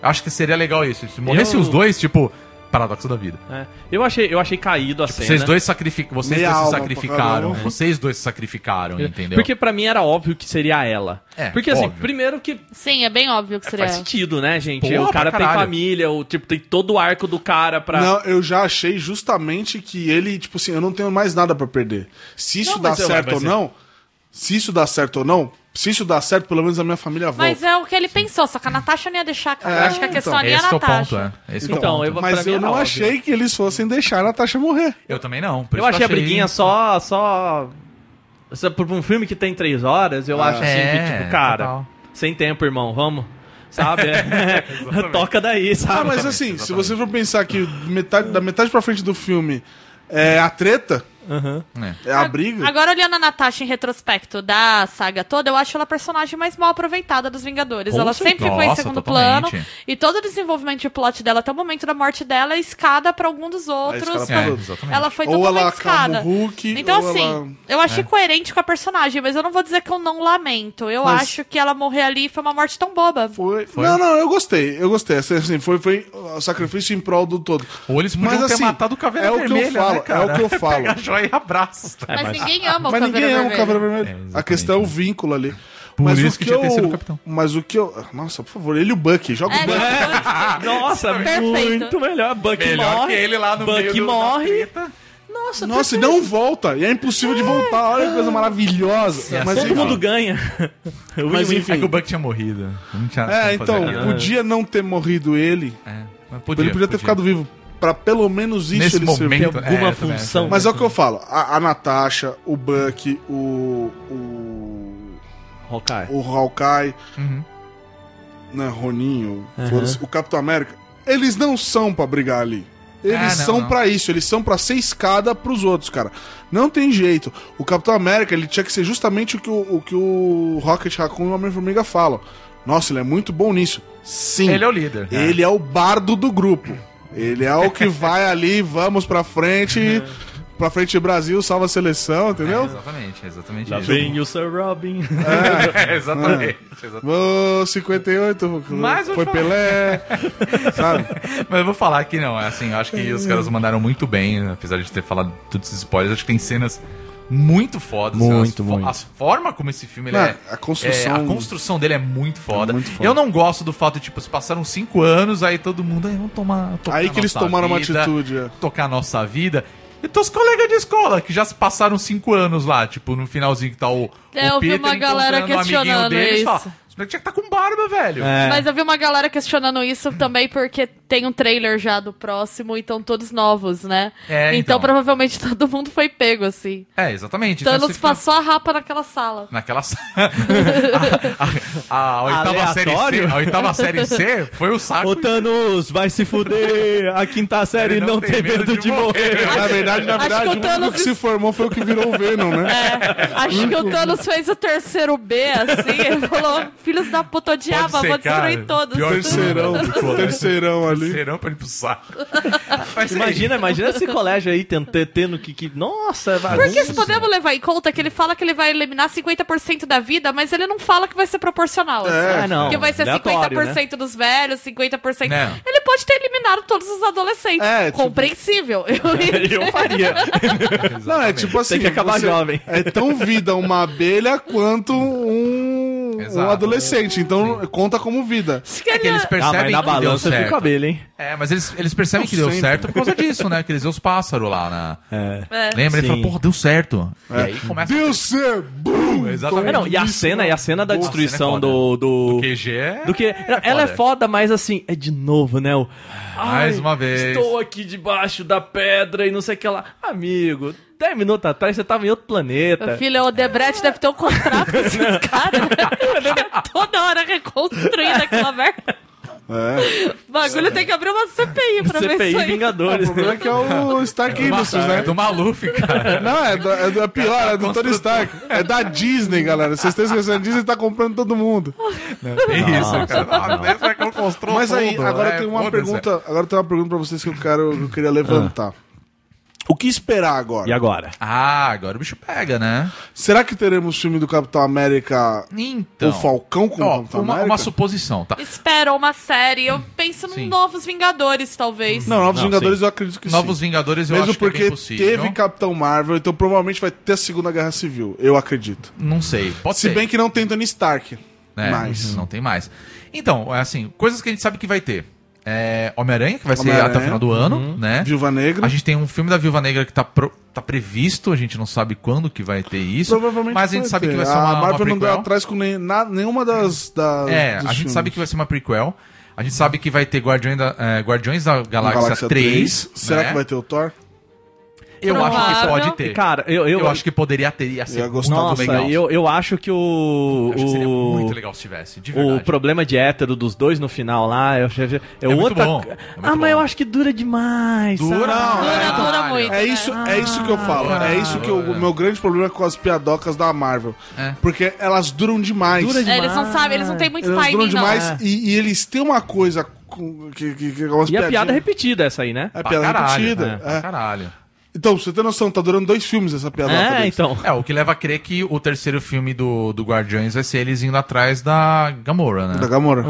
Speaker 5: Acho que seria legal isso. Se morressem
Speaker 7: Eu-
Speaker 5: os dois, tipo. Paradoxo da vida.
Speaker 7: É. Eu, achei, eu achei caído a cena.
Speaker 5: Tipo, Vocês dois, sacrific... Vocês
Speaker 8: Meia
Speaker 5: dois se
Speaker 8: alma pra
Speaker 5: sacrificaram.
Speaker 8: cada um.
Speaker 5: Vocês dois se sacrificaram, entendeu?
Speaker 7: Porque pra mim era óbvio que seria ela.
Speaker 5: É,
Speaker 7: Porque assim,
Speaker 5: óbvio.
Speaker 7: primeiro que
Speaker 6: Sim, é bem óbvio que seria.
Speaker 7: faz sentido, né, gente?
Speaker 5: Porra,
Speaker 7: o cara
Speaker 5: pra
Speaker 7: tem
Speaker 5: caralho.
Speaker 7: família, o tipo tem todo o arco do cara pra
Speaker 8: Não, eu já achei justamente que ele, tipo assim, eu não tenho mais nada pra perder. Se isso
Speaker 7: Não,
Speaker 8: dá
Speaker 7: mas eu- mas
Speaker 8: certo ou
Speaker 7: eu-
Speaker 8: não, se isso dá certo ou não, se isso dá certo, pelo menos a minha família volta.
Speaker 6: Mas é o que ele pensou, só que a Natasha não ia deixar, cara. eu acho que a
Speaker 8: então.
Speaker 6: questão ali é a
Speaker 5: Esse que é o ponto,
Speaker 6: Natasha.
Speaker 5: é. Esse que é o
Speaker 7: Então,
Speaker 5: ponto.
Speaker 7: eu vou- pra
Speaker 8: Mas
Speaker 7: mim
Speaker 8: eu
Speaker 7: era
Speaker 8: não
Speaker 7: óbvio.
Speaker 8: achei que eles fossem deixar a Natasha morrer.
Speaker 5: Eu também não. por
Speaker 7: Eu
Speaker 5: isso que
Speaker 7: achei a briguinha só só só por um filme que tem três horas, eu acho assim,
Speaker 5: É,
Speaker 7: que, tipo, cara,
Speaker 5: total.
Speaker 7: sem tempo, irmão, vamos. Sabe? É. Toca daí, sabe?
Speaker 8: Ah, mas assim, se você for pensar que metade, da metade pra frente do filme é a treta, é a briga.
Speaker 6: Agora, olhando a Natasha em retrospecto da saga toda, eu acho ela a personagem mais mal aproveitada dos Vingadores.
Speaker 5: Com
Speaker 6: ela
Speaker 5: certeza.
Speaker 6: sempre foi em
Speaker 5: Nossa,
Speaker 6: segundo
Speaker 5: totalmente.
Speaker 6: plano. E todo o desenvolvimento de plot dela até o momento da morte dela é escada pra algum dos outros.
Speaker 8: pra
Speaker 5: É,
Speaker 8: todos.
Speaker 5: exatamente.
Speaker 6: Ela foi
Speaker 8: Ou
Speaker 6: totalmente
Speaker 8: ela acalma
Speaker 6: escada.
Speaker 8: o Hulk,
Speaker 6: então,
Speaker 8: ou
Speaker 6: assim,
Speaker 8: ela-
Speaker 6: eu achei
Speaker 5: É.
Speaker 6: coerente com a personagem, mas eu não vou dizer que eu não lamento. Eu
Speaker 8: Mas-
Speaker 6: acho que ela morrer ali foi uma morte tão boba.
Speaker 8: Foi. Não, não, eu gostei. Eu gostei. Assim, assim, foi, foi o sacrifício em prol do todo.
Speaker 5: Ou eles podiam ter matado o Caveira
Speaker 8: é o que
Speaker 5: Vermelha,
Speaker 8: eu falo,
Speaker 5: né, cara?
Speaker 8: É o que eu falo.
Speaker 5: Pega a joia e abraça.
Speaker 6: Mas, ninguém ama o
Speaker 8: Mas
Speaker 6: Caveira
Speaker 8: ninguém ama o
Speaker 6: Vermelho.
Speaker 8: Caveira Vermelho.
Speaker 5: É, exatamente.
Speaker 8: a questão é o vínculo ali.
Speaker 5: Por isso que tinha que ter sido o capitão.
Speaker 8: Mas o que eu. Nossa, por favor, ele e o Bucky. Joga o
Speaker 6: É,
Speaker 8: Bucky.
Speaker 7: Nossa,
Speaker 6: Perfeito.
Speaker 7: muito melhor. Buck
Speaker 5: é Melhor
Speaker 7: morre.
Speaker 5: que ele lá no
Speaker 7: Buck
Speaker 5: meio do-
Speaker 7: morre. Nossa,
Speaker 8: Nossa, e não volta. E é impossível de voltar. Olha que coisa maravilhosa.
Speaker 5: É,
Speaker 8: mas
Speaker 7: todo
Speaker 8: enfim.
Speaker 7: mundo ganha.
Speaker 8: Mas
Speaker 7: Win-win.
Speaker 8: enfim.
Speaker 5: É que o Buck tinha morrido. Não tinha como
Speaker 8: É,
Speaker 5: fazer
Speaker 8: então,
Speaker 5: aquela-
Speaker 8: podia não ter morrido ele.
Speaker 5: É, mas
Speaker 8: ele podia ter ficado vivo. Pra pelo menos isso
Speaker 5: Nesse
Speaker 8: ele servir.
Speaker 5: momento. né?
Speaker 7: Tem alguma
Speaker 5: eu também acho.
Speaker 7: função.
Speaker 8: Mas é o que eu falo. A, a Natasha, o Buck, o. o.
Speaker 7: Hawkeye.
Speaker 8: o Hawkeye,
Speaker 5: Uhum.
Speaker 8: né, Roninho, foda-se, o Capitão América, eles não são pra brigar ali. Eles
Speaker 5: Ah, não,
Speaker 8: são
Speaker 5: não.
Speaker 8: pra isso, eles são pra ser escada pros outros, cara. Não tem jeito. O Capitão América, ele tinha que ser justamente o que o, o que o Rocket Raccoon e o Homem-Formiga falam. Nossa, ele é muito bom nisso. Sim.
Speaker 5: Ele é o líder. né?
Speaker 8: Ele é o bardo do grupo. Ele é o que vai ali, vamos pra frente, pra frente Brasil, salva a seleção,
Speaker 5: É,
Speaker 8: entendeu?
Speaker 5: exatamente, é exatamente
Speaker 7: Lá
Speaker 5: isso.
Speaker 7: vem o Sir Robin.
Speaker 5: É, exatamente. exatamente.
Speaker 8: Ô, 58,
Speaker 5: Mas eu
Speaker 8: foi
Speaker 5: te falo.
Speaker 8: Pelé, sabe?
Speaker 5: Mas eu vou falar que não, é assim, eu acho que os caras mandaram muito bem, né? apesar de ter falado todos esses spoilers, acho que tem cenas muito fodas. assim,
Speaker 4: Muito,
Speaker 5: as, fo-
Speaker 4: muito.
Speaker 5: As forma como esse filme ele
Speaker 8: Não,
Speaker 5: é,
Speaker 8: a construção-
Speaker 5: é, a construção dele é muito foda.
Speaker 8: muito foda.
Speaker 5: Eu não gosto do fato de, tipo, se passaram cinco anos, aí todo mundo, aí vamos tomar. tocar
Speaker 8: Aí que eles
Speaker 5: nossa
Speaker 8: tomaram uma
Speaker 5: vida,
Speaker 8: atitude, é.
Speaker 5: Tocar a nossa vida. E teus colegas de escola, que já se passaram cinco anos lá, tipo, no finalzinho que tá o.
Speaker 6: É,
Speaker 5: o
Speaker 6: eu vi
Speaker 5: Peter
Speaker 6: uma galera
Speaker 5: encontrando o amiguinho
Speaker 6: questionando
Speaker 5: deles,
Speaker 6: isso.
Speaker 5: fala, "Esse moleque tinha que tá com barba, velho.
Speaker 6: Mas eu vi uma galera questionando isso também porque tem um trailer já do próximo, então todos novos, né?
Speaker 5: É,
Speaker 6: então,
Speaker 5: então.
Speaker 6: provavelmente todo mundo foi pego, assim.
Speaker 5: É, exatamente. então
Speaker 6: Thanos
Speaker 5: você fica-
Speaker 6: passou a rapa naquela sala.
Speaker 5: Naquela sa- a, a- a oitava série C,
Speaker 7: Ah, Aleatório?
Speaker 5: a oitava série C foi o saco.
Speaker 7: O Thanos vai se fuder. A quinta série não, tem medo, de morrer.
Speaker 8: Na verdade, na
Speaker 6: Acho que
Speaker 8: verdade,
Speaker 6: o
Speaker 8: o único
Speaker 6: Thanos- É.
Speaker 8: que se formou foi o que virou o Venom, né?
Speaker 5: É,
Speaker 6: Acho
Speaker 5: Uhum.
Speaker 6: que o Thanos fez o terceiro B, assim, ele falou, filhos da puta odiava,
Speaker 5: Pode ser,
Speaker 6: vou destruir
Speaker 5: cara.
Speaker 6: todos.
Speaker 5: Pior que
Speaker 8: Terceirão,
Speaker 5: Pô,
Speaker 8: terceirão ali.
Speaker 5: Serão pra ele pro saco. Mas, assim,
Speaker 7: Imagina, imagina esse colégio aí tentando, tendo que, que. Nossa,
Speaker 6: Por que
Speaker 7: bagunça.
Speaker 6: se podemos levar em conta que ele fala que ele vai eliminar 50% da vida, mas ele não fala que vai ser proporcional. assim.
Speaker 7: Ah, não.
Speaker 6: que vai ser
Speaker 7: Aleatório,
Speaker 6: 50% dos velhos, 50%.
Speaker 5: Não.
Speaker 6: Ele pode ter eliminado todos os adolescentes.
Speaker 8: É, tipo-
Speaker 6: Compreensível.
Speaker 7: né? Eu faria.
Speaker 8: Não, é tipo assim.
Speaker 7: Tem que acabar
Speaker 8: você-
Speaker 7: jovem.
Speaker 8: É tão vida uma abelha quanto um,
Speaker 5: Exato.
Speaker 8: um adolescente. Então conta como vida.
Speaker 5: É que eles
Speaker 7: Ah,
Speaker 5: percebem
Speaker 7: mas na
Speaker 5: que deu
Speaker 7: balança fica
Speaker 5: certo.
Speaker 7: o abelha, hein?
Speaker 5: É, mas eles, eles percebem
Speaker 8: Não,
Speaker 5: que deu
Speaker 8: sempre.
Speaker 5: certo por causa disso, né? Que eles vê os pássaros lá na.
Speaker 6: É.
Speaker 5: Lembra? Ele
Speaker 7: Sim.
Speaker 5: fala, porra, deu certo. E aí começa
Speaker 8: Deus ser bum!
Speaker 5: Exatamente.
Speaker 7: É, não, e a cena, e a cena da
Speaker 5: Porra,
Speaker 7: destruição
Speaker 5: a cena é
Speaker 7: do.
Speaker 5: foda.
Speaker 7: Do,
Speaker 5: o QG. é-
Speaker 7: do que. ela é foda, mas assim, é de novo, né? O,
Speaker 5: Mais
Speaker 7: "Ai,
Speaker 5: uma vez."
Speaker 7: Estou aqui debaixo da pedra e não sei o que lá. Amigo, 10 minutos atrás você tava em outro planeta.
Speaker 6: Filho, o Debrecht deve ter um contrato com esses caras. Toda hora reconstruindo aquela merda. O bagulho tem que abrir uma CPI pra ver isso
Speaker 7: CPI
Speaker 6: aí.
Speaker 7: Vingadores.
Speaker 8: O problema é que é o Stark Industries,
Speaker 5: É
Speaker 8: né?
Speaker 5: do Maluf, cara.
Speaker 8: Não, é, da, é da pior, é do Tony Stark. É da Disney, galera. Vocês estão esquecendo, a Disney tá comprando todo mundo.
Speaker 5: É isso, cara. Nossa, é que eu construo
Speaker 8: Mas aí,
Speaker 5: tudo,
Speaker 8: agora
Speaker 5: né?
Speaker 8: tem uma
Speaker 5: Foda-se.
Speaker 8: pergunta. Agora tem uma pergunta pra vocês que eu quero, que eu queria levantar. O que esperar agora?
Speaker 7: E agora?
Speaker 5: Ah, agora o bicho pega, né?
Speaker 8: Será que teremos filme do Capitão América?
Speaker 5: Então.
Speaker 8: O Falcão como
Speaker 5: Ó,
Speaker 8: Capitão
Speaker 5: uma,
Speaker 8: América?
Speaker 5: uma suposição, tá?
Speaker 6: Espera uma série. Eu penso
Speaker 5: Sim.
Speaker 6: num Novos Vingadores, talvez.
Speaker 8: Não, Novos
Speaker 7: Não,
Speaker 8: Vingadores eu acredito que
Speaker 5: Novos
Speaker 8: sim.
Speaker 5: Vingadores eu
Speaker 8: Mesmo
Speaker 5: acho que é
Speaker 8: porque
Speaker 5: bem possível.
Speaker 8: teve Capitão Marvel, então provavelmente vai ter a Segunda Guerra Civil, eu acredito.
Speaker 5: Não sei. Pode
Speaker 8: Se
Speaker 5: ser.
Speaker 8: bem que não tem Tony Stark.
Speaker 5: É,
Speaker 8: mais.
Speaker 5: Não tem mais. Então, é assim, coisas que a gente sabe que vai ter. É, Homem-Aranha, que vai ser
Speaker 8: Homem-Aranha. uhum.
Speaker 5: até o final do ano, né?
Speaker 8: Viúva Negra.
Speaker 5: A gente tem um filme da Viúva Negra que tá, pro- tá previsto, a gente não sabe quando que vai ter isso.
Speaker 8: Provavelmente
Speaker 5: mas a gente sabe
Speaker 8: ter.
Speaker 5: que vai ser
Speaker 8: A
Speaker 5: uma, uma
Speaker 8: Marvel não deu
Speaker 5: prequel.
Speaker 8: atrás com nem- na- nenhuma das. das
Speaker 5: É, a
Speaker 8: dos
Speaker 5: gente
Speaker 8: filmes.
Speaker 5: sabe que vai ser uma prequel. A gente sabe que vai ter Guardiões da, é, Guardiões da Galáxia,
Speaker 8: Galáxia
Speaker 5: 3.
Speaker 8: 3. Será
Speaker 5: né?
Speaker 8: que vai ter o Thor?
Speaker 5: Eu acho que
Speaker 6: Provável.
Speaker 5: pode ter.
Speaker 7: Cara, eu, eu,
Speaker 5: eu acho que poderia ter. Ia ser
Speaker 8: ia gostar
Speaker 5: muito
Speaker 7: Nossa,
Speaker 5: legal.
Speaker 7: eu, eu acho que o.
Speaker 5: Acho que seria
Speaker 7: o-
Speaker 5: muito legal se tivesse, de
Speaker 7: O
Speaker 5: verdade.
Speaker 7: problema de hétero dos dois no final lá, eu achei. É,
Speaker 5: muito
Speaker 7: outra.
Speaker 5: bom, é muito
Speaker 7: ah, mas
Speaker 5: bom.
Speaker 7: eu acho que dura demais. sabe?
Speaker 5: Dura, não,
Speaker 6: Dura, dura
Speaker 5: Caralho.
Speaker 6: muito.
Speaker 8: É
Speaker 6: né?
Speaker 8: isso, é isso que eu falo. é isso que eu- o meu grande problema é com as piadocas da Marvel.
Speaker 5: É.
Speaker 8: Porque elas duram demais.
Speaker 7: Dura
Speaker 6: É, eles não
Speaker 7: demais.
Speaker 6: sabem, eles não têm muito
Speaker 8: Elas duram
Speaker 6: timing,
Speaker 8: demais
Speaker 6: não.
Speaker 5: É.
Speaker 8: e, e eles têm uma coisa com- que, que, que é umas
Speaker 7: E a
Speaker 8: piadinhas-
Speaker 7: piada é repetida essa aí, né?
Speaker 8: É
Speaker 5: Pra
Speaker 8: piada
Speaker 5: caralho,
Speaker 8: repetida.
Speaker 5: né? Pra
Speaker 8: é.
Speaker 5: caralho.
Speaker 8: Então, pra você tem noção, tá durando dois filmes essa piada. lá pra
Speaker 7: É,
Speaker 8: dentro.
Speaker 7: então.
Speaker 5: É, o que leva a crer que o terceiro filme do, do Guardiões vai ser eles indo atrás da Gamora, né?
Speaker 8: Da Gamora.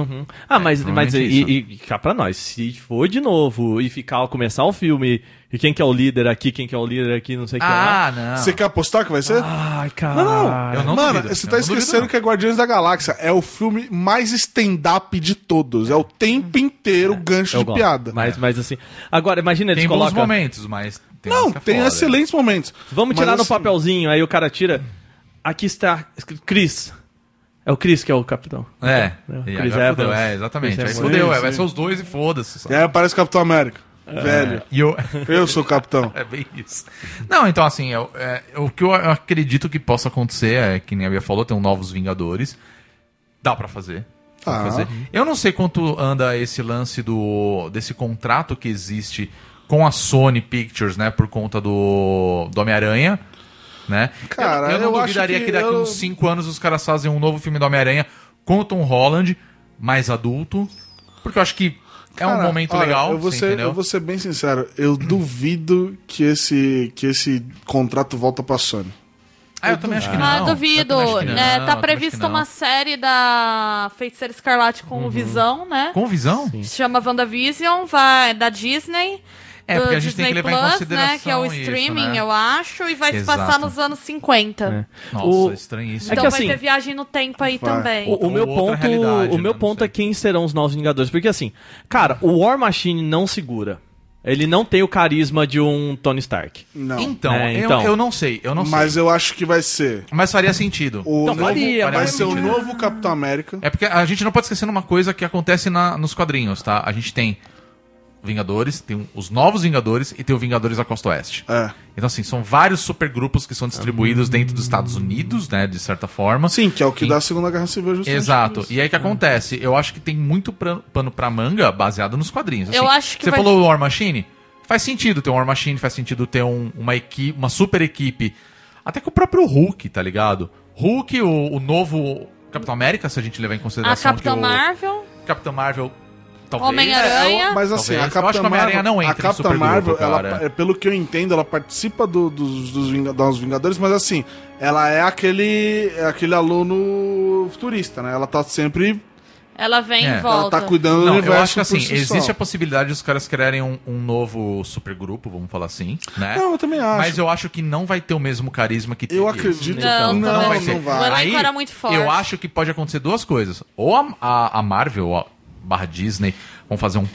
Speaker 7: Ah, mas, mas e,
Speaker 5: provavelmente
Speaker 7: e, e cá pra nós, se for de novo e ficar, começar o filme, e quem que é o líder aqui, quem que é o líder aqui, não sei o que lá.
Speaker 5: Ah, não.
Speaker 8: Você quer apostar que vai
Speaker 5: Ah.
Speaker 8: ser?
Speaker 7: Ai,
Speaker 8: não,
Speaker 7: cara.
Speaker 5: Eu não
Speaker 8: Mano,
Speaker 5: duvido,
Speaker 8: você
Speaker 5: eu
Speaker 8: tá
Speaker 5: não duvido,
Speaker 8: esquecendo
Speaker 5: não.
Speaker 8: que é Guardiões da Galáxia. É o filme mais stand-up de todos. É o tempo
Speaker 5: É,
Speaker 8: inteiro gancho
Speaker 7: Eu
Speaker 8: de
Speaker 7: gosto.
Speaker 8: piada.
Speaker 7: Mas, mas assim, agora imagina eles
Speaker 5: Tem bons
Speaker 7: colocam...
Speaker 5: momentos, mas... Tem
Speaker 8: Não,
Speaker 5: umas que é
Speaker 8: tem
Speaker 5: foda.
Speaker 8: excelentes momentos.
Speaker 7: Vamos
Speaker 8: Mas,
Speaker 7: tirar no
Speaker 8: assim,
Speaker 7: papelzinho, aí o cara tira. Aqui está escrito Chris. É o Chris que é o capitão.
Speaker 5: É, e
Speaker 7: Chris
Speaker 5: agora fudeu,
Speaker 7: Evans.
Speaker 5: é, exatamente.
Speaker 7: Chris
Speaker 5: Aí
Speaker 7: Evans.
Speaker 5: fudeu, é,
Speaker 8: Sim,
Speaker 5: vai
Speaker 8: sim.
Speaker 5: ser os dois e foda-se. sabe?
Speaker 8: E aí aparece o É, Capitão América.
Speaker 5: É.
Speaker 8: Velho,
Speaker 5: E eu...
Speaker 8: eu sou o capitão.
Speaker 5: É bem isso. Não, então assim, eu- é, o que eu acredito que possa acontecer é, que nem a Bia falou, tem um Novos Vingadores. Dá pra fazer. Dá pra
Speaker 8: Ah.
Speaker 5: fazer. Eu não sei quanto anda esse lance do desse contrato que existe com a Sony Pictures, né, por conta do, do Homem-Aranha. Né?
Speaker 8: Cara,
Speaker 5: eu, eu não
Speaker 8: eu acho
Speaker 5: duvidaria que,
Speaker 8: que
Speaker 5: daqui
Speaker 8: eu-
Speaker 5: uns 5 anos os caras fazem um novo filme do Homem-Aranha com o Tom Holland, mais adulto. Porque eu acho que é um
Speaker 8: Cara,
Speaker 5: momento
Speaker 8: olha,
Speaker 5: legal.
Speaker 8: Eu vou,
Speaker 5: você
Speaker 8: ser,
Speaker 5: entendeu?
Speaker 8: eu vou ser bem sincero. Eu duvido que esse, que esse contrato volta pra Sony.
Speaker 5: Ah, eu também acho que não.
Speaker 6: Ah,
Speaker 5: Eu
Speaker 6: duvido.
Speaker 5: também acho que não, eu
Speaker 6: É,
Speaker 5: também
Speaker 6: tá
Speaker 5: acho que
Speaker 6: previsto
Speaker 5: não. Uhum.
Speaker 6: uma série da Feiticeira Escarlate com o Visão, né?
Speaker 5: Com visão?
Speaker 6: Se chama WandaVision, vai da Disney.
Speaker 5: É,
Speaker 6: do
Speaker 5: porque a gente tem que
Speaker 6: Disney
Speaker 5: levar em
Speaker 6: né, que é o
Speaker 5: consideração isso,
Speaker 6: streaming,
Speaker 5: né?
Speaker 6: eu acho, e vai se
Speaker 5: Exato. É.
Speaker 6: passar nos anos 50.
Speaker 5: Nossa,
Speaker 7: O-
Speaker 5: estranho
Speaker 7: É
Speaker 5: isso.
Speaker 7: que
Speaker 6: Então vai
Speaker 7: assim-
Speaker 6: ter viagem no tempo aí
Speaker 8: Vai.
Speaker 6: também.
Speaker 7: O, o
Speaker 5: Ou
Speaker 7: meu
Speaker 5: outra
Speaker 7: ponto,
Speaker 5: realidade,
Speaker 7: o
Speaker 5: né,
Speaker 7: meu
Speaker 5: não
Speaker 7: ponto
Speaker 5: sei.
Speaker 7: é quem serão os novos Vingadores. Porque assim, cara, o War Machine não segura. Ele não tem o carisma de um Tony Stark.
Speaker 8: assim, Não.
Speaker 5: Então,
Speaker 7: É,
Speaker 5: eu-
Speaker 7: então.
Speaker 5: Eu, não sei, eu não
Speaker 8: mas
Speaker 5: sei.
Speaker 8: eu acho que vai ser
Speaker 5: Mas faria sentido.
Speaker 8: o
Speaker 7: Então,
Speaker 8: novo,
Speaker 7: faria,
Speaker 8: vai
Speaker 5: mas-
Speaker 8: ser o
Speaker 5: Faria
Speaker 8: novo Capitão América.
Speaker 5: É porque a gente não pode esquecer uma coisa que acontece na- nos quadrinhos, tá? A gente tem Vingadores, tem os novos Vingadores e tem o Vingadores da Costa Oeste.
Speaker 8: É.
Speaker 5: Então, assim, são vários supergrupos que são distribuídos dentro dos Estados Unidos, né? De certa forma.
Speaker 8: Sim, que é o que
Speaker 5: Em-
Speaker 8: dá a Segunda Guerra Civil justamente.
Speaker 5: Exato. E aí que acontece? Eu acho que tem muito pra- pano pra manga baseado nos quadrinhos. Assim,
Speaker 6: Eu acho que
Speaker 5: Você
Speaker 6: vai-
Speaker 5: falou War Machine? Faz sentido ter um War Machine, faz sentido ter um- uma equipe, uma super equipe. Até que o próprio Hulk, tá ligado? Hulk, o, o novo Capitão América, se a gente levar em
Speaker 6: a
Speaker 5: consideração
Speaker 6: Capitã
Speaker 5: que o
Speaker 6: Marvel,
Speaker 5: Capitão Marvel talvez.
Speaker 6: Homem-Aranha.
Speaker 8: Mas assim,
Speaker 5: Talvez.
Speaker 8: a
Speaker 5: Eu acho
Speaker 8: Capitã
Speaker 5: que a Homem-Aranha
Speaker 8: Marvel,
Speaker 5: não entra
Speaker 8: a
Speaker 5: no
Speaker 8: Capitã
Speaker 5: supergrupo,
Speaker 8: Marvel, ela,
Speaker 5: cara.
Speaker 8: é, pelo que eu entendo, ela participa do- dos, dos, Vinga- dos Vingadores, mas assim, ela é aquele, é aquele aluno futurista, né? Ela tá sempre,
Speaker 6: ela vem
Speaker 5: É.
Speaker 6: e
Speaker 8: ela
Speaker 6: volta.
Speaker 8: tá cuidando do
Speaker 5: Não,
Speaker 8: universo
Speaker 5: eu acho que assim,
Speaker 8: por si
Speaker 5: existe
Speaker 8: só.
Speaker 5: a possibilidade dos caras criarem um, um novo supergrupo, vamos falar assim, né?
Speaker 8: Não, eu também acho.
Speaker 5: Mas eu acho que não vai ter o mesmo carisma que
Speaker 8: Eu
Speaker 5: teve esse.
Speaker 8: acredito
Speaker 6: Não, também
Speaker 8: que não,
Speaker 6: vai
Speaker 8: não,
Speaker 6: ser.
Speaker 8: vai.
Speaker 6: O elenco
Speaker 5: Aí,
Speaker 6: era muito forte.
Speaker 5: Eu acho que pode acontecer duas coisas. Ou a, a- a Marvel, a barra Disney, vão fazer um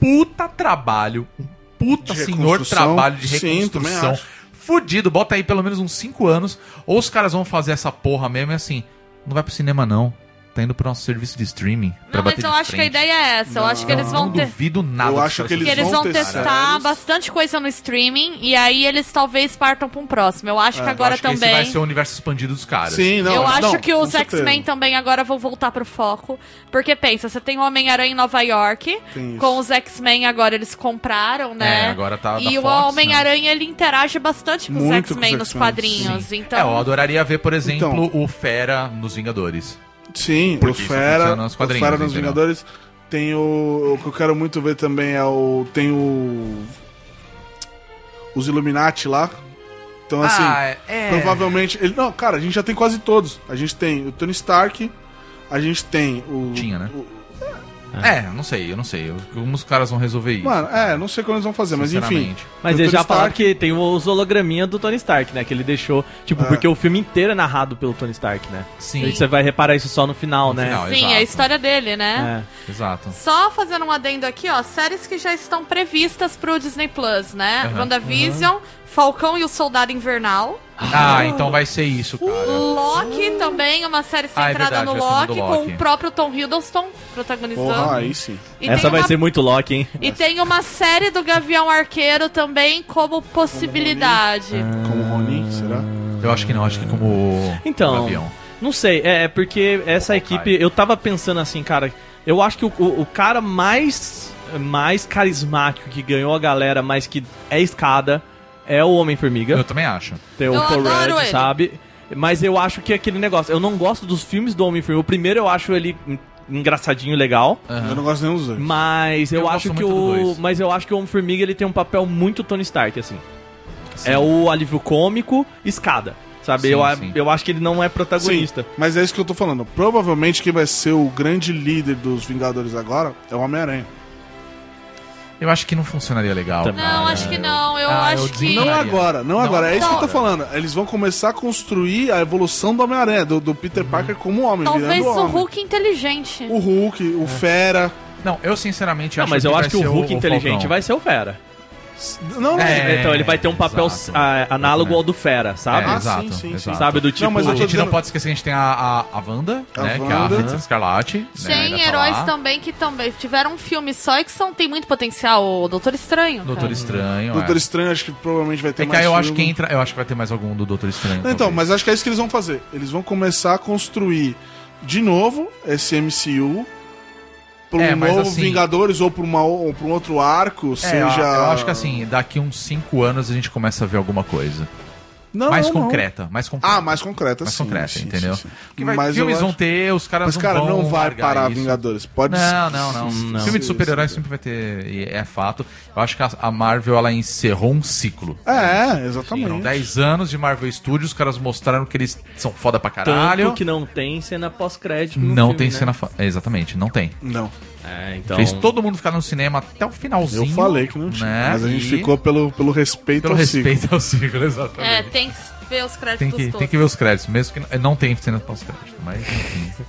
Speaker 5: puta trabalho, um puta
Speaker 8: De
Speaker 5: senhor
Speaker 8: reconstrução.
Speaker 5: trabalho de
Speaker 8: Sim, também
Speaker 5: reconstrução.
Speaker 8: acho.
Speaker 5: Fudido, bota aí pelo menos uns 5 anos. Ou os caras vão fazer essa porra mesmo e assim, não vai pro cinema não. Tá indo pro nosso serviço de streaming. pra
Speaker 6: Não,
Speaker 5: bater
Speaker 6: mas eu
Speaker 5: de
Speaker 6: acho que a
Speaker 5: frente.
Speaker 6: ideia é essa. Eu acho que eles
Speaker 5: Não
Speaker 6: vão ter.
Speaker 5: duvido nada.
Speaker 8: Eu
Speaker 5: dos
Speaker 8: acho
Speaker 5: caras
Speaker 8: que
Speaker 6: que eles vão testar
Speaker 8: séries.
Speaker 6: bastante coisa no streaming e aí eles talvez partam pra um próximo. Eu acho que
Speaker 5: É, Eu
Speaker 6: agora
Speaker 5: acho que
Speaker 6: também.
Speaker 5: esse vai ser o universo expandido dos caras.
Speaker 8: Sim, não,
Speaker 6: eu
Speaker 8: não,
Speaker 6: acho
Speaker 8: não,
Speaker 6: que
Speaker 8: com
Speaker 6: os
Speaker 8: certeza.
Speaker 6: X-Men também agora vão voltar pro foco. Porque pensa, você tem o Homem-Aranha em Nova York.
Speaker 8: Tem isso.
Speaker 6: Com os X-Men agora eles compraram, né?
Speaker 5: É, agora tá da
Speaker 6: E o
Speaker 5: Fox, né?
Speaker 6: Homem-Aranha ele interage bastante com os
Speaker 8: Muito com os
Speaker 6: X-Men nos
Speaker 8: X-Men,
Speaker 6: quadrinhos.
Speaker 5: É, eu
Speaker 6: Então.
Speaker 5: adoraria ver, por exemplo,
Speaker 8: Então.
Speaker 5: o Fera nos Vingadores.
Speaker 8: Sim, o
Speaker 5: Porque isso
Speaker 8: Fera,
Speaker 5: funciona nos
Speaker 8: o
Speaker 5: quadrinhos,
Speaker 8: Fera nos
Speaker 5: entendeu?
Speaker 8: Vingadores. Tem o, o que eu quero muito ver também é o tem o os Illuminati lá. Então assim,
Speaker 5: Ah, é.
Speaker 8: provavelmente ele não, cara, a gente já tem quase todos. A gente tem o Tony Stark, a gente tem o
Speaker 5: Tinha, né?
Speaker 8: o-
Speaker 7: Ah.
Speaker 5: É, não sei, eu não sei. Eu- Como os caras vão resolver isso?
Speaker 8: mano, é, não sei como eles vão fazer, mas enfim.
Speaker 5: Sinceramente.
Speaker 7: Mas
Speaker 8: Tem o
Speaker 7: eles
Speaker 8: Tony
Speaker 7: já falaram
Speaker 8: Stark.
Speaker 7: que tem os holograminha do Tony Stark, né? Que ele deixou. Tipo, porque o filme inteiro é narrado pelo Tony Stark, né?
Speaker 5: Sim.
Speaker 7: E Você vai reparar isso só no final,
Speaker 5: No
Speaker 7: né?
Speaker 5: final,
Speaker 6: Sim, é a história dele, né?
Speaker 7: É.
Speaker 5: Exato.
Speaker 6: Só fazendo um adendo aqui, ó, séries que já estão previstas pro Disney Plus, né?
Speaker 5: Aham.
Speaker 8: Uhum.
Speaker 6: WandaVision, Falcão e o Soldado Invernal.
Speaker 5: Ah, então vai ser isso, cara.
Speaker 6: Loki também, uma série
Speaker 5: Ah, é
Speaker 6: centrada
Speaker 5: verdade,
Speaker 6: no
Speaker 5: vai ser uma do
Speaker 6: Loki,
Speaker 5: Loki.
Speaker 6: com o próprio Tom Hiddleston protagonizando.
Speaker 8: Porra, aí sim.
Speaker 6: E
Speaker 7: Essa
Speaker 6: tem
Speaker 7: vai
Speaker 6: uma-
Speaker 7: ser muito Loki, hein?
Speaker 6: E tem uma série do Gavião Arqueiro também como possibilidade.
Speaker 8: Como o
Speaker 5: Ah.
Speaker 8: Ronin, será?
Speaker 5: Eu acho que não, acho que como.
Speaker 7: Então,
Speaker 5: o avião.
Speaker 7: Não sei, é é porque essa equipe, eu tava pensando assim, cara, eu acho que o, o- o cara mais mais carismático que ganhou a galera, mas que é escada, é o
Speaker 5: Eu
Speaker 7: Homem-Formiga,
Speaker 5: também acho.
Speaker 7: tem o
Speaker 6: Eu
Speaker 7: Paul
Speaker 6: adoro
Speaker 7: Rudd,
Speaker 6: ele.
Speaker 7: sabe? Mas eu acho que é aquele negócio, eu não gosto dos filmes do Homem-Formiga. O primeiro eu acho ele en- engraçadinho, legal,
Speaker 8: Eu não gosto nem dos dois.
Speaker 7: mas eu,
Speaker 5: É. Eu
Speaker 7: acho
Speaker 5: gosto
Speaker 7: que
Speaker 5: muito do
Speaker 7: o
Speaker 5: dois.
Speaker 7: mas eu acho que o Homem-Formiga ele tem um papel muito Tony Stark assim. É o alívio cômico, escada. Sabe?
Speaker 5: Sim,
Speaker 7: eu, a-
Speaker 5: sim.
Speaker 7: eu acho que ele não é
Speaker 8: Sim,
Speaker 7: protagonista.
Speaker 8: mas é isso que eu tô falando. Provavelmente quem vai ser o grande líder dos Vingadores agora é o Homem-Aranha.
Speaker 5: Eu acho que não funcionaria legal.
Speaker 7: Também.
Speaker 5: cara.
Speaker 6: Não, acho que não. Eu
Speaker 5: Ah, eu
Speaker 6: acho que.
Speaker 5: desencaio.
Speaker 8: Não agora, não,
Speaker 5: Não
Speaker 8: agora. É isso que eu tô
Speaker 6: agora.
Speaker 8: falando. Eles vão começar a construir a evolução do Homem-Aranha, do, do
Speaker 5: Uhum.
Speaker 8: Peter Parker como homem,
Speaker 6: Talvez
Speaker 8: virando
Speaker 6: o
Speaker 8: homem.
Speaker 6: Hulk
Speaker 5: É,
Speaker 6: inteligente.
Speaker 8: O Hulk, o Fera.
Speaker 5: Não, eu sinceramente
Speaker 7: Não,
Speaker 5: acho
Speaker 7: mas eu
Speaker 5: vai
Speaker 7: acho que o
Speaker 5: ser
Speaker 7: Hulk inteligente
Speaker 5: Falcão.
Speaker 7: vai ser o Fera.
Speaker 8: Não, não.
Speaker 5: É,
Speaker 7: então ele vai ter um papel
Speaker 5: exato.
Speaker 7: ah, análogo ao do Fera, sabe?
Speaker 5: É,
Speaker 8: Ah,
Speaker 5: exato,
Speaker 8: sim, sim, sim.
Speaker 5: exato.
Speaker 7: Sabe, do tipo...
Speaker 8: Não, mas
Speaker 5: A
Speaker 8: eu tô
Speaker 5: gente
Speaker 8: dizendo-
Speaker 5: não pode esquecer que a gente tem a, a, a Wanda,
Speaker 8: A
Speaker 5: né? Que é
Speaker 8: Wanda.
Speaker 5: a Feiticeira Escarlate. né,
Speaker 6: Tem
Speaker 5: ainda tá
Speaker 6: heróis
Speaker 5: lá.
Speaker 6: também que também tiveram um filme só e que são, tem muito potencial. O Doutor Estranho.
Speaker 5: Doutor
Speaker 7: Uhum.
Speaker 6: cara.
Speaker 5: Estranho.
Speaker 8: Doutor
Speaker 5: é.
Speaker 8: Estranho, acho que provavelmente vai ter
Speaker 5: É que
Speaker 8: mais
Speaker 5: aí eu acho que
Speaker 8: filme.
Speaker 5: entra. um Eu acho que vai ter mais algum do Doutor Estranho.
Speaker 8: Então,
Speaker 5: talvez.
Speaker 8: mas acho que é isso que eles vão fazer. Eles vão começar a construir de novo esse MCU para um
Speaker 5: É, mas
Speaker 8: novo
Speaker 5: assim-
Speaker 8: Vingadores ou para um outro arco,
Speaker 5: É, eu-
Speaker 8: seja...
Speaker 5: Eu acho que assim, daqui uns 5 anos a gente começa a ver alguma coisa.
Speaker 8: Não,
Speaker 5: mais
Speaker 8: não, não.
Speaker 5: concreta, mais concreta.
Speaker 8: Ah, mais concreta,
Speaker 5: mais
Speaker 8: sim.
Speaker 5: concreta,
Speaker 8: sim,
Speaker 5: entendeu?
Speaker 8: sim, sim.
Speaker 5: Que vai,
Speaker 8: Mas eu
Speaker 5: filmes
Speaker 8: acho-
Speaker 5: vão ter, os caras
Speaker 8: Mas,
Speaker 5: não
Speaker 8: cara,
Speaker 5: vão
Speaker 8: não vai
Speaker 5: largar
Speaker 8: parar
Speaker 5: isso.
Speaker 8: Vingadores. Pode
Speaker 5: Não, não, não.
Speaker 7: Não.
Speaker 5: Filme de
Speaker 8: Sim,
Speaker 5: super-herói
Speaker 8: sim.
Speaker 5: sempre vai ter. e É fato. Eu acho que a, a Marvel ela encerrou um ciclo.
Speaker 8: É,
Speaker 5: Foram
Speaker 8: exatamente.
Speaker 5: 10 anos de Marvel Studios, os caras mostraram que eles são foda pra caralho.
Speaker 7: Tanto que não tem cena pós-crédito no
Speaker 5: Não
Speaker 7: filme,
Speaker 5: tem
Speaker 7: né?
Speaker 5: cena. fa- é, exatamente, não tem.
Speaker 8: Não,
Speaker 7: É, então...
Speaker 5: Fez todo mundo ficar no cinema até o finalzinho.
Speaker 8: eu falei que não tinha.
Speaker 5: né?
Speaker 8: Mas a gente
Speaker 5: E
Speaker 8: ficou pelo, pelo respeito
Speaker 5: Pelo
Speaker 8: ao
Speaker 5: respeito ao ciclo, exatamente.
Speaker 6: É, tem que ver os créditos
Speaker 5: Tem que,
Speaker 6: todos.
Speaker 5: tem que ver os créditos, mesmo que não, não tem cena pós-crédito, mas enfim.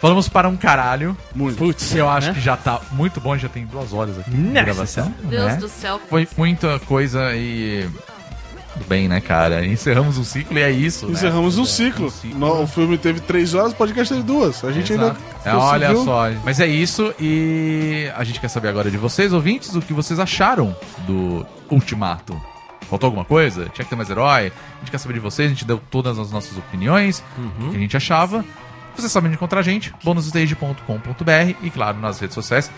Speaker 5: Falamos para um caralho.
Speaker 8: ciclo. Muito.
Speaker 7: Putz,
Speaker 5: Eu acho
Speaker 7: né?
Speaker 5: que já tá muito bom, já tem duas horas aqui de
Speaker 7: Nossa
Speaker 5: gravação.
Speaker 6: Deus
Speaker 5: né?
Speaker 6: do céu.
Speaker 5: Foi muita coisa e. Tudo bem, né, cara? Encerramos um ciclo e é isso. né?
Speaker 8: Encerramos um ciclo. No- O filme teve três horas, o podcast teve duas. A gente
Speaker 5: Exato.
Speaker 8: ainda.
Speaker 5: É, olha
Speaker 8: conseguiu-
Speaker 5: só. Mas é isso e a gente quer saber agora de vocês, ouvintes, o que vocês acharam do Ultimato. Faltou alguma coisa? Tinha que ter mais herói? A gente quer saber de vocês, a gente deu todas as nossas opiniões,
Speaker 8: Uhum.
Speaker 5: o que a gente achava. Vocês sabem onde encontrar a gente, bonusstage.com.br e, claro, nas redes sociais,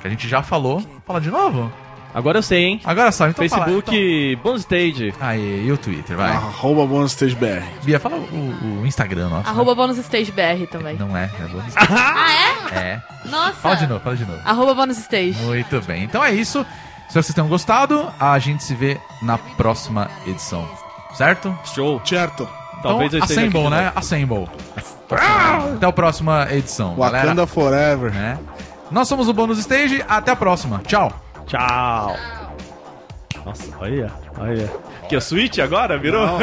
Speaker 5: que a gente já falou. Fala de novo?
Speaker 7: Agora eu sei, hein?
Speaker 5: Agora sabe, então fala, então-
Speaker 7: Facebook, Bonus Stage.
Speaker 5: Aí, e o Twitter, vai.
Speaker 8: Arroba Bonus Stage BR.
Speaker 5: Bia, fala o, o Instagram nosso.
Speaker 6: Arroba Bônus Stage BR também.
Speaker 5: né? Não é, é bonus.
Speaker 6: Ah,
Speaker 5: é.
Speaker 6: é? Nossa.
Speaker 5: Fala de novo, fala de novo.
Speaker 6: Arroba Bônus Stage.
Speaker 5: Muito bem. Então é isso. Espero que vocês tenham gostado. A gente se vê na próxima edição. Certo?
Speaker 7: Show.
Speaker 8: Certo.
Speaker 7: Talvez eu
Speaker 5: então,
Speaker 7: esteja aqui de
Speaker 5: Assemble, né? Assemble. Até a próxima edição,
Speaker 8: Wakanda
Speaker 5: galera.
Speaker 8: Forever.
Speaker 5: Né? Nós somos o Bônus Stage. Até a próxima. Tchau.
Speaker 7: novo. Tchau. Nossa, olha, olha. Que é Switch agora? Virou?